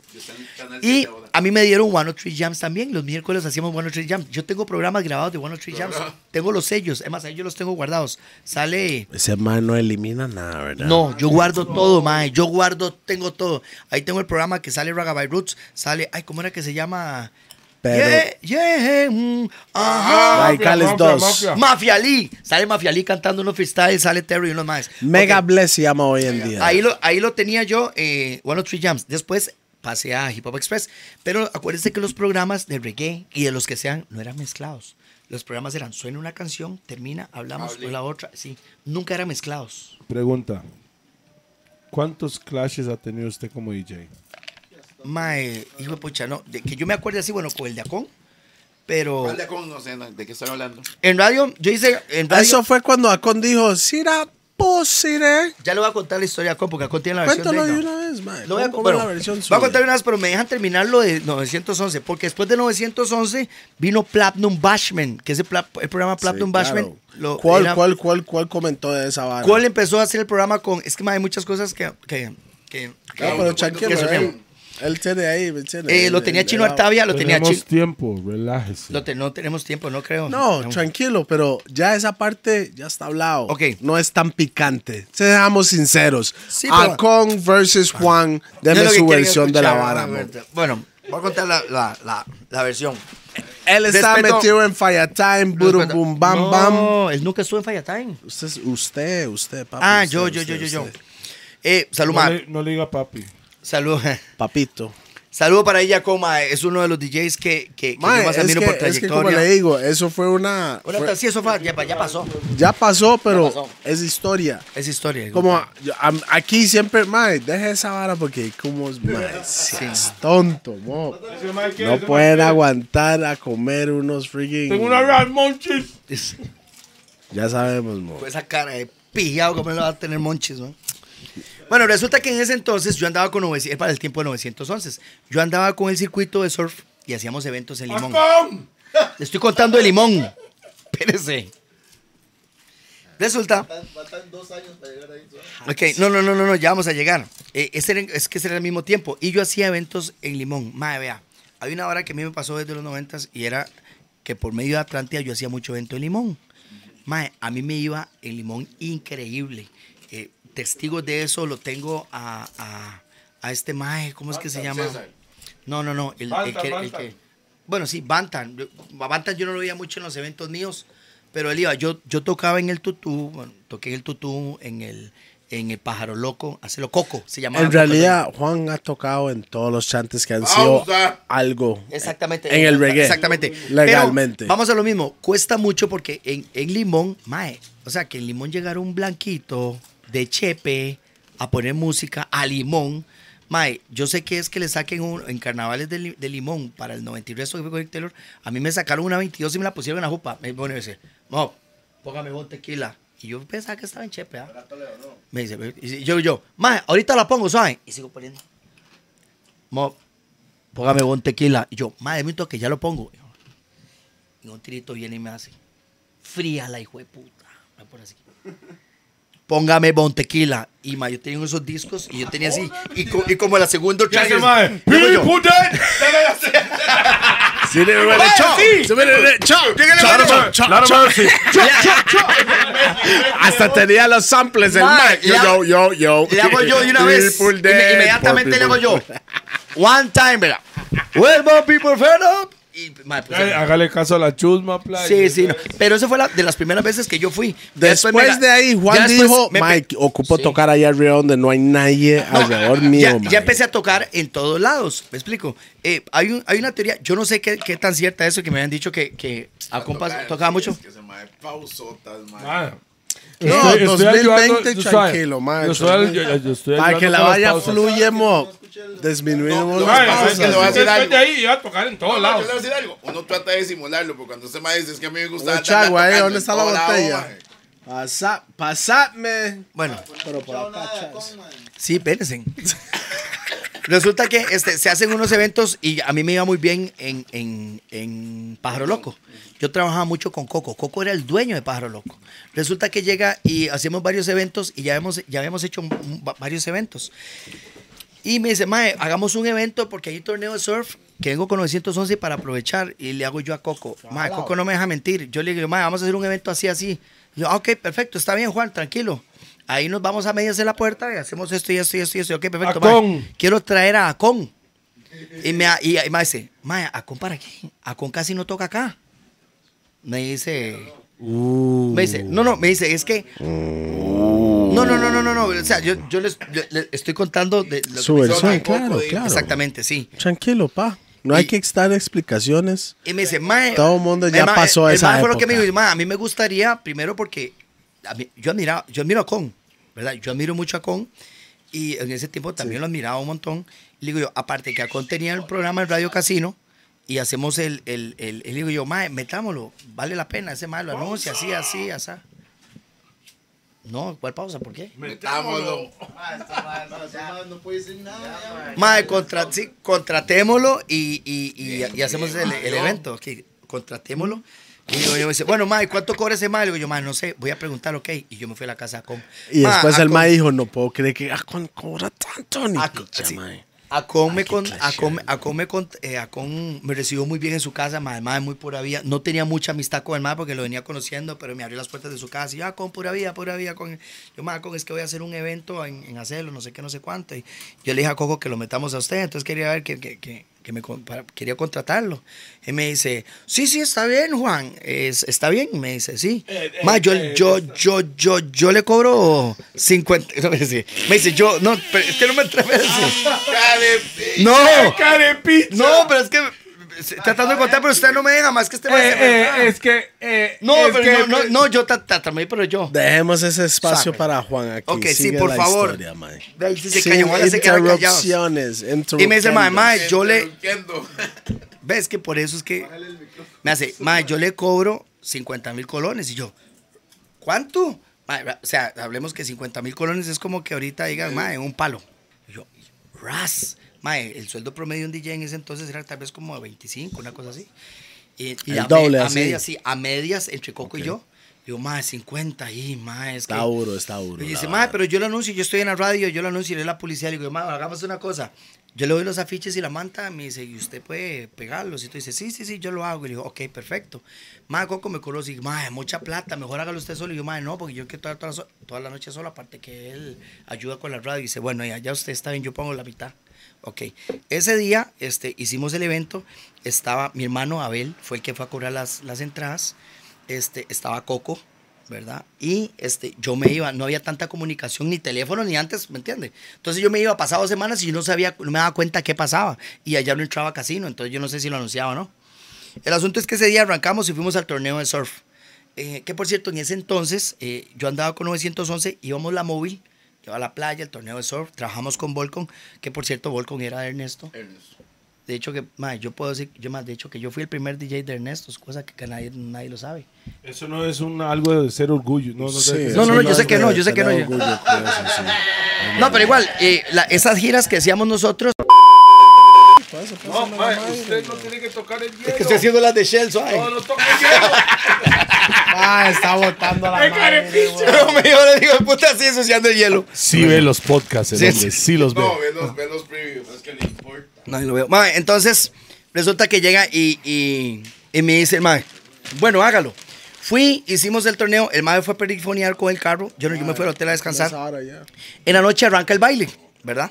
S3: Y a mí me dieron One Tree Jams también. Los miércoles hacíamos One Tree Jams. Yo tengo programas grabados de One Tree Jams. Tengo los sellos. Es más, ahí yo los tengo guardados. Sale...
S1: Ese man no elimina nada, ¿verdad?
S3: No, yo guardo todo, mae. Yo guardo, tengo todo. Ahí tengo el programa que sale Raga by Roots. Sale, ay, ¿cómo era que se llama?
S1: Pero-
S3: Yeah, yeah, mm, ajá.
S1: Radicales
S5: Mafia,
S1: 2.
S5: mafia, mafia.
S3: Mafia Lee. Sale Mafia Lee cantando unos freestyles. Sale Terry y unos más.
S1: Mega Bless se llama hoy en día.
S3: Ahí lo, ahí lo tenía yo, eh, One of Three Jams. Después pasé a Hip Hop Express. Pero acuérdense que los programas de reggae y de los que sean no eran mezclados. Los programas eran suena una canción, termina, hablamos con la otra. Sí, nunca eran mezclados.
S5: Pregunta. ¿Cuántos clashes ha tenido usted como DJ?
S3: Mae, hijo de pucha, no. de- que yo me acuerde así, bueno, con el de Acón. Pero
S4: Habla con, no sé, ¿de qué están hablando?
S3: en radio, yo hice. En radio,
S1: Eso fue cuando Acon dijo, Sira Posire.
S3: ya le voy a contar la historia de Acón, porque Acón tiene la versión.
S1: Cuéntalo
S3: de,
S1: de
S3: él, ¿no?
S1: una vez, man.
S3: Lo voy a,
S1: ¿Cómo
S3: bueno,
S1: es la versión
S3: voy
S1: suya?
S3: a contar una vez, pero me dejan terminar lo de 911, porque después de 911 vino Platinum Bashman, que ese pla- el programa
S1: Sí,
S3: Platinum
S1: claro.
S3: Bashman. lo-
S1: ¿Cuál,
S3: era-
S1: cuál, cuál, cuál comentó de esa vara?
S3: ¿Cuál em- empezó a hacer el programa con.? Es que mae, hay muchas cosas que. que, que- que-
S1: Ah, pero tranquilo,
S3: que surgieron.
S1: él, él tiene ahí, ¿me entiendes?
S3: Eh, lo
S1: Él-
S3: tenía
S1: él-
S3: Chino
S1: él-
S3: Artavia, lo tenía
S5: Tenemos
S3: Chino.
S5: tiempo, relájese.
S3: lo te- no tenemos tiempo, no creo.
S1: No, tranquilo, pero ya esa parte ya está hablado.
S3: Ok.
S1: No es tan picante. Seamos sinceros.
S3: Sí, pero-
S1: Alcon versus Juan,
S3: No
S1: deme
S3: es lo que
S1: su
S3: quieren
S1: versión de la
S3: escuchar,
S1: vara. mo.
S3: Roberto. Bueno, voy a contar la, la, la, la versión.
S1: Él está
S3: Respeto-
S1: metido en Fire Time, burum, bum, bam,
S3: no,
S1: bam.
S3: él nunca estuvo en Falla Time.
S1: Usted, es- usted, usted, papi.
S3: Ah,
S1: usted,
S3: yo, yo,
S1: usted,
S3: yo, yo, yo.
S1: usted.
S3: Eh, salud,
S5: no,
S3: ma.
S5: le, no le diga papi.
S3: Salud. [LAUGHS]
S1: Papito.
S3: Saludo para ella, coma. Es uno de los DJs que, que, que
S1: Mae,
S3: yo más
S1: es,
S3: admiro
S1: que,
S3: por
S1: es que como le
S3: trayectoria.
S1: digo, eso fue una...
S3: Ahora
S1: fue-
S3: está- sí, eso fue- ya, ya pasó.
S1: ya pasó, pero
S3: Ya pasó.
S1: es historia.
S3: Es historia.
S1: Como a- yo- am- aquí siempre, mae, deje esa vara porque como, mae, seas tonto, mo. No pueden aguantar a comer unos freaking... Ya sabemos, mo.
S3: [LAUGHS] Con esa cara de pijado, ¿cómo lo va a tener Monchis, no? Bueno, resulta que en ese entonces yo andaba con 900, es para el tiempo de 911. Yo andaba con el circuito de surf y hacíamos eventos en Limón. Le estoy contando de Limón. Espérese. Resulta. Ok, no, no, no, no, no, ya vamos a llegar. Eh, ese era- es que ese era el mismo tiempo. Y yo hacía eventos en Limón. Madre, vea. Hay una hora que a mí me pasó desde los 90 y era que por medio de Atlántida yo hacía mucho evento en Limón. Mae, a mí me iba el limón increíble. Eh, testigos de eso lo tengo a, a- a este Mae, ¿cómo es que se llama? No, no, no. El, el
S9: Bantan,
S3: que, el
S9: Bantan.
S3: que- bueno, sí, Bantan. Yo- a Bantan yo no lo veía mucho en los eventos míos, pero él iba. Yo, yo tocaba en el tutú, bueno, toqué en el tutú, en el, en el pájaro loco, hacerlo coco, se llamaba.
S1: En
S3: Coco
S1: realidad, Juan ha tocado en todos los chantes que
S3: Ah,
S1: han sido
S4: Pausa.
S1: algo.
S3: Exactamente.
S1: En el reggae.
S3: Exactamente.
S1: Legalmente.
S3: Pero vamos a lo mismo. Cuesta mucho porque en, en Limón, mae, o sea, que en Limón llegara un blanquito de Chepe a poner música a Limón. Mae, yo sé que es que le saquen un, en carnavales de, Li- de Limón para el 93 que fue con Eric Taylor. A mí me sacaron una 22 y me la pusieron en la jupa. Me pone y me dice, no, póngame vos tequila. Y yo pensaba que estaba en Chepe, ¿ah? Me dice, y yo, yo, mae, ahorita la pongo, ¿saben? Y sigo poniendo. Mo, póngame un tequila. Y yo, madre mía, un toque, ya lo pongo. Y un tirito viene y me hace, fría la hijo de puta. Me pone así. Póngame bon tequila. Y ma, yo tenía esos discos y yo tenía así. Y, co- y como la segunda
S9: ¿Qué hace,
S3: track,
S9: mae?
S3: digo yo,
S9: Put that!
S1: Sí, de verdad,
S3: Mae,
S1: chao.
S3: sí.
S1: Sí, de verdad, chao. Chao, chao, chao, chao. Hasta tenía los samples del
S3: Mae,
S1: Mac. Yo,
S3: le hago-
S1: yo, yo, yo.
S3: Le hago yo de una vez.
S1: People
S3: Inme-
S1: dead,
S3: inmediatamente
S1: poor
S3: le hago yo.
S1: people.
S3: One time, ¿verdad? Well, my people fed up. Y, ma, pues,
S5: Eh, Hágale caso a la chusma, playa.
S3: Sí, sí, no. pero eso fue la, de las primeras veces que yo fui. Ya
S1: Después
S3: me la-
S1: de ahí,
S3: ya
S1: Juan
S3: después
S1: dijo,
S3: me pe-
S1: Mike, ocupo tocar allá arriba donde no hay nadie alrededor
S3: ya,
S1: mío,
S3: ya
S1: Mike.
S3: empecé a tocar en todos lados, me explico. Eh, hay, un- hay una teoría, yo no sé qué, qué tan cierta es eso que me habían dicho que, que a compas
S4: Tocar,
S3: tocaba
S4: sí,
S3: mucho.
S4: es que se mae, pausotas, mae.
S9: Ah,
S5: Ah.
S1: No,
S5: Estoy- estoy
S1: 2020
S5: ayudando, tú sabes.
S1: tranquilo, mae,
S5: Yo estoy, yo- yo- yo estoy
S1: Para
S5: ayudando
S1: que la
S5: con las
S1: valla
S5: pausas.
S1: fluye, mo. Disminuimos
S4: No,
S1: las
S4: no,
S1: pausas,
S4: es que le voy a
S1: mo.
S4: hacer
S9: Después
S4: algo.
S9: de ahí iba a tocar en todos
S4: No, no, yo
S9: lados.
S4: le voy a decir algo. Uno trata de simularlo, porque cuando se mae dice, es que a mí me gusta.
S1: Oye,
S4: andar andando
S1: Chagua, eh,
S4: tocando
S1: ¿dónde
S4: en
S1: está la
S4: todo lado,
S1: botella?
S4: mae.
S1: Pasa- Pasadme.
S4: Ah,
S3: Bueno,
S1: Pero para acá, chas.
S3: sí, espérense. [LAUGHS] Resulta que este, se hacen unos eventos y a mí me iba muy bien en, en, en Pájaro Loco. Yo trabajaba mucho con Coco. Coco era el dueño de Pájaro Loco. Resulta que llega y hacemos varios eventos y ya, hemos, ya habíamos hecho mm, va- varios eventos. Y me dice, Mae, hagamos un evento porque hay un torneo de surf que vengo con 911 para aprovechar. Y le hago yo a Coco. Mae, Coco no me deja mentir. Yo le digo, Mae, vamos a hacer un evento así, así. Y yo, "Ah, ok, perfecto, está bien, Juan, tranquilo. Ahí nos vamos a medias de la puerta y hacemos esto y esto y esto y esto. Ok, perfecto, mae.
S5: Acon.
S3: Quiero traer a Acon. Y me, y, y me dice, Mae, ¿Acon para qué? Acon casi no toca acá. Me dice.
S1: Uh.
S3: Me dice, no, no, me dice, es que. No, no, no, no, no, no. O sea, yo, yo les, le- le estoy contando de lo que
S1: Sube el
S3: me-
S1: son,
S4: Ay, poco,
S1: claro,
S4: digo.
S1: claro.
S3: Exactamente, sí.
S1: Tranquilo, pa. No hay
S3: Y-
S1: que dar explicaciones.
S3: Y me dice, mae.
S1: Todo el mundo ya
S3: mae,
S1: pasó a
S3: el
S1: esa
S3: mae fue lo que
S1: época.
S3: me dijo, y, mae, a mí me gustaría, primero porque a mí- yo, admira, yo admiro a Con, ¿verdad? Yo admiro mucho a Con y en ese tiempo también lo admiraba un montón. Y le digo yo, aparte que a Con tenía el programa en Radio Casino y hacemos el, el, el, y le digo yo, mae, metámoslo, vale la pena, ese mae lo anuncia, así, así, así. No, ¿cuál pausa? ¿Por qué?
S4: Metámoslo.
S3: Mae, contra- sí, contratémoslo y, y- y- y hacemos el, el evento. aquí, contratémoslo. Y yo, yo me dice, bueno, Mae, ¿cuánto cobra ese Mae? Le digo yo, Mae, no sé, voy a preguntar, ok. Y yo me fui a la casa con.
S1: Y
S3: Ma,
S1: después
S3: a
S1: el
S3: con-
S1: mae dijo, no puedo creer que Acon cobra tanto, ni
S3: a con-
S1: picha,
S3: sí.
S1: mae.
S3: A con me, con, a con- a con me, con- eh, a con me recibió muy bien en su casa, mae, el mae muy pura vida. No tenía mucha amistad con el mae porque lo venía conociendo, pero me abrió las puertas de su casa. Y yo, ah, con pura vida, pura vida. Con... Yo, mae, con es que voy a hacer un evento en, en hacerlo, no sé qué, no sé cuánto. Y yo le dije a Coco que lo metamos a usted, entonces quería ver que, que, que, que me con- para- quería contratarlo. Y me dice, sí, sí, está bien, Juan, es- está bien. Me dice, sí. Ma, yo, yo, yo, yo, yo le cobro 50. [LAUGHS] no, me dice, me dice, yo, no, pero es que no me atrevo a decir. No, no, pero es que eh, tratando de contar, pero usted no me deja más que este ma se me traba.
S5: es que. eh,
S3: No,
S5: es
S3: pero
S5: que-
S3: no, no, no, yo tra- tra- tramé, pero yo.
S6: Dejemos ese espacio
S3: Sabe.
S6: para Juan aquí.
S3: Ok, sí,
S6: Sigue
S3: por
S6: la
S3: favor.
S6: historia, mae.
S3: Ve ahí, sí se
S6: Sin
S3: cayó, ojalá se quedara callado.
S6: interrupciones,
S3: Y me dice, mae, mae, yo le.
S4: Entiendo.
S3: ¿Ves que por eso es que me hace, ma, yo le cobro 50 mil colones? Y yo, ¿cuánto? Ma, ra- o sea, hablemos que 50 mil colones es como que ahorita digan, ma, en un palo. Y yo, ras. Ma, el sueldo promedio de un DJ en ese entonces era tal vez como de 25, una cosa así. Y, y
S6: El
S3: a, me-
S6: doble,
S3: a
S6: así.
S3: medias, sí, a medias entre Coco y yo. Yo, ma, 50 y ma, es que.
S6: Está duro, está duro.
S3: eh, Y
S6: la
S3: dice,
S6: verdad.
S3: madre, pero yo lo anuncio, yo estoy en la radio, yo lo anuncio, y le la policía, le digo, madre, hagamos una cosa. Yo le doy los afiches y la manta, me dice, y usted puede pegarlos. Y tú dices, sí, sí, sí, yo lo hago. Y le digo, ok, perfecto. Madre, Coco me conoce, y madre, mucha plata, mejor hágalo usted solo. Y yo, madre, no, porque yo quiero estar toda, la so- toda la noche solo, aparte que él ayuda con la radio. Y dice, bueno, ya, ya usted está bien, yo pongo la mitad. Ok, ese día este, hicimos el evento, estaba mi hermano Abel, fue el que fue a cobrar las, las entradas, este, estaba Coco, ¿verdad? Y este, yo me iba, no había tanta comunicación, ni teléfono, ni antes, ¿me entiendes? Entonces yo me iba, pasaba dos semanas y yo no sabía, no me daba cuenta qué pasaba, y allá no entraba casino, entonces yo no sé si lo anunciaba o no. El asunto es que ese día arrancamos y fuimos al torneo de surf. Eh, que por cierto, en ese entonces eh, yo andaba con 911, íbamos la móvil, yo a la playa, el torneo de surf, trabajamos con Volcon, que por cierto Volcon era de Ernesto. De hecho que, mae, yo puedo decir, yo más, de hecho que yo fui el primer DJ de Ernesto, es cosa que, que nadie, nadie lo sabe.
S5: Eso no es un, algo de ser orgullo. No, no,
S6: Sí,
S5: sé.
S6: eso
S3: No, no, no, yo sé
S6: es
S3: que no,
S6: de
S3: yo sé que no,
S6: tener
S3: yo-
S6: orgullo
S1: pues,
S6: con eso, sí.
S3: No, pero igual, eh, la- esas giras que hacíamos nosotros...
S5: No, mae, usted no tiene que tocar el hielo.
S3: haciendo las de Shell, suave.
S5: No, no toque el hielo.
S6: Ah, está botando la madre, güey.
S3: Pero me yo le digo, puta, así ensuciando el hielo.
S7: Sí ve los podcasts, el
S3: Sí,
S7: hombre, sí los ve.
S4: No, ve los, ve los previews. Es que no importa.
S3: No, yo lo veo. Mae, entonces, resulta que llega y, y, y me dice el mae, bueno, hágalo. Fui, hicimos el torneo, el mae fue a perifonear con el carro, yo, no, yo me fui al hotel a descansar.
S6: Ahora ya.
S3: En la noche arranca el baile, ¿verdad?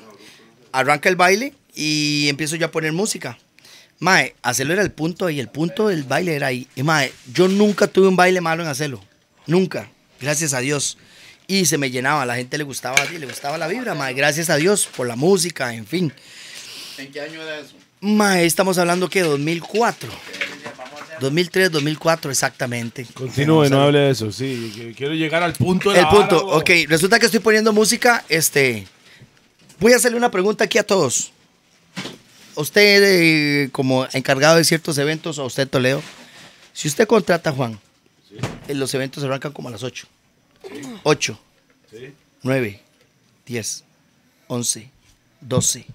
S3: Arranca el baile y empiezo yo a poner música. Mae, hacerlo era el punto y el punto del baile era ahí. Y mae, yo nunca tuve un baile malo en hacerlo. Nunca. Gracias a Dios. Y se me llenaba, a la gente le gustaba, le gustaba la vibra, mae. Gracias a Dios por la música, en fin.
S4: ¿En qué año era eso?
S3: Mae, estamos hablando que 2004. 2003, 2004 exactamente.
S5: Continúe, no hable de eso. Sí, que- quiero llegar al punto. de
S3: El
S5: la
S3: punto,
S5: vara,
S3: ok, resulta que estoy poniendo música, este... Voy a hacerle una pregunta aquí a todos. Usted, eh, como encargado de ciertos eventos, a usted Toledo, si usted contrata a Juan, eh, los eventos arrancan como a las 8. 8, 9, 10, 11, 12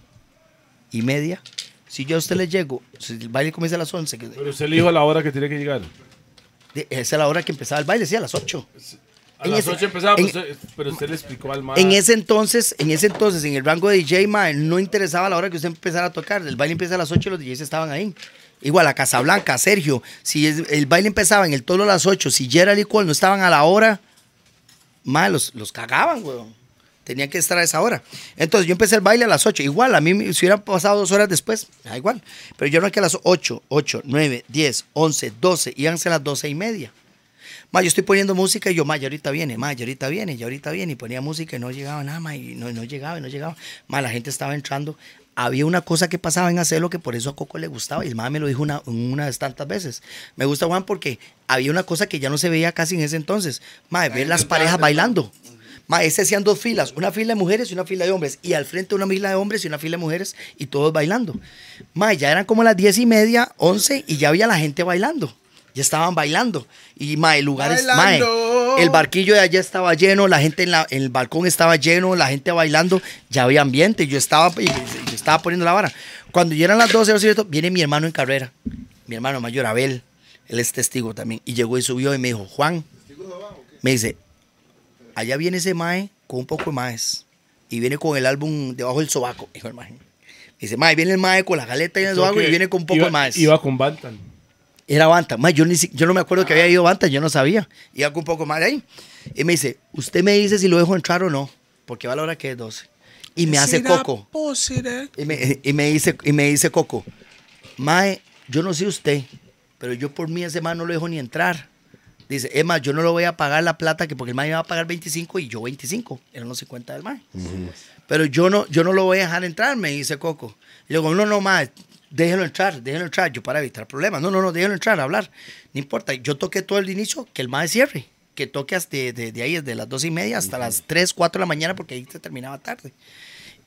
S3: y media. Si yo a usted le llego, si el baile comienza a las 11, que-
S5: Pero usted le dijo a la hora que tiene que llegar.
S3: de- esa es la hora que empezaba el baile, sí, a las 8.
S5: A
S3: En
S5: las
S3: ese-
S5: 8 empezaba,
S3: en-
S5: pero, usted, pero usted le explicó al mae.
S3: En ese entonces, en ese entonces, en el rango de DJ, mae, no interesaba la hora que usted empezara a tocar. El baile empieza a las 8 y los DJs estaban ahí. Igual a Casablanca, Sergio. Si es- el baile empezaba en el tolo a las 8, si Gerald y Cole no estaban a la hora, mae, los, los cagaban, weón. Tenían que estar a esa hora. Entonces yo empecé el baile a las 8. Igual, a mí me- si hubieran pasado dos horas después, da igual. Pero yo arranqué a las 8, 8, 9, 10, 11, 12. Íbanse a las 12 y media. Ma, yo estoy poniendo música y yo, ma, ya ahorita viene, ma, ya ahorita viene, ya ahorita viene. Y ponía música y no llegaba nada, ma, y no, no llegaba, y no llegaba. Ma, la gente estaba entrando. Había una cosa que pasaba en hacerlo que por eso a Coco le gustaba. Y el ma me lo dijo una, unas tantas veces. Me gusta Juan porque había una cosa que ya no se veía casi en ese entonces. Ma, ver las parejas bailando. Ma, ese hacían dos filas, una fila de mujeres y una fila de hombres. Y al frente una fila de hombres y una fila de mujeres y todos bailando. Ma, ya eran como las diez y media, once y ya había la gente bailando. Ya estaban bailando. Y ma, el lugar es mae,
S6: Bailando.
S3: El barquillo de allá estaba lleno, la gente en la- el balcón estaba lleno, la gente bailando. Ya había ambiente. Yo estaba, y- y- yo estaba poniendo la vara. Cuando ya eran las 12, horas y esto, viene mi hermano en carrera. Mi hermano mayor, Abel. Él es testigo también. Y llegó y subió y me dijo, Juan, me dice, allá viene ese mae con un poco de maes. Y viene con el álbum debajo del sobaco, dijo el mae. Me dice, mae, viene el mae con la galeta y el sobaco y viene con un poco
S5: iba,
S3: de maes.
S5: Iba con Bantan.
S3: Era Banta. Mae, yo, ni si- yo no me acuerdo que había ido Banta, yo no sabía. Iba con un poco más de ahí. Y me dice, usted me dice si lo dejo entrar o no, porque va a la hora que es 12. Y me hace coco. Y me, y me dice, y me dice Coco, Mae, yo no sé usted, pero yo por mí ese mae no lo dejo ni entrar. Dice, es más, yo no lo voy a pagar la plata que porque el mae me va a pagar 25 y yo 25. Eran los 50 del mae. Pero yo no, yo no lo voy a dejar entrar, me dice Coco. Y yo digo, no, no, mae, déjelo entrar, déjelo entrar. Yo para evitar problemas. No, no, no, déjelo entrar, hablar. No importa. Yo toqué todo el inicio, que el mae cierre. Que toque hasta de, de- de ahí, desde las dos y media hasta las 3, 4 de la mañana, porque ahí se terminaba tarde.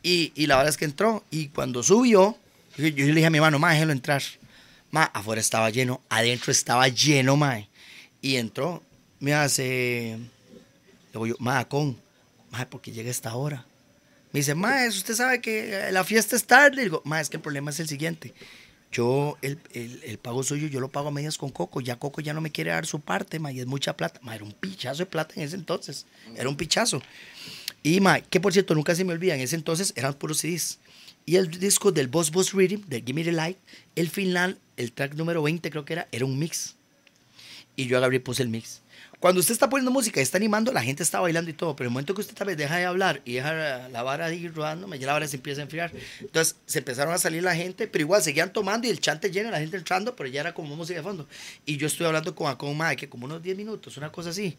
S3: Y, y la verdad es que entró. Y cuando subió, yo, yo le dije a mi hermano, ma, déjelo entrar. Ma, afuera estaba lleno, adentro estaba lleno, ma. Y entró, me hace. Luego yo, ma, con, ma, ¿por qué llega esta hora? Me dice, ma, es- usted sabe que eh, la fiesta es tarde. Le digo, ma, es que el problema es el siguiente. Yo, el, el- el pago suyo, yo lo pago a medias con Coco. Ya Coco ya no me quiere dar su parte, ma, y es mucha plata. Ma, era un pichazo de plata en ese entonces. Era un pichazo. Y ma, que por cierto, nunca se me olvida, en ese entonces eran puros CDs. Y el disco del Boss Boss Reading, del Gimme the Light, el final, el track número 20 creo que era, era un mix. Y yo a Gabriel puse el mix. Cuando usted está poniendo música y está animando, la gente está bailando y todo, pero en el momento que usted tal vez deja de hablar y deja la vara ahí rodándome, ya la vara se empieza a enfriar. Entonces se empezaron a salir la gente, pero igual seguían tomando y el chante lleno, la gente entrando, pero ya era como música de fondo. Y yo estoy hablando con Acon Mae, que como unos 10 minutos, una cosa así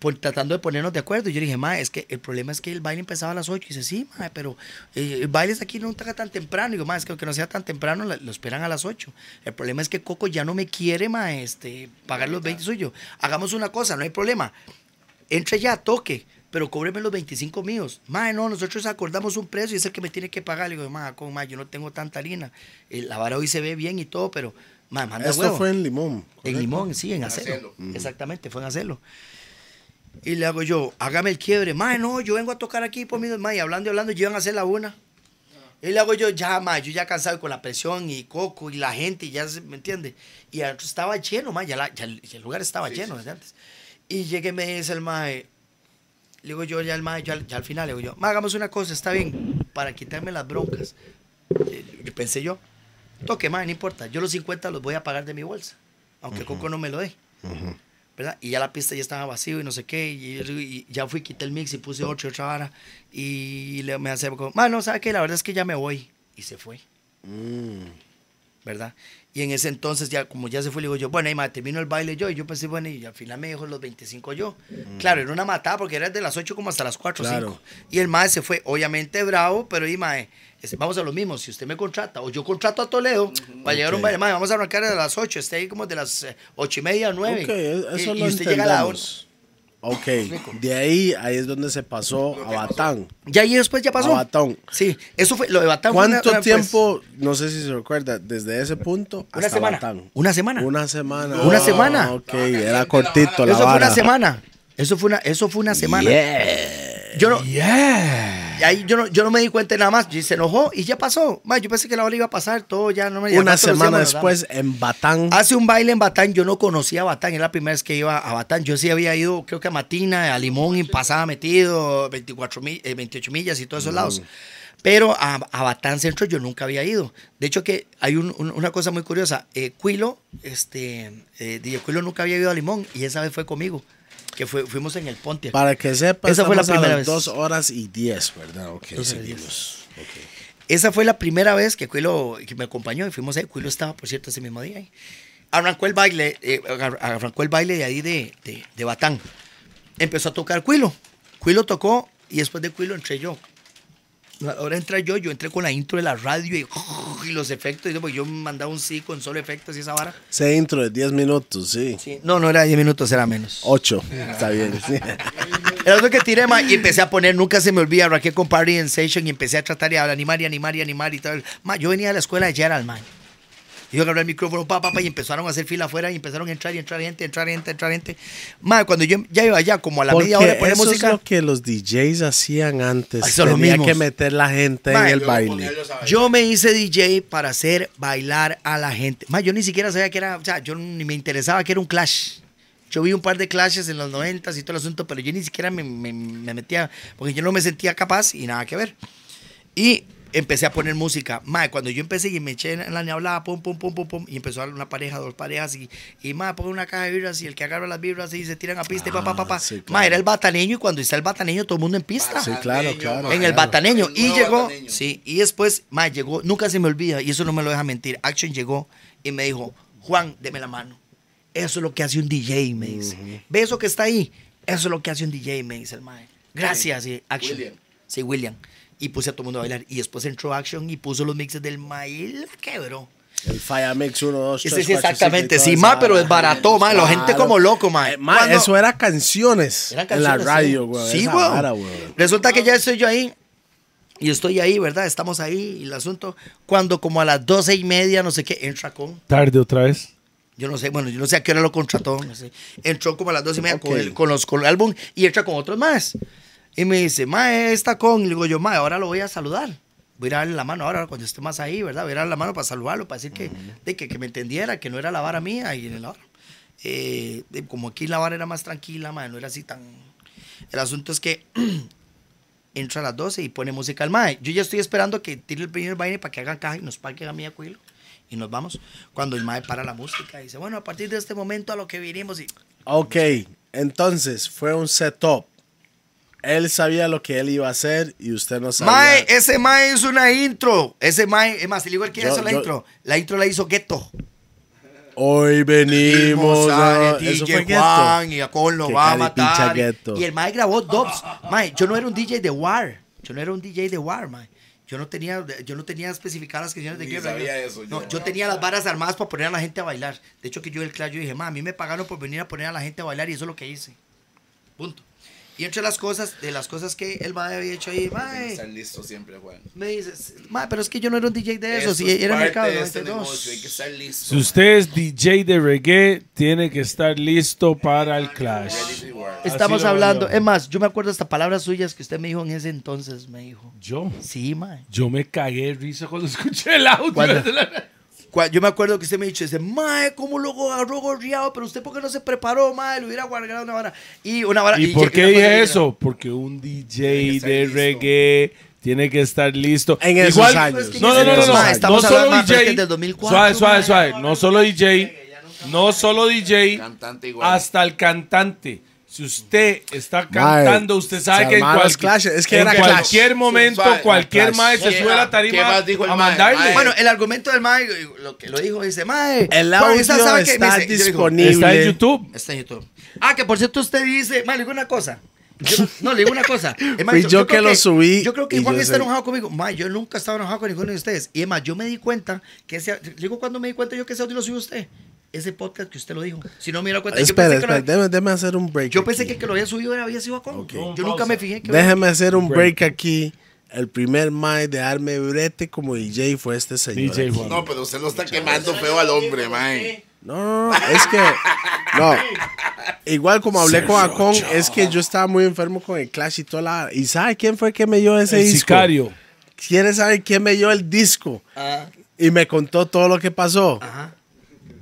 S3: por- tratando de ponernos de acuerdo. Y yo le dije, ma, es que el problema es que el baile empezaba a las 8. Y dice, sí, ma, pero eh, el baile es aquí no está tan temprano. Y digo, ma, es que aunque no sea tan temprano, la- lo esperan a las 8. El problema es que Coco ya no me quiere, ma, este, pagar los 20 suyos. Hagamos una cosa, no hay problema. Entre ya, toque, pero cóbreme los 25 míos. Ma, no, nosotros acordamos un precio y es el que me tiene que pagar. Le digo, ma, con, ma, yo no tengo tanta harina. Eh, la vara hoy se ve bien y todo, pero, ma, manda
S6: Esto
S3: huevo.
S6: fue en Limón.
S3: En Limón, sí, en Acelo. Exactamente, fue en Acelo. Y le hago yo, hágame el quiebre. Mae, no, yo vengo a tocar aquí por mí. Mae, y hablando y hablando, yo iban a hacer la una. Y le hago yo, ya, mae, yo ya cansado y con la presión y coco y la gente, y ya, se- ¿me entiende? Y adentro estaba lleno, mae, ya, la- ya el, ya el lugar estaba lleno desde antes. Y llegué, me dice el mae, le digo yo, ya el mae, yo al- ya al final, le digo yo, mae, hagamos una cosa, está bien, para quitarme las broncas. Eh, yo pensé yo, toque, mae, no importa, yo los 50 los voy a pagar de mi bolsa, aunque Coco no me lo dé. ¿verdad? Y ya la pista ya estaba vacío y no sé qué. Y, y ya fui, quité el mix y puse ocho y otra vara. Y le, me hace como, no ¿sabe qué? La verdad es que ya me voy. Y se fue. ¿Verdad? Y en ese entonces, ya como ya se fue, le digo yo, bueno, y ma, termino el baile yo. Y yo pensé, bueno, y al final me dejó los 25 yo. Claro, era una matada porque era de las 8 como hasta las 4 o 5. Y el mae se fue, obviamente bravo, pero y mae, es- vamos a lo mismo, si usted me contrata, o yo contrato a Toledo para llegar a un baile, mae, vamos a arrancar a las 8, esté ahí como de las 8 y media, 9.
S6: Ok, e-, eso
S3: y,
S6: lo
S3: y usted llega a la 1.
S6: entendemos. Ok, de ahí, ahí es donde se pasó a Batán.
S3: Ya y después ya pasó.
S6: A Batón.
S3: Sí, eso fue lo de Batán. fue
S6: ¿Cuánto
S3: una- pues, una-
S6: tiempo, no sé si se recuerda, desde ese punto hasta
S3: semana.
S6: Batán?
S3: Una semana.
S6: Una semana.
S3: Una
S6: Ah,
S3: semana.
S6: Ok, era cortito
S3: pues,
S6: la
S3: eso fue
S6: vara.
S3: una semana. Eso fue una, eso fue una semana. Yo no, y ahí yo no, yo no me di cuenta de nada más. Y se enojó y ya pasó. Ma, yo pensé que la hora iba a pasar, todo ya no me ya
S6: Una
S3: nosotros
S6: semana
S3: decíamos, nos damos.
S6: después en Batán.
S3: Hace un baile en Batán, yo no conocía a Batán, era la primera vez que iba a Batán. Yo sí había ido, creo que a Matina, a Limón, y pasaba metido, 24 mil, eh, 28 millas y todos esos lados. Pero a, a Batán Centro yo nunca había ido. De hecho, que hay un- un- una cosa muy curiosa. Eh, Cuilo, este, eh, DJ Cuilo nunca había ido a Limón y esa vez fue conmigo, que fue- fuimos en el Pontiac.
S6: Para que sepas,
S3: Esa fue la primera vez.
S6: Dos horas y diez, ¿verdad? Ok, seguimos.
S3: Esa fue la primera vez que Cuilo que me acompañó y fuimos ahí. Cuilo estaba, por cierto, ese mismo día ahí. Arrancó el baile, eh, agar- arrancó el baile de ahí de, de, de Batán. Empezó a tocar Cuilo. Cuilo tocó y después de Cuilo entré yo. Ahora entra yo, yo entré con la intro de la radio y, y los efectos. Y todo, porque yo mandaba un sí con solo efectos y esa vara.
S6: Se intro de diez minutos, sí.
S3: No, no era 10 minutos, era menos.
S6: Ocho, está bien.
S3: [LAUGHS]
S6: sí.
S3: Era lo que tiré ma, y empecé a poner, nunca se me olvida, Raquel con Party and Session y empecé a tratar de animar y animar y animar y tal. Ma, yo venía de la escuela de Gerald, man. Y yo agarré el micrófono, papá, y empezaron a hacer fila afuera y empezaron a entrar y entrar gente, entrar gente, entrar gente. Ma, cuando yo ya iba allá, como a la
S6: Porque
S3: media hora de poner
S6: eso
S3: música. Ah,
S6: es lo que los DJs hacían antes.
S3: Ay, son los
S6: Tenía
S3: mismos.
S6: que meter la gente
S3: Ma,
S6: en el
S3: yo
S6: baile.
S3: Yo me hice DJ para hacer bailar a la gente. Más, yo ni siquiera sabía que era, o sea, yo ni me interesaba que era un clash. Yo vi un par de clashes en los noventas y todo el asunto, pero yo ni siquiera me, me- me metía, porque yo no me sentía capaz y nada que ver. Y empecé a poner música. Mae, cuando yo empecé y me eché en la hablaba, pum, pum, pum, pum, pum, y empezó a dar una pareja, dos parejas, y, y mae, pongo una caja de vibras, y el que agarra las vibras y se tiran a pista, y pa, pa, pa, pa.
S1: Ah, sí, claro.
S3: Mae, era el bataneño, y cuando está el bataneño, todo el mundo en pista.
S1: Sí, claro, claro.
S3: En el bataneño.
S4: El
S3: Y
S4: nuevo
S3: llegó,
S4: Bataneño.
S3: sí, y después, mae, llegó, nunca se me olvida, y eso no me lo deja mentir. Action llegó y me dijo, Juan, deme la mano. Eso es lo que hace un DJ, me dice. ¿Ve eso que está ahí? Eso es lo que hace un DJ, me dice el mae. Gracias, sí, Action.
S4: William.
S3: Sí, William. Y puse a todo el mundo a bailar. Y después entró Action y puso los mixes del mae y la quebró.
S1: El Fire Mix 1, 2, 3,
S3: Ese sí, exactamente. Sí, ma, pero es barato, ma. La gente como loco, ma. Cuando-
S1: Eh, eso era canciones,
S3: Eran
S1: en
S3: canciones,
S1: la radio,
S3: sí.
S1: güey.
S3: Sí,
S1: esa
S3: güey.
S1: vara, güey.
S3: Resulta que ya estoy yo ahí. Y estoy ahí, ¿verdad? Estamos ahí. Y el asunto, cuando como a las doce y media, no sé qué, entra con.
S5: Tarde otra vez.
S3: Yo no sé, bueno, yo no sé a qué hora lo contrató. no sé. Entró como a las doce y media con,
S1: Ok.
S3: el, con los, con el álbum y entra con otros más. Y me dice, mae, está con. Y le digo yo, mae, ahora lo voy a saludar. Voy a ir a darle la mano ahora cuando esté más ahí, ¿verdad? Voy a ir a darle la mano para saludarlo, para decir que, de que, que me entendiera, que no era la vara mía y en la vara. Eh, de- como aquí la vara era más tranquila, mae, no era así tan. El asunto es que entra a las 12 y pone música al mae. Yo ya estoy esperando que tire el primer baile para que hagan caja y nos pague a mí a Cuilo. Y nos vamos. Cuando el mae para la música, dice, bueno, a partir de este momento a lo que vinimos. Y,
S1: Ok, entonces fue un setup. Él sabía lo que él iba a hacer y usted no sabía.
S3: mae, ese mae es una intro. Ese mae, es más, el igual que
S1: Yo-
S3: hizo la
S1: yo-
S3: intro. La intro la hizo Ghetto.
S1: Hoy venimos
S3: Mozart,
S1: a...
S3: el
S1: Eso
S3: DJ
S1: fue gueto.
S3: eh, Juan y a Con lo
S1: Qué
S3: va a
S1: caripincha
S3: matar.
S1: gueto.
S3: Y el Mae grabó Dobbs. Mae, yo no era un DJ de War. Yo no era un DJ de War, Mae. Yo no tenía, yo no tenía especificadas las canciones de
S4: Ni
S3: guerra.
S4: sabía
S3: yo,
S4: eso,
S3: no,
S4: yo.
S3: yo tenía las varas armadas para poner a la gente a bailar. De hecho, que yo el claro, yo dije, ma, a mí me pagaron por venir a poner a la gente a bailar y eso es lo que hice. Punto. Y entre las cosas, de las cosas que el Mae había hecho ahí, Mae,
S4: Están listos siempre, Juan.
S3: me dices, Mae, pero es que yo no era un DJ de eso, si
S4: es
S3: era
S4: parte
S3: mercado
S4: de este
S3: 92.
S4: negocio, hay que estar listo.
S5: Si usted es DJ de reggae, tiene que estar listo para el clash.
S3: Estamos
S5: Así lo
S3: hablando,
S5: veo.
S3: es más, yo me acuerdo hasta palabras suyas que usted me dijo en ese entonces, me dijo.
S5: Yo,
S3: Sí, mae.
S5: yo me cagué de risa cuando [LAUGHS] escuché el audio. [LAUGHS]
S3: ¿Cuándo?
S5: de la-
S3: Cua- Yo me acuerdo que usted me dijo, dice, mae, ¿cómo lo agarró gorriado? Pero usted, ¿por qué no se preparó, mae? Le hubiera guardado una vara. Y una [LAUGHS] vara.
S5: ¿Y por
S3: yo-
S5: qué
S3: una cosa
S5: dije
S3: que-
S5: eso? Porque un DJ
S4: estar
S5: de
S4: listo.
S5: reggae tiene que estar listo.
S1: En esos años.
S3: Es que
S5: No,
S3: en
S5: no, no,
S3: esos
S5: no, no.
S3: años, ma, estamos
S5: no solo
S3: hablando, pero es que
S5: DJ.
S3: es del 2004,
S5: suave, suave,
S3: ma.
S5: suave. No solo DJ. No solo DJ.
S4: Cantante igual.
S5: Hasta el cantante. Si usted está
S1: Mae,
S5: cantando, usted sabe
S1: se
S5: que en,
S1: armaron
S5: cual-
S1: los clashes. Es que
S5: en
S1: era clash.
S5: cualquier momento,
S4: suave,
S5: cualquier
S1: clash.
S5: maestro se
S4: ¿Qué
S5: sube a la
S4: más- qué
S5: tarima
S4: más dijo el
S5: a
S4: mae?
S5: mandarle.
S4: Mae.
S5: Bueno,
S3: Bueno, el argumento del mae, lo que lo dijo, dice, mae.
S1: El
S3: Juan,
S1: audio
S3: ¿esa sabe qué? Me
S1: está
S3: dice- yo digo,
S1: disponible.
S5: está en
S1: horrible.
S5: YouTube.
S3: Está en YouTube. Ah, que por cierto usted dice, mae, le digo una cosa. Yo no- no, le digo
S1: [LAUGHS]
S3: una cosa. Es más,
S1: Fui yo
S3: creo
S1: que lo subí
S3: Yo creo que
S1: y
S3: Juan
S1: yo
S3: está
S1: sé.
S3: enojado conmigo. Ma, yo nunca estaba enojado con ninguno de ustedes. Y es más, yo me di cuenta que ese. le Digo, cuando me di cuenta yo que ese audio lo subió usted? Ese podcast que usted lo dijo. Si no me diera cuenta,
S1: Espera,
S3: yo pensé,
S1: espera,
S3: que, lo,
S1: déjeme, déjeme hacer un break.
S3: yo pensé
S1: aquí.
S3: que el que lo había subido era, había sido a Juan. Yo nunca me fijé que.
S1: Déjeme hacer un
S5: Break.
S1: break aquí. El primer mae de darme brete como DJ fue este señor.
S5: DJ
S1: aquí.
S5: Juan.
S4: No, pero usted lo está quemando feo al hombre, mae.
S1: No, no, no, es que. No. Igual como hablé con Acon, es que yo estaba muy enfermo con el Clash y toda la. ¿Y sabe quién fue que me dio ese
S5: El
S1: disco?
S5: sicario.
S1: ¿Quieres saber quién me dio el disco?
S3: Ah.
S1: Y me contó todo lo que pasó.
S3: Ajá.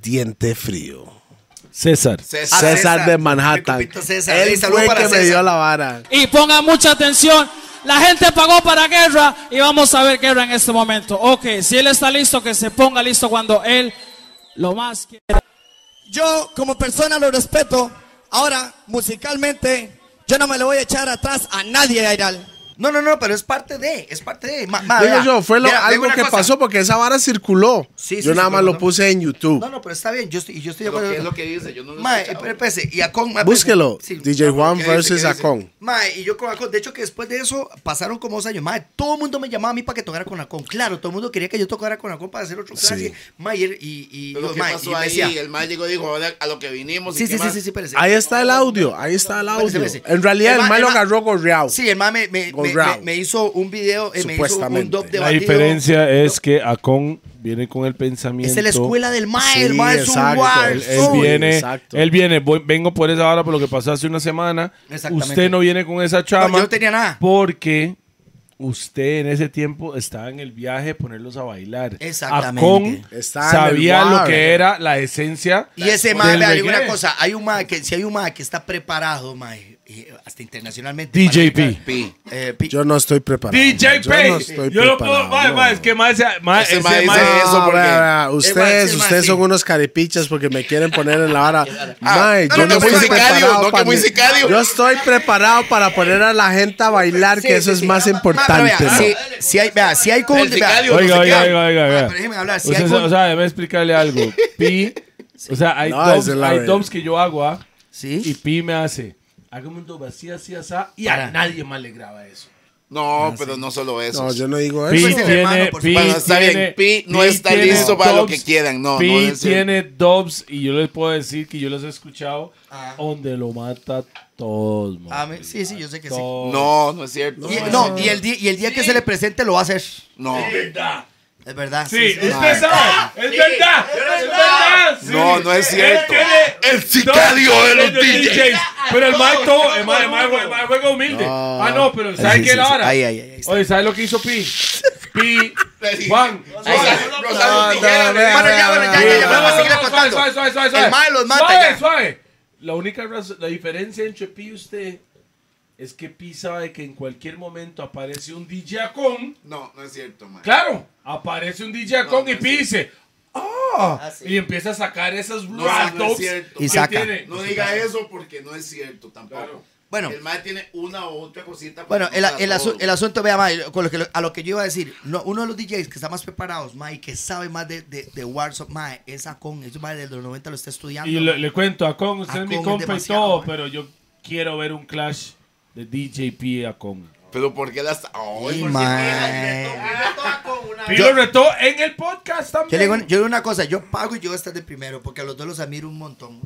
S1: Diente frío.
S5: César.
S4: César.
S3: Ah,
S1: César,
S3: César.
S1: de Manhattan.
S3: Mi copito César. Ey,
S1: Él
S3: saludo
S1: fue el
S3: para
S1: que me
S3: César.
S1: dio la vara.
S10: Y pongan mucha atención. La gente pagó para guerra y vamos a ver guerra en este momento. Ok, si él está listo, que se ponga listo cuando él lo más quiera.
S11: Yo como persona lo respeto. Ahora, musicalmente, yo no me le voy a echar atrás a nadie, Airal.
S3: No, no, no, pero es parte de. Es parte de. Ma, ma,
S1: Digo
S3: vea,
S1: yo, fue lo-
S3: mira, digo
S1: algo
S3: una
S1: que
S3: cosa.
S1: pasó porque esa vara circuló.
S3: Sí, sí,
S1: yo nada más lo
S3: circuló, ¿no?
S1: puse en YouTube.
S3: No, no, pero está bien. Yo estoy, yo estoy de
S4: Lo
S3: acuerdo.
S4: que es lo que dice, yo no lo he
S3: Mae,
S4: escuchado.
S3: pero espérese, y Acon, mae,
S1: Búsquelo.
S3: espérese. Sí.
S1: DJ Juan
S4: ¿qué dice?
S1: versus
S4: ¿Qué dice?
S1: Acon.
S3: Mae, y yo con Acon, de hecho que después de eso pasaron como dos años, mae, todo el mundo me llamaba a mí para que tocara con Acon, claro, todo el mundo quería que yo tocara con Acon para hacer otro clase, mae, y, y, y,
S4: Pero
S3: yo,
S4: ¿qué
S3: mae, y
S4: pasó
S3: me
S4: ahí?
S3: decía,
S4: El mae llegó y dijo, ahora a lo que vinimos. ¿y
S3: sí, sí,
S4: qué
S3: sí,
S4: más?
S3: sí, sí, espérese.
S1: Ahí está el audio, ahí está el audio.
S3: Espérese, espérese.
S1: En realidad
S3: El
S1: el
S3: ma-
S1: mae
S3: el
S1: lo
S3: ma-
S1: agarró gorreado.
S3: Sí, el mae me, me, me,
S1: Gorrao.
S3: me- me hizo un video, eh, me hizo un
S1: Supuestamente.
S3: dub de
S5: La
S3: batido.
S5: diferencia es que Acon viene con el pensamiento.
S3: Es la escuela del mae, el
S1: Sí,
S3: mae es un
S1: exacto,
S3: war,
S5: Él, él
S1: Eso,
S3: soul.
S5: viene,
S1: exacto.
S5: él viene, voy- vengo por esa hora por lo que pasó hace una semana.
S3: Exactamente.
S5: Usted no viene con esa chama.
S3: No, yo no tenía nada.
S5: Porque usted en ese tiempo estaba en el viaje de ponerlos a bailar.
S3: Exactamente.
S5: Acon
S1: Estaba en
S5: sabía
S1: el
S5: lo
S1: bar.
S5: que era la esencia.
S3: Y ese
S5: del
S3: mae, vea, digo
S5: reggae.
S3: una cosa, hay un mae que, si hay un mae que está preparado, mae, y hasta internacionalmente.
S5: DJP.
S4: Pi.
S3: Eh, P.
S1: Yo no estoy preparado.
S5: DJ
S1: Yo no
S5: Pace.
S1: estoy
S5: Yo no puedo.
S1: preparado.
S5: Mae, mae, es que mae, ese- mae,
S4: Ese
S5: ese
S4: mae dice
S5: mae-
S4: eso
S1: Ah,
S4: porque-
S1: vea, vea,
S3: mae,
S1: Ustedes,
S3: sí, mae,
S1: ustedes
S3: sí.
S1: son unos caripichas porque me quieren poner en la vara.
S4: [LAUGHS] Ah,
S1: Mae,
S4: no,
S1: yo
S4: no,
S1: no,
S4: no,
S1: estoy
S4: muy sicario,
S1: preparado
S4: no, que
S1: para
S4: muy
S1: ni-
S4: sicario.
S1: Yo estoy preparado para poner a la gente a bailar, que eso es más importante.
S4: ah,
S1: mae.
S3: Si, hay, vea, si hay
S4: El
S3: conjunto. vea,
S4: sicario,
S5: Oiga,
S4: no sé
S5: oiga,
S4: qué.
S5: oiga, oiga,
S3: Ah,
S5: oiga.
S3: pero déjeme hablar, si
S5: Usted
S3: hay
S5: sabe-
S3: con-
S5: o sea, déjeme explicarle algo. Pi, o sea, hay,
S1: No,
S5: dumps,
S1: es la
S5: hay
S1: verdad.
S5: dumps que yo hago, ¿ah?
S3: Sí.
S5: Y Pi me hace, hágame un dub así, así, así, y a
S3: Para.
S5: nadie más le graba eso.
S3: Ah,
S4: No, pero no solo eso.
S1: No, yo no digo
S5: Pi
S1: eso.
S3: es el
S5: tiene,
S3: hermano, por
S5: Pi
S4: supuesto. Bueno, está bien,
S5: tiene-
S4: Pi no está
S5: tiene
S4: listo para lo que
S5: dubs,
S4: quieran, no,
S5: Pi
S4: no es el-
S5: tiene dubs y yo les puedo decir que yo los he escuchado donde lo mata todos, man.
S3: Ah, me- sí, sí, yo sé que sí.
S5: Todos.
S4: No, no es cierto.
S3: Y- no, y el, di- y el día que se le presente lo va a hacer.
S4: No.
S3: Es verdad.
S5: Sí, es
S3: No,
S5: pesado, es verdad, es verdad. sí.
S4: No, no es cierto.
S5: Él tiene
S4: El sicario
S5: dos
S4: de los
S5: DJs.
S4: DJs.
S5: Pero el Mike todo, el Mike, el Mike, el Mike juega humilde. Ah, no, pero ¿sabes
S3: Sí,
S5: qué
S3: sí,
S5: era
S3: sí.
S5: ahora?
S3: Ahí, ahí, ahí está.
S5: Oye, ¿sabes lo que hizo Pi? Pi, Juan.
S4: Ahí está. Rosado Tijera, le
S3: Bueno,
S4: digo.
S3: ya, bueno, ya, ya, ya, vamos a seguir contando.
S5: Suave, suave, suave, suave.
S3: El Mike los mata
S5: Suave,
S3: ya.
S5: suave. La única razón, la diferencia entre Pi y usted es que Pi sabe que en cualquier momento aparece un DJ con.
S4: No, no es cierto, man.
S5: Claro, aparece un DJ con y Pi dice. "Ah",
S3: Ah, sí.
S5: Y empieza a sacar esas
S4: No,
S5: random
S4: no es cierto.
S3: Y saca.
S4: No diga eso porque no es cierto tampoco.
S3: Bueno.
S4: El mae tiene una o otra cosita.
S3: Bueno,
S4: pero
S3: el,
S4: no para
S3: el asu-
S4: todo.
S3: el asunto, vea, mae, con lo que lo- a lo que yo iba a decir, no, uno de los DJs que está más preparados, mae, que sabe más de, de, de Warzone, mae, es Acon, ese mae desde los 90 lo está estudiando.
S5: Y le, le cuento a Con, usted
S3: A
S5: es mi
S3: Con es
S5: compa y
S3: demasiado,
S5: todo,
S3: man.
S5: pero yo quiero ver un clash de DJ Pi a Con.
S4: Pero ¿por qué las.? Ay,
S3: Y,
S4: ¿por qué
S3: mae.
S5: Pi lo retó en el podcast también.
S3: Ah. Yo le digo, yo le digo una cosa, yo pago y yo voy a estar de primero, porque a los dos los admiro un montón.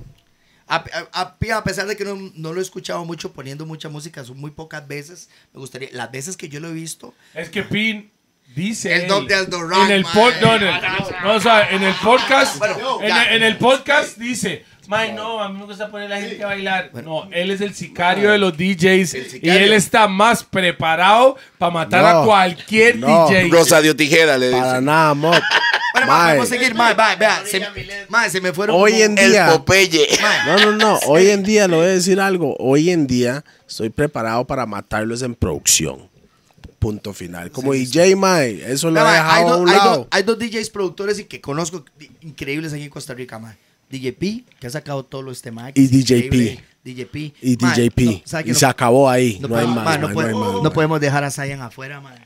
S3: A, a- a Pia, a pesar de que no, no lo he escuchado mucho poniendo mucha música, son muy pocas veces, me gustaría, las veces que yo lo he visto,
S5: Es que Pin dice.
S3: El
S5: él,
S3: don de Aldo Rock,
S5: En el
S3: man.
S5: pod- no, en el, Ah, no, o sea, en el podcast.
S3: Bueno,
S5: en,
S3: ya.
S5: el- en el podcast dice. Mae, no, a mí me gusta poner a la gente a bailar. No, él es el sicario de los DJs y
S4: sicario.
S5: él está más preparado para matar a
S1: No,
S5: cualquier
S1: no.
S5: DJ.
S4: Rosadio Tijera le
S1: Para
S4: dice.
S1: nada, mo.
S3: Bueno, ma,
S1: Mae,
S3: vamos a seguir, mae, mae, vea, se, mae, se me fueron
S1: Hoy
S3: como-
S1: en
S4: El
S1: día.
S4: Popeye.
S1: No, no, no. Hoy en día, le voy a decir algo. Hoy en día estoy preparado para matarlos en producción. Punto final. Como DJ Mae, eso lo he
S3: Mae, hay,
S1: dejado a
S3: dos-
S1: un
S3: hay dos-
S1: lado.
S3: hay dos DJs productores y que conozco di- increíbles aquí en Costa Rica, mae. DJP, que ha sacado todo lo este mae. que
S1: Y
S3: es
S1: DJP.
S3: increíble. DJP.
S1: Y
S3: Mae, no,
S1: DJP.
S3: ¿sabe que
S1: y
S3: no-
S1: se acabó ahí.
S3: no
S1: No, hay
S3: podemos-
S1: más,
S3: mae,
S1: mae,
S3: no
S1: no hay
S3: puede-
S1: más,
S3: no
S1: mae.
S3: podemos dejar a Zion afuera, mae.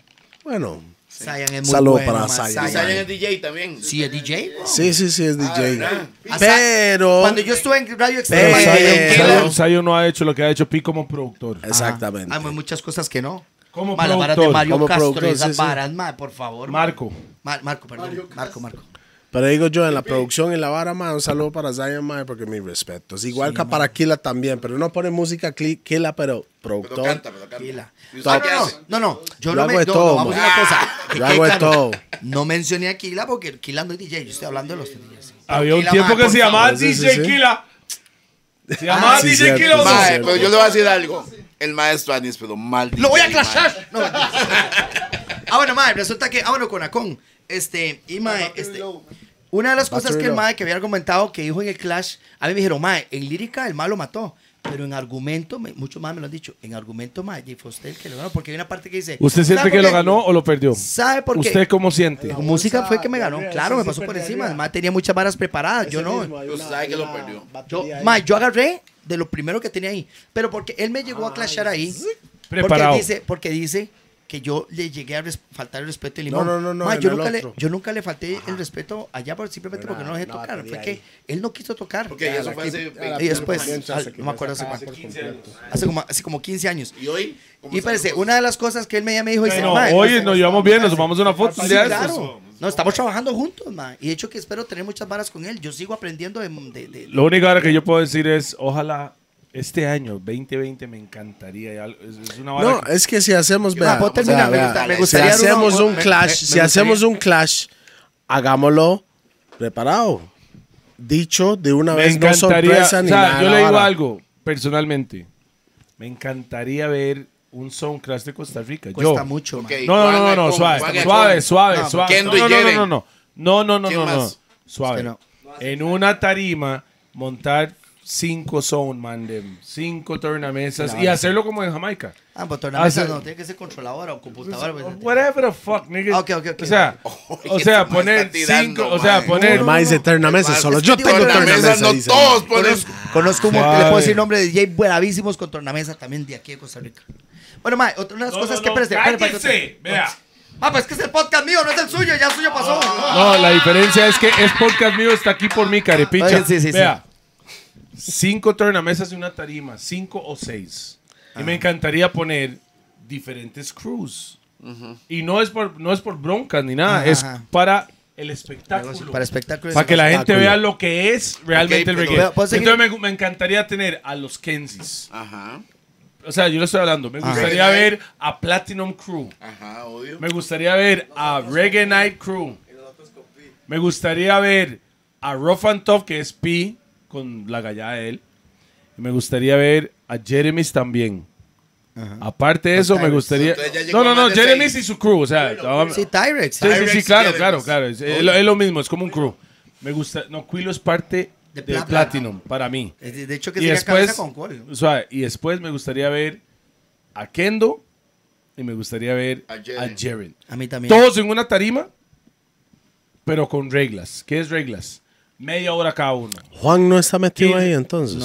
S1: Bueno,
S3: Zion es muy
S1: Saludo
S3: bueno,
S1: para
S3: mae.
S1: Zion.
S4: Zion es DJ también.
S3: Sí, es DJ. weón.
S1: sí, sí, sí, es DJ.
S3: A Zion-
S1: Pero.
S3: Ah, Cuando yo estuve en Radio
S1: Pero
S3: Extrema,
S1: Zion-
S3: eh,
S1: Zion-
S5: Zion- Zion no ha hecho lo que ha hecho Pi como productor.
S1: Exactamente.
S3: Hay muchas cosas que no.
S5: Como
S3: Ma, las varas de
S5: productor,
S3: Mario
S1: como
S3: Castro,
S1: productor,
S3: esas
S1: sí, sí.
S3: varas, ma, por favor. ma.
S5: Marco.
S3: Ma- Marco, perdón. Marco, Marco.
S1: Pero digo yo, en la producción en la vara, mae, un saludo para Zion Mae, porque mis respetos. Igual que para Kila también, pero no pone música cli- Kila, pero
S4: Pero
S1: productor.
S4: canta, pero
S3: Tranquila.
S4: canta. ¿Y
S3: Ah,
S4: usted qué
S3: no,
S4: hace?
S3: no, no, no, yo
S1: Yo
S3: no
S1: hago
S3: me,
S1: de
S3: no,
S1: todo,
S3: no, vamos a
S1: ma.
S3: una cosa. que [LAUGHS]
S1: Yo hago de
S3: quede
S1: todo.
S3: No mencioné a Kila porque Kila no es DJ, yo estoy hablando de los DJs.
S5: Había un
S3: Kila,
S5: tiempo
S3: ma,
S5: que
S3: por Ah,
S5: se llamaba
S1: favor. Sí, sí,
S5: DJ
S1: sí.
S5: Kila. Se llamaba
S1: sí,
S5: DJ
S1: cierto,
S5: Kila.
S1: sí,
S5: ¿no?
S4: Mae,
S1: cierto.
S4: pero yo le voy a decir algo. El maestro Anis, pero mal.
S3: ¡Lo voy a
S4: DJ, mae.
S3: clashar! No, mentira. ah, bueno, mae, resulta que, ah, bueno, con Acon, este, y mae, este, una de las cosas que el
S1: Low.
S3: mae que había argumentado, que dijo en el clash, a mí me dijeron, mae, en lírica el mae lo mató, pero en argumento, me- muchos más me lo han dicho, en argumento, mae, y fue usted el que lo ganó, porque hay una parte que dice...
S5: ¿Usted siente
S3: ¿sabe
S5: que
S3: por
S5: lo
S3: qué?
S5: ganó o lo perdió?
S3: ¿Sabe por qué?
S5: ¿Usted cómo siente?
S3: Con música fue que me ganó, claro, me pasó por encima, el mae tenía muchas varas preparadas, yo no...
S4: Pero usted sabe que lo perdió.
S3: Yo, ma, yo agarré de lo primero que tenía ahí. Pero porque él me llegó a clashar ahí.
S5: Preparado.
S3: Porque dice, porque dice que yo le llegué a res- faltar el respeto y limón.
S1: No, no, no, no,
S3: Ma,
S1: en
S3: yo,
S1: el
S3: nunca le,
S1: otro.
S3: yo nunca le falté el respeto allá por- simplemente porque no lo dejé
S1: no,
S3: tocar.
S1: tenía
S3: Fue
S1: ahí.
S3: que él no quiso tocar.
S4: Ok, eso fue hace
S3: y
S4: 20.
S3: después, Pues, al- no me acuerdo Ah, hace cuánto. Hace como, hace como 15 años.
S4: ¿Y hoy? ¿Cómo
S3: Y
S4: está la
S3: parece,
S4: cosa?
S3: una de las cosas que él me, me dijo, dice,
S5: No,
S3: "Ma,
S5: oye, nos llevamos bien, nos tomamos una foto.
S3: Sí,
S5: un día de estos.
S3: claro. No, estamos trabajando juntos, ma. Y de hecho que espero tener muchas varas con él. Yo sigo aprendiendo de... de- de-
S5: Lo único ahora que yo puedo decir es, ojalá este año, 2020, me encantaría. y algo- Es, es una vara
S1: No,
S5: que-
S1: es que si hacemos, vea,
S3: puedo
S1: vea,
S3: terminar, me
S1: vea,
S3: gusta- me
S1: si
S3: gustaría dar
S1: hacemos
S3: uno-
S1: un
S3: me-
S1: clash,
S3: me-
S1: si
S3: me
S1: hacemos
S3: gustaría.
S1: un clash, hagámoslo preparado. Dicho de una
S5: me
S1: vez, no
S5: encantaría.
S1: sorpresa ni
S5: o sea,
S1: nada.
S5: yo le digo
S1: ahora.
S5: algo, personalmente. Me encantaría ver un Soundclash de Costa Rica.
S3: Cuesta
S5: yo.
S3: mucho, ma.
S4: Ok.
S5: No, no, no, no,
S4: Juan
S5: no,
S4: Acón,
S5: suave,
S4: Juan
S5: suave,
S4: Acón.
S5: suave,
S3: No,
S5: suave.
S4: Kendo
S5: No, no,
S4: y
S5: no,
S4: Jeren.
S5: no, no, no, no, no,
S4: ¿Quién
S5: no, no,
S4: más?
S5: suave.
S3: Es que no.
S5: En una tarima montar cinco zone, man, them, cinco tornamesas y hacerlo como en Jamaica.
S3: Ah, pues tornamesa
S5: Ah, sí.
S3: no, tiene que ser controladora o computadora. pues, Ah,
S5: Whatever the fuck, nigga.
S3: Ok, ok, ok.
S5: O
S4: [LAUGHS]
S5: sea, o sea,
S4: ese Oh, este man
S5: poner
S4: está tirando,
S5: cinco, o sea,
S4: man.
S5: poner
S6: El mae dice tornamesa, solo yo
S3: digo,
S6: tengo
S4: Tornamesas,
S6: tornamesa.
S4: no
S6: dice el mae.
S4: todos ponen.
S3: Conozco un
S5: Suave.
S3: le puedo decir nombre de DJ bravísimos con tornamesa también de aquí de Costa Rica. Bueno, mae, otra una de las
S2: No,
S3: cosas
S2: no,
S3: que
S2: no,
S3: parece.
S2: cállese, vea.
S3: Ah, pues es que es el podcast mío, no es el suyo, ya el suyo pasó.
S5: No, la diferencia es que es podcast mío, está aquí por mí, carepicha.
S11: Oye, sí, sí, sí.
S5: Vea, cinco tornamesas y una tarima, cinco o seis. Y
S3: Ah.
S5: me encantaría poner diferentes crews. Y no es por, no es por broncas ni nada,
S3: Ajá,
S5: es
S3: ajá.
S5: para el espectáculo.
S3: Para
S5: Para
S3: espectáculos.
S5: que la gente
S6: espectáculo.
S5: vea lo que es realmente
S4: Ok,
S5: el
S4: pero-
S5: reggae.
S3: Puedo seguir.
S5: Entonces me, me encantaría tener a los Kensis.
S4: Ajá,
S5: O sea, yo lo estoy hablando. Me gustaría ver a Platinum Crew.
S4: ajá, obvio.
S5: Me gustaría ver a Reggae Night Crew. Me gustaría ver a Rough and Tough, que es P, con la gallada de él. Y me gustaría ver a Jeremy's también. Aparte de eso, me gustaría...
S4: Entonces ya llegó
S5: No, no, no,
S4: más de
S5: Jeremy's y su crew. O sea, vamos-
S3: Sí, Tyrex.
S5: sí, sí, sí,
S4: Tyrex
S5: claro,
S4: Jeremy's.
S5: claro, claro. Es, es lo, es lo mismo, es como un crew. Me gusta... No, Quilo es parte de,
S3: De Platinum.
S5: Platinum, para mí.
S3: De de hecho, que
S5: Y
S3: sería cabeza
S5: después,
S3: con col.
S5: o sea, y después me gustaría ver a Kendo y me gustaría ver
S4: A
S5: a
S4: Jaren.
S5: Jaren.
S3: A mí también.
S5: Todos en una tarima, pero con reglas. ¿Qué es reglas? Media hora cada uno.
S6: Juan no está metido
S5: Y-
S6: ahí entonces.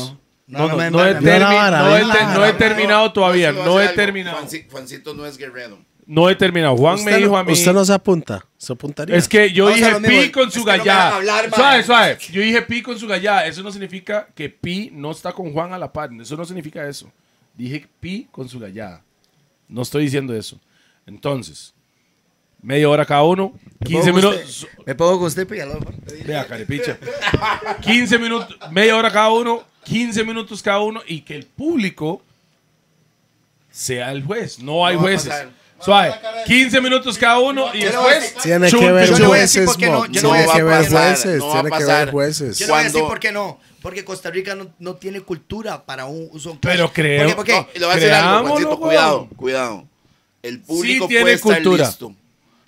S5: No, no,
S3: me-
S5: no he,
S3: me-
S6: no,
S5: termi-
S6: no,
S5: no he
S6: no,
S5: te-
S6: no,
S5: no he
S6: no,
S5: terminado todavía.
S4: Juancito
S5: No
S4: hace
S5: he
S4: algo.
S5: terminado.
S4: Juanci- Juancito no es guerrero.
S5: No he terminado. Juan
S6: Usted
S5: me
S6: no-
S5: dijo a mí.
S6: Usted no se apunta. Se apuntaría.
S5: Es que yo
S3: Vamos a
S5: dije
S3: lo mismo,
S5: pi con
S3: es
S5: su
S3: que no me dejan
S5: gallada.
S3: hablar, man.
S5: suave, suave. Yo dije pi con su gallada. Eso no significa que pi no está con Juan a la par. Eso no significa eso. Dije pi con su gallada. No estoy diciendo eso. Entonces, media hora cada uno, 15 minutos.
S3: Me pongo con usted, pues, ya lo-
S5: Vea, carepicha. 15 minutos, media hora cada uno, 15 minutos cada uno y que el público sea el juez. No hay
S4: No va a
S5: jueces.
S4: pasar.
S5: Suave, 15 minutos cada uno y después.
S6: Tiene
S5: chun,
S6: que ver
S5: chun,
S3: yo no voy a decir
S6: jueces,
S3: por qué no,
S6: Mo.
S3: yo no voy
S6: Tiene que
S3: a decir
S6: ver
S3: por qué no.
S6: jueces.
S4: No va a
S6: Tiene que
S4: pasar.
S6: ver jueces.
S3: Yo no voy a decir
S4: Cuando-
S3: por qué no. Porque Costa Rica no, no tiene cultura para un uso.
S5: Pero creo-
S3: ¿Por qué? ¿Por qué?
S4: Y le voy a decir algo,
S5: Creámoslo,
S4: Juancito,
S5: weón.
S4: cuidado, cuidado. El público
S5: tiene
S4: puede estar
S5: cultura.
S4: listo.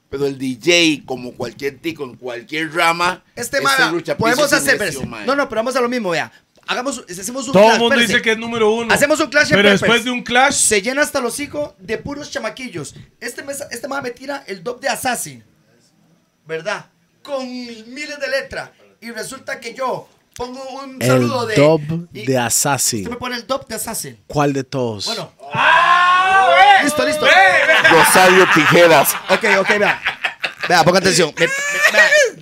S4: Pero el DJ, como cualquier tico, en cualquier rama,
S3: Este
S4: es
S3: mala,
S4: un luchapizo
S3: podemos
S4: sin
S3: hacer.
S4: necio,
S3: pero-
S4: mae.
S3: No, no, pero vamos a lo mismo, vea. Hagamos, hacemos un
S5: Todo
S3: clash,
S5: el mundo
S3: espérese.
S5: dice que es número uno.
S3: Hacemos un clash en
S5: Pero
S3: Peppers.
S5: después de un clash,
S3: Se llena hasta el hocico de puros chamaquillos. Este mes, este mae me tira el dop de Assassin. ¿Verdad? Con miles de letras. Y resulta que yo pongo un
S6: El
S3: saludo de.
S6: dub
S3: y-
S6: de Assassin.
S3: Usted me pone el dop de Assassin.
S6: ¿Cuál de todos?
S3: Bueno.
S5: Ah,
S3: Listo, listo.
S4: Rosario Tijeras.
S3: Ok, ok, vea. Vea, ponga atención. Me- me-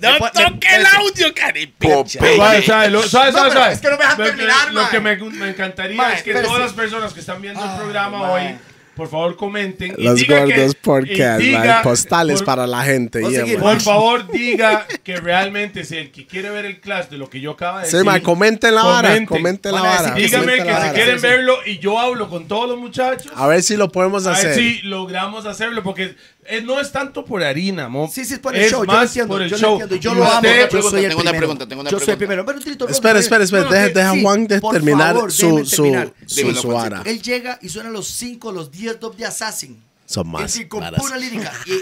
S5: [LAUGHS]
S3: vea, me pon- me- espérese.
S6: audio,
S4: Popeye.
S5: Suave, suave, lo- suave, suave,
S3: No, pero
S5: suave.
S3: es que no me dejan terminar,
S5: Lo
S3: mae.
S5: que me, me encantaría
S3: Mae,
S5: es que
S3: espérese. Ah,
S5: todas las personas que están viendo el programa
S3: mae.
S5: hoy, por favor comenten. y
S6: Los
S5: digan
S6: gordos
S5: que-
S6: podcast,
S5: y
S6: man,
S5: diga-
S6: postales
S5: por-
S6: para la gente.
S3: Vos
S6: yeah,
S3: seguir,
S6: man.
S5: Por favor, diga que realmente si el que quiere ver el clash de lo que yo acaba de
S6: Sí,
S5: decir.
S6: man, comenten la vara,
S5: Comenten.
S6: comenten la
S3: Van a decir
S6: vara.
S3: que sí,
S5: Dígame
S6: comenten
S5: que
S6: la
S5: si
S6: vara.
S5: quieren verlo y yo hablo con todos los muchachos.
S6: A ver si lo podemos
S5: A ver
S6: hacer.
S5: si logramos hacerlo, porque eh, no es tanto por harina, mo.
S3: Sí, sí, es por el show, yo lo
S5: más
S3: entiendo,
S5: por el
S3: yo lo
S5: show.
S3: entiendo, yo
S5: Y
S3: lo amo,
S5: usted-
S4: Tengo
S3: yo
S4: una
S3: soy el
S4: pregunta, tengo una
S3: primero.
S4: pregunta, tengo una
S3: Yo soy el
S4: pregunta.
S3: primero. Pero, Trito,
S6: Espera, espera, espera.
S3: Bueno,
S6: Deja,
S3: sí,
S6: deja a
S3: sí,
S6: Juan de
S3: por
S6: terminar
S3: favor,
S6: su,
S3: déjenme
S6: su,
S3: terminar.
S6: su,
S4: Dímelo,
S6: su
S4: Juancito.
S6: vara.
S3: Él llega y suena los 5, los 10 top de Assassin.
S6: Son más
S3: Es decir, con
S6: varas.
S3: pura lírica. Y el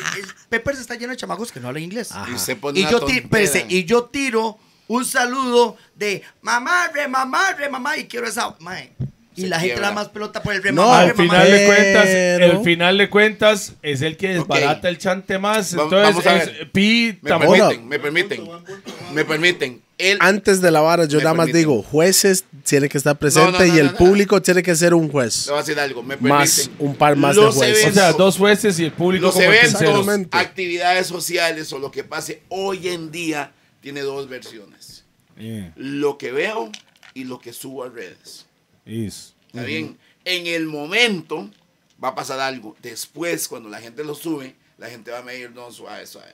S3: Peppers está lleno de chamacos que no hablan inglés.
S4: Y usted Ah, pone
S3: Y
S4: una
S3: yo, ti-
S4: tontera.
S3: espérese, y yo tiro un saludo de mamá, re mamá, re mamá, y quiero esa. mae. Y
S4: Se
S3: la gente
S4: quiebra.
S3: da más pelota por el re
S6: No,
S3: mamá, re
S5: Al
S3: mamá. Eh,
S5: final de
S6: Pero-
S5: cuentas, el final de cuentas es el que desbarata
S4: Ok.
S5: el chante más.
S4: Va-
S5: Entonces,
S4: vamos a ver.
S5: es- Pi
S4: Me
S5: tampoco-
S4: permiten, me permiten. Me permiten. El,
S6: Antes de la vara, yo
S4: Me
S6: nada más
S4: permite.
S6: digo, jueces tiene que estar presente
S4: No, no, no,
S6: y el
S4: no, no.
S6: público tiene que ser un juez.
S4: le voy a decir algo, me permiten.
S6: Más, un par más de
S4: Los
S6: jueces.
S5: O
S4: eventos-
S5: sea, dos jueces y el público
S4: Los
S5: como el
S4: eventos,
S5: tercero.
S6: Exactamente.
S4: actividades sociales o lo que pase hoy en día tiene dos versiones.
S5: Yeah,
S4: Lo que veo y lo que subo a redes.
S5: is.
S4: ¿Está bien? En el momento va a pasar algo. Después, cuando la gente lo sube, la gente va a medir, no, ah, suave, suave.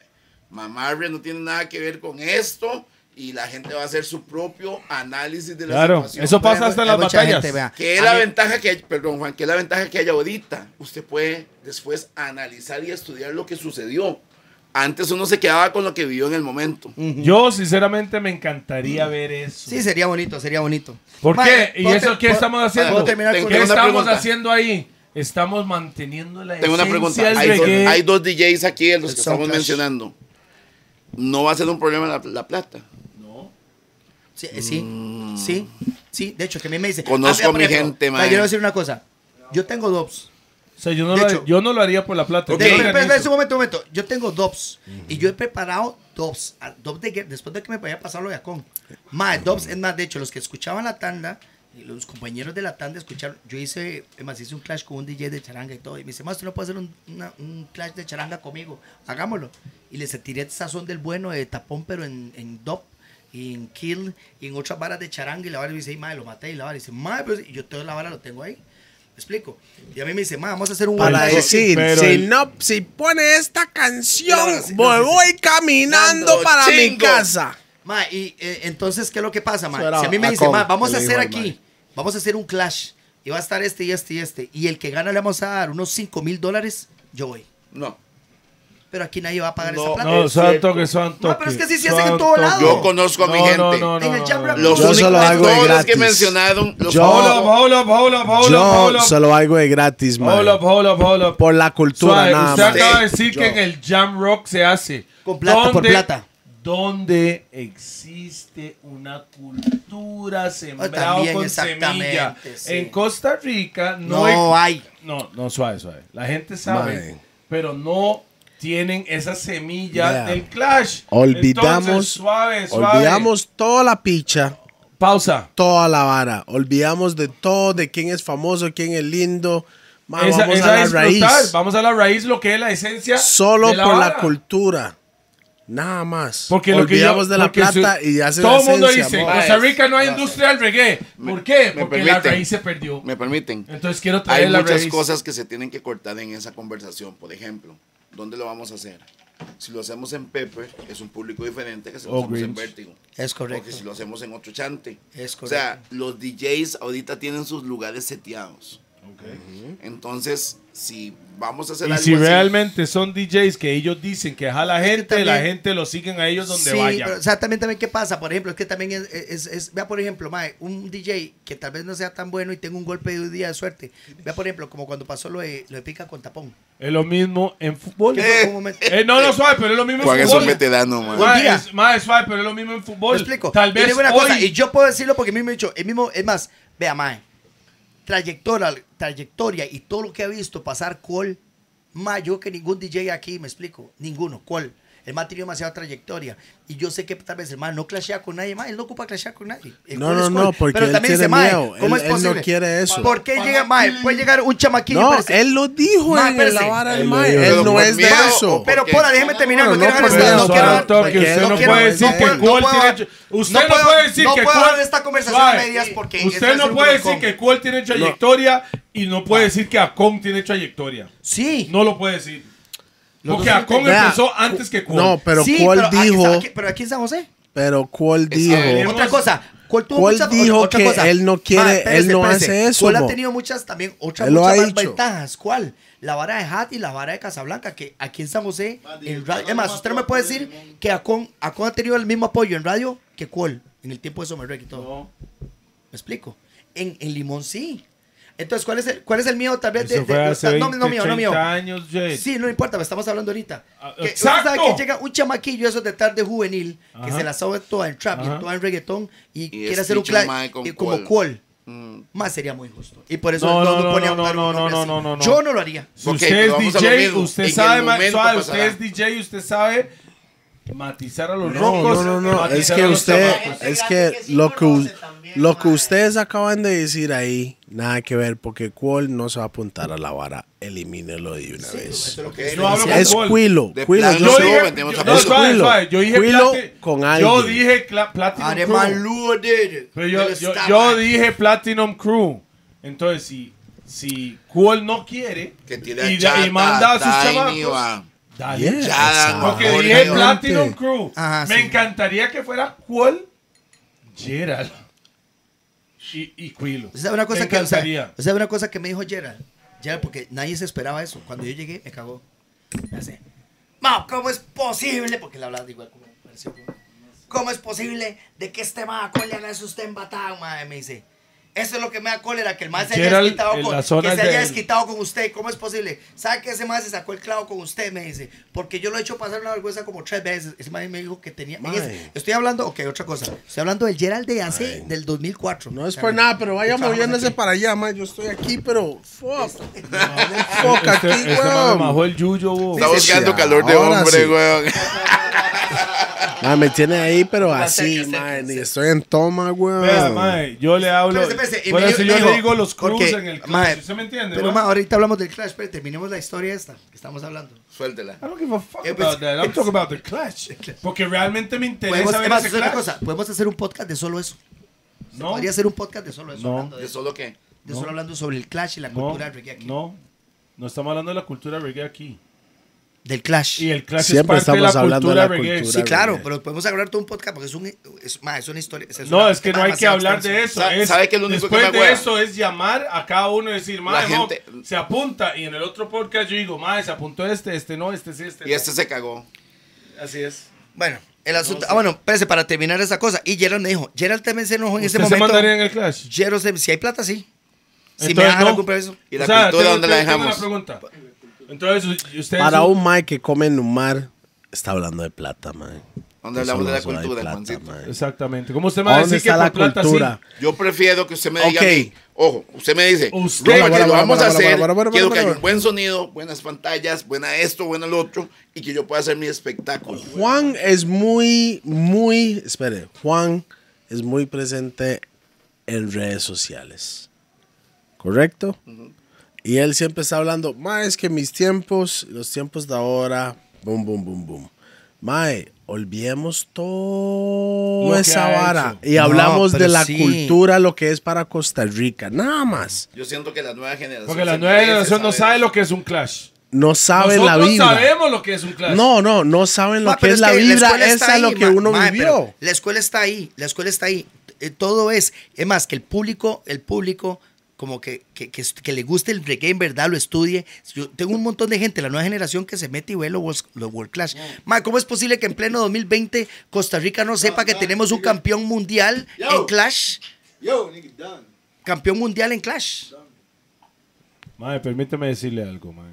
S4: Mamarria no tiene nada que ver con esto y la gente va a hacer su propio análisis de la
S5: Claro,
S4: situación.
S5: eso pasa
S3: Hay
S5: hasta en las
S3: mucha
S5: batallas.
S3: gente, vea.
S4: Que es
S3: A
S4: la
S3: mí-
S4: ventaja que hay, perdón Juan, que es la ventaja que hay ahorita. Usted puede después analizar y estudiar lo que sucedió. Antes uno se quedaba con lo que vivió en el momento.
S1: Mm.
S5: Yo, sinceramente, me encantaría ver eso.
S3: Mm. Sí, sería bonito, sería bonito.
S5: ¿Por
S3: Mae,
S5: qué? ¿Y
S3: ¿puedo
S5: eso
S3: te-
S5: qué
S3: puedo-
S5: estamos
S3: ¿Puedo
S5: haciendo?
S3: terminar
S4: Tengo
S3: con
S5: ¿Qué
S4: una
S5: estamos
S4: pregunta.
S5: haciendo ahí? Estamos manteniendo la
S4: Tengo una
S5: esencia
S4: pregunta.
S5: del
S4: Hay dos,
S5: reggae.
S4: hay dos DJs aquí de los
S3: El
S4: que estamos
S3: Soundclash.
S4: mencionando. No va a ser un problema la, la plata.
S3: Sí, eh, sí, sí. Sí, de hecho, que a mí me dice.
S4: Mm.
S3: "Ah,
S4: Conozco
S3: mira,
S4: a
S3: por
S4: mi
S3: ejemplo,
S4: gente,
S3: ma,
S4: mae.
S3: Yo le voy a decir una cosa. Yo tengo DOPS.
S5: O sea, yo no,
S3: De
S5: lo,
S3: hecho-
S5: yo no lo haría por la plata.
S4: Ok.
S5: Yo
S3: Espera,
S5: lo
S3: espera,
S5: organizo.
S3: espera, un momento, un momento. Yo tengo DOPS y yo he preparado DOPS. a- DOPS de guerra, después de que me vaya a pasar lo de Acon. Mae, DOPS, es más, de hecho, los que escuchaban la tanda, y los compañeros de la tanda escucharon. Yo hice, es más, hice un clash con un DJ de charanga y todo. Y me dice, más, tú no puedes hacer un, una- un clash de charanga conmigo. Hagámoslo. Y les tiré sazón del bueno de tapón, pero en, en DOP. Y en Kill, y en otras varas de charanga, y la vara me dice, "Ay, mae, lo maté, y la vara dice, mae, pero si-". y yo toda la vara lo tengo ahí. ¿Me explico? Y a mí me dice, mae, vamos a hacer un
S1: Para
S3: buen-
S1: decir,
S5: pero
S1: si
S5: el-
S1: no, si pone esta canción,
S3: No, no, sí, no,
S1: voy,
S3: sí, sí.
S1: voy caminando
S4: Dando
S1: para mi
S4: chingo.
S1: casa.
S3: Ma, y eh, entonces, ¿qué es lo que pasa, ma?
S1: Eso era
S3: Si a mí me
S1: a
S3: dice,
S1: con,
S3: ma, vamos
S1: que
S3: a
S1: le
S3: hacer
S1: dijo al
S3: aquí, vamos a hacer un clash, y va a estar este y este y este, y el que gana le vamos a dar unos 5 mil dólares, yo voy.
S4: No.
S3: Pero aquí nadie va a pagar esa
S4: No,
S3: plata.
S5: No, son
S4: cierto.
S5: toques, son toques.
S3: Ma, pero es que sí se hacen en todo lado.
S4: Yo conozco a mi gente.
S3: En el Jam Rap-
S4: Los
S1: Yo
S4: únicos
S1: solo hago de
S4: todos los que
S1: gratis.
S4: mencionaron, los
S1: Yo-
S5: Hold up, hold up, hold up, hold up, hold
S1: Yo
S5: up.
S1: solo hago de gratis,
S5: Hold
S1: man.
S5: up, hold up, hold up.
S1: Por la cultura,
S5: Suave,
S1: nada
S5: usted
S1: más.
S5: acaba de
S4: Sí,
S5: decir que en el Jam Rock se hace.
S3: Con plata, por
S5: ¿Dónde-
S3: plata.
S5: ¿Dónde existe una cultura sembrada
S3: también,
S5: con
S3: exactamente,
S5: semilla?
S3: sí.
S5: En Costa Rica no,
S3: No hay.
S5: No, no, suave, suave. La gente sabe, pero no tienen esa semilla
S1: Yeah.
S5: del clash.
S1: Olvidamos,
S5: Entonces, suave, suave.
S1: olvidamos toda la picha,
S5: Pausa.
S1: toda la vara. Olvidamos de todo, de quién es famoso, quién es lindo. Man,
S5: Esa-
S1: vamos
S5: esa
S1: a la
S5: es
S1: raíz.
S5: brutal. Vamos a la raíz, lo que es la esencia.
S1: Solo
S5: de
S1: por la
S5: vara.
S1: cultura. Nada más.
S5: Porque lo que
S1: Olvidamos
S5: yo-
S1: de la
S5: porque su-
S1: plata y hace
S5: Todo
S1: la
S5: el mundo
S1: esencia,
S5: dice, en
S1: amor.
S5: Costa Rica no hay industria del reggae. ¿Por qué?
S4: me
S5: Porque la
S4: permiten.
S5: raíz se perdió.
S4: me permiten.
S5: Entonces quiero traer
S4: Hay
S5: la
S4: muchas
S5: raíz.
S4: cosas que se tienen que cortar en esa conversación. Por ejemplo, ¿dónde lo vamos a hacer? Si lo hacemos en Pepper, es un público diferente que si lo
S5: O
S4: hacemos en
S5: Oh, Grinch.
S4: Vértigo.
S3: Es
S4: Porque si
S3: correcto.
S4: lo hacemos en otro chante.
S3: Es
S4: O sea, los DJs ahorita tienen sus lugares seteados. Entonces, si vamos a hacer
S5: Y
S4: algo
S5: si
S4: así-
S5: realmente son DJs que ellos dicen que jala
S3: que
S5: gente, la
S3: también-
S5: gente lo siguen a ellos donde
S3: sí,
S5: vayan.
S3: pero, o sea, también, también, ¿qué pasa? Por ejemplo, es que también es, es- es- vea, por ejemplo, mae, un DJ que tal vez no sea tan bueno y tenga un golpe de un día de suerte. Vea, por ejemplo, como cuando pasó lo de, lo de pica con tapón.
S5: Es lo mismo en fútbol.
S3: Que fue un momento-
S5: Eh, no, no, suave, pero es lo mismo
S4: Juan
S5: en
S4: es un
S5: fútbol.
S4: veterano, man.
S3: Buen
S5: Suave,
S3: día.
S5: es- Más suave, pero es lo mismo en fútbol.
S3: Me explico.
S5: Tal
S3: Y
S5: vez
S3: le digo una
S5: hoy-
S3: cosa, y yo puedo decirlo porque mismo he dicho, el mismo, es más, vea, mae, trayectoria, trayectoria y todo lo que ha visto pasar Col, mae, yo que ningún DJ aquí, me explico, ninguno, Col. El mae ha tenido demasiada trayectoria. Y yo sé que tal vez el mae no clashea con nadie, mae, él no ocupa clashear con nadie. El
S1: No,
S3: Col
S1: no,
S3: es
S1: no,
S3: Col.
S1: porque
S3: Pero
S1: él
S3: también
S1: tiene
S3: dice, mae,
S1: miedo,
S3: ¿cómo
S1: él-
S3: es
S1: él no
S3: posible?
S1: quiere eso.
S3: ¿Por qué llega, mae? Puede llegar un chamaquillo y
S1: No,
S3: parece-
S1: él lo dijo en
S3: Ma,
S1: el- la
S3: espérese.
S1: vara del
S5: Él lo
S1: mae.
S5: dijo.
S1: Él
S4: Pero
S1: no
S4: por
S1: es de
S4: miedo
S1: eso.
S4: o por-
S3: Pero
S4: qué?
S3: Pola, déjeme terminar, no,
S1: Bueno,
S3: quiero
S1: no,
S3: dejar
S1: por
S3: esta-
S1: Dios,
S3: no quiero
S1: suave,
S3: dar-
S1: toque, usted no
S3: quiero
S1: puede
S3: dar-
S1: decir que
S3: puedo-
S5: Kuhl
S3: puedo
S5: tiene
S3: dar-
S5: hecho- usted no
S3: puedo-
S5: puede decir
S3: no
S5: que
S3: puedo
S5: Kuhl-
S3: dar esta conversación
S5: Suave.
S3: a medias porque esto
S5: Usted
S3: es
S5: no
S3: un
S5: puede
S3: brocón.
S5: decir que Cuál tiene trayectoria y no puede decir que Acon tiene trayectoria.
S3: Sí.
S5: No lo puede decir. Porque
S3: dos
S5: Acon
S1: Vea,
S5: empezó antes que Cuál.
S1: No, pero
S3: Sí,
S1: ¿cuál
S3: pero
S1: dijo?
S3: Aquí, pero aquí en San José.
S1: Pero ¿cuál
S4: Tenemos-
S1: dijo?
S3: Otra cosa. ¿Cuál, tuvo
S1: ¿Cuál
S3: muchas-
S1: dijo
S3: otra
S1: que
S3: cosa? Ah,
S1: él no quiere- él no hace eso,
S3: ¿Cuál ha
S1: mo?
S3: tenido muchas también, otras
S1: Él lo
S3: muchas
S1: ha
S3: más
S1: dicho.
S3: ventajas? ¿Cuál? La vara de Hat y la vara de Casablanca, que aquí en San José, en radio, es más, usted no me puede decir que Acon, Acon ha tenido el mismo apoyo en radio que cuál en el tiempo de Somerrec y todo. ¿Me explico? En, en Limón sí. Entonces, ¿cuál es el, cuál es el mío? Tal vez de,
S5: Eso
S3: de-
S5: fue
S3: de-
S5: hace 20,
S3: no, no mío, no mío.
S5: 30 años, Jay.
S3: Sí, no importa, estamos hablando ahorita.
S5: Ah,
S3: Que, usted
S5: ¡exacto!
S3: sabe que llega un chamaquillo esos de tarde juvenil que
S5: Ajá.
S3: se la sabe toda en trap
S5: Ajá.
S3: y toda en reggaetón y, quiere
S4: es
S3: hacer un
S4: dicho
S3: clash
S4: mae con
S3: y como
S4: cuál.
S3: cual.
S4: Mm.
S3: Más sería muy justo. Y por eso
S5: No,
S3: no,
S5: no,
S3: no
S5: no,
S3: pone a
S5: no,
S3: jugar
S5: no,
S3: un
S5: no,
S3: hombre
S5: no,
S3: así.
S5: no, no, no.
S3: Yo no lo haría.
S5: Si
S4: Ok,
S5: usted
S4: pero
S5: es
S4: vamos a lo
S5: DJ,
S4: mismo. En
S5: usted
S4: el
S5: sabe, ma-
S4: momento
S5: suave,
S4: pasará.
S5: usted es DJ, usted sabe matizar a los
S1: No,
S5: rocos.
S1: no, no, no.
S5: matizar
S1: Es
S5: a
S1: que
S5: los
S1: usted,
S5: chamacos.
S1: es que lo que, us- lo que ustedes acaban de decir ahí, nada que ver, porque Cuál no se va a apuntar a la vara. Elimínelo de una vez.
S5: No hablo con
S1: Es
S5: Kuhl.
S1: Quilo.
S4: De
S1: Quilo,
S4: plan,
S1: yo
S5: Yo
S4: No,
S1: sé-
S4: no,
S5: dije,
S4: vendemos
S5: yo-
S4: a
S5: no,
S4: Kuhl.
S5: suave, suave, yo dije
S1: Kuhl
S5: plati-
S1: con
S5: Yo
S1: alguien.
S5: dije cla- Platinum
S3: Además,
S5: Crew.
S3: Lugo did it.
S5: Pero yo,
S3: Él
S5: yo,
S3: está
S5: yo
S3: mal.
S5: dije Platinum Crew. Entonces, si, si Kuhl no quiere
S4: Que tiene a
S5: y, da- y
S4: Chata,
S5: manda a
S4: Tiny,
S5: sus chamacos,
S4: va.
S5: dale.
S1: Yeah,
S4: Ya,
S5: Porque
S4: Jorge,
S5: dije
S4: Jorge.
S5: Platinum Crew.
S3: Ajá,
S5: Me
S3: sí.
S5: encantaría que fuera Kuhl, Gerald y, y Quilo.
S3: O sea, una cosa
S5: Me
S3: que, o sea,
S5: encantaría.
S3: o sea, una cosa que me dijo Gerald. Gerald, porque nadie se esperaba eso. Cuando yo llegué, me cagó. Ya sé. Ma, ¿cómo es posible? Porque le hablaba de igual como pareció como, ¿Cómo es posible de que este maco le haga eso a usted en Batán, ma? Y Me dice, Eso es lo que me da cólera, que el más se haya
S5: Gerald,
S3: desquitado
S5: en
S3: con,
S5: la zona
S3: que se haya
S5: del-
S3: desquitado con usted. ¿Cómo es posible? ¿Sabe que ese más se sacó el clavo con usted? Me dice, porque yo lo he hecho pasar una vergüenza como tres veces. Ese man me dijo que tenía... y es- estoy hablando, ok, otra cosa. Estoy hablando del Gerald de hace, del 2004.
S1: No es por nada, pero vaya
S3: Trabajamos
S1: moviéndose
S3: aquí.
S1: para allá, mae. Yo estoy aquí, pero. Fuck.
S5: Este,
S1: Fuck aquí,
S5: me
S1: weón.
S5: bajó el yuyo, bo.
S4: Está buscando calor de
S1: ahora
S4: hombre,
S1: sí.
S4: weón. [LAUGHS]
S1: Mae, me tiene ahí, pero así,
S3: acérquese,
S1: mae. Ni
S3: acérquese.
S1: estoy en toma,
S5: Vea,
S1: weón.
S5: mae, yo le hablo.
S3: Espérese, espérese, y
S5: Por
S3: me
S5: eso
S3: dijo-
S5: yo
S3: me
S5: le
S3: dijo,
S5: digo los cruz
S3: porque,
S5: en el club.
S3: mae,
S5: ¿Usted me entiende?
S3: Pero
S5: mae?
S3: ma, ahorita hablamos del Clash, pero terminemos la historia esta que estamos hablando.
S4: Suéltela.
S5: I don't give a fuck
S3: Eh,
S5: about
S3: pues-
S5: that. I'm talking about the Clash. [LAUGHS] Porque realmente me
S3: Podemos,
S5: interesa
S3: es
S5: ver
S3: más,
S5: ese
S3: hacer una
S5: Clash.
S3: cosa, podemos hacer un podcast de solo eso.
S5: No,
S3: Podría ser un podcast de solo eso.
S5: No.
S3: hablando de,
S4: ¿De
S3: eso,
S4: solo qué?
S3: de solo hablando sobre el Clash y la
S5: no,
S3: cultura reggae aquí.
S5: no. No estamos hablando de la cultura reggae aquí.
S3: Del Clash.
S5: Y el Clash
S1: Siempre
S5: es parte de la
S1: estamos hablando de
S5: cultura
S1: la
S5: reggae.
S1: cultura.
S3: Sí, claro,
S1: reggae.
S3: pero podemos hablar todo un podcast porque es, un, es, ma, es una historia. es
S5: No,
S3: una-
S5: es que no
S3: ma,
S5: hay que
S3: demasiado
S5: hablar de eso.
S3: extenso.
S4: Sa-
S5: Es-
S4: ¿sabe qué es lo único que
S5: después
S4: me
S5: de
S4: hueva?
S5: eso es llamar a cada uno y decir, mae,
S4: La
S5: no,
S4: gente-
S5: se apunta. Y en el otro podcast yo digo, mae, se apuntó este, este no, este sí, este
S4: Y
S5: no".
S4: este se cagó.
S5: Así es.
S3: Bueno, el asunto. Ah, bueno, espérese, para terminar esa cosa. Y Gerald me dijo: Gerald también se enojó en
S4: este
S3: ese
S5: ¿Usted se
S3: momento.
S5: mandaría en el Clash?
S3: Gerald, se- si hay plata, sí. Si me
S5: Entonces,
S3: dejan
S5: no.
S3: algún precio.
S4: ¿Y la
S5: O sea,
S4: cultura
S5: tengo-
S4: dónde la
S5: tengo- tengo
S4: dejamos?
S5: una pregunta. Entonces, ustedes...
S1: Para un mae que come en un mar, está hablando de plata, mae.
S4: ¿Dónde
S1: Eso
S4: hablamos de
S1: no
S4: la
S1: se va
S4: cultura,
S1: plata,
S4: Juancito?
S1: mae.
S5: Exactamente. ¿Cómo usted me va a
S1: ¿Dónde
S5: decir que
S1: está la
S5: por plata
S1: cultura?
S5: sí?
S4: Yo prefiero que usted me diga
S1: Ok.
S4: a mí. Ojo, usted me dice,
S5: Usted-
S4: Ropa,
S1: Bueno,
S4: que lo
S1: bueno,
S4: vamos
S1: bueno,
S4: a
S1: bueno,
S4: hacer,
S1: bueno, bueno,
S4: quiero que
S1: bueno.
S4: haya un buen sonido, buenas pantallas, buena esto, buena lo otro, y que yo pueda hacer mi espectáculo.
S5: Oh,
S1: Juan es muy, muy, espere, Juan es muy presente en redes sociales. ¿Correcto? Y él siempre está hablando, mae, es que mis tiempos, los tiempos de ahora, boom, boom, boom, boom. Mae, olvidemos
S5: Lo
S1: toda
S5: que
S1: esa
S5: ha
S1: vara
S5: hecho.
S1: y hablamos
S3: pero
S1: de la
S3: sí.
S1: cultura, lo que es para Costa Rica, nada más.
S4: Yo siento que la nueva generación...
S5: Porque la
S4: se
S5: nueva
S4: merece
S5: generación no
S4: saber
S5: sabe
S4: eso.
S5: lo que es un Clash.
S1: No saben
S5: Nosotros
S1: Ah, la vibra.
S5: sabemos lo que es un Clash.
S1: No, no, no saben lo
S3: Ma,
S1: que
S3: pero
S1: es la
S3: que
S1: vibra,
S3: escuela
S1: esa
S3: está
S1: es lo
S3: ahí,
S1: que
S3: ma-
S1: uno
S3: ma,
S1: vivió.
S3: pero La escuela está ahí, la escuela está ahí. Eh, Todo es, es más, que el público, el público como que, que, que, que le guste el reggae en verdad, lo estudie. Yo tengo un montón de gente, la nueva generación que se mete y ve los, World- los World Clash. Ma, ¿cómo es posible que en pleno 2020 Costa Rica no sepa que tenemos un campeón mundial en Clash? Campeón mundial en Clash.
S5: Mae, permíteme decirle algo, mae.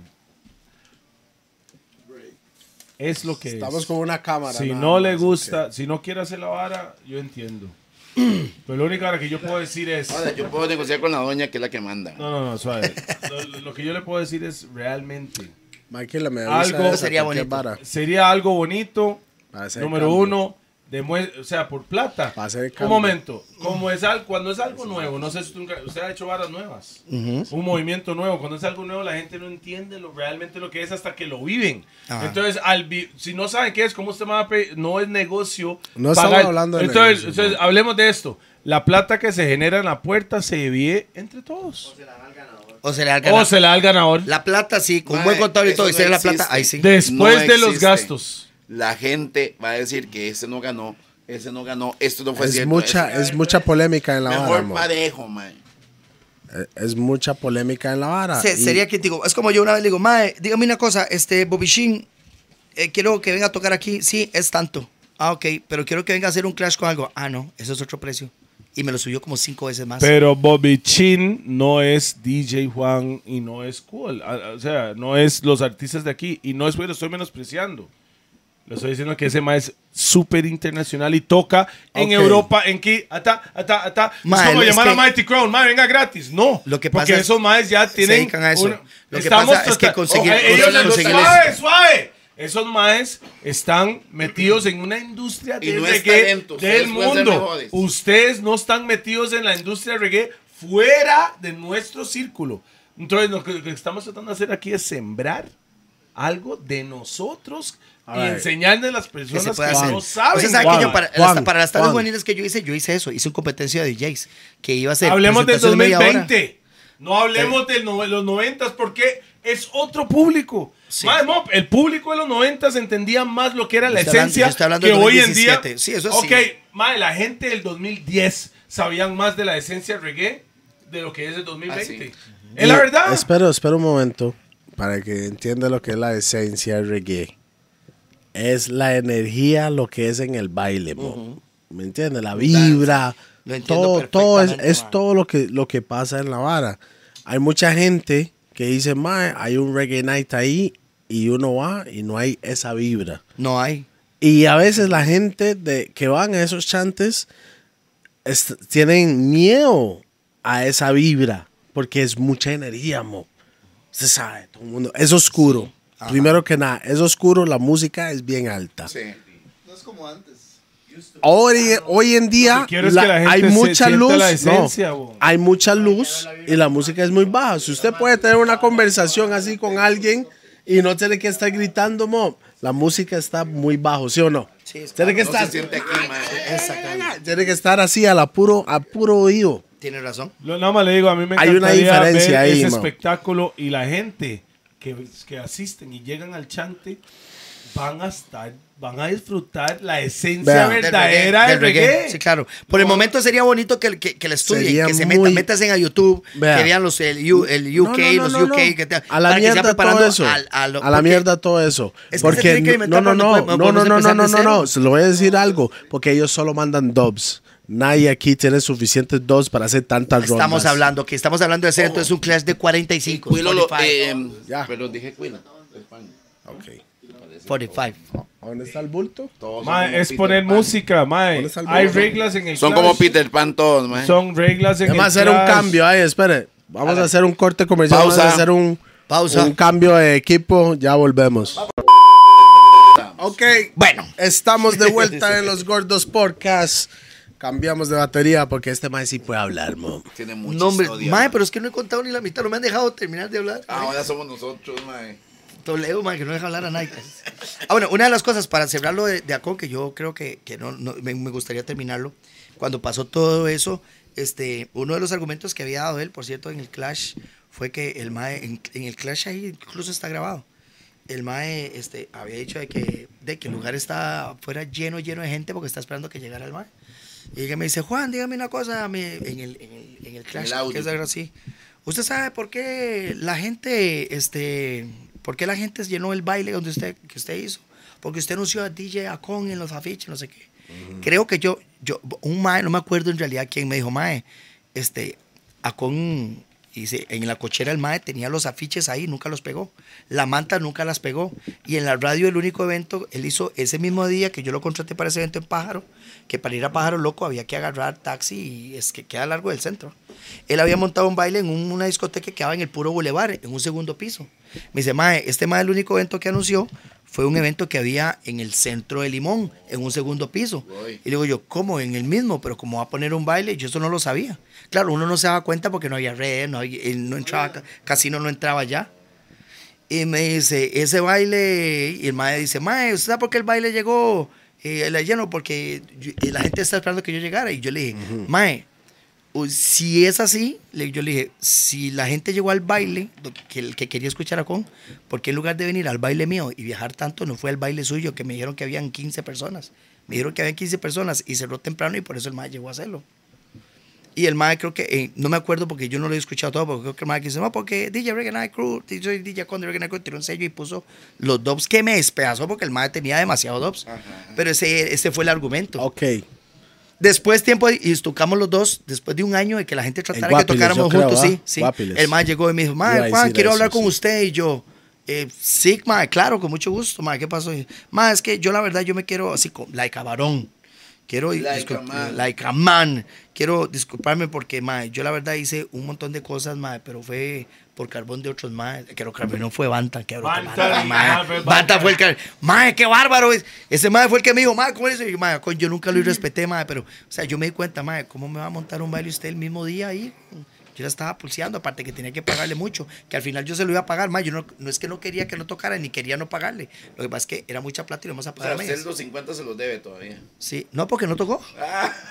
S5: Es lo que
S1: Estamos
S5: es.
S1: con una cámara.
S5: Si
S1: nada
S5: no le
S1: más,
S5: gusta, si no quiere hacer la vara, yo entiendo. [CLEARS THROAT] Pero lo único ahora que yo puedo decir es...
S4: Ahora, yo puedo negociar con la doña que es la que manda.
S5: No, no,
S1: [LAUGHS]
S5: no, suave. Lo, lo que yo le puedo decir es realmente...
S1: Michael, me
S5: Algo-
S1: avisa
S3: Sería
S1: cualquier
S3: bonito.
S1: vara.
S5: Sería algo bonito.
S1: Para hacer
S5: Número
S1: cambio.
S5: uno, demue- o sea, por plata.
S1: Para hacer
S5: Un
S1: cambio.
S5: momento, como es algo, cuando es algo nuevo, no sé si tú nunca- usted ha hecho varas nuevas, un movimiento nuevo, cuando es algo nuevo la gente no entiende lo, realmente lo que es hasta que lo viven.
S3: Ajá.
S5: Entonces, al vi- si no saben qué es, ¿cómo usted me va a pedir? No es negocio.
S1: No estamos hablando de
S5: entonces,
S1: negocio,
S5: entonces, hablemos de esto. La plata que se genera en la puerta se divide entre todos.
S3: O se le haga
S5: O se la da al ganador.
S3: la plata, sí, con
S4: Ma,
S3: buen contador y
S4: eso
S3: todo, y
S4: no
S3: se le da la plata,
S4: existe.
S3: ahí sí.
S5: Después
S4: No
S5: de los
S4: existe.
S5: gastos.
S4: La gente va a decir que ese no ganó, ese no ganó, esto no fue
S1: Es
S4: cierto.
S1: mucha,
S4: eso-
S1: es mucha polémica en la vara,
S4: Mejor
S1: amor.
S4: parejo, man.
S1: Eh, Es mucha polémica en la
S5: Ah,
S1: vara.
S3: Se-
S1: Y
S3: sería que digo, es como yo una vez le digo, mae, dígame una cosa, este Bobby Sheen, eh, quiero que venga a tocar aquí, sí, es tanto. Ah, ok, pero quiero que venga a hacer un clash con algo. Ah, no, eso es otro precio. Y me lo subió como cinco veces más.
S5: Pero Bobby Chin no es DJ Juan y no es cool. A- a- O sea, no es los artistas de aquí. Y no es porque lo estoy menospreciando. Le estoy diciendo que ese mae es súper internacional y toca en
S1: Ok.
S5: Europa, en que ata, ata, ata.
S3: Mae,
S5: es como
S3: es
S5: llamar
S3: que-
S5: a Mighty Crown, mae, venga gratis. No.
S3: Lo
S5: porque
S3: que pasa es-
S5: esos maes ya
S3: se
S5: tienen.
S3: dedican a eso. Lo que
S5: estamos
S3: pasa es que
S5: trata-
S3: conseguir-
S5: Ojo, ellos-
S3: conseguir-
S5: suave, suave. Esos maes están metidos en una industria
S4: Y
S5: de
S4: no es
S5: reggae
S4: talento, ustedes
S5: del
S4: pueden ser
S5: mundo.
S4: mejores.
S5: Ustedes no están metidos en la industria de reggae fuera de nuestro círculo. Entonces, lo que, lo que estamos tratando de hacer aquí es sembrar algo de nosotros y
S1: right.
S5: enseñarle a las
S3: que
S5: personas
S3: se
S5: que,
S3: puede hacer.
S5: no saben.
S3: Usted sabe que yo para,
S1: Juan,
S3: hasta para las tardes
S1: Juan.
S3: juveniles que yo hice, yo hice eso. Hice una competencia de DJs que iba a ser.
S5: Hablemos del
S3: presentación de media hora. Eh.
S5: 2020. No hablemos de los 90 porque es otro público. Mae, mo, el público de los 90 entendía más lo que era la
S3: Yo estoy hablando-
S5: esencia
S3: yo estoy hablando
S5: que
S3: del
S5: hoy en día.
S3: 2017. Sí, eso sí.
S5: ok, mae, la gente del 2010 sabían más de la esencia reggae de lo que es el 2020.
S4: Ah,
S5: Es la verdad.
S1: Espero, espero un momento para que entienda lo que es la esencia del reggae. Es la energía, lo que es en el baile, mo. ¿me entiendes? La vibra,
S3: Lo entiendo
S1: todo, todo es,
S3: perfectamente,
S1: es
S3: mae.
S1: todo lo que, lo que pasa en la vara. Hay mucha gente que dice, mae, hay un reggae night ahí y uno va y no hay esa vibra.
S3: No hay.
S1: Y a veces la gente de, que van a esos chantes es- tienen miedo a esa vibra porque es mucha energía, mo. Se sabe, todo el mundo. Es oscuro. Primero que nada, es oscuro, la música es bien alta.
S4: Sí.
S12: No es como antes.
S1: Hoy, hoy en día
S5: que quiero es
S1: la-
S5: que la gente
S1: hay
S5: se
S1: mucha
S5: sienta
S1: luz.
S5: la
S1: no,
S5: esencia, bo.
S1: hay mucha luz y la música es muy baja. Si usted puede tener una conversación así con alguien y no tiene que estar gritando, mo, la música está muy bajo, ¿sí o no? tiene que
S4: No se
S1: estar.
S4: siente aquí, mae.
S1: Tiene que estar así a la puro, a puro oído.
S3: Tiene razón.
S5: Lo- Nada más le digo, a mí me
S1: Hay una
S5: encantaría
S1: diferencia
S5: ver
S1: ahí,
S5: ese
S1: mao.
S5: espectáculo y la gente que, que asisten y llegan al chante van a estar, van a disfrutar la esencia
S1: Vea. Del
S5: verdadera del reggae.
S3: Sí, claro. Por el momento sería bonito que, que, que la estudien,
S1: Sería
S3: que se
S1: muy-
S3: metan, métanse a YouTube,
S1: Vea.
S3: que vean los, el, U- el UK,
S1: No, no, no,
S3: los
S1: no,
S3: UK,
S1: no.
S3: que te-
S1: a la
S3: para que se vayan
S1: mierda todo
S3: preparando
S1: eso.
S3: al-
S1: a,
S3: lo-
S1: la
S3: porque-
S1: mierda todo eso.
S3: Es que se
S1: porque
S3: tiene que
S1: no,
S3: inventar
S1: no, no,
S3: cuando
S1: no,
S3: podemos
S1: no, no, no, no,
S3: empezar
S1: no,
S3: de
S1: no,
S3: cero.
S1: Se lo voy a decir algo, porque ellos solo mandan dubs. Nadie aquí tiene suficientes dubs para hacer tantas rondas.
S3: Estamos hablando, que estamos hablando de hacer entonces un clash de 45.
S4: Cuilo lo.
S3: 45.
S4: Oh. eh, Pero dije cuilo.
S1: Ok.
S3: 45.
S1: ¿Dónde está el bulto?
S4: Todos son
S5: Mae,
S4: como
S5: es
S4: Peter
S5: poner
S4: Pan.
S5: música, mae.
S1: Pones algo
S5: Hay
S1: bueno.
S5: reglas en el
S4: Son
S5: clash.
S4: como Peter Pan todos, mae.
S5: Son reglas en
S1: Vamos a
S5: el
S1: hacer un
S5: clash.
S1: cambio, ahí, espere. Vamos a hacer un corte comercial.
S4: Pausa.
S1: Vamos a hacer un,
S3: Pausa.
S1: un cambio de equipo. Ya volvemos. Ok,
S3: Bueno,
S1: estamos
S3: [LAUGHS]
S1: de vuelta en los Gordos Podcast. Cambiamos de batería porque este mae sí puede hablar, mo.
S4: Tiene mucha
S3: no, hombre,
S4: historia.
S3: mae,
S4: mae.
S3: pero es que no he contado ni la mitad, no me han dejado terminar de hablar.
S4: Ahora somos nosotros, mae.
S3: Toledo, man, que no deja hablar a nadie. Ah, bueno, una de las cosas, para cerrarlo de, de Acon, que yo creo que, que no, no- me, me gustaría terminarlo, cuando pasó todo eso, este, uno de los argumentos que había dado él, por cierto, en el Clash, fue que el MAE, en, en el Clash ahí incluso está grabado, el MAE este, había dicho de que, de que el lugar está fuera lleno, lleno de gente porque está esperando que llegara el MAE. Y ella me dice, Juan, dígame una cosa mi- en, el, en, el, en el Clash,
S4: El audio.
S3: que es algo así. ¿Usted sabe por qué la gente, este, por qué la gente llenó el baile donde usted, que usted hizo? Porque usted anunció a DJ Acon en los afiches, no sé qué. Creo que yo, yo, un mae, no me acuerdo en realidad quién me dijo, mae, este, Acon, dice, en la cochera el mae tenía los afiches ahí, nunca los pegó. La manta nunca las pegó. Y en la radio el único evento, él hizo ese mismo día que yo lo contraté para ese evento en Pájaro, que para ir a Pájaro Loco había que agarrar taxi y es que queda largo del centro. Él había montado un baile en un- una discoteca que quedaba en el puro bulevar, en un segundo piso. Me dice, mae, este mae el único evento que anunció fue un evento que había en el centro de Limón, en un segundo piso. Y digo yo, ¿cómo? En el mismo, pero como va a poner un baile, yo eso no lo sabía. Claro, uno no se daba cuenta porque no había redes, no, había- él no entraba, ca- casino no entraba ya. Y me dice, ese baile, y el mae dice, mae, ¿usted sabe por qué el baile llegó eh, la lleno? Porque yo- y la gente está esperando que yo llegara. Y yo le dije, mae, o- si es así, le- yo le dije, si la gente llegó al baile, lo que, el que quería escuchar a Con, ¿por qué en lugar de venir al baile mío y viajar tanto, no fue al baile suyo, que me dijeron que habían 15 personas? Me dijeron que habían 15 personas y cerró temprano y por eso el mae llegó a hacerlo. Y el mae creo que, eh, no me acuerdo porque yo no lo he escuchado todo, porque creo que el mae que dice, no, porque DJ Reggae Night Crew, DJ, DJ Con de Reggae Night Crew tiró un sello y puso los dobs que me despedazó porque el mae tenía demasiados dobs. Pero ese, ese fue el argumento.
S1: Ok.
S3: Después tiempo y tocamos los dos, después de un año de que la gente tratara que
S1: Guapiles,
S3: tocáramos
S1: yo creo,
S3: juntos,
S1: ¿verdad?
S3: sí, sí.
S1: Guapiles.
S3: El mae llegó y me dijo,
S1: Iba a
S3: mae, Juan,
S1: decir
S3: quiero
S1: eso,
S3: hablar con
S1: sí.
S3: usted. Y yo, eh, sí, mae, claro, con mucho gusto, mae, ¿qué pasó? Y, Mae, es que yo la verdad, yo me quiero así, como, like a varón. Quiero,
S4: Like a
S3: discul-
S4: man.
S3: like a man. Quiero disculparme porque, mae, yo la verdad hice un montón de cosas, mae, pero fue por carbón de otros, mae. Creo que no fue Bantan, que
S5: Bantan,
S3: Bantan,
S5: ah,
S3: mae.
S5: fue
S3: Bantan fue el que, mae, qué bárbaro. es. Ese mae fue el que me dijo, mae, ¿cómo es eso? Y yo, mae, con- yo nunca lo irrespeté, mae, pero, o sea, yo me di cuenta, mae, ¿cómo me va a montar un baile usted el mismo día ahí? Yo la estaba pulseando, aparte que tenía que pagarle mucho, que al final yo se lo iba a pagar, mae. Yo no, no es que no quería que no tocara, ni quería no pagarle. Lo que pasa es que era mucha plata y lo vamos a
S4: O
S3: pagar
S4: sea,
S3: a medias.
S4: usted los 50 se los debe todavía.
S3: Sí, no, porque no tocó.
S1: Ah.
S4: [LAUGHS]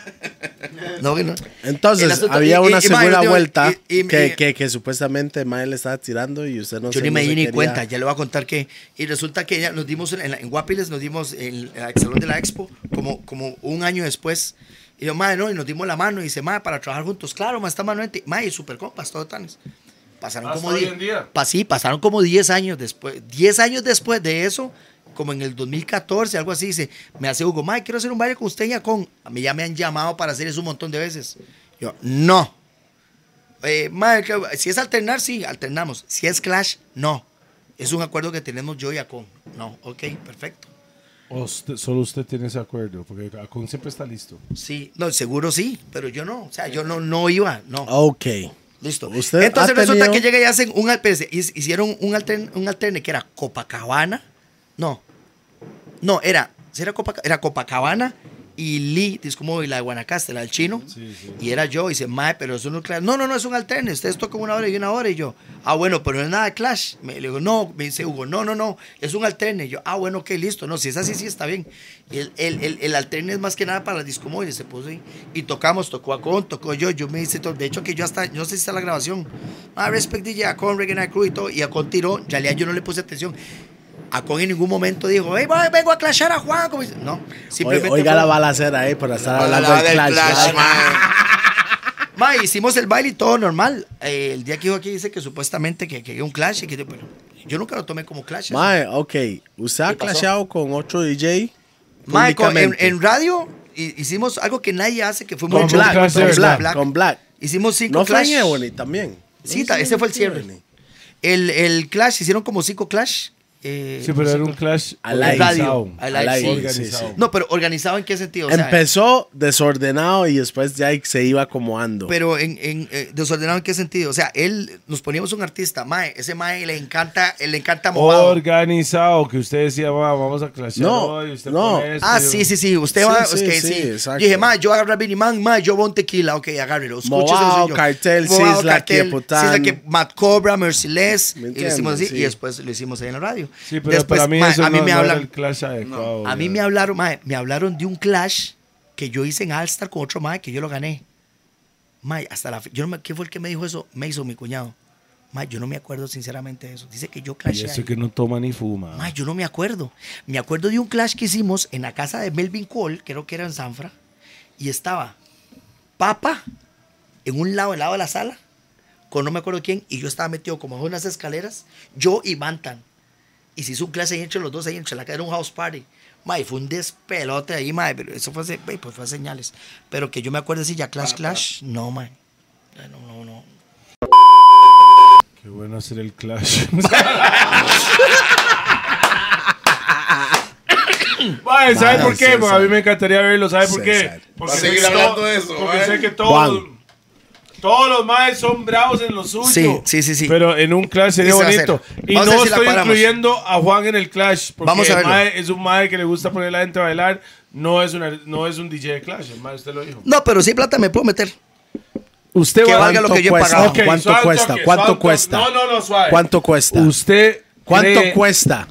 S3: No, que no. El
S1: Entonces,
S3: asunto-
S1: había
S3: y- y-
S1: una
S3: y, mae,
S1: segunda
S3: yo digo,
S1: vuelta
S3: y- y-
S1: que,
S3: y-
S1: que- que supuestamente mae le estaba tirando y usted no
S3: Yo
S1: se-
S3: ni
S1: no
S3: me
S1: se
S3: di ni
S1: quería.
S3: cuenta, ya le voy a contar que. Y resulta que ya nos dimos en, la- en Guapiles, nos dimos en el Salón de la Expo, como, como un año después. Y yo, madre, no, y nos dimos la mano. Y dice, madre, para trabajar juntos. Claro, más está manuente. Madre, y super compas, todo tanes. Pasaron
S13: Hasta
S3: como
S13: hoy
S3: 10.
S13: en día.
S3: Pa, sí, pasaron como 10 años después. 10 años después de eso, como en el 2014, algo así, dice, me hace Hugo, Mike, quiero hacer un baile con usted en Yacón. A mí ya me han llamado para hacer eso un montón de veces. Yo, no. Eh, mae, que- si es alternar, sí, alternamos. Si es clash, no. Es un acuerdo que tenemos yo y Yacón. No, ok, perfecto.
S5: O Oh, usted- solo usted tiene ese acuerdo, porque Acon siempre está listo.
S3: Sí, no, seguro sí, pero yo no. O sea, yo no, no iba, no.
S1: Ok.
S3: Listo.
S1: Usted
S3: Entonces
S1: ha
S3: resulta
S1: tenido-
S3: que llega y hacen un espérese, hic- hicieron un alterne, un alterne que era Copacabana. No. No, era, sí era, Copac- era Copacabana y Lee, disco móvil, la de Guanacaste, la del chino. Y era yo, y dice, mae, pero eso no es clash. No, no, no, es un alterne. Ustedes tocan una hora y una hora. Y yo, ah, bueno, pero no es nada de clash. Me, le digo, no, me dice Hugo, no, no, no, es un alterne. Y yo, ah, bueno, ok, listo. No, si es así, sí está bien. Y el, el, el, el alterne es más que nada para las disco móviles. Se puso ahí. Y tocamos, tocó Acon, tocó yo. Yo me hice todo. De hecho, que yo hasta, yo no sé si está la grabación. Ah, Respect DJ, Acon, Reggae Night Crew y todo. Y Acon tiró. En realidad, yo no le puse atención. Acon en ningún momento dijo, hey, voy- vengo a clashar a Juan. Como dice, no, simplemente.
S1: Oiga, oiga
S3: fue-
S1: la balacera ahí para estar
S4: Para
S1: hablando
S4: la
S1: del
S4: del
S1: clash.
S4: Clash,
S1: ¿verdad?
S4: mae.
S3: Ma, hicimos el baile y todo normal. Eh, el día que yo aquí dice que supuestamente que, que un clash, y que yo, pero yo nunca lo tomé como clash.
S1: Mae, ok. Usted ha
S3: ¿Qué pasó?
S1: clasheado con otro DJ.
S3: Ma, con- en,
S1: públicamente.
S3: en radio hi- hicimos algo que nadie hace, que fue
S1: Con
S3: mucho
S1: Black,
S3: clash,
S1: con
S3: con
S1: Black,
S3: Black.
S1: con Black.
S3: Hicimos cinco
S1: No fue
S3: clash.
S1: en Ebony también.
S3: Sí,
S1: No
S3: ta-
S1: fue
S3: ese fue el
S1: en
S3: cierre.
S1: Ebony.
S3: El, el clash, hicieron como cinco clash. eh,
S5: Sí, pero era un clash
S1: Al aire.
S5: organizado.
S3: Radio, al aire,
S1: Al aire,
S5: Organizado.
S1: sí, sí.
S3: No, pero organizado en qué sentido. O sea,
S1: Empezó desordenado y después ya se iba como ando.
S3: Pero en, en, eh, desordenado en qué sentido. O sea, él nos poníamos un artista, Mae, ese Mae le encanta, le encanta movado.
S5: Organizado, que usted decía, "Va, vamos a clashear
S1: No,
S5: hoy. Usted
S1: no.
S5: pone esto".
S3: Ah,
S5: Yo-
S3: sí, sí, sí. Usted
S1: Sí,
S3: va.
S1: sí,
S3: es que
S1: sí,
S3: sí.
S1: exacto.
S3: Yo dije, ma, yo agarro a Vinny Man, ma, yo voy a un tequila. Ok, agárrelo. Escúchese,
S1: Movao,
S3: soy yo.
S1: cartel,
S3: Movao,
S1: Sisla,
S3: cartel,
S1: Kiepután.
S3: Sisla, que Matt Cobra, Merciless.
S1: ¿Me
S3: Y le hicimos
S1: entiendes?
S3: así.
S1: Sí.
S3: Y después lo hicimos ahí en la radio.
S5: Sí, pero
S3: después,
S5: para mí
S3: ma,
S5: eso
S3: a mí
S5: no,
S3: me
S5: no era
S3: hablan.
S5: el clash adecuado.
S3: A mí me hablaron, ma, me hablaron de un clash que yo hice en Alstar con otro ma que yo lo gané. Ma, hasta la fe- yo no me, ¿qué fue el que me dijo eso? Me hizo mi cuñado. Ma, yo no me acuerdo sinceramente de eso. Dice que yo
S5: Y
S3: clashé. ahí.
S5: eso que no toma ni fuma.
S3: Ma, yo no me acuerdo. Me acuerdo de un clash que hicimos en la casa de Melvin Cole, creo que era en Sanfra, y estaba Papa en un lado, el lado de la sala, con no me acuerdo quién, y yo estaba metido como en unas escaleras, yo y Bantan. Y se hizo un clash ahí entre los dos, ahí entre la casa, era un house party. Ma, y fue un despelote ahí, ma, pero eso fue, hace- ve, pues fue a señales. Pero que yo me acuerdo si ya clash, clash, no, man. No, no, no.
S5: Qué bueno hacer el
S3: [LAUGHS]
S5: clash.
S7: Mae, ¿sabe
S1: Mae,
S7: por qué?
S1: César.
S7: A mí me encantaría verlo, ¿sabe por
S1: César.
S7: qué?
S4: Va
S7: Porque
S4: a seguir
S7: sé que
S4: hablando
S7: to-
S4: de eso,
S7: Porque
S4: ¿eh?
S7: sé que todos,
S1: Juan.
S7: todos los maes son bravos en lo suyo.
S3: Sí, sí, sí, sí.
S5: Pero en un clash sería
S3: Ese va a
S5: bonito.
S3: ser.
S5: Y
S3: Vamos
S5: no
S3: a ver si la
S5: estoy
S3: paramos.
S5: incluyendo a Juan en el clash. Porque
S3: Vamos a
S5: el
S3: verlo.
S5: mae es un mae que le gusta poner a la gente a bailar. No es, una, no es un DJ de clash, el mae, usted lo dijo.
S3: No, pero sí, plata me puedo meter.
S5: Usted
S3: Que
S5: va-
S3: valga lo que yo he
S1: cuesta?
S3: pagado.
S1: Ok. ¿Cuánto
S7: suave un
S1: cuesta? ¿Cuánto
S7: suave un toque.
S1: cuesta?
S7: No, no, no, suave.
S1: ¿Cuánto cuesta?
S5: Usted.
S1: ¿Cuánto
S5: cree-
S1: cuesta?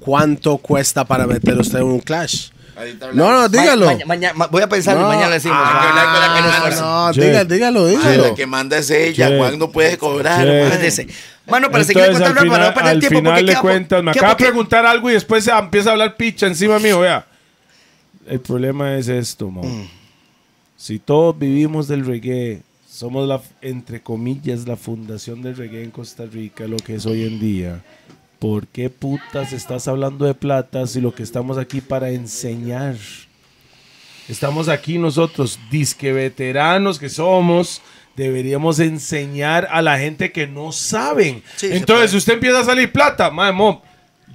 S1: ¿Cuánto cuesta para meter usted en un clash?
S4: Ahorita
S1: No, no,
S4: hablamos.
S1: dígalo.
S3: Ma- maña- ma- voy a pensar
S1: No.
S3: mañana le decimos.
S4: Hay que hablar con la que
S1: Ah,
S4: manda.
S1: no,
S5: Jay.
S1: diga- dígalo,
S4: Ah,
S1: dígalo.
S4: La que manda es ella.
S5: Jay.
S4: Juan no puede cobrar.
S5: Jay.
S4: mae.
S3: Espérese. Mano, para seguir
S5: Entonces,
S3: contando,
S5: al
S3: para
S5: final,
S3: no perder
S5: al
S3: el tiempo,
S5: final
S3: porque
S5: de
S3: queda-
S5: cuentas, me
S3: queda
S5: acaba de
S3: poquito.
S5: preguntar algo y después se empieza a hablar picha encima mío, vea. El problema es esto, mo.
S3: Mm.
S5: Si todos vivimos del reggae, somos la, entre comillas, la fundación del reggae en Costa Rica, lo que es hoy en día. ¿Por qué putas estás hablando de plata si lo que estamos aquí para enseñar? Estamos aquí nosotros, disque veteranos que somos, deberíamos enseñar a la gente que no saben.
S3: Sí, se
S5: Entonces,
S3: puede.
S5: usted empieza a salir plata, madre mom,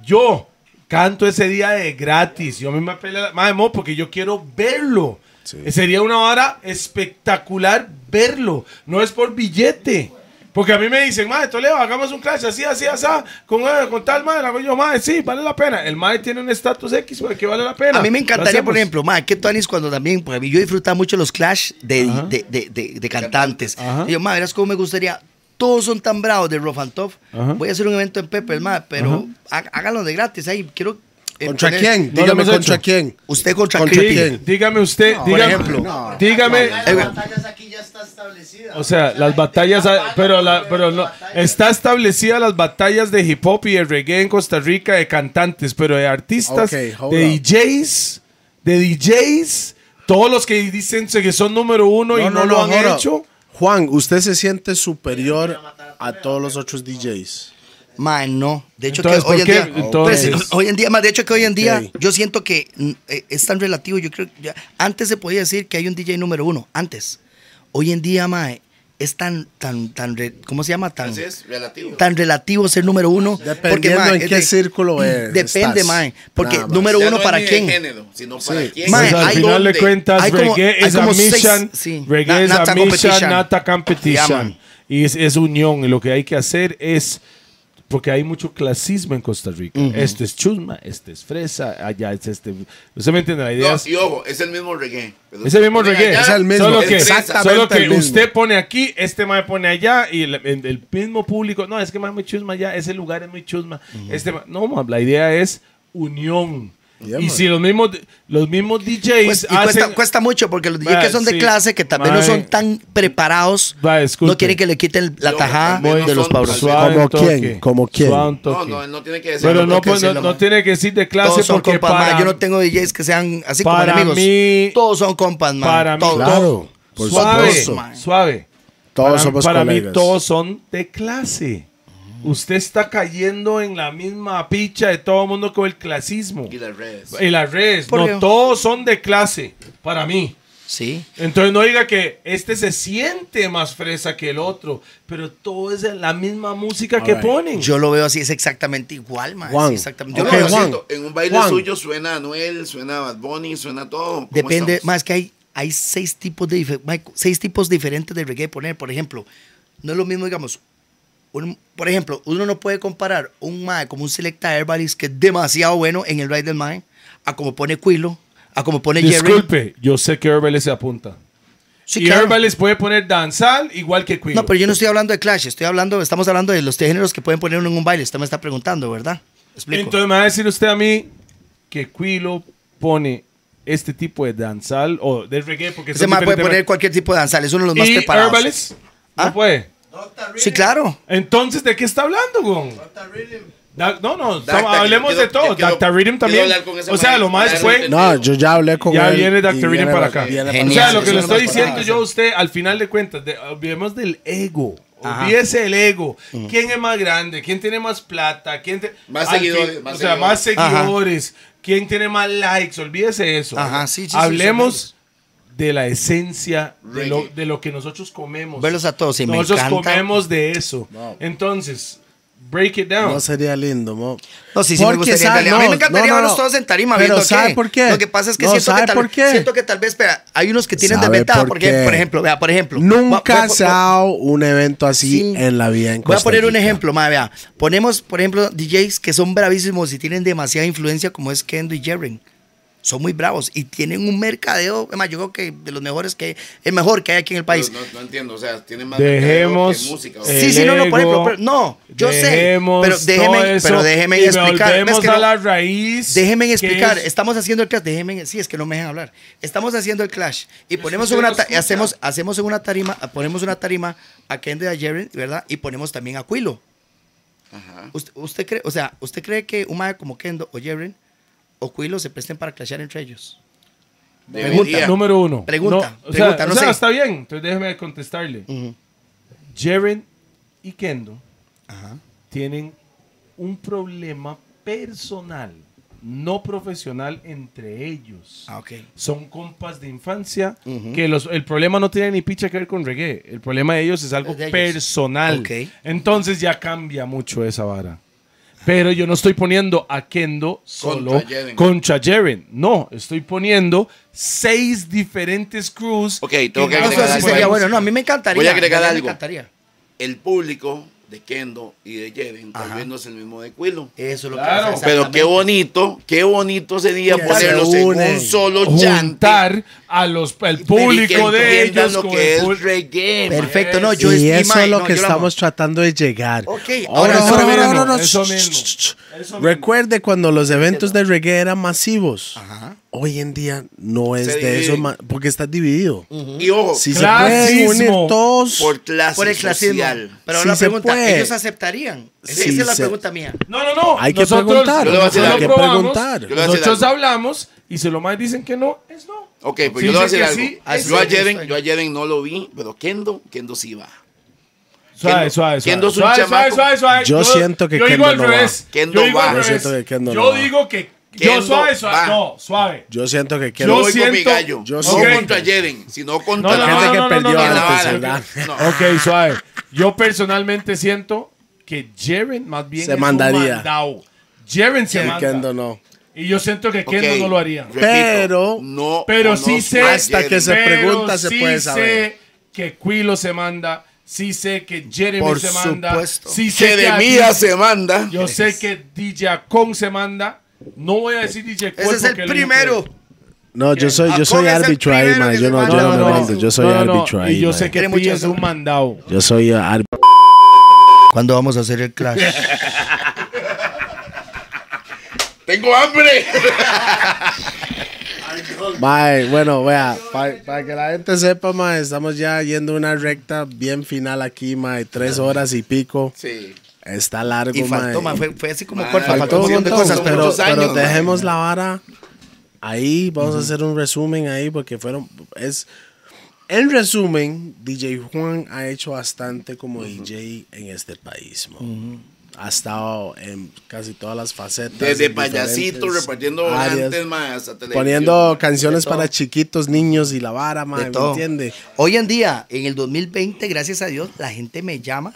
S5: yo canto ese día de gratis, yo a mí me apela, madre mom, porque yo quiero verlo. Sería una hora espectacular verlo, no es por billete. Porque a mí me dicen, madre, Toledo, hagamos un clash así, así, así, con, eh, con tal madre. Hago yo, madre, sí, vale la pena. El madre tiene un estatus X, güey, que vale la pena.
S3: A mí me encantaría, por
S5: Lo hacemos.
S3: ejemplo, ma, que Tuanis cuando también, porque a mí yo disfrutaba mucho los clash de,
S5: Ajá.
S3: de, de, de- de cantantes.
S5: Ajá.
S3: Y yo, ma, verás cómo me gustaría. Todos son tan bravos de Rofantov.
S5: Ajá.
S3: Voy a hacer un evento en Pepe, ma, pero há- háganlo de gratis ahí. Quiero. eh,
S1: ¿Contra
S3: poner-
S1: quién?
S5: lo
S1: Dígame
S5: hemos
S1: contra
S5: hecho.
S1: quién.
S3: Usted contra,
S1: ¿Contra
S3: Creepy.
S1: quién?
S5: Dígame usted, dígame, dígame, o sea, las batallas, ah, pero, la- pero no, está establecida las batallas de hip hop y de reggae en Costa Rica de cantantes, pero de artistas,
S1: Ok, hold
S5: de
S1: up.
S5: DJs, de DJs, todos los que dicen que son número uno y no, lo han
S1: hold up.
S5: hecho.
S1: Juan, usted se siente superior a todos los otros DJs.
S3: Mae, no. De hecho,
S5: Entonces,
S3: que hoy
S5: ¿por
S3: en
S5: qué?
S3: día.
S5: Entonces-
S3: Pero si- [LAUGHS] hoy en día, más de hecho, que hoy en día, yo siento que mm, eh, es tan relativo. Yo creo que ya- antes se podía decir que hay un DJ número uno. Antes. Hoy en día, Mae, es tan, tan, tan. re- ¿Cómo se llama? Tan,
S4: Así es, relativo.
S3: tan relativo ser número uno.
S1: Dependiendo en
S3: es
S1: qué
S3: [CLEARS THROAT]
S1: círculo es-
S3: Depende,
S1: estás.
S3: mae. Porque
S1: Nada más.
S3: número
S4: Ya
S3: uno
S4: no es
S3: para
S4: ni de
S3: quién.
S4: género, sino para
S1: Sí.
S4: quién.
S3: Mae,
S5: Pues al
S3: hay
S5: final
S4: dónde.
S5: de cuentas,
S3: hay como-
S5: reggae
S3: hay
S5: es
S3: como seis,
S5: ambition,
S3: sí.
S5: reggae
S3: Na-
S5: es
S3: nata
S5: ambition,
S3: competition.
S5: nata
S3: Se
S5: competition.
S3: llaman.
S5: Y es, es unión. Y lo que hay que hacer es, porque hay mucho clasismo en Costa Rica. Este es chusma, este es fresa, allá es este... ¿Usted me entiende la idea?
S4: No,
S5: es-
S4: y ojo, es el mismo reggae. Pero
S5: es el mismo
S4: ponen
S5: reggae.
S4: allá,
S1: Es el mismo.
S5: Solo que,
S4: Exactamente
S5: solo que
S1: el mismo.
S5: usted pone aquí, este mae pone allá y el, el- el mismo público. No, es que mae es muy chusma allá, ese lugar es muy chusma. Este mae- no, mae, la idea es unión.
S1: Yeah,
S5: y
S1: mae.
S5: si los mismos, los mismos DJs
S3: Pues, y
S5: hacen...
S3: cuesta, cuesta mucho porque los
S5: Mae,
S3: DJs que son de
S5: sí.
S3: clase, que también no
S5: Mae.
S3: son tan preparados,
S5: Mae,
S3: no
S5: disculpe.
S3: quieren que le quiten la
S4: Yo,
S3: tajada
S4: también
S3: de
S4: no
S3: los
S4: son
S3: pabros.
S4: suave.
S5: Suave un
S1: ¿Como quién?
S5: toque.
S1: ¿Como quién?
S5: Suave un
S4: No,
S5: toque.
S4: no, él no tiene que decir.
S5: Pero no,
S3: tengo que
S5: pues, no,
S3: decirlo,
S5: no
S3: mae.
S5: tiene que decir de clase
S3: Todos son
S5: porque
S3: compas, mae.
S5: para,
S3: Yo no tengo DJs que sean así como
S5: para
S3: enemigos.
S5: mí...
S3: Todos son compas, man.
S5: Para mí,
S3: Todos.
S1: Claro, por
S5: suave,
S1: supuesto.
S3: mae.
S5: suave.
S1: Todos
S5: para,
S1: somos
S5: para mí
S1: colegas.
S5: todos son de clase. Usted está cayendo en la misma picha de todo el mundo con el clasismo.
S4: Y las redes.
S5: Y las redes,
S3: Por
S5: no,
S3: Dios.
S5: todos son de clase, para mí.
S3: Sí.
S5: Entonces no diga que este se siente más fresa que el otro, pero todo es la misma música que
S1: Alright.
S5: ponen.
S3: Yo lo veo así, es exactamente igual, man.
S1: Juan.
S3: exactamente.
S4: Yo
S3: Yo
S1: Ok,
S4: no
S3: lo
S4: lo
S3: veo así.
S1: Juan.
S4: siento. En un baile
S1: Juan.
S4: suyo suena Anuel, suena Bad Bunny, suena todo. ¿Cómo
S3: Depende,
S4: estamos?
S3: más que hay, hay seis, tipos de, dife- mae, seis tipos diferentes de reggae. Poner, por ejemplo, no es lo mismo, digamos, un- por ejemplo, uno no puede comparar un mae como un Selecta Herbalist que es demasiado bueno en el ride del mae a como pone Quilo, a como pone Jerry.
S5: Disculpe, yo sé que Herbales se apunta.
S3: Sí,
S5: y
S3: claro.
S5: Herbales puede poner danzal igual que Queen.
S3: No, pero yo no estoy hablando de Clash, estoy hablando, estamos hablando de los géneros que pueden poner uno en un baile. Usted me está preguntando, ¿verdad? ¿Me Explico.
S5: Entonces me va a decir usted a mí que Quilo pone este tipo de danzal o de reggae porque
S3: Ese
S5: son
S3: mae puede
S5: diferentes-
S3: poner cualquier tipo de danzal, es uno de los más
S5: y
S3: preparados.
S5: Herbalist
S3: ¿Ah?
S5: no puede.
S3: Sí, claro.
S5: Entonces, ¿de qué está hablando, Gon? Da- No, no, estamos-
S4: Rhythm.
S5: hablemos
S4: Yo
S5: de
S4: quiero-
S5: todo.
S4: yo quiero-
S5: Dr. Rhythm también.
S4: quiero hablar con ese
S5: O sea,
S4: man.
S5: lo más
S4: Dale,
S5: fue.
S4: Rhythm.
S1: No, yo ya hablé con
S5: Ya
S1: él.
S5: viene Dr.
S1: y
S5: Viren
S1: viene
S5: para
S1: bak-
S5: acá.
S1: viene
S5: O
S1: para
S3: Genial,
S5: sea,
S1: acá.
S5: lo que
S3: eso
S5: le
S3: es lo
S5: estoy
S3: más
S5: diciendo
S3: parado.
S5: yo a usted, al final de cuentas, de- olvidemos del ego. Olvídese el ego. ¿Quién es más grande? ¿Quién tiene más plata? ¿Quién te-
S4: Más
S5: al
S4: seguidores,
S5: fin-
S4: más
S5: o sea, más
S3: seguidores. Ajá.
S5: seguidores. ¿Quién tiene más likes? Olvídese eso.
S3: Ajá, sí, sí, sí,
S5: Hablemos de la esencia de lo,
S4: Reggae.
S5: de lo que nosotros comemos.
S3: Verlos a todos, sí, me
S5: Nosotros
S3: encanta.
S5: comemos de eso. Entonces, break it down.
S1: No sería lindo, mo.
S3: No, sí, sí me gustaría
S1: sabe-
S3: verle. a mí me
S1: no, no,
S3: encantaría
S1: no,
S3: verlos
S1: no.
S3: todos en tarima.
S1: Pero
S3: viendo
S1: ¿sabe
S3: qué.
S1: por qué?
S3: Lo que pasa es que,
S1: No,
S3: siento, que
S1: ¿sabe
S3: tal,
S1: por qué?
S3: siento que tal vez, espera, hay unos que tienen
S1: ¿Sabe
S3: desventaja.
S1: por
S3: Porque,
S1: qué?
S3: por ejemplo, vea, por ejemplo.
S1: Nunca
S3: voy a-
S1: se ha dado un evento así
S3: Sí.
S1: en la vida en
S3: Voy a
S1: Costa
S3: poner un
S1: Rica.
S3: ejemplo, ma, vea. Ponemos, por ejemplo, DJs que son bravísimos y tienen demasiada influencia, como es Kendo y Jerren. Son muy bravos y tienen un mercadeo, es más, yo creo que de los mejores que el mejor que hay aquí en el
S4: Pero
S3: país.
S4: No, no entiendo, o sea, tiene más
S5: Dejemos-
S4: mercadeo que música. o sea.
S5: eh,
S3: Sí,
S5: El
S3: sí, no, no, por ejemplo,
S5: ego,
S3: pero- no, yo sé,
S5: dejemos
S3: pero
S5: todo
S3: déjeme,
S5: eso
S3: pero déjeme
S5: y
S3: explicar, es
S5: Volvemos
S3: que
S5: a
S3: no-
S5: la raíz.
S3: Déjenme
S5: que
S3: explicar.
S5: es-
S3: Estamos haciendo el clash. Déjenme, sí, es que no me dejan hablar. Estamos haciendo el clash y ponemos
S5: usted
S3: una
S5: no
S3: ta-
S5: escucha.
S3: hacemos hacemos en una tarima, ponemos una tarima a Kende y a Jerry, ¿verdad? Y ponemos también a Quilo. ¿Usted, usted cree, o sea, usted cree que un mae como Kendo o Jerry o Quilo se presten para clashear entre ellos?
S4: Debería.
S5: número uno.
S3: Pregunta,
S5: No, o sea,
S3: pregunta, no
S5: o sea,
S3: sé.
S5: está bien. Entonces déjeme contestarle. Jaren y Kendo tienen un problema personal, no profesional entre ellos.
S3: Ah, ok.
S5: Son compas de infancia que los, el problema no tiene ni picha que ver con reggae. El problema de ellos es algo
S3: Es de ellos.
S5: personal.
S3: Ok.
S5: Entonces ya cambia mucho esa vara. Pero yo no estoy poniendo a Kendo solo
S4: Jaren.
S5: contra Jaren. No, estoy poniendo seis diferentes crews.
S4: Ok, tengo que
S5: no
S3: Eso
S4: agregar
S5: se
S3: sí
S4: algo
S5: pueden-
S3: sería
S4: ahí.
S3: bueno. No, a mí me encantaría.
S4: Voy a agregar
S3: mí
S4: algo.
S3: Me encantaría.
S4: El público de Kendo y de Jeren tal
S3: Ajá.
S4: vez no es el mismo de Quilo.
S3: Eso es lo
S5: Claro.
S3: que pasa,
S4: Pero qué
S3: exactamente.
S4: bonito, qué bonito sería
S1: Que
S4: ponerlos
S1: se
S4: en
S1: unen.
S4: un solo chante.
S5: juntar a los, al
S4: y que
S5: público de
S4: entiendan
S5: ellos
S4: lo
S5: con
S4: que
S5: el
S4: es
S5: público.
S4: reggae. man.
S3: Perfecto, no, yo
S1: y
S3: es-
S1: eso
S3: mae,
S1: es lo
S3: no,
S1: que
S3: yo la
S1: estamos tratando de llegar.
S3: Ok,
S1: Ahora, ahora,
S3: ahora-
S1: ahora,
S5: mismo,
S1: ahora, ahora,
S5: eso
S1: shh,
S5: mismo,
S1: shh, shh.
S5: eso mismo.
S1: Recuerde cuando los eventos de reggae eran masivos.
S3: Ajá.
S1: Hoy en día no es
S4: Se
S1: de eso,
S4: dividen.
S1: ma- porque está dividido.
S4: Y ojo,
S1: Si se pueden
S5: Clasismo.
S1: unir todos.
S4: por clase
S3: Por el clasismo.
S4: social.
S3: Pero
S1: Sí
S3: la
S1: se
S3: pregunta,
S1: puede.
S3: ¿ellos aceptarían? Esa-
S1: Sí
S3: Esa es la
S1: se-
S3: pregunta mía.
S5: No, no, no.
S1: Hay que
S5: nosotros,
S1: preguntar,
S4: Yo le voy a
S5: nosotros
S4: decir algo. Hay
S1: que
S5: probamos,
S1: preguntar. Yo
S4: le voy a decir
S5: Nosotros
S4: algo.
S5: hablamos y si los más dicen que no, es no.
S4: Ok, pues
S5: Si
S4: yo le voy a
S5: dicen que
S4: decir algo.
S5: sí,
S3: Ah,
S5: es
S4: yo,
S3: sí,
S4: a Jeren,
S3: sí.
S4: yo a Jeren no lo vi, pero Kendo, Kendo sí va.
S5: Suave, suave,
S4: Kendo
S5: suave.
S4: es un chamaco.
S1: Yo siento que
S5: yo digo
S1: Kendo
S5: al
S1: no
S5: revés.
S4: va. Kendo
S5: yo digo
S4: va.
S5: al
S4: Yo
S5: revés.
S1: siento que Kendo
S5: yo
S1: no va.
S5: digo que. yo
S4: Kendo
S5: suave, suave.
S4: va.
S5: No, suave.
S1: Yo siento que
S5: Yo
S1: quiero.
S4: voy con mi
S5: siento-
S4: gallo.
S1: yo
S4: no
S1: siento-
S4: contra Jeden, sino contra
S5: No,
S1: La
S5: no, no,
S1: gente
S5: no,
S1: que
S5: no,
S1: perdió
S5: no, no,
S1: antes,
S5: no,
S4: vale.
S1: ¿verdad?
S4: No.
S5: Ok, suave. Yo personalmente siento que Jaren más bien
S1: Se
S5: es un
S1: mandaría.
S5: mandado. Jaren se
S1: Y
S5: manda.
S1: Kendo no.
S5: Y yo siento que Kendo
S4: Ok,
S5: no lo haría.
S4: repito,
S1: Pero-
S4: no
S5: Pero
S4: conozco
S5: sí sé.
S4: a
S1: Hasta que
S4: Jeden.
S1: se- pregunta se
S5: sí
S1: puede saber.
S5: sé que Quilo se manda. Sí sé que Jeremy
S1: Por
S5: se manda.
S1: supuesto.
S5: Sí sé
S4: Que de
S5: a
S4: mía
S5: DJ
S4: se manda.
S5: Yo sé que DJ Kong se manda. No voy a decir DJ Kong.
S3: Ese es el primero.
S1: No, yo soy, yo soy
S3: Acón es el
S1: árbitro ahí,
S3: Ah, primero
S1: man.
S3: que
S1: Yo
S3: se
S1: no, yo
S3: manda.
S1: no,
S3: No,
S1: me
S3: no,
S1: mando. Yo soy árbitro ahí.
S5: Y yo
S1: man.
S5: sé que
S3: Tiene
S5: Pi
S3: mucho
S5: es un mandado.
S1: Yo soy árbitro.
S3: ¿Cuándo vamos a hacer el clash?
S4: Tengo
S5: [LAUGHS]
S4: hambre.
S1: Mae, bueno, vea, pa- para que la gente sepa, mae, estamos ya yendo una recta bien final aquí, mae, tres horas y pico.
S4: Sí.
S1: Está largo,
S3: [LAUGHS] y faltó,
S1: mae.
S3: man, fue, fue así como
S4: Man,
S3: corto, Ah, faltó
S1: Faltó
S3: un
S1: un
S3: montón de
S1: montón,
S3: cosas,
S1: pero,
S3: pero...
S4: muchos años,
S1: pero
S4: mae.
S1: dejemos la vara ahí, vamos a hacer un resumen ahí, porque fueron, es, en resumen, DJ Juan ha hecho bastante como DJ en este país, mae. Ha estado en casi todas las facetas.
S4: Desde
S1: en
S4: payasito,
S1: diferentes
S4: repartiendo
S1: áreas.
S4: volantes, más hasta televisión.
S1: Poniendo canciones para chiquitos, niños y la vara, mae,
S3: De
S1: ¿me
S3: todo.
S1: entiende?
S3: Hoy en día, en el 2020, gracias a Dios, la gente me llama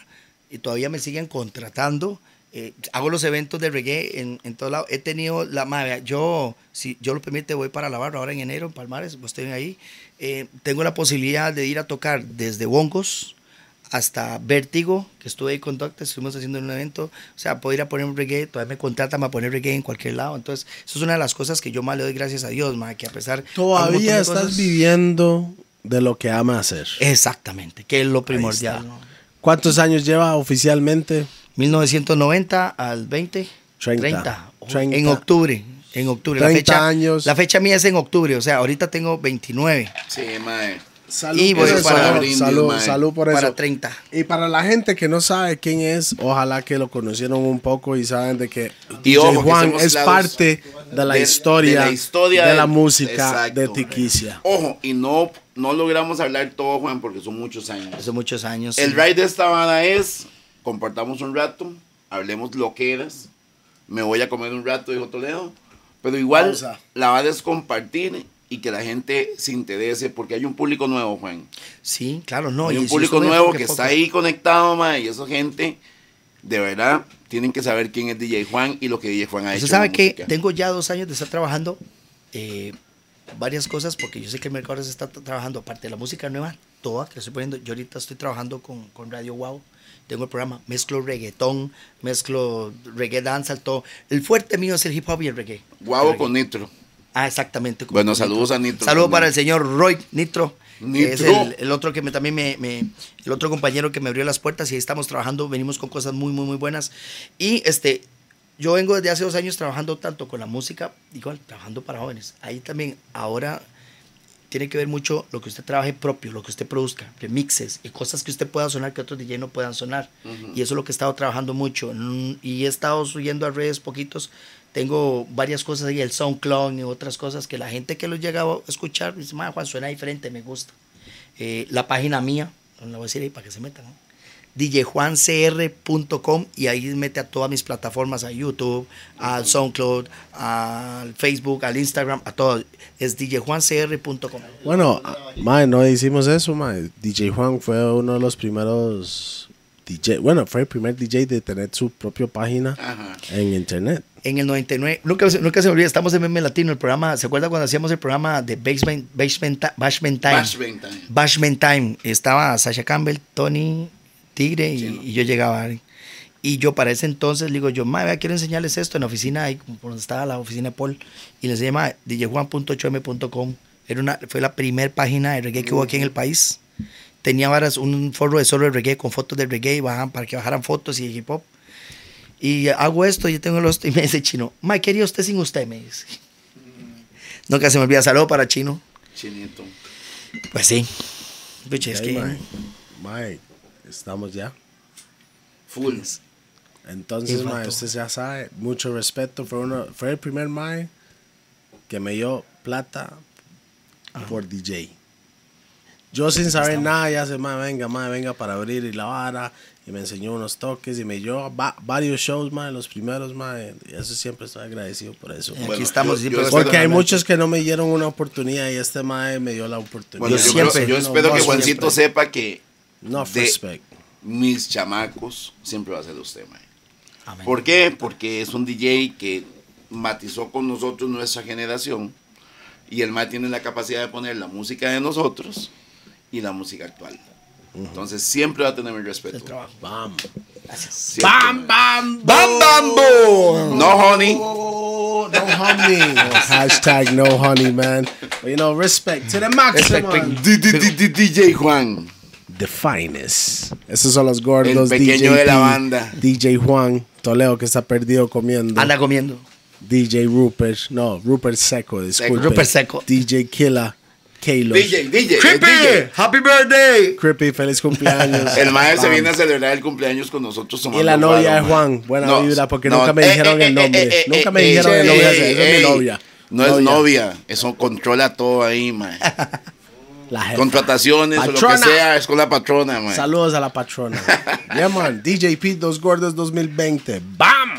S3: y todavía me siguen contratando. Eh, hago los eventos de reggae en, en todos lados. He tenido la madre. Yo, si yo lo permite, voy para la barra ahora en enero, en Palmares, pues estoy ahí. Eh, tengo la posibilidad de ir a tocar desde Bongos hasta Vértigo, que estuve ahí con Doctor, estuvimos haciendo un evento. O sea, puedo ir a poner un reggae, todavía me contratan para poner reggae en cualquier lado. Entonces, eso es una de las cosas que yo más le doy gracias a Dios, ma, que a pesar. hay un montón
S1: Todavía
S3: de
S1: estás
S3: cosas-
S1: viviendo de lo que ama hacer.
S3: Exactamente, que es lo primordial.
S1: ¿Cuántos años lleva oficialmente?
S3: 1990 al 20,
S1: 30.
S3: 30, o-
S1: 30.
S3: en octubre, en octubre.
S1: 30
S3: la fecha,
S1: años.
S3: La fecha mía es en octubre, o sea, ahorita tengo 29
S4: Sí, mae.
S1: Salud,
S3: Y voy
S1: por eso,
S3: para-
S1: salud, salud,
S4: Brindis,
S1: salud por eso.
S3: para 30.
S1: Y para la gente que no sabe quién es, ojalá que lo conocieron un poco y saben de que
S4: Y
S1: DJ
S4: ojo, que
S1: Juan
S4: somos
S1: es
S4: claros
S1: parte de la
S4: de-
S1: historia de la,
S4: historia del-
S1: música de
S4: Exacto.
S1: Tiquicia.
S4: Ojo, y no, no logramos hablar todo, Juan, porque son muchos años.
S3: hace muchos años.
S4: El
S3: sí.
S4: ride de esta banda es, compartamos un rato, hablemos lo que eras, me voy a comer un rato, dijo Toledo, pero igual
S1: Pausa.
S4: la banda es compartir y que la gente se interese, porque hay un público nuevo, Juan.
S3: Sí, claro, no.
S4: hay
S3: y
S4: un
S3: si
S4: público
S3: estuve
S4: nuevo
S3: poco a
S4: que
S3: poco.
S4: está ahí conectado, mae, y esa gente, de verdad, tienen que saber quién es DJ Juan y lo que DJ Juan ha hecho.
S3: Usted
S4: en
S3: sabe
S4: la
S3: que
S4: música.
S3: tengo ya dos años de estar trabajando eh, varias cosas porque yo sé que el mercado se está tra- trabajando, aparte de la música nueva, toda que le estoy poniendo. Yo ahorita estoy trabajando con, con Radio Wow. Tengo el programa, mezclo reggaetón, mezclo reggae danza, todo. El fuerte mío es el hip hop y el reggae.
S4: Guavo
S3: El
S4: con
S3: reggae.
S4: Nitro.
S3: Ah, exactamente. con-
S4: Bueno,
S3: con
S4: saludos a Nitro
S3: Saludos
S4: también.
S3: para el señor Roy Nitro. que Es
S4: Nitro.
S3: el, el otro que me, también me, me- el otro compañero que me abrió las puertas y ahí estamos trabajando, venimos con cosas muy, muy, muy buenas. Y este, yo vengo desde hace dos años trabajando tanto con la música, igual, trabajando para jóvenes. Ahí también, ahora tiene que ver mucho lo que usted trabaje propio, lo que usted produzca, remixes y cosas que usted pueda sonar que otros DJ no puedan sonar. Y eso es lo que he estado trabajando mucho. Mm, Y he estado subiendo a redes poquitos. Tengo varias cosas ahí, el SoundCloud y otras cosas que la gente que lo llega a escuchar dice, "Ma, Juan, suena diferente, me gusta. Eh, la página mía, no la voy a decir ahí para que se metan, ¿no? djjuancr.com y ahí mete a todas mis plataformas, a YouTube, al SoundCloud, al Facebook, al Instagram, a todo. Es djjuancr.com.
S1: Bueno, ah, mae, no hicimos eso, mae. DJ Juan fue uno de los primeros DJ, bueno, fue el primer DJ de tener su propia página
S4: Ajá.
S1: en internet.
S3: En el 99, nunca, se- nunca se me olvida, estamos en Meme Latino, el programa, ¿se acuerda cuando hacíamos el programa de Basement, Basement, Ti- Bashment Time?
S4: Bashment Time.
S3: Bashment Time. Estaba Sasha Campbell, Tony, Tigre y, y yo llegaba. Y yo para ese entonces le digo yo, ma, vea, quiero enseñarles esto en la oficina, ahí como por donde estaba la oficina de Paul. Y les llama djjuan.8m.com. Era una, fue la primera página de reggae que hubo aquí en el país. Tenía varas, un foro de solo de reggae con fotos de reggae y bajaban, para que bajaran fotos y hip hop. Y hago esto, yo tengo los... Y me dice Chino, ma, ¿qué haría usted sin usted? Me dice. [LAUGHS] Nunca se me olvida, saludo para Chino.
S4: Chinito.
S3: Pues sí. Escuche, es
S1: Ok,
S3: que-
S1: mae. Mae, estamos ya.
S4: Full.
S1: Entonces,
S3: Exacto.
S1: mae, usted ya sabe, mucho respeto. Fue, uno, fue el primer mae que me dio plata por DJ. Yo sin saber nada, ya se más venga, más venga para abrir y la vara. Y me enseñó unos toques y me llevó a va- varios shows, más los primeros, más. Y eso siempre estoy agradecido por eso.
S4: Eh,
S3: Aquí estamos.
S4: yo-
S3: siempre
S4: yo
S3: los
S4: espero-
S1: Porque hay
S3: tenemos.
S1: muchos que no me dieron una oportunidad y este mae me dio la oportunidad.
S4: Bueno, yo,
S3: Yo
S4: creo-
S3: siempre-
S4: yo espero que Juancito sepa que
S1: No,
S4: de-
S1: respect.
S4: mis chamacos siempre va a ser usted, mae. ¿Por qué? Porque es un DJ que matizó con nosotros nuestra generación y el mae tiene la capacidad de poner la música de nosotros y la música actual. Entonces siempre va a tener mi respeto.
S1: Bam.
S4: Siempre, mae.
S1: bam,
S3: ¡Bam, bam, boom!
S4: No, honey.
S1: No honey. Hashtag no honey, man. But you know, respect to the maximum.
S4: D- D- D- D- DJ Juan.
S1: The finest. Esos son los gordos.
S4: El pequeño
S1: DJ
S4: de la
S1: P,
S4: banda.
S1: DJ Juan Toleo que está perdido comiendo.
S3: Anda comiendo.
S1: DJ Rupert. No, Rupert Seco. Disculpe.
S3: Rupert Seco.
S1: DJ Killa. Kalo.
S4: DJ, DJ.
S3: ¡Creepy! ¡Happy birthday!
S1: Creepy. Feliz cumpleaños.
S4: [LAUGHS] El maestro se
S1: Bam.
S4: viene a celebrar el cumpleaños con nosotros.
S1: Y
S4: tomando
S1: la novia
S4: guaro,
S1: de
S4: ma.
S1: Juan, buena
S4: No,
S1: vibra, porque
S4: no,
S1: nunca me
S4: eh,
S1: dijeron
S4: eh,
S1: el
S4: eh,
S1: nombre.
S4: eh, eh,
S1: nunca me
S4: eh,
S1: dijeron el
S4: eh,
S1: nombre,
S4: eh,
S1: esa es mi
S4: eh,
S1: novia.
S4: No es novia, eso controla todo
S1: [LAUGHS]
S4: ahí, man.
S1: La jefa.
S4: Contrataciones o lo
S1: Patrona.
S4: que sea, es con la patrona, man. [LAUGHS]
S1: Saludos a la patrona. yeah, man. DJP Dos Gordos 2020. ¡Bam!